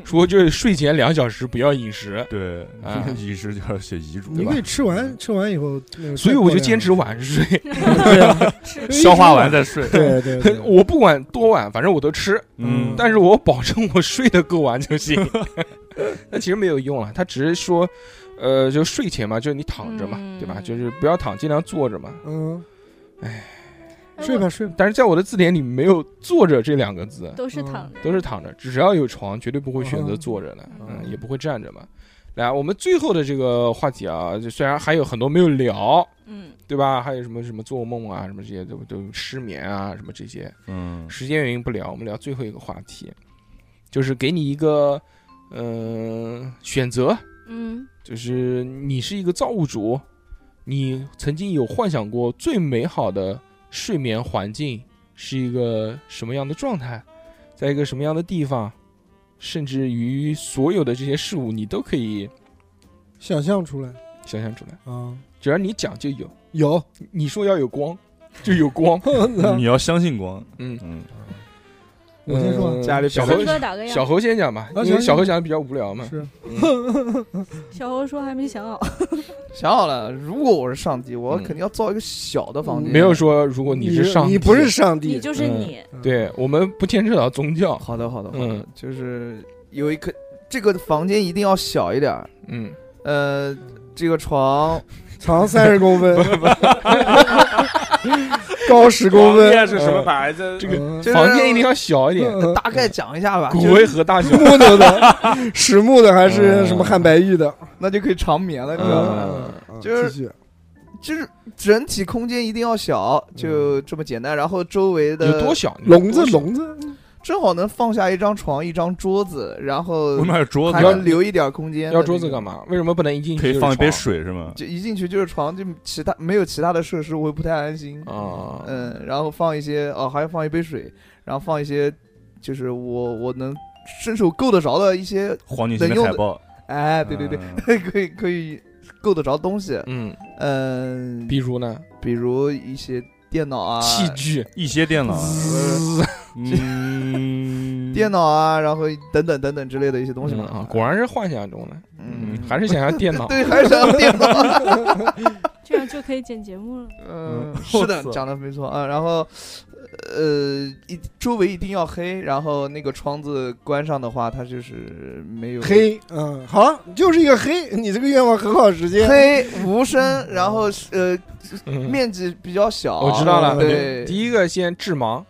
Speaker 1: 说，就是睡前两小时不要饮食。
Speaker 4: 对
Speaker 1: 啊，
Speaker 4: 医师就要写遗嘱，
Speaker 2: 你
Speaker 4: 吧
Speaker 2: 可？以吃完吃完以后，那 个
Speaker 1: 所以
Speaker 2: 再
Speaker 1: 我就
Speaker 2: 过两
Speaker 1: 坚持晚睡，，
Speaker 2: 对啊
Speaker 4: 消化完再睡。
Speaker 2: 对对 对
Speaker 1: 我不管多晚，反正我都吃。
Speaker 4: 嗯，
Speaker 1: 但是我保证我睡得够晚 就行。那其实没有用啊了，他只是说，呃，就睡前嘛，就是你躺着嘛，
Speaker 5: 嗯
Speaker 1: 对吧？就是不要躺，尽量坐着嘛。
Speaker 2: 嗯，
Speaker 7: 哎
Speaker 2: 睡
Speaker 7: 我
Speaker 2: 吧睡吧，
Speaker 1: 但是在我的字典里没有“坐着”这两个字，
Speaker 7: 都是
Speaker 2: 嗯
Speaker 7: 躺着，
Speaker 1: 都是躺着。只要有床，绝对不会选择坐着的，
Speaker 2: 嗯
Speaker 1: 嗯，也不会站着嘛。来，我们最后的这个话题啊，就虽然还有很多没有聊，
Speaker 7: 嗯，
Speaker 1: 对吧？还有什么什么做梦啊，什么这些都都失眠啊，什么这些，
Speaker 4: 嗯，
Speaker 1: 时间原因不聊，我们聊最后一个话题，就是给你一个，呃，选择，
Speaker 7: 嗯，
Speaker 1: 就是你是一个造物主，你曾经有幻想过最美好的睡眠环境是一个什么样的状态，在一个什么样的地方，甚至于所有的这些事物，你都可以
Speaker 2: 想象出来
Speaker 1: 想象出来，
Speaker 2: 啊，
Speaker 1: 只要你讲就有。
Speaker 2: 有，。
Speaker 1: 你说要有光，就有光
Speaker 2: 我
Speaker 4: 你要相信光。
Speaker 1: 嗯，
Speaker 4: 嗯，
Speaker 2: 先说
Speaker 1: 嗯
Speaker 3: 家里
Speaker 1: 小
Speaker 3: 表
Speaker 1: 何
Speaker 7: 森哥打个样，
Speaker 1: 小侯先讲吧，
Speaker 2: 啊
Speaker 1: 因为
Speaker 2: 行
Speaker 1: 小侯讲的比较无聊嘛。
Speaker 2: 是
Speaker 7: 小侯说还没想好，
Speaker 3: 想好了，如果我是上帝，我
Speaker 1: 嗯
Speaker 3: 肯定要造一个小的房间。
Speaker 1: 没有说如果你是上帝，
Speaker 2: 你不是上帝
Speaker 7: 你，就是
Speaker 1: 嗯
Speaker 7: 你，
Speaker 1: 对我们不牵扯到宗教。
Speaker 3: 好的，好的，好的，
Speaker 1: 嗯
Speaker 3: 就是有一个这个房间一定要小一点儿，
Speaker 1: 嗯，
Speaker 3: 呃，这 个床
Speaker 2: 长三十公分， 高十公分，
Speaker 6: 是什么牌子？
Speaker 1: 这个
Speaker 2: 嗯
Speaker 3: 就是
Speaker 1: 房间一定要小一点，
Speaker 2: 嗯
Speaker 3: 大概讲一下吧，
Speaker 1: 骨
Speaker 3: 就
Speaker 1: 灰盒大小。
Speaker 2: 木头 的，实木的还是什么汉白玉的？
Speaker 3: 那就可以长眠了，你知道吗？
Speaker 1: 嗯
Speaker 2: 嗯，
Speaker 3: 就是
Speaker 2: 继续
Speaker 3: 就是整体空间一定要小，就这么简单。然后周围的
Speaker 1: 嗯有多小？你
Speaker 2: 笼子笼子，
Speaker 3: 正好能放下一张床、一张桌子，然后
Speaker 4: 我们还有桌
Speaker 3: 还
Speaker 1: 要
Speaker 3: 能
Speaker 4: 子，
Speaker 3: 留一点空间。
Speaker 1: 要桌子干？嘛？为什么不能一进去
Speaker 4: 可以
Speaker 1: 就是
Speaker 4: 放一杯
Speaker 1: 床
Speaker 4: 水是吗？
Speaker 3: 就一进去就是床，就其他没有其他的设施，我会不太安心。
Speaker 1: 啊？
Speaker 3: 嗯，然后放一些哦，还要放一杯水，然后放一些就是我我能伸手够得着的一些，
Speaker 4: 黄景行的海报，
Speaker 3: 哎，对对对，
Speaker 4: 嗯，
Speaker 3: 可以可以够得着东西。
Speaker 1: 嗯，
Speaker 3: 嗯，
Speaker 1: 比如呢，
Speaker 3: 比如一些电脑啊，
Speaker 1: 器具，
Speaker 4: 一些电 脑啊，
Speaker 1: 滋
Speaker 4: 嗯，
Speaker 3: 电脑啊，然后等等等等之类的一些东西嘛。
Speaker 1: 嗯啊，果然是幻想中的，
Speaker 3: 嗯，
Speaker 1: 还是想要电脑。
Speaker 3: 对，还是要电脑。
Speaker 7: 这样就可以剪节目了。
Speaker 3: 嗯，
Speaker 4: 我
Speaker 3: 是的，
Speaker 4: 操
Speaker 3: 讲的没错啊。然后，呃，一周围一定要黑，然后那个窗子关上的话，它就是没有
Speaker 2: 黑，嗯，好了，就是一个黑， 你这个愿望很好实 现。
Speaker 3: 黑无声，然后是呃
Speaker 1: 嗯
Speaker 3: 面积比较小。
Speaker 1: 哦我知道了，
Speaker 3: 对
Speaker 1: 第一个先致盲，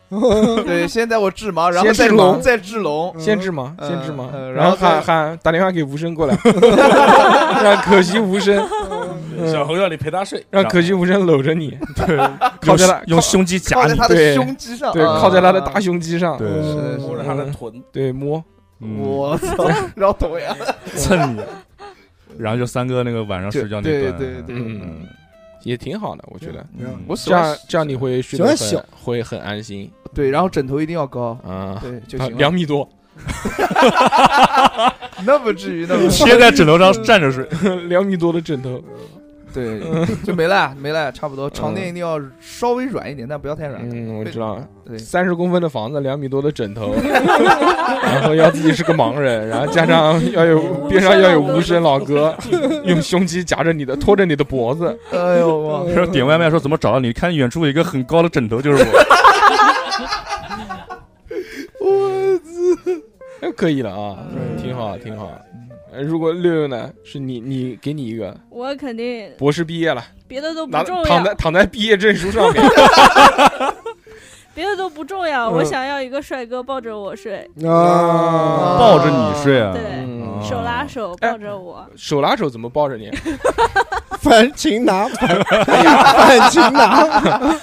Speaker 3: 对，现在我治盲，然后
Speaker 1: 先
Speaker 3: 再
Speaker 1: 治盲
Speaker 3: 再治聋。
Speaker 1: 先致盲，
Speaker 3: 嗯
Speaker 1: 先致盲，
Speaker 3: 嗯
Speaker 1: 然
Speaker 3: 然
Speaker 1: 后
Speaker 3: 后
Speaker 1: 喊
Speaker 3: 再
Speaker 1: 喊打电话给无声过 来， 让可惜无声，
Speaker 6: 小猴让你陪他睡，
Speaker 1: 让可惜无声搂着你，
Speaker 4: 对，
Speaker 1: 靠
Speaker 4: 用
Speaker 1: 在他
Speaker 4: 用胸肌夹
Speaker 3: 靠在
Speaker 4: 你，
Speaker 3: 他
Speaker 1: 对
Speaker 3: 的胸肌上，
Speaker 1: 对，
Speaker 3: 啊
Speaker 1: 靠在他的大。胸肌上，
Speaker 4: 对，
Speaker 2: 嗯
Speaker 6: 摸着他的臀，
Speaker 1: 对，摸，
Speaker 4: 嗯
Speaker 3: 我操， 然后同样，
Speaker 4: 蹭你，然后就三哥那个晚上
Speaker 3: 对
Speaker 4: 睡觉那
Speaker 3: 对
Speaker 4: 段，
Speaker 3: 对对
Speaker 1: 嗯， 也挺好的，我觉得。
Speaker 2: 嗯
Speaker 3: 我
Speaker 1: 这
Speaker 3: 喜欢
Speaker 1: 样这样你会睡
Speaker 2: 喜
Speaker 1: 得很
Speaker 2: 欢小
Speaker 1: 会很安心
Speaker 3: 对，然后枕头一定要高，
Speaker 1: 啊，
Speaker 3: 对就
Speaker 1: 他
Speaker 3: 行了
Speaker 1: 两。米多，
Speaker 3: 那不至于，那不至于
Speaker 4: 贴在枕头上站着睡，
Speaker 1: 两米多的枕头，
Speaker 3: 对，就没了，没了，差不
Speaker 1: 嗯
Speaker 3: 多。床垫一定要稍微软一点，但不要太软。
Speaker 1: 嗯，我
Speaker 3: 对
Speaker 1: 知道了，
Speaker 3: 对，
Speaker 1: 三十公分的房子，两米多的枕头，然后要自己是个盲人，然后加上要有边上要有无声老哥，用胸肌夹着你的，拖着你的脖子，
Speaker 3: 哎呦 我，
Speaker 4: 说点外卖说怎么找到你？看远处有一个很高的枕头，就是 我。
Speaker 1: 哎可以了啊，
Speaker 3: 嗯
Speaker 1: 挺好，挺好。呃如果六六呢，是你你给你一个
Speaker 7: 我肯定
Speaker 1: 博士毕业了，
Speaker 7: 别的都不
Speaker 1: 拿
Speaker 7: 重
Speaker 1: 躺在
Speaker 7: 要，
Speaker 1: 躺在毕业证书上面，
Speaker 7: 别的都不重要，
Speaker 1: 嗯
Speaker 7: 我想要一个帅哥抱着我睡，
Speaker 2: 嗯啊，
Speaker 4: 抱着你睡啊，
Speaker 7: 对
Speaker 1: 嗯
Speaker 4: 啊
Speaker 7: 手拉手
Speaker 1: 哎
Speaker 7: 抱着我，
Speaker 1: 手拉手怎么抱着你？
Speaker 2: 反擒拿，反反擒拿，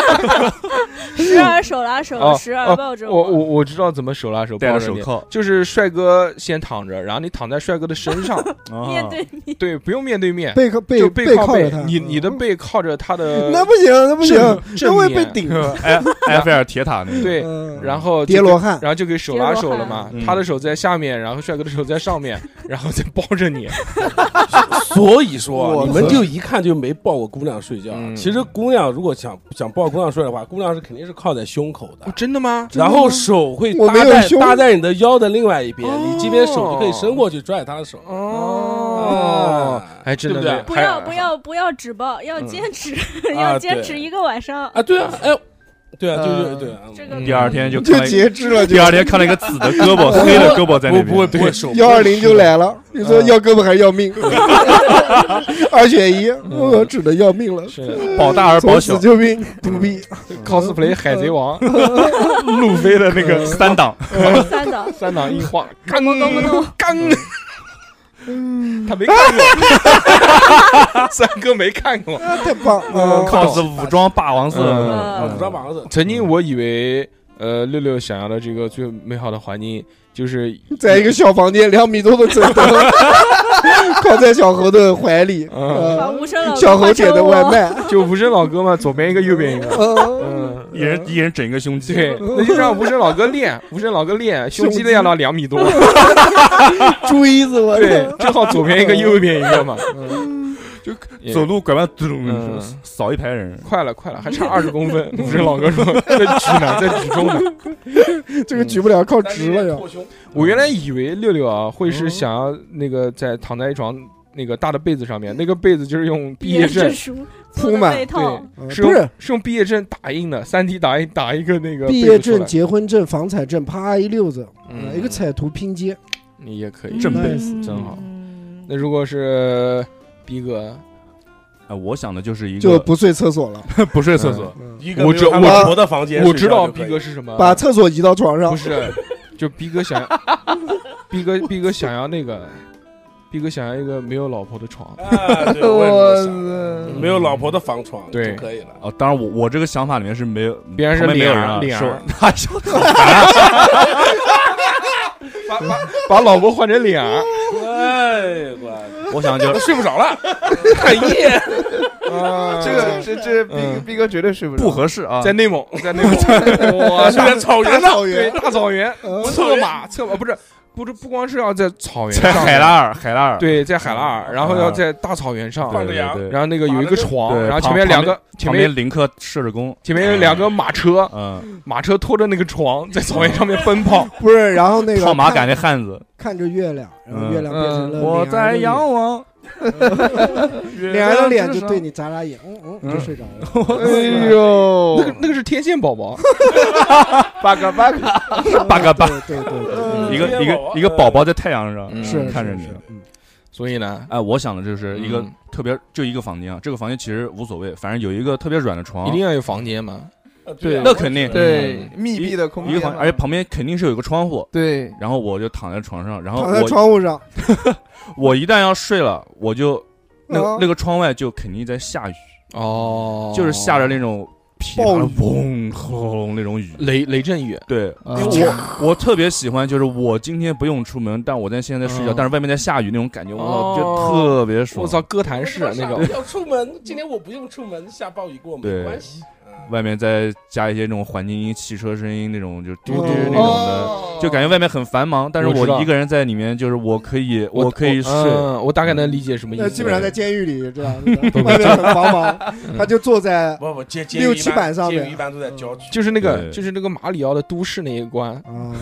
Speaker 7: 时而手拉
Speaker 1: 哦
Speaker 7: 手，时
Speaker 1: 哦
Speaker 7: 而抱着
Speaker 1: 我我我知道怎么手拉手
Speaker 4: 戴
Speaker 1: 抱
Speaker 4: 着
Speaker 1: 着
Speaker 4: 手
Speaker 1: 你。
Speaker 4: 铐，
Speaker 1: 就是帅哥先躺着，然后你躺在帅哥的身上，
Speaker 4: 啊
Speaker 7: 面对面，
Speaker 1: 对，不用面对面，
Speaker 2: 背靠背
Speaker 1: 就背
Speaker 2: 靠
Speaker 1: 背
Speaker 2: 着他，，嗯
Speaker 1: 你你的背靠着他的
Speaker 2: 那不行，那不行，
Speaker 1: 正
Speaker 2: 那会被
Speaker 1: 正面
Speaker 2: 顶。
Speaker 4: 埃埃菲尔铁塔那个，
Speaker 1: 对，
Speaker 2: 嗯
Speaker 1: 然后
Speaker 2: 叠
Speaker 1: 就
Speaker 2: 罗
Speaker 1: 给
Speaker 2: 汉
Speaker 1: 然后就给手拉手了嘛
Speaker 4: 叠罗，汉
Speaker 1: 他的手在下面，然后帅哥的手在上面，然后再抱着你，
Speaker 6: 所以说
Speaker 3: 我
Speaker 6: 啊你们就一看就没抱过姑娘睡觉啊
Speaker 1: 嗯。
Speaker 6: 其实姑娘如果想想抱姑娘睡的话，姑娘是肯定是靠在胸口
Speaker 1: 哦
Speaker 6: 的，
Speaker 1: 真的吗？
Speaker 6: 然后手会
Speaker 2: 我没
Speaker 6: 搭
Speaker 2: 有
Speaker 6: 在
Speaker 2: 胸
Speaker 6: 搭在你的腰的另外一边，
Speaker 1: 哦
Speaker 6: 你这边手就可以伸过去拽她的手。
Speaker 2: 哦
Speaker 1: 哦，哎，真的
Speaker 6: 对不对
Speaker 1: 还
Speaker 7: 不要不要不要只抱，要
Speaker 1: 嗯
Speaker 7: 坚持， 要
Speaker 6: 啊
Speaker 7: 坚
Speaker 6: 对
Speaker 7: 持一个晚上。
Speaker 6: 啊，对啊，哎，对啊，就
Speaker 3: 呃
Speaker 6: 是对啊，
Speaker 7: 这个
Speaker 1: 嗯
Speaker 4: 第二天就看
Speaker 2: 就
Speaker 4: 了一
Speaker 2: 截肢了，就
Speaker 4: 第二天看了一个紫的胳 膊，黑的胳膊在那边，
Speaker 6: 不不会不会手
Speaker 2: 幺二零就来了。
Speaker 1: 嗯
Speaker 2: 你说要胳膊还是 要命？二选一，我只能要命了。
Speaker 1: 嗯是嗯
Speaker 4: 保大而保
Speaker 2: 从
Speaker 4: 小
Speaker 2: 此，就命不必。嗯
Speaker 1: cosplay 海贼王
Speaker 4: 路飞的那
Speaker 6: 嗯
Speaker 4: 个 三档，
Speaker 7: 三的，
Speaker 1: 三档硬化，
Speaker 2: 嗯
Speaker 1: 干
Speaker 7: 咚咚
Speaker 1: 干，他
Speaker 2: 嗯
Speaker 1: 没看过， 三哥没看过。
Speaker 2: 啊太棒了！
Speaker 4: 靠着武装霸王色，
Speaker 1: 嗯
Speaker 6: 啊，
Speaker 4: 嗯
Speaker 6: 五张膀子，
Speaker 1: 曾经我以为，呃，六六想要的这个最美好的环境就是
Speaker 2: 在一个小房间，两米多的 枕头，靠在小猴的怀里，
Speaker 1: 嗯
Speaker 7: 把
Speaker 2: 呃
Speaker 7: 无声老
Speaker 2: 小
Speaker 7: 公
Speaker 2: 猴
Speaker 7: 换
Speaker 2: 点
Speaker 7: 成
Speaker 2: 的外
Speaker 7: 我，
Speaker 2: 卖，
Speaker 1: 就无声老哥嘛，左边一个，右边一个。
Speaker 2: 嗯，
Speaker 1: 嗯，
Speaker 4: 一人一人整一个胸肌，
Speaker 1: 对，那就让无声老哥练，无声老哥练胸肌
Speaker 2: 胸肌
Speaker 1: 练到两米多，
Speaker 2: 锥子我嗯
Speaker 1: 对，正好左边一个，右边一个嘛。嗯也
Speaker 4: 走路拐弯，咚
Speaker 1: 嗯
Speaker 4: 扫一排人，
Speaker 1: 快了，快了，还差二十公分。无声老哥说：“在举呢，在举重呢。
Speaker 2: 这个举不了，靠直了呀。
Speaker 6: 扩胸，”
Speaker 1: 我原来以为六六啊会
Speaker 2: 嗯
Speaker 1: 是想要那个在躺在一床那个大的被子上面，那个被子就是用毕业证
Speaker 7: 证，书
Speaker 2: 铺
Speaker 7: 做的
Speaker 2: 满
Speaker 7: 被套，
Speaker 1: 对，
Speaker 2: 嗯
Speaker 1: 是
Speaker 2: 不是
Speaker 1: 用是用毕业证打印的，三 D 打印打一个那个
Speaker 2: 毕
Speaker 1: 被子
Speaker 2: 业
Speaker 1: 出
Speaker 2: 证、
Speaker 1: 来
Speaker 2: 结婚证、房产证，啪一溜子，
Speaker 1: 嗯
Speaker 2: 呃一个彩图拼接，
Speaker 1: 你也可以
Speaker 4: 正背
Speaker 2: 嗯
Speaker 1: 真好
Speaker 7: 嗯
Speaker 1: 那如果是逼哥，
Speaker 4: 哎，我想的就是一
Speaker 2: 就
Speaker 4: 个
Speaker 2: 不睡厕所了。
Speaker 4: 不睡厕所，
Speaker 2: 嗯
Speaker 6: 一个
Speaker 1: 我
Speaker 6: 没
Speaker 1: 知
Speaker 6: 有他
Speaker 2: 我
Speaker 6: 老婆的房间
Speaker 1: 我
Speaker 6: 睡
Speaker 1: 知
Speaker 6: 觉
Speaker 1: 道
Speaker 6: 就可
Speaker 1: 逼
Speaker 6: 以
Speaker 1: 哥是什么，
Speaker 2: 把厕所移到床上
Speaker 1: 不，是，就逼哥想，逼哥逼哥想要那个，逼哥想要一个没有老婆的 床，
Speaker 6: 啊，对，我也这么想没有老婆的房床
Speaker 1: 对
Speaker 6: 就可以了。
Speaker 4: 哦，当然我我这个想法里面是没有，
Speaker 1: 别人是
Speaker 4: 旁边
Speaker 1: 脸
Speaker 4: 没有人
Speaker 1: 儿
Speaker 4: 啊，
Speaker 1: 脸
Speaker 4: 是
Speaker 1: 儿
Speaker 4: 那就
Speaker 1: 把老婆换成脸儿，
Speaker 6: 哎，我
Speaker 4: 我想就
Speaker 6: 睡不着了，
Speaker 1: 哎
Speaker 6: 半夜
Speaker 1: 啊
Speaker 3: 这个这这逼
Speaker 1: 嗯
Speaker 3: 逼哥绝对睡不着，
Speaker 4: 不合适啊。
Speaker 1: 在内蒙，在内 蒙，哇，
Speaker 6: 睡在草原上，
Speaker 1: 对，大草原，嗯策马，策马不是，不是，不光是要在草原
Speaker 4: 在
Speaker 1: 上，
Speaker 4: 海拉尔，海拉尔，
Speaker 1: 对，在海拉尔，然后要在大草原上，
Speaker 4: 对
Speaker 6: 放着羊
Speaker 4: 对对
Speaker 1: 然后那个有一个床，
Speaker 4: 对
Speaker 1: 然后前
Speaker 4: 旁
Speaker 1: 面两个，前
Speaker 4: 旁
Speaker 1: 面
Speaker 4: 边林克射着弓，
Speaker 1: 前面有两个马车，
Speaker 4: 嗯，
Speaker 1: 马车拖着那个床在草原上面奔跑，
Speaker 2: 不是，然后那个
Speaker 4: 嗯套马
Speaker 2: 看
Speaker 4: 杆的汉子，
Speaker 2: 看着月亮，然后
Speaker 4: 嗯
Speaker 2: 月亮变成了
Speaker 4: 我
Speaker 2: 脸儿的
Speaker 4: 在
Speaker 2: 脸
Speaker 4: 仰 望，
Speaker 2: 脸儿的脸就对你眨眨眼，嗯嗯，就睡着 了。
Speaker 3: 哎呦
Speaker 1: 那 个那个是天线宝宝，
Speaker 3: 八嘎八嘎，
Speaker 4: 八嘎八，
Speaker 2: 对对对对，
Speaker 6: 嗯
Speaker 4: 一个一个一个宝宝在太阳上
Speaker 1: 嗯
Speaker 2: 是
Speaker 4: 嗯看着
Speaker 2: 是
Speaker 4: 你
Speaker 2: 是。嗯
Speaker 1: 所以呢，
Speaker 4: 哎，我想的就是一个
Speaker 1: 嗯
Speaker 4: 特别，就一个房间啊。这个房间其实无所谓，反正有一个特别软的床
Speaker 1: 一，定要有房间嘛，
Speaker 6: 对啊
Speaker 4: 那肯
Speaker 3: 嗯
Speaker 4: 定
Speaker 3: 对，密闭的空
Speaker 4: 一
Speaker 3: 间
Speaker 4: 个
Speaker 3: 嘛，
Speaker 4: 房，而且旁边肯定是有一个窗户。
Speaker 3: 对，
Speaker 4: 然后我就躺在床上，然后
Speaker 2: 躺在
Speaker 4: 哦我
Speaker 2: 窗户上，
Speaker 4: 我一旦要睡了，我就那
Speaker 2: 啊
Speaker 4: 那个窗外就肯定在下雨，
Speaker 1: 哦，
Speaker 4: 就是下着那种噼里啪
Speaker 2: 暴
Speaker 4: 啦
Speaker 2: 雨
Speaker 4: 嗡轰那种雨。
Speaker 1: 雷雷阵雨，
Speaker 4: 对，
Speaker 3: 啊
Speaker 4: 因为我我特别喜欢，就是我今天不用出门，但我在现在睡觉，
Speaker 1: 嗯
Speaker 4: 但是外面在下雨那种感觉，我
Speaker 1: 哦
Speaker 4: 就特别爽。
Speaker 1: 我操，，哥谭市啊那 种，
Speaker 6: 要出门，今天我不用出门，下暴雨给我没
Speaker 4: 对
Speaker 6: 关系。嗯
Speaker 4: 外面再加一些那种环境音、汽车声音那种，就嘟嘟
Speaker 2: 哦
Speaker 4: 那种的，就感觉外面很繁忙，但是
Speaker 1: 我知道
Speaker 4: 我一个人在里面，就是我可以，我可以睡。
Speaker 1: 嗯我大概能理解什么意
Speaker 2: 那
Speaker 1: 思，
Speaker 2: 基本上在监狱里，这样子外面很繁忙，他就坐在
Speaker 6: 不不，监监狱
Speaker 2: 六
Speaker 6: 一
Speaker 2: 七
Speaker 6: 般
Speaker 2: 版上
Speaker 6: 监狱
Speaker 2: 面
Speaker 6: 一般都在郊区，
Speaker 1: 就是那个
Speaker 4: 对
Speaker 1: 就是那个马里奥的都市那一关，
Speaker 2: 啊，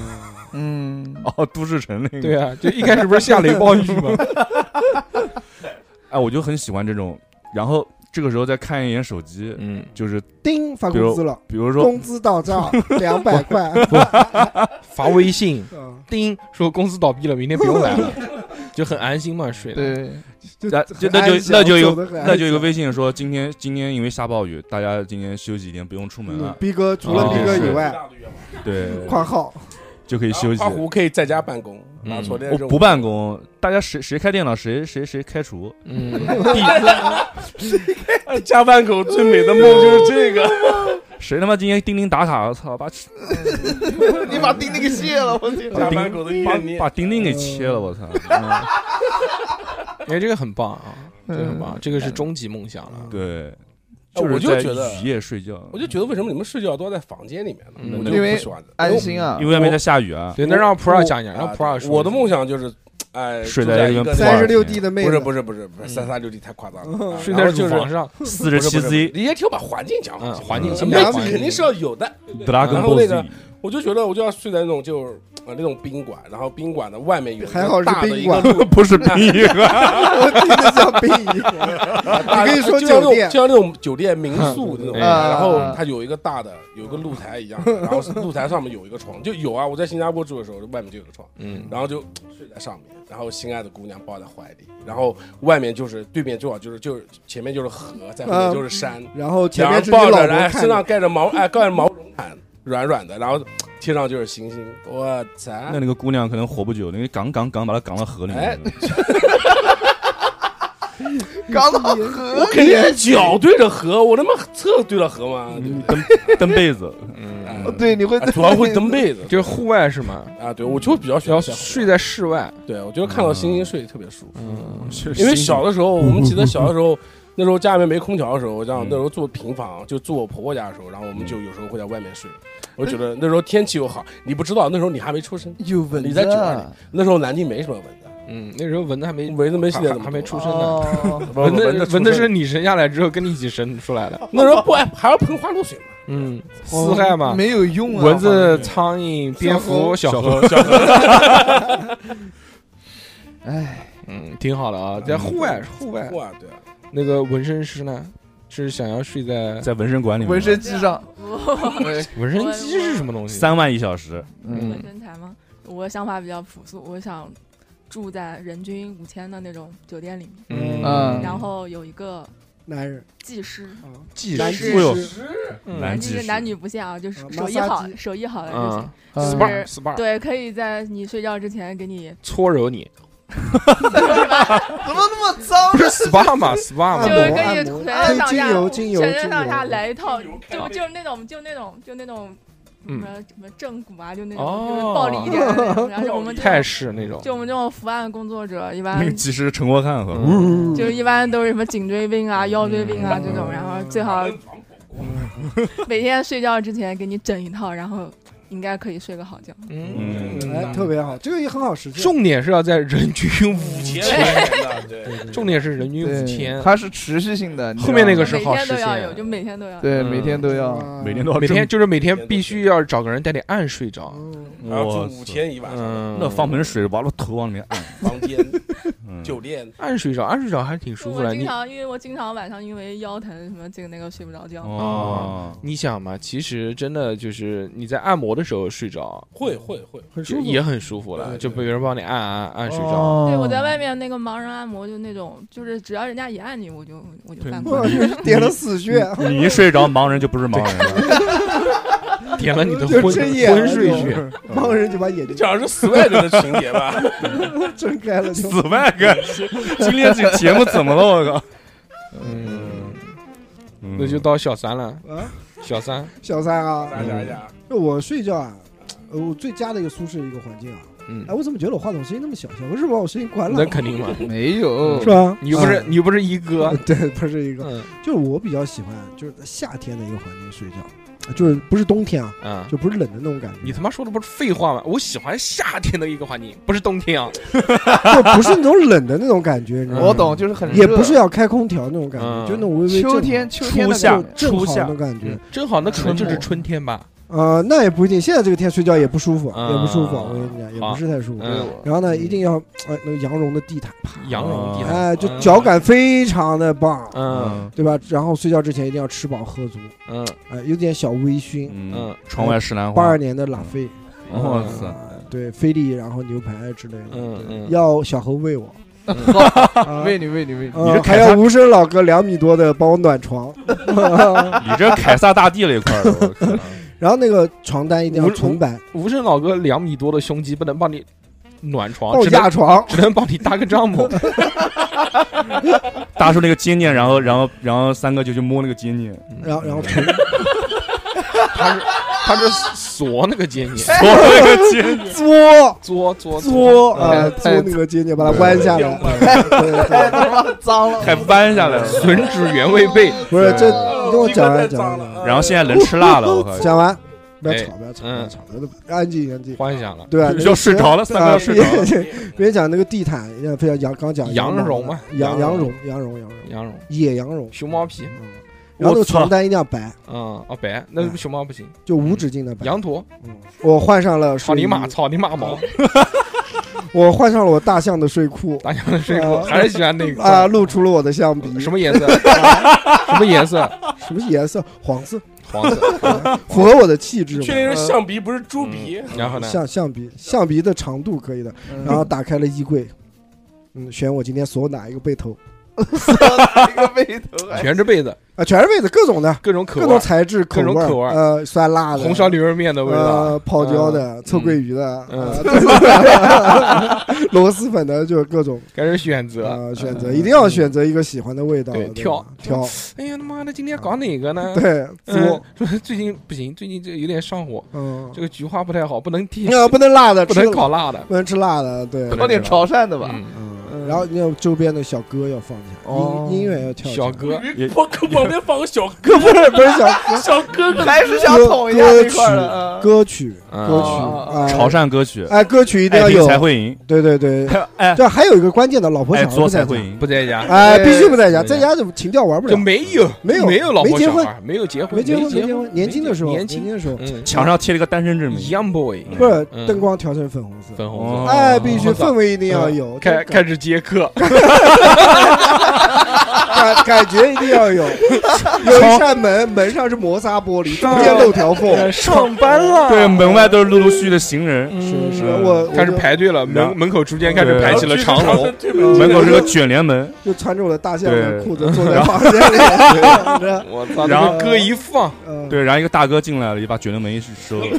Speaker 3: 嗯，
Speaker 4: 哦，都市城
Speaker 2: 嗯
Speaker 4: 那个。
Speaker 1: 对啊，就一开始不是下雷暴雨 吗？
Speaker 4: 哎，我就很喜欢这种。然后这个时候再看一眼手机，
Speaker 1: 嗯，
Speaker 4: 就是
Speaker 2: 叮发工资了，
Speaker 4: 比如说
Speaker 2: 工资到 账两百块，
Speaker 1: 发微信，
Speaker 2: 嗯
Speaker 1: 叮，说公司倒闭了，明天不用来 了，就很安心嘛，睡的。
Speaker 3: 对，
Speaker 2: 就
Speaker 4: 那就那就那就有那就一个微信说，今天今天因为下暴雨，大家今天休息一天，不用出门了，
Speaker 2: 嗯
Speaker 4: 哦
Speaker 2: 逼哥除了逼哥以外，
Speaker 6: 嗯
Speaker 4: 对，
Speaker 2: 括号
Speaker 4: 就可以休息
Speaker 6: 花。啊湖可以在家办公，把
Speaker 1: 嗯
Speaker 6: 昨天
Speaker 4: 我
Speaker 6: 的任务
Speaker 4: 不办公，大家谁谁开电脑谁谁谁 开除。
Speaker 1: 嗯，
Speaker 6: 哎家办狗最美
Speaker 2: 哎
Speaker 6: 的梦就是这 个，
Speaker 4: 谁他妈今天钉钉打卡？我操，把
Speaker 3: 你把钉钉给卸了，我天，
Speaker 6: 家办狗的
Speaker 4: 把
Speaker 6: 怨念。
Speaker 4: 把钉
Speaker 6: 嗯
Speaker 4: 钉给切了！ 我操！
Speaker 1: 哎，这个很棒啊，这个很棒，
Speaker 2: 嗯
Speaker 1: 这个是终极梦想了。
Speaker 4: 对，
Speaker 6: 哎
Speaker 4: 是
Speaker 6: 我就
Speaker 4: 在
Speaker 6: 觉得
Speaker 4: 雨夜睡觉，
Speaker 6: 我就觉得为什么你们睡觉都要在房间里面呢？
Speaker 1: 嗯
Speaker 6: 我就
Speaker 3: 因为
Speaker 6: 不喜欢
Speaker 3: 安心啊
Speaker 4: 因，为外面在下雨啊。
Speaker 1: 对，那让普洱讲一讲，
Speaker 6: 啊
Speaker 1: 让普洱说一说。
Speaker 6: 我的梦想就是，哎，
Speaker 4: 睡
Speaker 6: 住
Speaker 4: 在
Speaker 6: 在一
Speaker 4: 一个
Speaker 6: 个
Speaker 4: 普
Speaker 2: 三
Speaker 4: 洱
Speaker 2: 十六 D 的妹
Speaker 6: 不是
Speaker 2: 子，
Speaker 6: 不是不是不是三三六六太夸张了，啊
Speaker 1: 嗯睡在
Speaker 6: 然后就
Speaker 1: 乳
Speaker 6: 是
Speaker 1: 房上，
Speaker 4: 四十七 Z
Speaker 6: 你先听我把环境讲
Speaker 1: 嗯
Speaker 6: 好，
Speaker 1: 环境
Speaker 6: 嗯
Speaker 1: 先
Speaker 6: 妹子
Speaker 1: 讲环境
Speaker 6: 肯定是要有的。
Speaker 4: Dragon
Speaker 6: 然后那个
Speaker 4: Ball Z，
Speaker 6: 我就觉得我就要睡在那种就是啊那种宾馆，然后宾馆的外面有一个
Speaker 2: 还好是
Speaker 6: 大的
Speaker 2: 宾
Speaker 6: 一个
Speaker 2: 馆
Speaker 6: 路，
Speaker 4: 不是殡仪馆，
Speaker 2: 我听着像殡仪馆，
Speaker 6: 你
Speaker 2: 可以说
Speaker 6: 就像那
Speaker 2: 酒
Speaker 6: 种
Speaker 2: 店
Speaker 6: 就像那种酒店民 宿那种，
Speaker 1: 嗯
Speaker 6: 然后它有一个大的，有一个露台一样的，然后露台上面有一个床，就有啊。我在新加坡住的时候，外面就有个床，
Speaker 1: 嗯，
Speaker 6: 然后就睡在上面，然后心爱的姑娘抱在怀里，然后外面就是对面最好就是就是前面就是河，在后面就是山，
Speaker 2: 然后嗯前
Speaker 6: 两
Speaker 2: 面
Speaker 6: 人
Speaker 2: 是你
Speaker 6: 抱着，
Speaker 2: 老婆
Speaker 6: 然后
Speaker 2: 看
Speaker 6: 身
Speaker 2: 的
Speaker 6: 上，盖着毛哎盖着毛绒毯，软软的，然后天上就是星星，我操！
Speaker 4: 那那个姑娘可能活不久，那个杠杠杠把她杠到河里面去了。
Speaker 3: 刚到河，
Speaker 6: 我肯定是脚对着河，我他妈侧对着河嘛，对不
Speaker 1: 嗯
Speaker 6: 对？
Speaker 4: 蹬被 子，
Speaker 6: 哎
Speaker 3: 对，你会
Speaker 6: 哎主要会蹬被子，
Speaker 1: 就是户外是吗？
Speaker 6: 啊，对我就比较喜
Speaker 1: 要
Speaker 6: 欢
Speaker 1: 睡在室外，
Speaker 6: 对，我觉得看到星星睡特别舒服。
Speaker 1: 嗯，
Speaker 6: 因为小的时候，我们记得小的时候， 那时候家里面没空调的时候，
Speaker 1: 嗯
Speaker 6: 像那时候住平房，就住我婆婆家的时候，然后我们就有时候会在外面睡。
Speaker 1: 哎
Speaker 6: 我觉得那时候天气又好，你不知道那时候你还没出生，
Speaker 3: 有蚊
Speaker 6: 你
Speaker 3: 子
Speaker 6: 在酒吧
Speaker 3: 啊，
Speaker 6: 那时候南京没什么蚊子，
Speaker 1: 嗯，那时候蚊子还没
Speaker 6: 蚊子没现在
Speaker 1: 还
Speaker 6: 这么
Speaker 1: 还没出
Speaker 6: 多
Speaker 1: 生呢，
Speaker 3: 哦，
Speaker 6: 不
Speaker 1: 蚊
Speaker 6: 不
Speaker 1: 子
Speaker 6: 蚊
Speaker 1: 蚊子
Speaker 6: 出
Speaker 1: 是
Speaker 6: 生
Speaker 1: 你生下来之后跟你一起生出来 的，
Speaker 6: 那时候不还还要喷花露水嘛？
Speaker 1: 嗯，四害嘛，
Speaker 3: 没有用啊，
Speaker 1: 蚊子、苍蝇、蝙蝠、小
Speaker 6: 小
Speaker 1: 猴，
Speaker 6: 何，小何，
Speaker 3: 哎，
Speaker 1: 嗯，挺好的啊，在户外户外
Speaker 6: 哇，对啊，
Speaker 1: 那个纹身师呢，是想要睡在
Speaker 4: 在纹身馆里面，
Speaker 3: 纹身机 上，
Speaker 1: 纹身机是什么东西？
Speaker 4: 三万一小时，
Speaker 1: 嗯
Speaker 5: 我身材吗？我想法比较朴素，我想住在人均五千的那种酒店里面，
Speaker 1: 嗯
Speaker 3: 嗯
Speaker 5: 然后有一个
Speaker 2: 男人，
Speaker 5: 技师，
Speaker 1: 技
Speaker 2: 男
Speaker 1: 师嗯
Speaker 2: 技
Speaker 4: 哎呦
Speaker 2: 师，
Speaker 4: 男技
Speaker 5: 这
Speaker 4: 师
Speaker 5: 是男女不限啊，就是
Speaker 2: 啊
Speaker 5: 手艺
Speaker 2: 马杀
Speaker 5: 好
Speaker 2: 鸡
Speaker 5: 手艺好的就行
Speaker 1: 嗯。
Speaker 3: 嗯
Speaker 5: 是
Speaker 1: SPA SPA
Speaker 5: 对，可以在你睡觉之前给你
Speaker 1: 搓揉你，
Speaker 3: 怎么那么脏
Speaker 1: 不？是 SPA 吗？SPA 吗？
Speaker 2: 按
Speaker 5: 就是
Speaker 2: 摩
Speaker 5: 可以
Speaker 2: 按
Speaker 5: 全
Speaker 2: 摩，推
Speaker 5: 身上
Speaker 2: 精
Speaker 5: 下，
Speaker 2: 油精油
Speaker 5: 全身
Speaker 2: 精
Speaker 5: 上下
Speaker 2: 油，
Speaker 5: 来一套，就就是那种就那种就那种什
Speaker 1: 嗯，
Speaker 5: 么什么正骨啊，就那种
Speaker 1: 哦
Speaker 5: 就是暴力一点的那种，然后就我们这
Speaker 1: 泰
Speaker 5: 种
Speaker 1: 式那种。
Speaker 5: 就我们这种伏案工作者 一
Speaker 4: 那
Speaker 5: 般
Speaker 1: 嗯
Speaker 4: 个及时陈国汉和
Speaker 2: 嗯
Speaker 5: 就是一般都是什么颈椎病
Speaker 1: 嗯
Speaker 5: 啊、腰椎病啊这种，
Speaker 2: 嗯
Speaker 5: 然后最好 每天睡觉之前给你整一套，然后应该可以睡个好觉。
Speaker 4: 嗯
Speaker 2: 哎，特别好，这个也很好
Speaker 5: 嗯
Speaker 2: 实现。
Speaker 1: 重点是要在人均五
Speaker 6: 五
Speaker 1: 千
Speaker 6: 千，块钱的，对，
Speaker 2: 对
Speaker 1: 重点是人均五千，
Speaker 3: 它是持续性的。你知道
Speaker 1: 后面那个
Speaker 3: 吗
Speaker 1: 是
Speaker 5: 每
Speaker 1: 好
Speaker 5: 天
Speaker 1: 实
Speaker 5: 都要
Speaker 1: 现
Speaker 5: 有，就每天都要有。
Speaker 3: 对，
Speaker 4: 嗯
Speaker 3: 每天都要。
Speaker 4: 每天都要
Speaker 1: 每天
Speaker 4: 正
Speaker 1: 就是每天必须要找个人带你按睡着。
Speaker 2: 嗯
Speaker 6: 然后
Speaker 4: 哇
Speaker 6: 住五
Speaker 4: 塞
Speaker 6: 天一晚上，
Speaker 1: 嗯，
Speaker 4: 那放盆水往我头往里面哎按，
Speaker 6: 房间、
Speaker 4: 嗯
Speaker 6: 酒店，
Speaker 1: 按睡着，按睡着还挺舒服
Speaker 5: 我
Speaker 1: 的。
Speaker 5: 经
Speaker 1: 你
Speaker 5: 常因为我经常晚上因为腰疼什么这个那个睡不着觉。
Speaker 4: 哦，
Speaker 1: 你想嘛，其实真的就是你在按摩的时候睡着，
Speaker 6: 会会会，
Speaker 2: 很
Speaker 1: 就
Speaker 2: 舒服，
Speaker 1: 也很舒服了，
Speaker 6: 对
Speaker 1: 就被人帮你按按按睡着。
Speaker 3: 哦
Speaker 5: 对，我在外面那个盲人按摩，就那种，就是只要人家一按你，我就我就犯
Speaker 2: 哇
Speaker 5: 困。
Speaker 2: 这是点了死穴，
Speaker 4: 你一睡着，盲人就不是盲人 了。
Speaker 1: 点了你的昏
Speaker 2: 就睁眼了
Speaker 1: 昏睡
Speaker 2: 就
Speaker 1: 穴，
Speaker 2: 盲人就把眼睛
Speaker 6: 讲的是 swag 的情节吧？
Speaker 2: 睁开了就。
Speaker 4: 死外哥，今天这节目怎么了？我靠！
Speaker 1: 嗯，
Speaker 4: 嗯
Speaker 1: 那就到小三了。
Speaker 2: 啊，
Speaker 1: 小三，
Speaker 2: 小三
Speaker 6: 大
Speaker 2: 啊，
Speaker 6: 家 呀，
Speaker 2: 就我睡觉啊，呃，我最佳的一个舒适的一个环境啊。
Speaker 1: 嗯
Speaker 2: 哎，，我怎么觉得我话筒声音那么小？小何是不是把我声音关了
Speaker 1: 那？肯定嘛，
Speaker 3: 没有
Speaker 2: 是，吧？
Speaker 1: 你又不是
Speaker 2: 啊
Speaker 1: 你又不是一哥
Speaker 2: 呃，对，不是一个，
Speaker 1: 嗯
Speaker 2: 就是我比较喜欢就是在夏天的一个环境睡觉，就是不是冬天啊，
Speaker 1: 啊。
Speaker 2: 就不是冷的那种感觉，
Speaker 1: 你他妈 说的不是废话吗？我喜欢夏天的一个环境，不是冬天啊。
Speaker 2: 就不是那种冷的那种感觉，你知道吗
Speaker 3: 我懂，就是很热
Speaker 2: 也不是要开空调那种感觉，
Speaker 1: 嗯
Speaker 2: 就那种微微
Speaker 3: 秋天，秋天
Speaker 1: 初
Speaker 3: 的
Speaker 1: 夏
Speaker 3: 感
Speaker 2: 正
Speaker 3: 觉
Speaker 2: 正
Speaker 1: 初
Speaker 2: 好
Speaker 1: 夏嗯
Speaker 2: 的感觉。
Speaker 1: 正好，那可能就是
Speaker 3: 嗯
Speaker 1: 春天吧。
Speaker 2: 呃，那也不一定，现在这个天睡觉也不舒服，啊
Speaker 1: 嗯
Speaker 2: 也不舒服，我跟你讲，也
Speaker 1: 好
Speaker 2: 不是太舒服。
Speaker 1: 嗯，
Speaker 2: 然后呢，一定要呃那个羊绒的地毯，啪
Speaker 1: 羊绒嗯地毯，
Speaker 2: 哎，就脚感非常的棒，
Speaker 1: 嗯，
Speaker 2: 对吧？然后睡觉之前一定要吃饱喝足，
Speaker 1: 嗯
Speaker 2: 呃，有点小微醺。
Speaker 4: 嗯
Speaker 1: 嗯，
Speaker 4: 窗外石兰
Speaker 2: 八
Speaker 4: 花
Speaker 2: 二，年的拉菲，
Speaker 4: 哇
Speaker 2: 嗯
Speaker 4: 塞，
Speaker 2: 对，菲力，然后牛排之类的，
Speaker 1: 嗯嗯
Speaker 2: 要小何喂 我，啊
Speaker 3: 喂你喂你喂你，
Speaker 2: 呃还要无声老哥两米多的帮我暖床，
Speaker 4: 你这凯撒大帝那一块儿的，我靠
Speaker 2: 然后那个床单一定要
Speaker 1: 无
Speaker 2: 纯白，
Speaker 1: 无声老哥两米多的胸肌不能帮你暖
Speaker 3: 哦
Speaker 1: 床，
Speaker 2: 抱
Speaker 1: 只能
Speaker 2: 压 床，
Speaker 1: 只能帮你搭个帐篷。
Speaker 4: 搭出那个尖念，然后然后然后三哥就去摸那个尖念，
Speaker 2: 然后然后 纯
Speaker 1: 他是他是锁那个尖尖，
Speaker 4: 摸那个尖念，
Speaker 2: 作
Speaker 1: 作作
Speaker 2: 作
Speaker 3: 哎
Speaker 2: 啊作
Speaker 3: 太
Speaker 2: 那个结界把它弯下来，对 对
Speaker 3: 哎他妈脏了
Speaker 4: 还弯下来 了。
Speaker 1: 吮指嗯原味贝。
Speaker 2: 不是这
Speaker 3: 哎
Speaker 6: 哦
Speaker 2: 你听我讲
Speaker 6: 这个太
Speaker 2: 完讲
Speaker 6: 脏
Speaker 2: 完讲
Speaker 6: 了嗯
Speaker 2: 完
Speaker 4: 然后现在能吃辣了，我 靠，
Speaker 2: 讲完，不要
Speaker 1: 哎
Speaker 2: 吵不要吵不
Speaker 1: 嗯
Speaker 2: 要吵，安静安静，
Speaker 1: 幻想了，
Speaker 2: 对吧？ 那个
Speaker 4: 要睡着了，三哥要
Speaker 2: 啊
Speaker 4: 睡着了。
Speaker 2: 别
Speaker 6: 嗯
Speaker 2: 别讲那个地毯，非常羊刚讲
Speaker 1: 羊绒嘛
Speaker 2: 嘛，羊
Speaker 1: 羊
Speaker 2: 羊
Speaker 1: 绒
Speaker 2: 绒羊绒羊绒
Speaker 1: 羊绒、
Speaker 2: 野羊绒，
Speaker 1: 熊猫皮，
Speaker 2: 嗯然后那
Speaker 4: 我
Speaker 2: 个
Speaker 4: 操
Speaker 2: 床，单一定要白，
Speaker 1: 嗯，哦白，那熊猫不行，
Speaker 2: 就无止境的白。
Speaker 1: 羊驼，
Speaker 2: 嗯我换上了
Speaker 1: 草
Speaker 2: 睡
Speaker 1: 泥马，
Speaker 2: 衣
Speaker 1: 草泥马
Speaker 2: 哦
Speaker 1: 毛，
Speaker 2: 我换上了我大象的睡裤
Speaker 1: 大象的睡裤，还是喜欢那个
Speaker 2: 哦啊，露出了我的象鼻。
Speaker 1: 什么 颜色？什么颜色？
Speaker 2: 什么颜色？黄色，
Speaker 1: 黄色。
Speaker 2: 符合我的气质
Speaker 6: 确
Speaker 2: 嘛。
Speaker 6: 定是象鼻，不是
Speaker 4: 嗯
Speaker 6: 猪鼻。
Speaker 1: 嗯
Speaker 6: 嗯
Speaker 1: 然后呢？嗯
Speaker 2: 象象鼻，象鼻的长度可以的。然后打开了衣柜，嗯，选我今天所哪一个被头
Speaker 3: 一个背头还
Speaker 1: 全是被子，
Speaker 2: 啊，全是被子，各种的，
Speaker 1: 各种口
Speaker 2: 各
Speaker 1: 味
Speaker 2: 种，材质、
Speaker 1: 各种
Speaker 2: 味
Speaker 1: 口味
Speaker 2: 儿，
Speaker 1: 儿
Speaker 2: 呃，酸辣的、
Speaker 1: 红烧牛肉面的味道。
Speaker 2: 呃，泡椒的、臭鳜鱼的、
Speaker 1: 嗯
Speaker 2: 呃对对 对螺蛳粉的，就是各种
Speaker 1: 开始选择。
Speaker 2: 呃选择，一定要选择一个喜欢的味道，
Speaker 1: 嗯对
Speaker 2: 对吧，
Speaker 1: 挑
Speaker 2: 挑，
Speaker 1: 哎呀，他妈的，今天搞哪个呢？
Speaker 2: 对，
Speaker 1: 嗯
Speaker 2: 作，，
Speaker 1: 说最近不行，最近这有点上火，
Speaker 2: 嗯啊
Speaker 1: 这，个菊花不太好，不能提，
Speaker 2: 那不能辣的，
Speaker 1: 不
Speaker 2: 吃
Speaker 1: 能
Speaker 2: 了嗯
Speaker 1: 搞辣的。
Speaker 2: 不能吃辣的，对
Speaker 1: 不，能
Speaker 3: 放点潮汕的吧，
Speaker 1: 嗯，
Speaker 2: 嗯，然后要周边的小歌要放一下，
Speaker 3: 哦
Speaker 2: 音音乐要跳一下，
Speaker 1: 小哥，
Speaker 6: 我可旁边放个小
Speaker 2: 歌不是不是 小
Speaker 6: 小
Speaker 3: 嗯
Speaker 6: 哥哥，
Speaker 3: 还是想捅一下这块儿的。嗯
Speaker 2: 歌曲
Speaker 1: 嗯
Speaker 2: 歌曲
Speaker 3: 哦
Speaker 2: 啊，
Speaker 4: 潮汕歌曲，
Speaker 2: 哎，歌曲一定
Speaker 4: 爱
Speaker 2: 要
Speaker 4: 听
Speaker 2: 有，哎
Speaker 4: 才会 赢，
Speaker 2: 对对 对，
Speaker 4: 爱
Speaker 2: 这还有一个关键的，老婆
Speaker 4: 爱
Speaker 2: 小孩
Speaker 4: 作
Speaker 2: 不在
Speaker 4: 才
Speaker 2: 家
Speaker 4: 会，赢。
Speaker 1: 嗯不在家，
Speaker 2: 哎，必须不在家，
Speaker 1: 对
Speaker 2: 在家怎么情调玩不
Speaker 1: 就
Speaker 2: 了，
Speaker 1: 没有，
Speaker 2: 没有
Speaker 1: 没有老
Speaker 2: 没
Speaker 1: 婆
Speaker 2: 结
Speaker 1: 小
Speaker 2: 婚
Speaker 1: 孩，没有结婚，
Speaker 2: 没结婚
Speaker 1: 没
Speaker 2: 没结婚，年轻的时候，
Speaker 1: 年
Speaker 2: 年
Speaker 1: 轻
Speaker 2: 轻的时候，
Speaker 1: 嗯，
Speaker 4: 墙上贴了一个单身证明，
Speaker 1: Young Boy，
Speaker 4: 嗯
Speaker 2: 不是
Speaker 1: 嗯
Speaker 2: 灯光调成粉红色，
Speaker 1: 粉红
Speaker 4: 哦
Speaker 1: 色，
Speaker 2: 哎，必须
Speaker 1: 我操
Speaker 2: 氛围一定要有，
Speaker 1: 开
Speaker 2: 这个
Speaker 1: 开始接客，
Speaker 2: 感感觉一定要 有，有一扇门，门上是磨砂玻璃，
Speaker 1: 哦
Speaker 2: 中间露条缝。
Speaker 1: 上班了嗯
Speaker 4: 对，门外都是陆陆续续的行人，
Speaker 2: 是是，
Speaker 4: 嗯
Speaker 2: 我
Speaker 1: 开始
Speaker 2: 我就
Speaker 1: 排队了，
Speaker 4: 然后
Speaker 1: 门门口逐渐开始排起了长龙，
Speaker 2: 嗯
Speaker 4: 门口是个卷帘门，
Speaker 2: 就穿着我的大象的
Speaker 4: 对
Speaker 2: 裤子坐在房间里，躺着
Speaker 1: 我操，
Speaker 4: 然后
Speaker 1: 歌一放，
Speaker 2: 嗯，
Speaker 4: 对，然后一个大哥进来了，也把卷帘门一收了，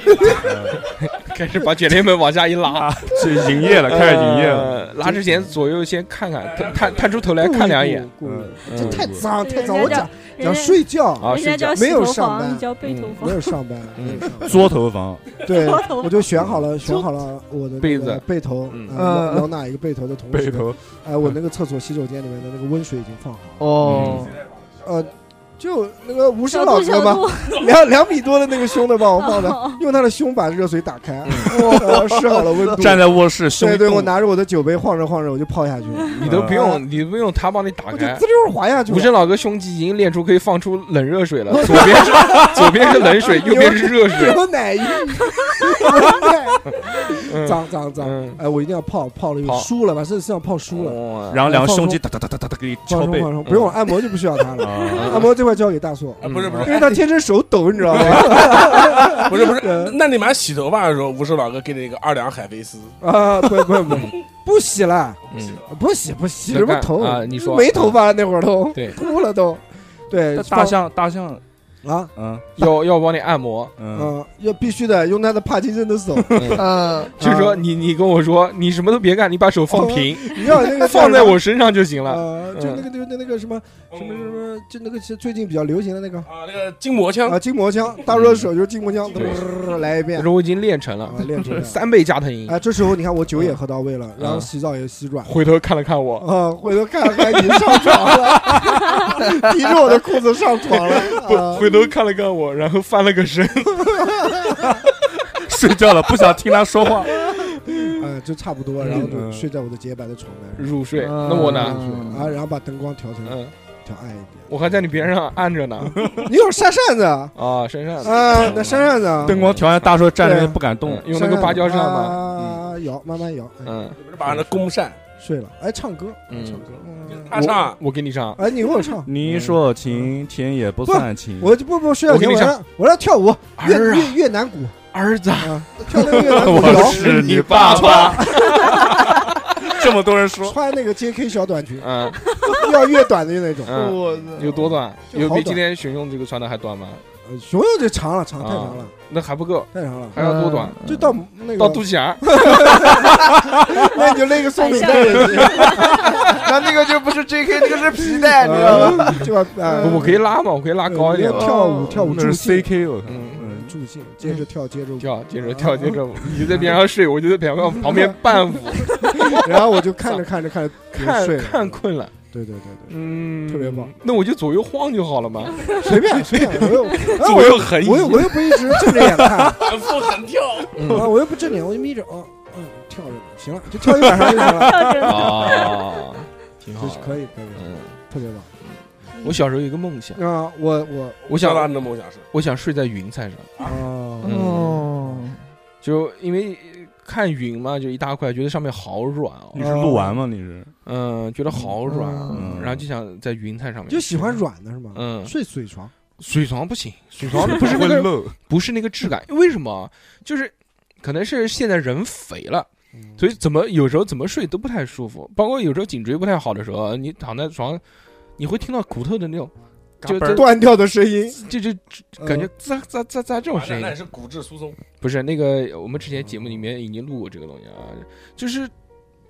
Speaker 1: 开始把卷帘门往下一拉，
Speaker 4: 是营业了，开始营业了。
Speaker 1: 呃拉之前左右先看看，探探探出头来看两眼，
Speaker 2: 顾虑，顾虑
Speaker 4: 嗯
Speaker 2: 这太脏太脏，
Speaker 7: 人
Speaker 2: 我
Speaker 7: 家
Speaker 2: 讲
Speaker 7: 叫人
Speaker 2: 讲
Speaker 7: 家
Speaker 2: 睡觉
Speaker 1: 啊，
Speaker 7: 人家
Speaker 1: 睡觉嗯
Speaker 7: 叫
Speaker 2: 没
Speaker 7: 洗
Speaker 2: 有
Speaker 7: 头
Speaker 2: 上
Speaker 7: 房，
Speaker 2: 班
Speaker 7: 你叫背头
Speaker 2: 没
Speaker 7: 房。
Speaker 2: 有上班，没有上班
Speaker 4: 桌头房，
Speaker 2: 对
Speaker 7: 桌头，
Speaker 2: 我就选好了，选好了我的那个
Speaker 1: 被子
Speaker 2: 被头，
Speaker 1: 嗯
Speaker 2: 呃
Speaker 3: 嗯
Speaker 2: 老老哪一个被头的同时，，哎，我那个厕所洗手间里面的那个温水已经放好了，
Speaker 3: 哦，
Speaker 2: 呃，就那个无声
Speaker 7: 小
Speaker 2: 老
Speaker 7: 度
Speaker 2: 哥
Speaker 7: 小
Speaker 2: 吧，
Speaker 7: 度，
Speaker 2: 两两米多的那个胸的帮我放的，
Speaker 7: 哦
Speaker 2: 用他的胸把热水打开，
Speaker 1: 嗯
Speaker 2: 然后试好了温度，
Speaker 4: 站在卧室，胸
Speaker 2: 对
Speaker 4: 一
Speaker 2: 对，
Speaker 4: 动
Speaker 2: 我拿着我的酒杯晃着晃着我就泡下去了，
Speaker 1: 你都不用，你不用他帮你打
Speaker 2: 我就
Speaker 1: 开
Speaker 2: 滋。溜滑下去
Speaker 1: 武
Speaker 2: 了。
Speaker 1: 生老哥胸肌已经练出可以放出冷热水了，左边是左边是冷水，右边是热 水。
Speaker 2: 牛奶浴，牛奶
Speaker 1: 嗯
Speaker 2: 脏脏脏！
Speaker 1: 嗯，
Speaker 2: 哎，我一定要泡，泡了又
Speaker 1: 泡哦
Speaker 2: 输了，把身上泡输了，
Speaker 1: 了
Speaker 4: 然后两个胸肌哒哒哒哒哒哒给你
Speaker 2: 放
Speaker 4: 敲
Speaker 2: 松
Speaker 4: 背
Speaker 2: 放，松，不用了按摩就不需要它了，
Speaker 4: 啊，
Speaker 2: 按摩这块交给大硕，
Speaker 6: 啊不是不是
Speaker 2: 因为他天生手抖，你知道 吗？
Speaker 6: 不是不是
Speaker 2: 嗯，
Speaker 6: 那你妈洗头发的时候，吴师老哥给你一个二两海飞丝，
Speaker 2: 啊，不不不，不洗了，
Speaker 1: 嗯，
Speaker 2: 不洗不洗什么头
Speaker 1: 啊？你说
Speaker 2: 没头发那会儿都
Speaker 1: 对
Speaker 2: 秃了都，对
Speaker 4: 大象大象，
Speaker 2: 放啊，
Speaker 4: 嗯
Speaker 1: 要要帮你按摩，
Speaker 4: 嗯，
Speaker 2: 嗯，要必须的，用他的帕金森 的手，啊
Speaker 3: 嗯，
Speaker 1: 就是说你你跟我说你什么都别干，你把手放平，
Speaker 2: 你要哦 那个
Speaker 1: 放在我身上就行了。嗯
Speaker 2: 呃，就那个就那那个什么什么什么，就那个是最近比较流行的那个
Speaker 6: 啊，那个筋膜枪
Speaker 2: 啊，筋膜枪，大热手就是筋膜枪，噔来一
Speaker 1: 我
Speaker 2: 遍，
Speaker 1: 说我已经练成
Speaker 2: 啊
Speaker 1: 了，
Speaker 2: 练出来。
Speaker 1: 三嗯倍加藤鹰。
Speaker 2: 啊，这时候你看我酒也喝到位了，然后洗澡也洗软。
Speaker 1: 回头看了看我，
Speaker 2: 啊！回头看了看你上床了，提着我的裤子上床了。啊
Speaker 1: 不，回头看了看我，然后翻了个身。
Speaker 4: 睡觉了，不想听他说话，
Speaker 2: 啊，就差不多，然后就
Speaker 4: 嗯
Speaker 2: 睡在我的洁白的床单
Speaker 1: 入睡，嗯
Speaker 2: 哦
Speaker 1: 那我呢？
Speaker 2: 上，啊，然后把灯光调成
Speaker 1: 嗯，
Speaker 2: 调暗一点。
Speaker 1: 我还在你边上按着呢。
Speaker 2: 你有扇扇子啊？
Speaker 1: 啊，身上
Speaker 2: 啊，那扇扇子啊，
Speaker 4: 灯光调暗，大叔站着不敢动
Speaker 1: 嗯，用那个芭蕉扇嘛。
Speaker 2: 啊，摇，慢慢摇。哎
Speaker 1: 嗯
Speaker 6: 不是把那公扇，
Speaker 4: 嗯
Speaker 2: 睡了，哎，唱歌，
Speaker 1: 嗯
Speaker 2: 唱歌，嗯
Speaker 6: 他上
Speaker 1: 我给你上。
Speaker 2: 哎，你给我唱，
Speaker 4: 你说情，天也不算情，
Speaker 2: 我就不不睡觉
Speaker 1: 我给
Speaker 2: 前
Speaker 1: 你
Speaker 2: 我
Speaker 1: 唱
Speaker 2: 让我让跳舞，越
Speaker 1: 儿啊
Speaker 2: 越越南鼓
Speaker 1: 儿子，
Speaker 2: 啊，跳那个 越南鼓
Speaker 4: 我
Speaker 2: 摇，
Speaker 4: 是你爸爸， 这么多人说，
Speaker 2: 穿那个 JK 小短裙，
Speaker 1: 嗯
Speaker 2: 要越短的那种。
Speaker 1: 嗯，有多短？
Speaker 2: 哦就
Speaker 1: 有
Speaker 2: 好
Speaker 1: 比
Speaker 2: 短
Speaker 1: 今天熊熊这个穿的还短吗？
Speaker 2: 呃熊熊这长了，长
Speaker 1: 啊
Speaker 2: 太长了，
Speaker 1: 那还不够，
Speaker 2: 太长了，
Speaker 1: 还要多短？
Speaker 2: 就到那个
Speaker 1: 到肚脐眼儿。
Speaker 2: 那你就勒个松饼带
Speaker 7: 反
Speaker 2: 着去，
Speaker 3: 那那个就不是 J K，那个是皮带，你知道吗？
Speaker 2: 啊就把啊，
Speaker 1: 我可以拉嘛，我可以拉高一点哦
Speaker 2: 呃
Speaker 1: 嘛。
Speaker 2: 跳舞跳舞
Speaker 4: 那
Speaker 2: 助
Speaker 4: 是 C
Speaker 2: 兴，
Speaker 4: K 我靠，
Speaker 1: 嗯，
Speaker 4: 嗯，
Speaker 2: 助兴，接着跳，接着舞，啊
Speaker 1: 跳，接着跳，接着舞。你在边上睡，我就在边上旁边伴舞，
Speaker 2: 然后我就看着看着 看着就
Speaker 1: 看
Speaker 2: 睡了，
Speaker 1: 看困了。
Speaker 2: 对对对对，
Speaker 1: 嗯，
Speaker 2: 特别棒。
Speaker 1: 那我就左右晃就好了嘛，
Speaker 2: 随便随便，我 又然后
Speaker 1: 左
Speaker 2: 我
Speaker 1: 右
Speaker 2: 又
Speaker 1: 横移。
Speaker 2: 我又我又不一直正着眼看，
Speaker 6: 反复横跳，
Speaker 2: 啊，我又不正脸，我就眯着，哦，嗯，跳着呢，行了，就跳一晚上就行 了，
Speaker 7: 跳 着
Speaker 1: 啊，嗯挺
Speaker 2: 就是可以可以，
Speaker 1: 嗯，
Speaker 2: 特别棒。
Speaker 1: 我小时候有一个梦想，
Speaker 2: 啊，我我
Speaker 1: 我
Speaker 6: 想到
Speaker 1: 想
Speaker 6: 你的梦想是
Speaker 1: 我想睡在云彩上，
Speaker 2: 啊，
Speaker 1: 嗯
Speaker 3: 哦，
Speaker 1: 就因为呃看云嘛，就一大块，觉得上面好软哦
Speaker 4: 你，是录完吗？你是，
Speaker 1: 嗯，觉得好软啊，
Speaker 4: 嗯
Speaker 1: 然后就想在云彩上面，
Speaker 2: 就喜欢软的是吗？
Speaker 1: 嗯
Speaker 2: 睡水床，
Speaker 1: 水床不行，水 床不是那
Speaker 4: 会
Speaker 1: 个
Speaker 4: 漏，
Speaker 1: 不是那个质感，为什么？就是可能是现在人肥了。所以怎么有时候怎么睡都不太舒服，包括有时候颈椎不太好的时候，你躺在床，你会听到骨头的那种，就
Speaker 4: 嘎嘣
Speaker 1: 就
Speaker 4: 儿
Speaker 2: 断掉的声音，
Speaker 1: 就就就
Speaker 2: 嗯
Speaker 1: 感觉滋滋滋滋这种声音
Speaker 6: 啊那，也是骨质疏松，
Speaker 1: 不是那个，我们之前节目里面已经录过这个东西啊，就是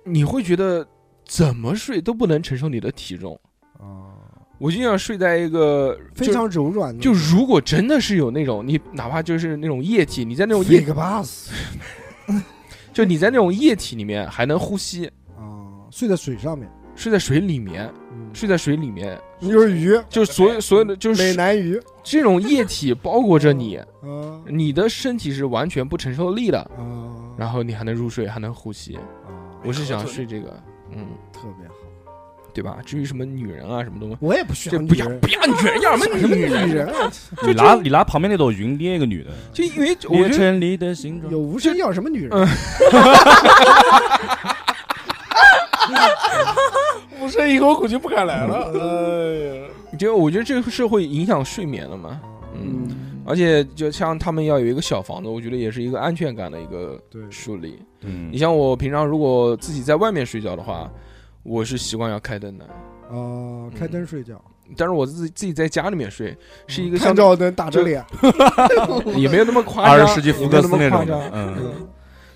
Speaker 1: 你会觉得怎么睡都不能承受你的体重。
Speaker 2: 啊，
Speaker 1: 我就想睡在一个
Speaker 2: 非常柔软的，
Speaker 1: 哦就就如果真的是有那种你哪怕就是那种液体，你在那种
Speaker 2: 一
Speaker 1: 液
Speaker 2: 个 bus
Speaker 1: 就你在那种液体里面还能呼吸，
Speaker 2: 啊，睡在水上面，
Speaker 1: 睡在水里面，
Speaker 2: 嗯，
Speaker 1: 嗯睡在水里面，
Speaker 2: 有嗯鱼，
Speaker 1: 就所有所有的就
Speaker 2: 美
Speaker 1: 是
Speaker 2: 男鱼，
Speaker 1: 这种液体包裹着你，
Speaker 2: 啊
Speaker 1: 你的身体是完全不承受力的，
Speaker 2: 啊，
Speaker 1: 嗯然后你还能入睡，还能呼吸。
Speaker 2: 啊
Speaker 1: 我是想睡这个，嗯。
Speaker 2: 特别好，
Speaker 1: 对吧？至于什么女人啊，什么东西，
Speaker 2: 我也不需
Speaker 1: 这
Speaker 2: 要
Speaker 1: 不
Speaker 2: 女
Speaker 1: 要
Speaker 2: 人，
Speaker 1: 不要女人，要什么女
Speaker 2: 女
Speaker 1: 人？
Speaker 2: 人啊
Speaker 4: 你拿你拿旁边那朵云捏一个女的，
Speaker 1: 就因为我
Speaker 4: 捏
Speaker 1: 觉得
Speaker 4: 成你的形状
Speaker 2: 有。无声要什么女人？
Speaker 6: 不剩一口苦就不敢来了。
Speaker 2: 嗯
Speaker 6: 哎呀，
Speaker 1: 就我觉得这个是会影响睡眠的嘛，嗯，
Speaker 3: 嗯，
Speaker 1: 而且就像他们要有一个小房子，我觉得也是一个安全感的一个
Speaker 2: 对
Speaker 1: 树立。
Speaker 4: 嗯
Speaker 1: 你，像我平常如果自己在外面睡觉的话，我是习惯要开灯的，嗯
Speaker 2: 啊，开灯睡觉，
Speaker 1: 但是我自己自己在家里面睡是一个
Speaker 2: 看
Speaker 1: 像
Speaker 2: 嗯照灯打着脸，
Speaker 1: 也没有那么夸张，
Speaker 4: 二十世纪福克斯那种的
Speaker 2: 也没那么夸张，
Speaker 4: 嗯，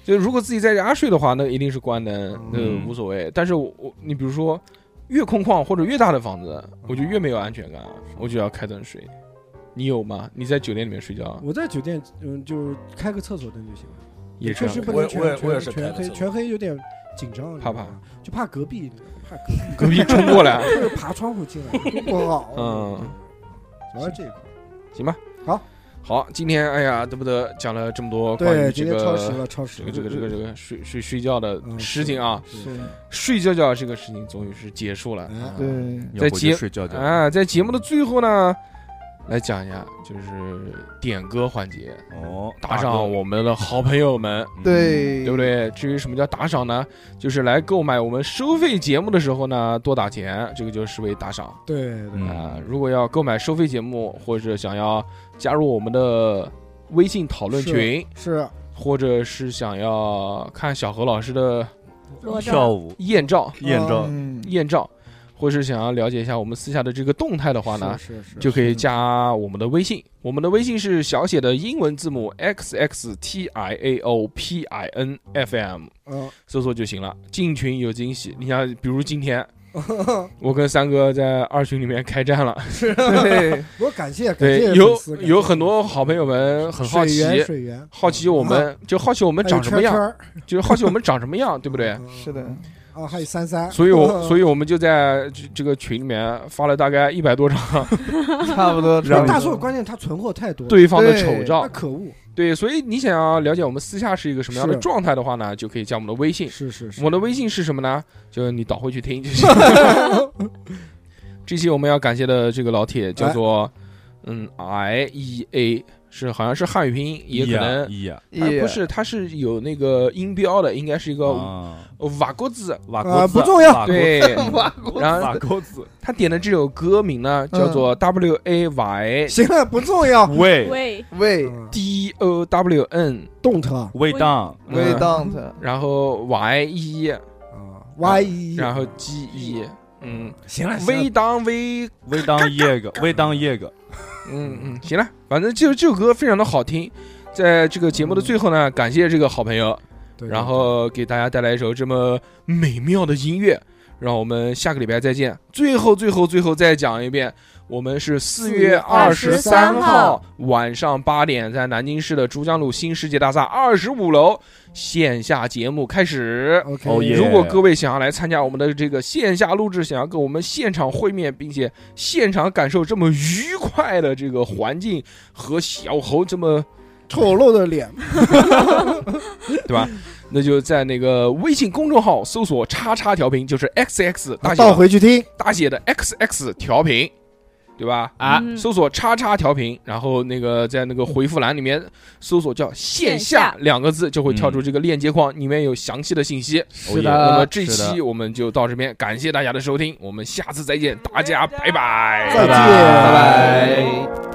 Speaker 1: 就如果自己在家睡的话，那一定是关灯，那
Speaker 4: 嗯
Speaker 1: 无所谓。但是我我你比如说，越空旷或者越大的房子，我就
Speaker 2: 嗯
Speaker 1: 越没有安全感，我就要开灯睡。你有吗？你在酒店里面睡觉啊
Speaker 2: 我在酒店，嗯，就开个厕所灯就行了。
Speaker 1: 也是啊
Speaker 2: 确
Speaker 1: 这样
Speaker 2: 实
Speaker 1: 的
Speaker 2: 不
Speaker 6: 我
Speaker 2: 能
Speaker 6: 也
Speaker 2: 全
Speaker 6: 我也我也
Speaker 2: 全
Speaker 6: 是开
Speaker 2: 全
Speaker 6: 的
Speaker 2: 黑
Speaker 6: 厕所
Speaker 2: 全黑有点紧张，你知
Speaker 1: 怕
Speaker 2: 道
Speaker 1: 怕
Speaker 2: 吗，就怕隔壁，怕隔
Speaker 1: 隔壁冲过 来，
Speaker 2: 壁爬窗户 进来，不好。
Speaker 1: 啊
Speaker 2: 啊
Speaker 1: 嗯，
Speaker 2: 主要是这个。
Speaker 1: 行吧。
Speaker 2: 好，
Speaker 1: 好，今天哎呀，得不得讲了这么多关于这
Speaker 2: 对，今天超时
Speaker 1: 个
Speaker 2: 了，超时
Speaker 1: 这
Speaker 2: 了。
Speaker 1: 个这个这个这个睡睡睡觉的
Speaker 2: 嗯
Speaker 1: 事情啊，
Speaker 2: 是
Speaker 1: 睡觉觉这个事情终于是结束了。
Speaker 2: 哎
Speaker 1: 啊
Speaker 3: 对，
Speaker 4: 要
Speaker 1: 在
Speaker 4: 不
Speaker 1: 节
Speaker 4: 就睡觉觉，
Speaker 1: 啊，在节目的最后呢，来讲一下就是点歌环节，
Speaker 4: 哦，
Speaker 1: 打赏我们的好朋友们，
Speaker 4: 哥，嗯，
Speaker 3: 对，
Speaker 1: 对不？对？至于什么叫打赏呢？就是来购买我们收费节目的时候呢，多打钱，这个就是为打赏
Speaker 2: 对对
Speaker 4: 嗯
Speaker 1: 啊、如果要购买收费节目，或者想要加入我们的微信讨论
Speaker 2: 是
Speaker 1: 群，
Speaker 2: 是，
Speaker 1: 或者是想要看小何老师的
Speaker 7: 裸
Speaker 4: 跳
Speaker 7: 照，
Speaker 4: 舞
Speaker 1: 艳照、
Speaker 4: 艳照，
Speaker 3: 嗯，
Speaker 1: 艳照，或是想要了解一下我们私下的这个动态的话呢，
Speaker 2: 是是
Speaker 1: 就可以
Speaker 3: 是
Speaker 1: 加我们的微信，我们的微信是小写的英文字母 x x t i a o p i n f m，
Speaker 2: 嗯，
Speaker 1: 搜索就行了。进群有惊喜，你像比如今 天，我跟三哥在二群里面开战了，
Speaker 3: 对，
Speaker 2: 我感谢感
Speaker 1: 对
Speaker 2: 谢，
Speaker 1: 有
Speaker 2: 粉丝感谢
Speaker 1: 有很多好朋友们很好
Speaker 2: 水源嗯
Speaker 1: 奇，
Speaker 2: 水源啊
Speaker 1: 好奇我们就好奇我们长什么样，就是好奇我们长什么样，对
Speaker 2: 对
Speaker 1: 不对？
Speaker 3: 是的，
Speaker 2: 啊，还有三三，嗯
Speaker 1: 所以 我所
Speaker 2: 以
Speaker 1: 以我们就在这这个群里面发了大概一百多张
Speaker 3: 差不多。差
Speaker 2: 嗯
Speaker 3: 不
Speaker 2: 大
Speaker 3: 多
Speaker 2: 硕关键他存货太多，，
Speaker 1: 对方的
Speaker 3: 对
Speaker 1: 丑照
Speaker 2: 那，可恶，
Speaker 1: 对，所以你想要了解我们私下是一个什么样的
Speaker 2: 是
Speaker 1: 状态的话呢，就可以加我们的微信。
Speaker 2: 是是
Speaker 1: 我
Speaker 2: 是，
Speaker 1: 们的微信是什么呢？就是你倒回去听就 行。这期我们要感谢的这个老铁
Speaker 2: 哎
Speaker 1: 叫做嗯 I E A，是好像是汉语拼音，也可能。
Speaker 4: 一呀，
Speaker 1: 哎，
Speaker 3: 也
Speaker 2: ，E
Speaker 1: 不 是，它是有那个音标的，应该是一个
Speaker 4: 啊，
Speaker 1: 瓦锅子，
Speaker 4: 瓦
Speaker 2: 啊
Speaker 4: 锅子
Speaker 2: 不重要
Speaker 4: 瓦锅
Speaker 1: 对。然后
Speaker 4: 瓦锅子，
Speaker 1: 他点的这首歌名呢，
Speaker 2: 嗯
Speaker 1: 叫做 W A Y
Speaker 2: 行了，不重要，嗯
Speaker 4: 喂
Speaker 7: 喂，
Speaker 3: 喂
Speaker 1: D O W N，
Speaker 2: 动他啊
Speaker 4: 喂当，
Speaker 3: 喂
Speaker 1: 嗯
Speaker 3: don't，
Speaker 1: 然后 Y E，
Speaker 2: 啊，Y E，
Speaker 1: 然后 G E，嗯，
Speaker 2: 行了，行了
Speaker 1: 微当微，
Speaker 4: 喂当夜个，喂当夜个，
Speaker 1: 嗯嗯，行了，反正就这首歌非常的好听，在这个节目的最后呢，感谢这个好朋友，
Speaker 2: 对
Speaker 1: 然后给大家带来一首这么美妙的音乐，让我们下个礼拜再见。最后最后最后再讲一遍，我们是四月二十三号
Speaker 7: 23号
Speaker 1: 晚上八点，在南京市的珠江路新世界大厦二十五楼线下节目开始。
Speaker 2: OK，
Speaker 4: 哦耶
Speaker 1: 如果各位想要来参加我们的这个线下录制，想要跟我们现场会面，并且现场感受这么愉快的这个环境和小猴这么，
Speaker 2: 丑陋的脸，
Speaker 1: 对吧？那就在那个微信公众号搜索“叉叉调频”，就是 X X 大写
Speaker 2: 啊倒
Speaker 1: 的
Speaker 2: 回去听，
Speaker 1: 大写的 X X 调频，对吧？
Speaker 4: 啊
Speaker 7: 嗯
Speaker 1: 搜索“叉叉调频”，然后那个在那个回复栏里面搜索叫“线下
Speaker 7: 线下”
Speaker 1: 两个字，就会
Speaker 2: 嗯
Speaker 1: 跳出这个链接框，里面有详细的信息。
Speaker 4: 哦耶
Speaker 1: 那么
Speaker 3: 的，
Speaker 1: 这
Speaker 4: 是
Speaker 1: 期
Speaker 4: 的
Speaker 1: 我们就到这边，感谢大家的收听，我们下次再见，大家拜拜，
Speaker 2: 再见
Speaker 4: 拜
Speaker 3: 拜拜。